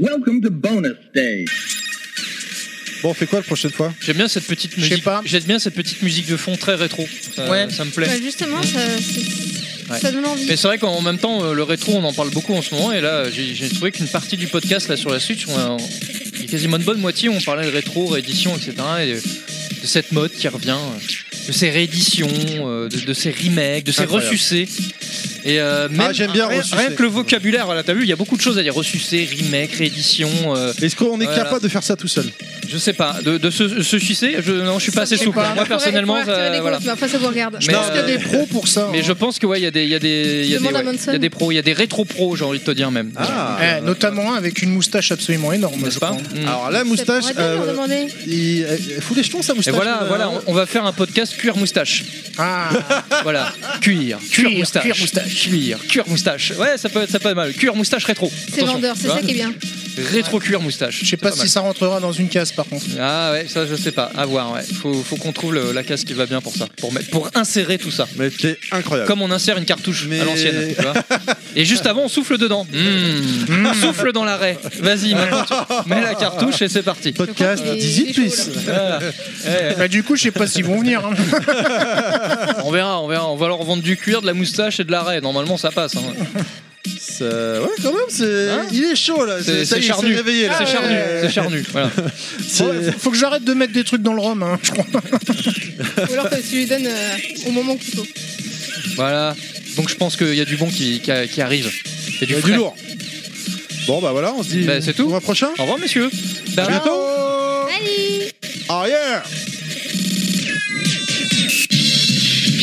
Welcome to bonus stage.
Bon, on fait quoi la prochaine fois
J'aime bien cette petite
Je sais
musique.
pas.
J'aime bien cette petite musique de fond très rétro. Ça,
Ouais.
ça me
Bah,
plaît.
Justement, ça, c'est-
Ouais.
ça donne envie.
Mais c'est vrai qu'en même temps, euh, le rétro, on en parle beaucoup en ce moment. Et là, j'ai j'ai trouvé qu'une partie du podcast là sur la Switch, on a, on- il y a quasiment une bonne moitié où on parlait de rétro, réédition, etc. Et de cette mode qui revient, euh, de ces rééditions, euh, de, de ces remakes, de ces
Incroyable.
ressucés. Et
Ah,
euh, même,
j'aime bien
rien,
ressucés.
rien que le vocabulaire, voilà, t'as vu, il y a beaucoup de choses à dire ressucés, remakes, rééditions. euh,
Est-ce qu'on est
Voilà.
capable de faire ça tout seul
je sais pas, de, de se, se sucer, je, non, je suis pas assez
Je sais
souple. hein.
pas.
Moi
Faudrait-
personnellement,
faudrait retirer
ça-
les
voilà.
comptes, mais Après, ça vous regarde.
Mais,
Parce qu'il y a
euh,
des pros pour ça.
Mais
hein.
je pense que ouais, il y a des, il y a des, il y a des,
Demande à
ouais,
Manson.
il y a des pros, il y a des rétro pros, j'ai envie de te dire même.
Ah
Eh, notamment un avec une moustache absolument énorme,
N'est-ce
je
pas
pense.
Mm.
Alors la
Ça pourrait
moustache,
bien leur
euh,
demander.
il, elle fout les jetons sa
Et
moustache.
voilà,
euh,
voilà, on- on va faire un podcast cuir moustache.
Ah,
Voilà, cuir, cuir
Cuir,
moustache,
cuir moustache.
cuir, cuir moustache. Ouais, ça peut, être- ça peut être mal. Cuir moustache rétro.
C'est
Attention,
vendeur,
tu
c'est
vois.
ça qui est bien.
Rétro cuir moustache.
je sais pas
C'est
si ça rentrera dans une case par contre.
mal. Ah ouais, ça je sais pas, à voir. Ouais. Faut, faut qu'on trouve le- la case qui va bien pour ça, pour mettre, pour insérer tout ça.
Mais c'est incroyable.
Comme on insère une cartouche
Mais-
à l'ancienne. tu vois. Et juste avant, on souffle dedans.
Hmm.
Mm. Souffle dans l'arrêt. Vas-y, maintenant, tu mets la cartouche et c'est parti.
Podcast
Il est-
18
il est
plus.
chaud,
Voilà. Eh,
Bah, du coup, je sais pas s'ils vont venir. hein.
On verra, on verra. On va leur vendre du cuir, de la moustache et de l'arrêt. Normalement, ça passe. hein.
Ça- Ouais, quand même, c'est.
Hein
il est chaud là.
C'est
ça y est,
c'est
il s'est
charnu.
réveillé, là.
C'est charnu.
Ouais.
C'est charnu. Voilà.
C'est-
Ouais, faut- faut que j'arrête de mettre des trucs dans le rhum, hein, je crois.
Ou alors que tu lui donnes euh, au moment qu'il faut.
Voilà. Donc je pense qu'il y a du bon qui, qui, qui arrive. C'est du,
Il y a
frais.
du lourd. Bon bah voilà, on se dit
Bah, c'est tout.
au mois prochain.
Au revoir, messieurs.
À
Bye.
bientôt.
Salut
Arrière.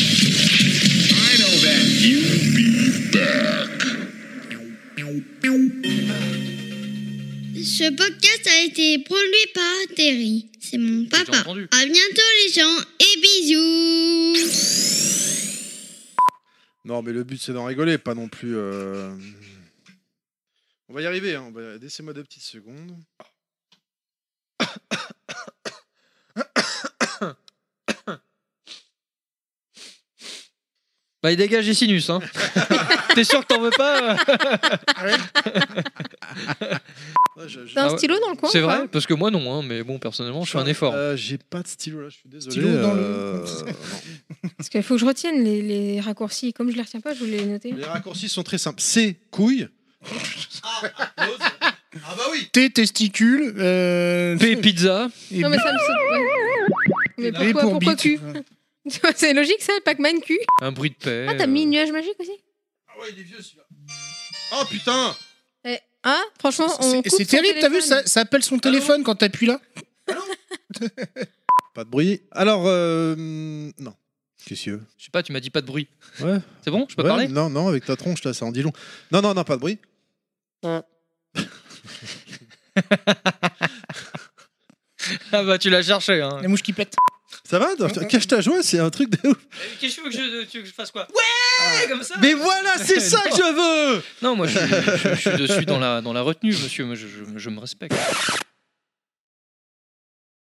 I know that you'll be back.
Ce podcast a été produit par Terry. C'est mon papa.
entendu.
À bientôt les gens et bisous.
Non mais le but c'est d'en rigoler, pas non plus. euh, On va y arriver, hein. on va- laissez-moi deux petites secondes.
Bah, il dégage les sinus, hein. T'es sûr que t'en veux pas euh
Ouais, je- je-
T'as
Ah
un
ouais.
stylo dans le coin
C'est
ou pas
vrai Parce que moi, non, hein, mais bon, personnellement, je fais un effort.
Euh, J'ai pas de stylo là, je suis désolé.
Stylo dans le-
euh,
Parce qu'il faut que je retienne les, les raccourcis. Comme je les retiens pas, je voulais les noter.
non. Les raccourcis sont très simples. C, couille. ah bah oui
T, testicule. euh,
P pizza.
et
Non, mais ça me saute. ouais. Mais
B
pourquoi, pourquoi
bite.
cul Tu vois, C'est logique ça, Pac-Man cul.
Un bruit de paix. euh,
Ah, t'as mis nuage magique aussi
Ah ouais, il est vieux celui-là. Oh putain
Eh, Hein Franchement, on.
C'est- C'est terrible, t'as vu, ça, ça appelle son téléphone quand t'appuies là
Pas de bruit. Alors, euh, non. Qu'est-ce que
Je sais pas, tu m'as dit pas de bruit.
Ouais.
C'est bon Je peux
Ouais,
parler
Non, non, avec ta tronche là, ça en dit long. Non, non, non, pas de bruit.
Ah bah, tu l'as cherché, hein.
La mouche qui pète.
Ça va
Ah.
Cache ta joie, c'est un truc de ouf.
Qu'est-ce que tu veux que je, tu veux que je fasse quoi Ouais Comme ça
Mais voilà, c'est ça que je veux
Non, moi, je, je- je suis dessus dans la, dans la retenue, monsieur. Moi, Je, je- je me respecte.